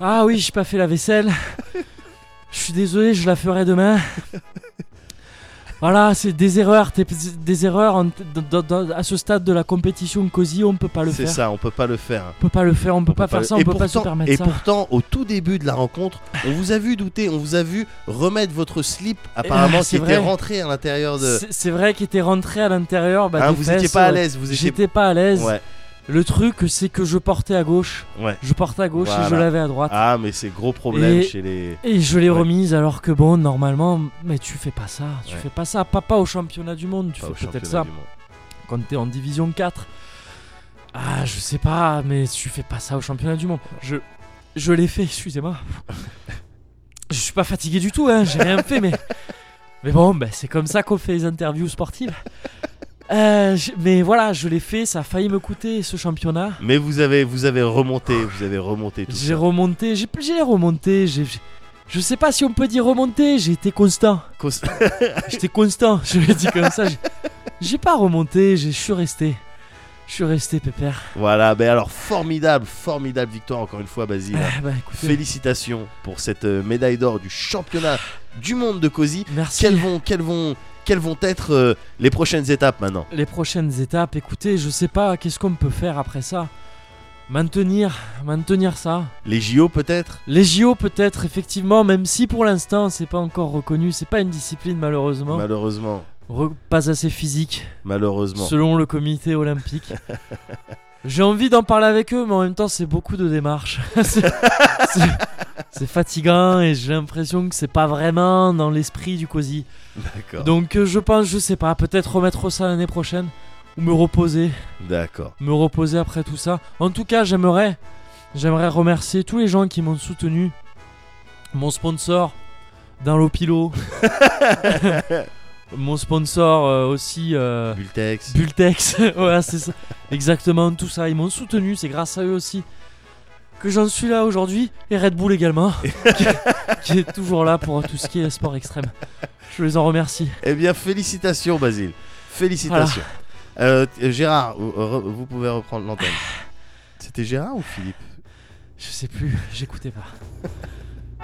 [SPEAKER 1] Ah oui, j'ai pas fait la vaisselle. Je suis désolé, je la ferai demain. Voilà, c'est des erreurs, t'es- des erreurs en- dans- dans- dans- à ce stade de la compétition cosy, on peut pas le
[SPEAKER 2] c'est
[SPEAKER 1] faire.
[SPEAKER 2] ça, on peut pas le faire. hein.
[SPEAKER 1] On peut pas le faire, on peut pas faire
[SPEAKER 2] le-
[SPEAKER 1] ça, on
[SPEAKER 2] et
[SPEAKER 1] peut
[SPEAKER 2] pourtant,
[SPEAKER 1] pas se permettre
[SPEAKER 2] Et
[SPEAKER 1] ça.
[SPEAKER 2] pourtant, au tout début de la rencontre, on vous a vu douter, on vous a vu remettre votre slip
[SPEAKER 1] Ah,
[SPEAKER 2] apparemment qui
[SPEAKER 1] c'est vrai.
[SPEAKER 2] était rentré à l'intérieur de.
[SPEAKER 1] C'est- C'est vrai qu'il était rentré à l'intérieur, bah,
[SPEAKER 2] Hein,
[SPEAKER 1] des
[SPEAKER 2] euh, vous
[SPEAKER 1] fesses,
[SPEAKER 2] étiez pas à
[SPEAKER 1] ouais.
[SPEAKER 2] l'aise, vous étiez.
[SPEAKER 1] J'étais pas à l'aise.
[SPEAKER 2] Ouais,
[SPEAKER 1] Le truc, c'est que je portais à gauche.
[SPEAKER 2] ouais.
[SPEAKER 1] Je portais à gauche et je
[SPEAKER 2] Voilà.
[SPEAKER 1] l'avais à droite.
[SPEAKER 2] Ah, mais c'est gros problème
[SPEAKER 1] Et-
[SPEAKER 2] chez les.
[SPEAKER 1] Et je l'ai
[SPEAKER 2] Ouais.
[SPEAKER 1] remise alors que bon, normalement, mais tu fais pas ça, tu
[SPEAKER 2] Ouais.
[SPEAKER 1] fais pas ça. Papa au championnat du monde, tu
[SPEAKER 2] Pas au
[SPEAKER 1] fais peut-être
[SPEAKER 2] championnat
[SPEAKER 1] ça
[SPEAKER 2] du monde.
[SPEAKER 1] quand t'es en division 4. Ah, je sais pas, mais tu fais pas ça au championnat du monde. Je, je l'ai fait, excusez-moi. je suis pas fatigué du ben, tout, hein, j'ai rien fait, mais. Mais bon, bah, c'est comme ça qu'on fait les interviews sportives. Euh, je- mais voilà, je l'ai fait, ça a failli me coûter ce championnat.
[SPEAKER 2] Mais vous avez, vous avez remonté, vous avez remonté tout
[SPEAKER 1] J'ai
[SPEAKER 2] ça.
[SPEAKER 1] remonté, j'ai j'ai remonté, j'ai. j'ai- Je sais pas si on peut dire remonter, j'ai été constant.
[SPEAKER 2] Cons-
[SPEAKER 1] J'étais constant, je le dis comme ça. j'ai- J'ai pas remonté, j'ai- je suis resté. Je suis resté, pépère.
[SPEAKER 2] voilà, mais alors formidable, formidable victoire encore une fois, Basile.
[SPEAKER 1] Ah, bah écoutez,
[SPEAKER 2] Félicitations pour cette euh, médaille d'or du championnat du monde de Cozy.
[SPEAKER 1] merci.
[SPEAKER 2] Quelles vont, quelles vont, quelles vont être euh, les prochaines étapes maintenant
[SPEAKER 1] Les prochaines étapes, écoutez, je sais pas, qu'est-ce qu'on peut faire après ça Maintenir, maintenir ça.
[SPEAKER 2] Les JO peut-être
[SPEAKER 1] Les JO peut-être, effectivement, même si pour l'instant c'est pas encore reconnu, c'est pas une discipline malheureusement.
[SPEAKER 2] Malheureusement,
[SPEAKER 1] Re- pas assez physique,
[SPEAKER 2] malheureusement.
[SPEAKER 1] selon le comité olympique. J'ai envie d'en parler avec eux, mais en même temps c'est beaucoup de démarches. c'est c'est- c'est fatigant et j'ai l'impression que c'est pas vraiment dans l'esprit du COSI.
[SPEAKER 2] D'accord.
[SPEAKER 1] Donc euh, je pense, je sais pas, peut-être remettre ça l'année prochaine ou me reposer
[SPEAKER 2] D'accord.
[SPEAKER 1] me reposer après tout ça. En tout cas, j'aimerais j'aimerais remercier tous les gens qui m'ont soutenu. Mon sponsor dans l'opilo. Mon sponsor euh, aussi euh,
[SPEAKER 2] Bultex.
[SPEAKER 1] Bultex. voilà, c'est ça. Exactement tout ça, ils m'ont soutenu, c'est grâce à eux aussi que j'en suis là aujourd'hui et Red Bull également qui, qui est toujours là pour tout ce qui est sport extrême. Je les en remercie.
[SPEAKER 2] Eh bien, félicitations, Basile. Félicitations. Euh, t- euh, Gérard, vous re- vous pouvez reprendre l'antenne. C'était Gérard ou Philippe
[SPEAKER 1] Je sais plus, j'écoutais pas.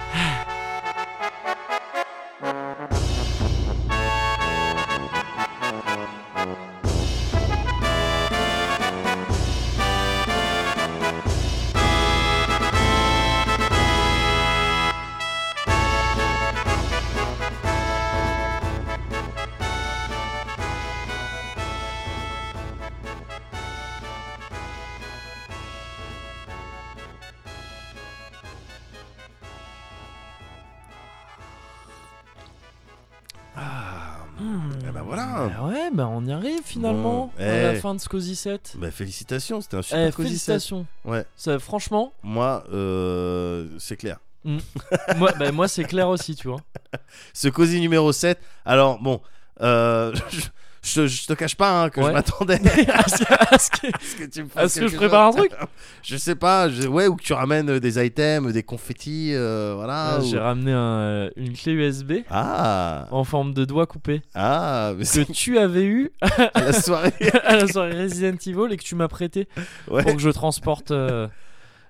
[SPEAKER 2] Eh ben voilà.
[SPEAKER 1] Ah ouais, bah on y arrive finalement
[SPEAKER 2] Bon,
[SPEAKER 1] à la
[SPEAKER 2] eh.
[SPEAKER 1] fin de ce Cozy 7.
[SPEAKER 2] Bah, félicitations, c'était un
[SPEAKER 1] Eh,
[SPEAKER 2] super Cozy set.
[SPEAKER 1] félicitations.
[SPEAKER 2] Ouais,
[SPEAKER 1] Ça, franchement,
[SPEAKER 2] moi, euh, c'est clair.
[SPEAKER 1] moi, bah, moi c'est clair aussi, tu vois.
[SPEAKER 2] Ce Cozy numéro 7, alors bon, euh, je, je- je te cache pas hein, que
[SPEAKER 1] Ouais.
[SPEAKER 2] je m'attendais
[SPEAKER 1] à ce, à ce Ah, que,
[SPEAKER 2] à ce que tu me fasses
[SPEAKER 1] à ce que je
[SPEAKER 2] quelque
[SPEAKER 1] prépare un truc
[SPEAKER 2] chose. Je sais pas, je- ouais, ou que tu ramènes euh, des items, des confettis, euh, voilà.
[SPEAKER 1] Euh,
[SPEAKER 2] ou-
[SPEAKER 1] J'ai ramené un, euh, une clé USB
[SPEAKER 2] Ah,
[SPEAKER 1] en forme de doigt coupé
[SPEAKER 2] ah, mais
[SPEAKER 1] que
[SPEAKER 2] c'est
[SPEAKER 1] tu avais eu
[SPEAKER 2] la soirée.
[SPEAKER 1] à la soirée Resident Evil et que tu m'as prêté
[SPEAKER 2] Ouais.
[SPEAKER 1] pour que je transporte euh,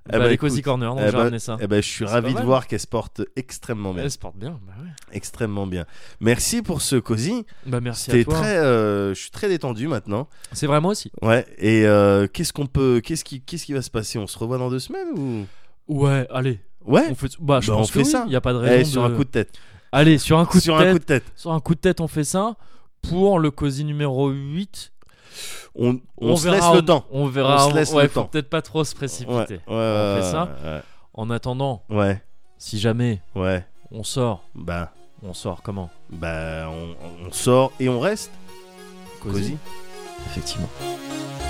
[SPEAKER 2] Eh
[SPEAKER 1] bah,
[SPEAKER 2] ben,
[SPEAKER 1] les
[SPEAKER 2] écoute,
[SPEAKER 1] Cozy Corner. Donc
[SPEAKER 2] eh
[SPEAKER 1] j'ai
[SPEAKER 2] ben,
[SPEAKER 1] ramené ça.
[SPEAKER 2] Eh ben, je suis
[SPEAKER 1] C'est
[SPEAKER 2] ravi
[SPEAKER 1] pas
[SPEAKER 2] de
[SPEAKER 1] mal.
[SPEAKER 2] voir qu'elle se porte extrêmement bien,
[SPEAKER 1] Elle se porte bien. Bah, ouais.
[SPEAKER 2] extrêmement bien. Merci pour ce Cozy.
[SPEAKER 1] bah merci à
[SPEAKER 2] C'était
[SPEAKER 1] toi.
[SPEAKER 2] très, euh, je suis très détendu maintenant.
[SPEAKER 1] C'est vrai moi aussi.
[SPEAKER 2] Ouais. Et euh, qu'est-ce qu'on peut, qu'est-ce qui, qu'est-ce qui va se passer On se revoit dans deux semaines ou
[SPEAKER 1] Ouais, allez.
[SPEAKER 2] Ouais.
[SPEAKER 1] On fait, bah, je
[SPEAKER 2] Bah, on
[SPEAKER 1] pense que
[SPEAKER 2] fait ça.
[SPEAKER 1] Il y a pas de
[SPEAKER 2] Eh,
[SPEAKER 1] raison.
[SPEAKER 2] sur
[SPEAKER 1] de-
[SPEAKER 2] un coup de tête.
[SPEAKER 1] Allez, sur un coup
[SPEAKER 2] sur
[SPEAKER 1] de
[SPEAKER 2] un
[SPEAKER 1] tête.
[SPEAKER 2] coup de tête.
[SPEAKER 1] Sur un coup de tête, on fait ça. Pour le cosy numéro 8,
[SPEAKER 2] On, on se
[SPEAKER 1] verra,
[SPEAKER 2] laisse
[SPEAKER 1] on-
[SPEAKER 2] le temps.
[SPEAKER 1] On verra.
[SPEAKER 2] On se laisse
[SPEAKER 1] ouais,
[SPEAKER 2] le
[SPEAKER 1] faut
[SPEAKER 2] temps.
[SPEAKER 1] peut-être pas trop se
[SPEAKER 2] Ouais,
[SPEAKER 1] précipiter.
[SPEAKER 2] ouais,
[SPEAKER 1] fait ça.
[SPEAKER 2] ouais,
[SPEAKER 1] En attendant,
[SPEAKER 2] Ouais.
[SPEAKER 1] si jamais
[SPEAKER 2] Ouais.
[SPEAKER 1] on sort,
[SPEAKER 2] Bah,
[SPEAKER 1] on sort comment
[SPEAKER 2] ben, bah, on, on sort et on reste. Cosy.
[SPEAKER 1] Effectivement.
[SPEAKER 2] Cozy.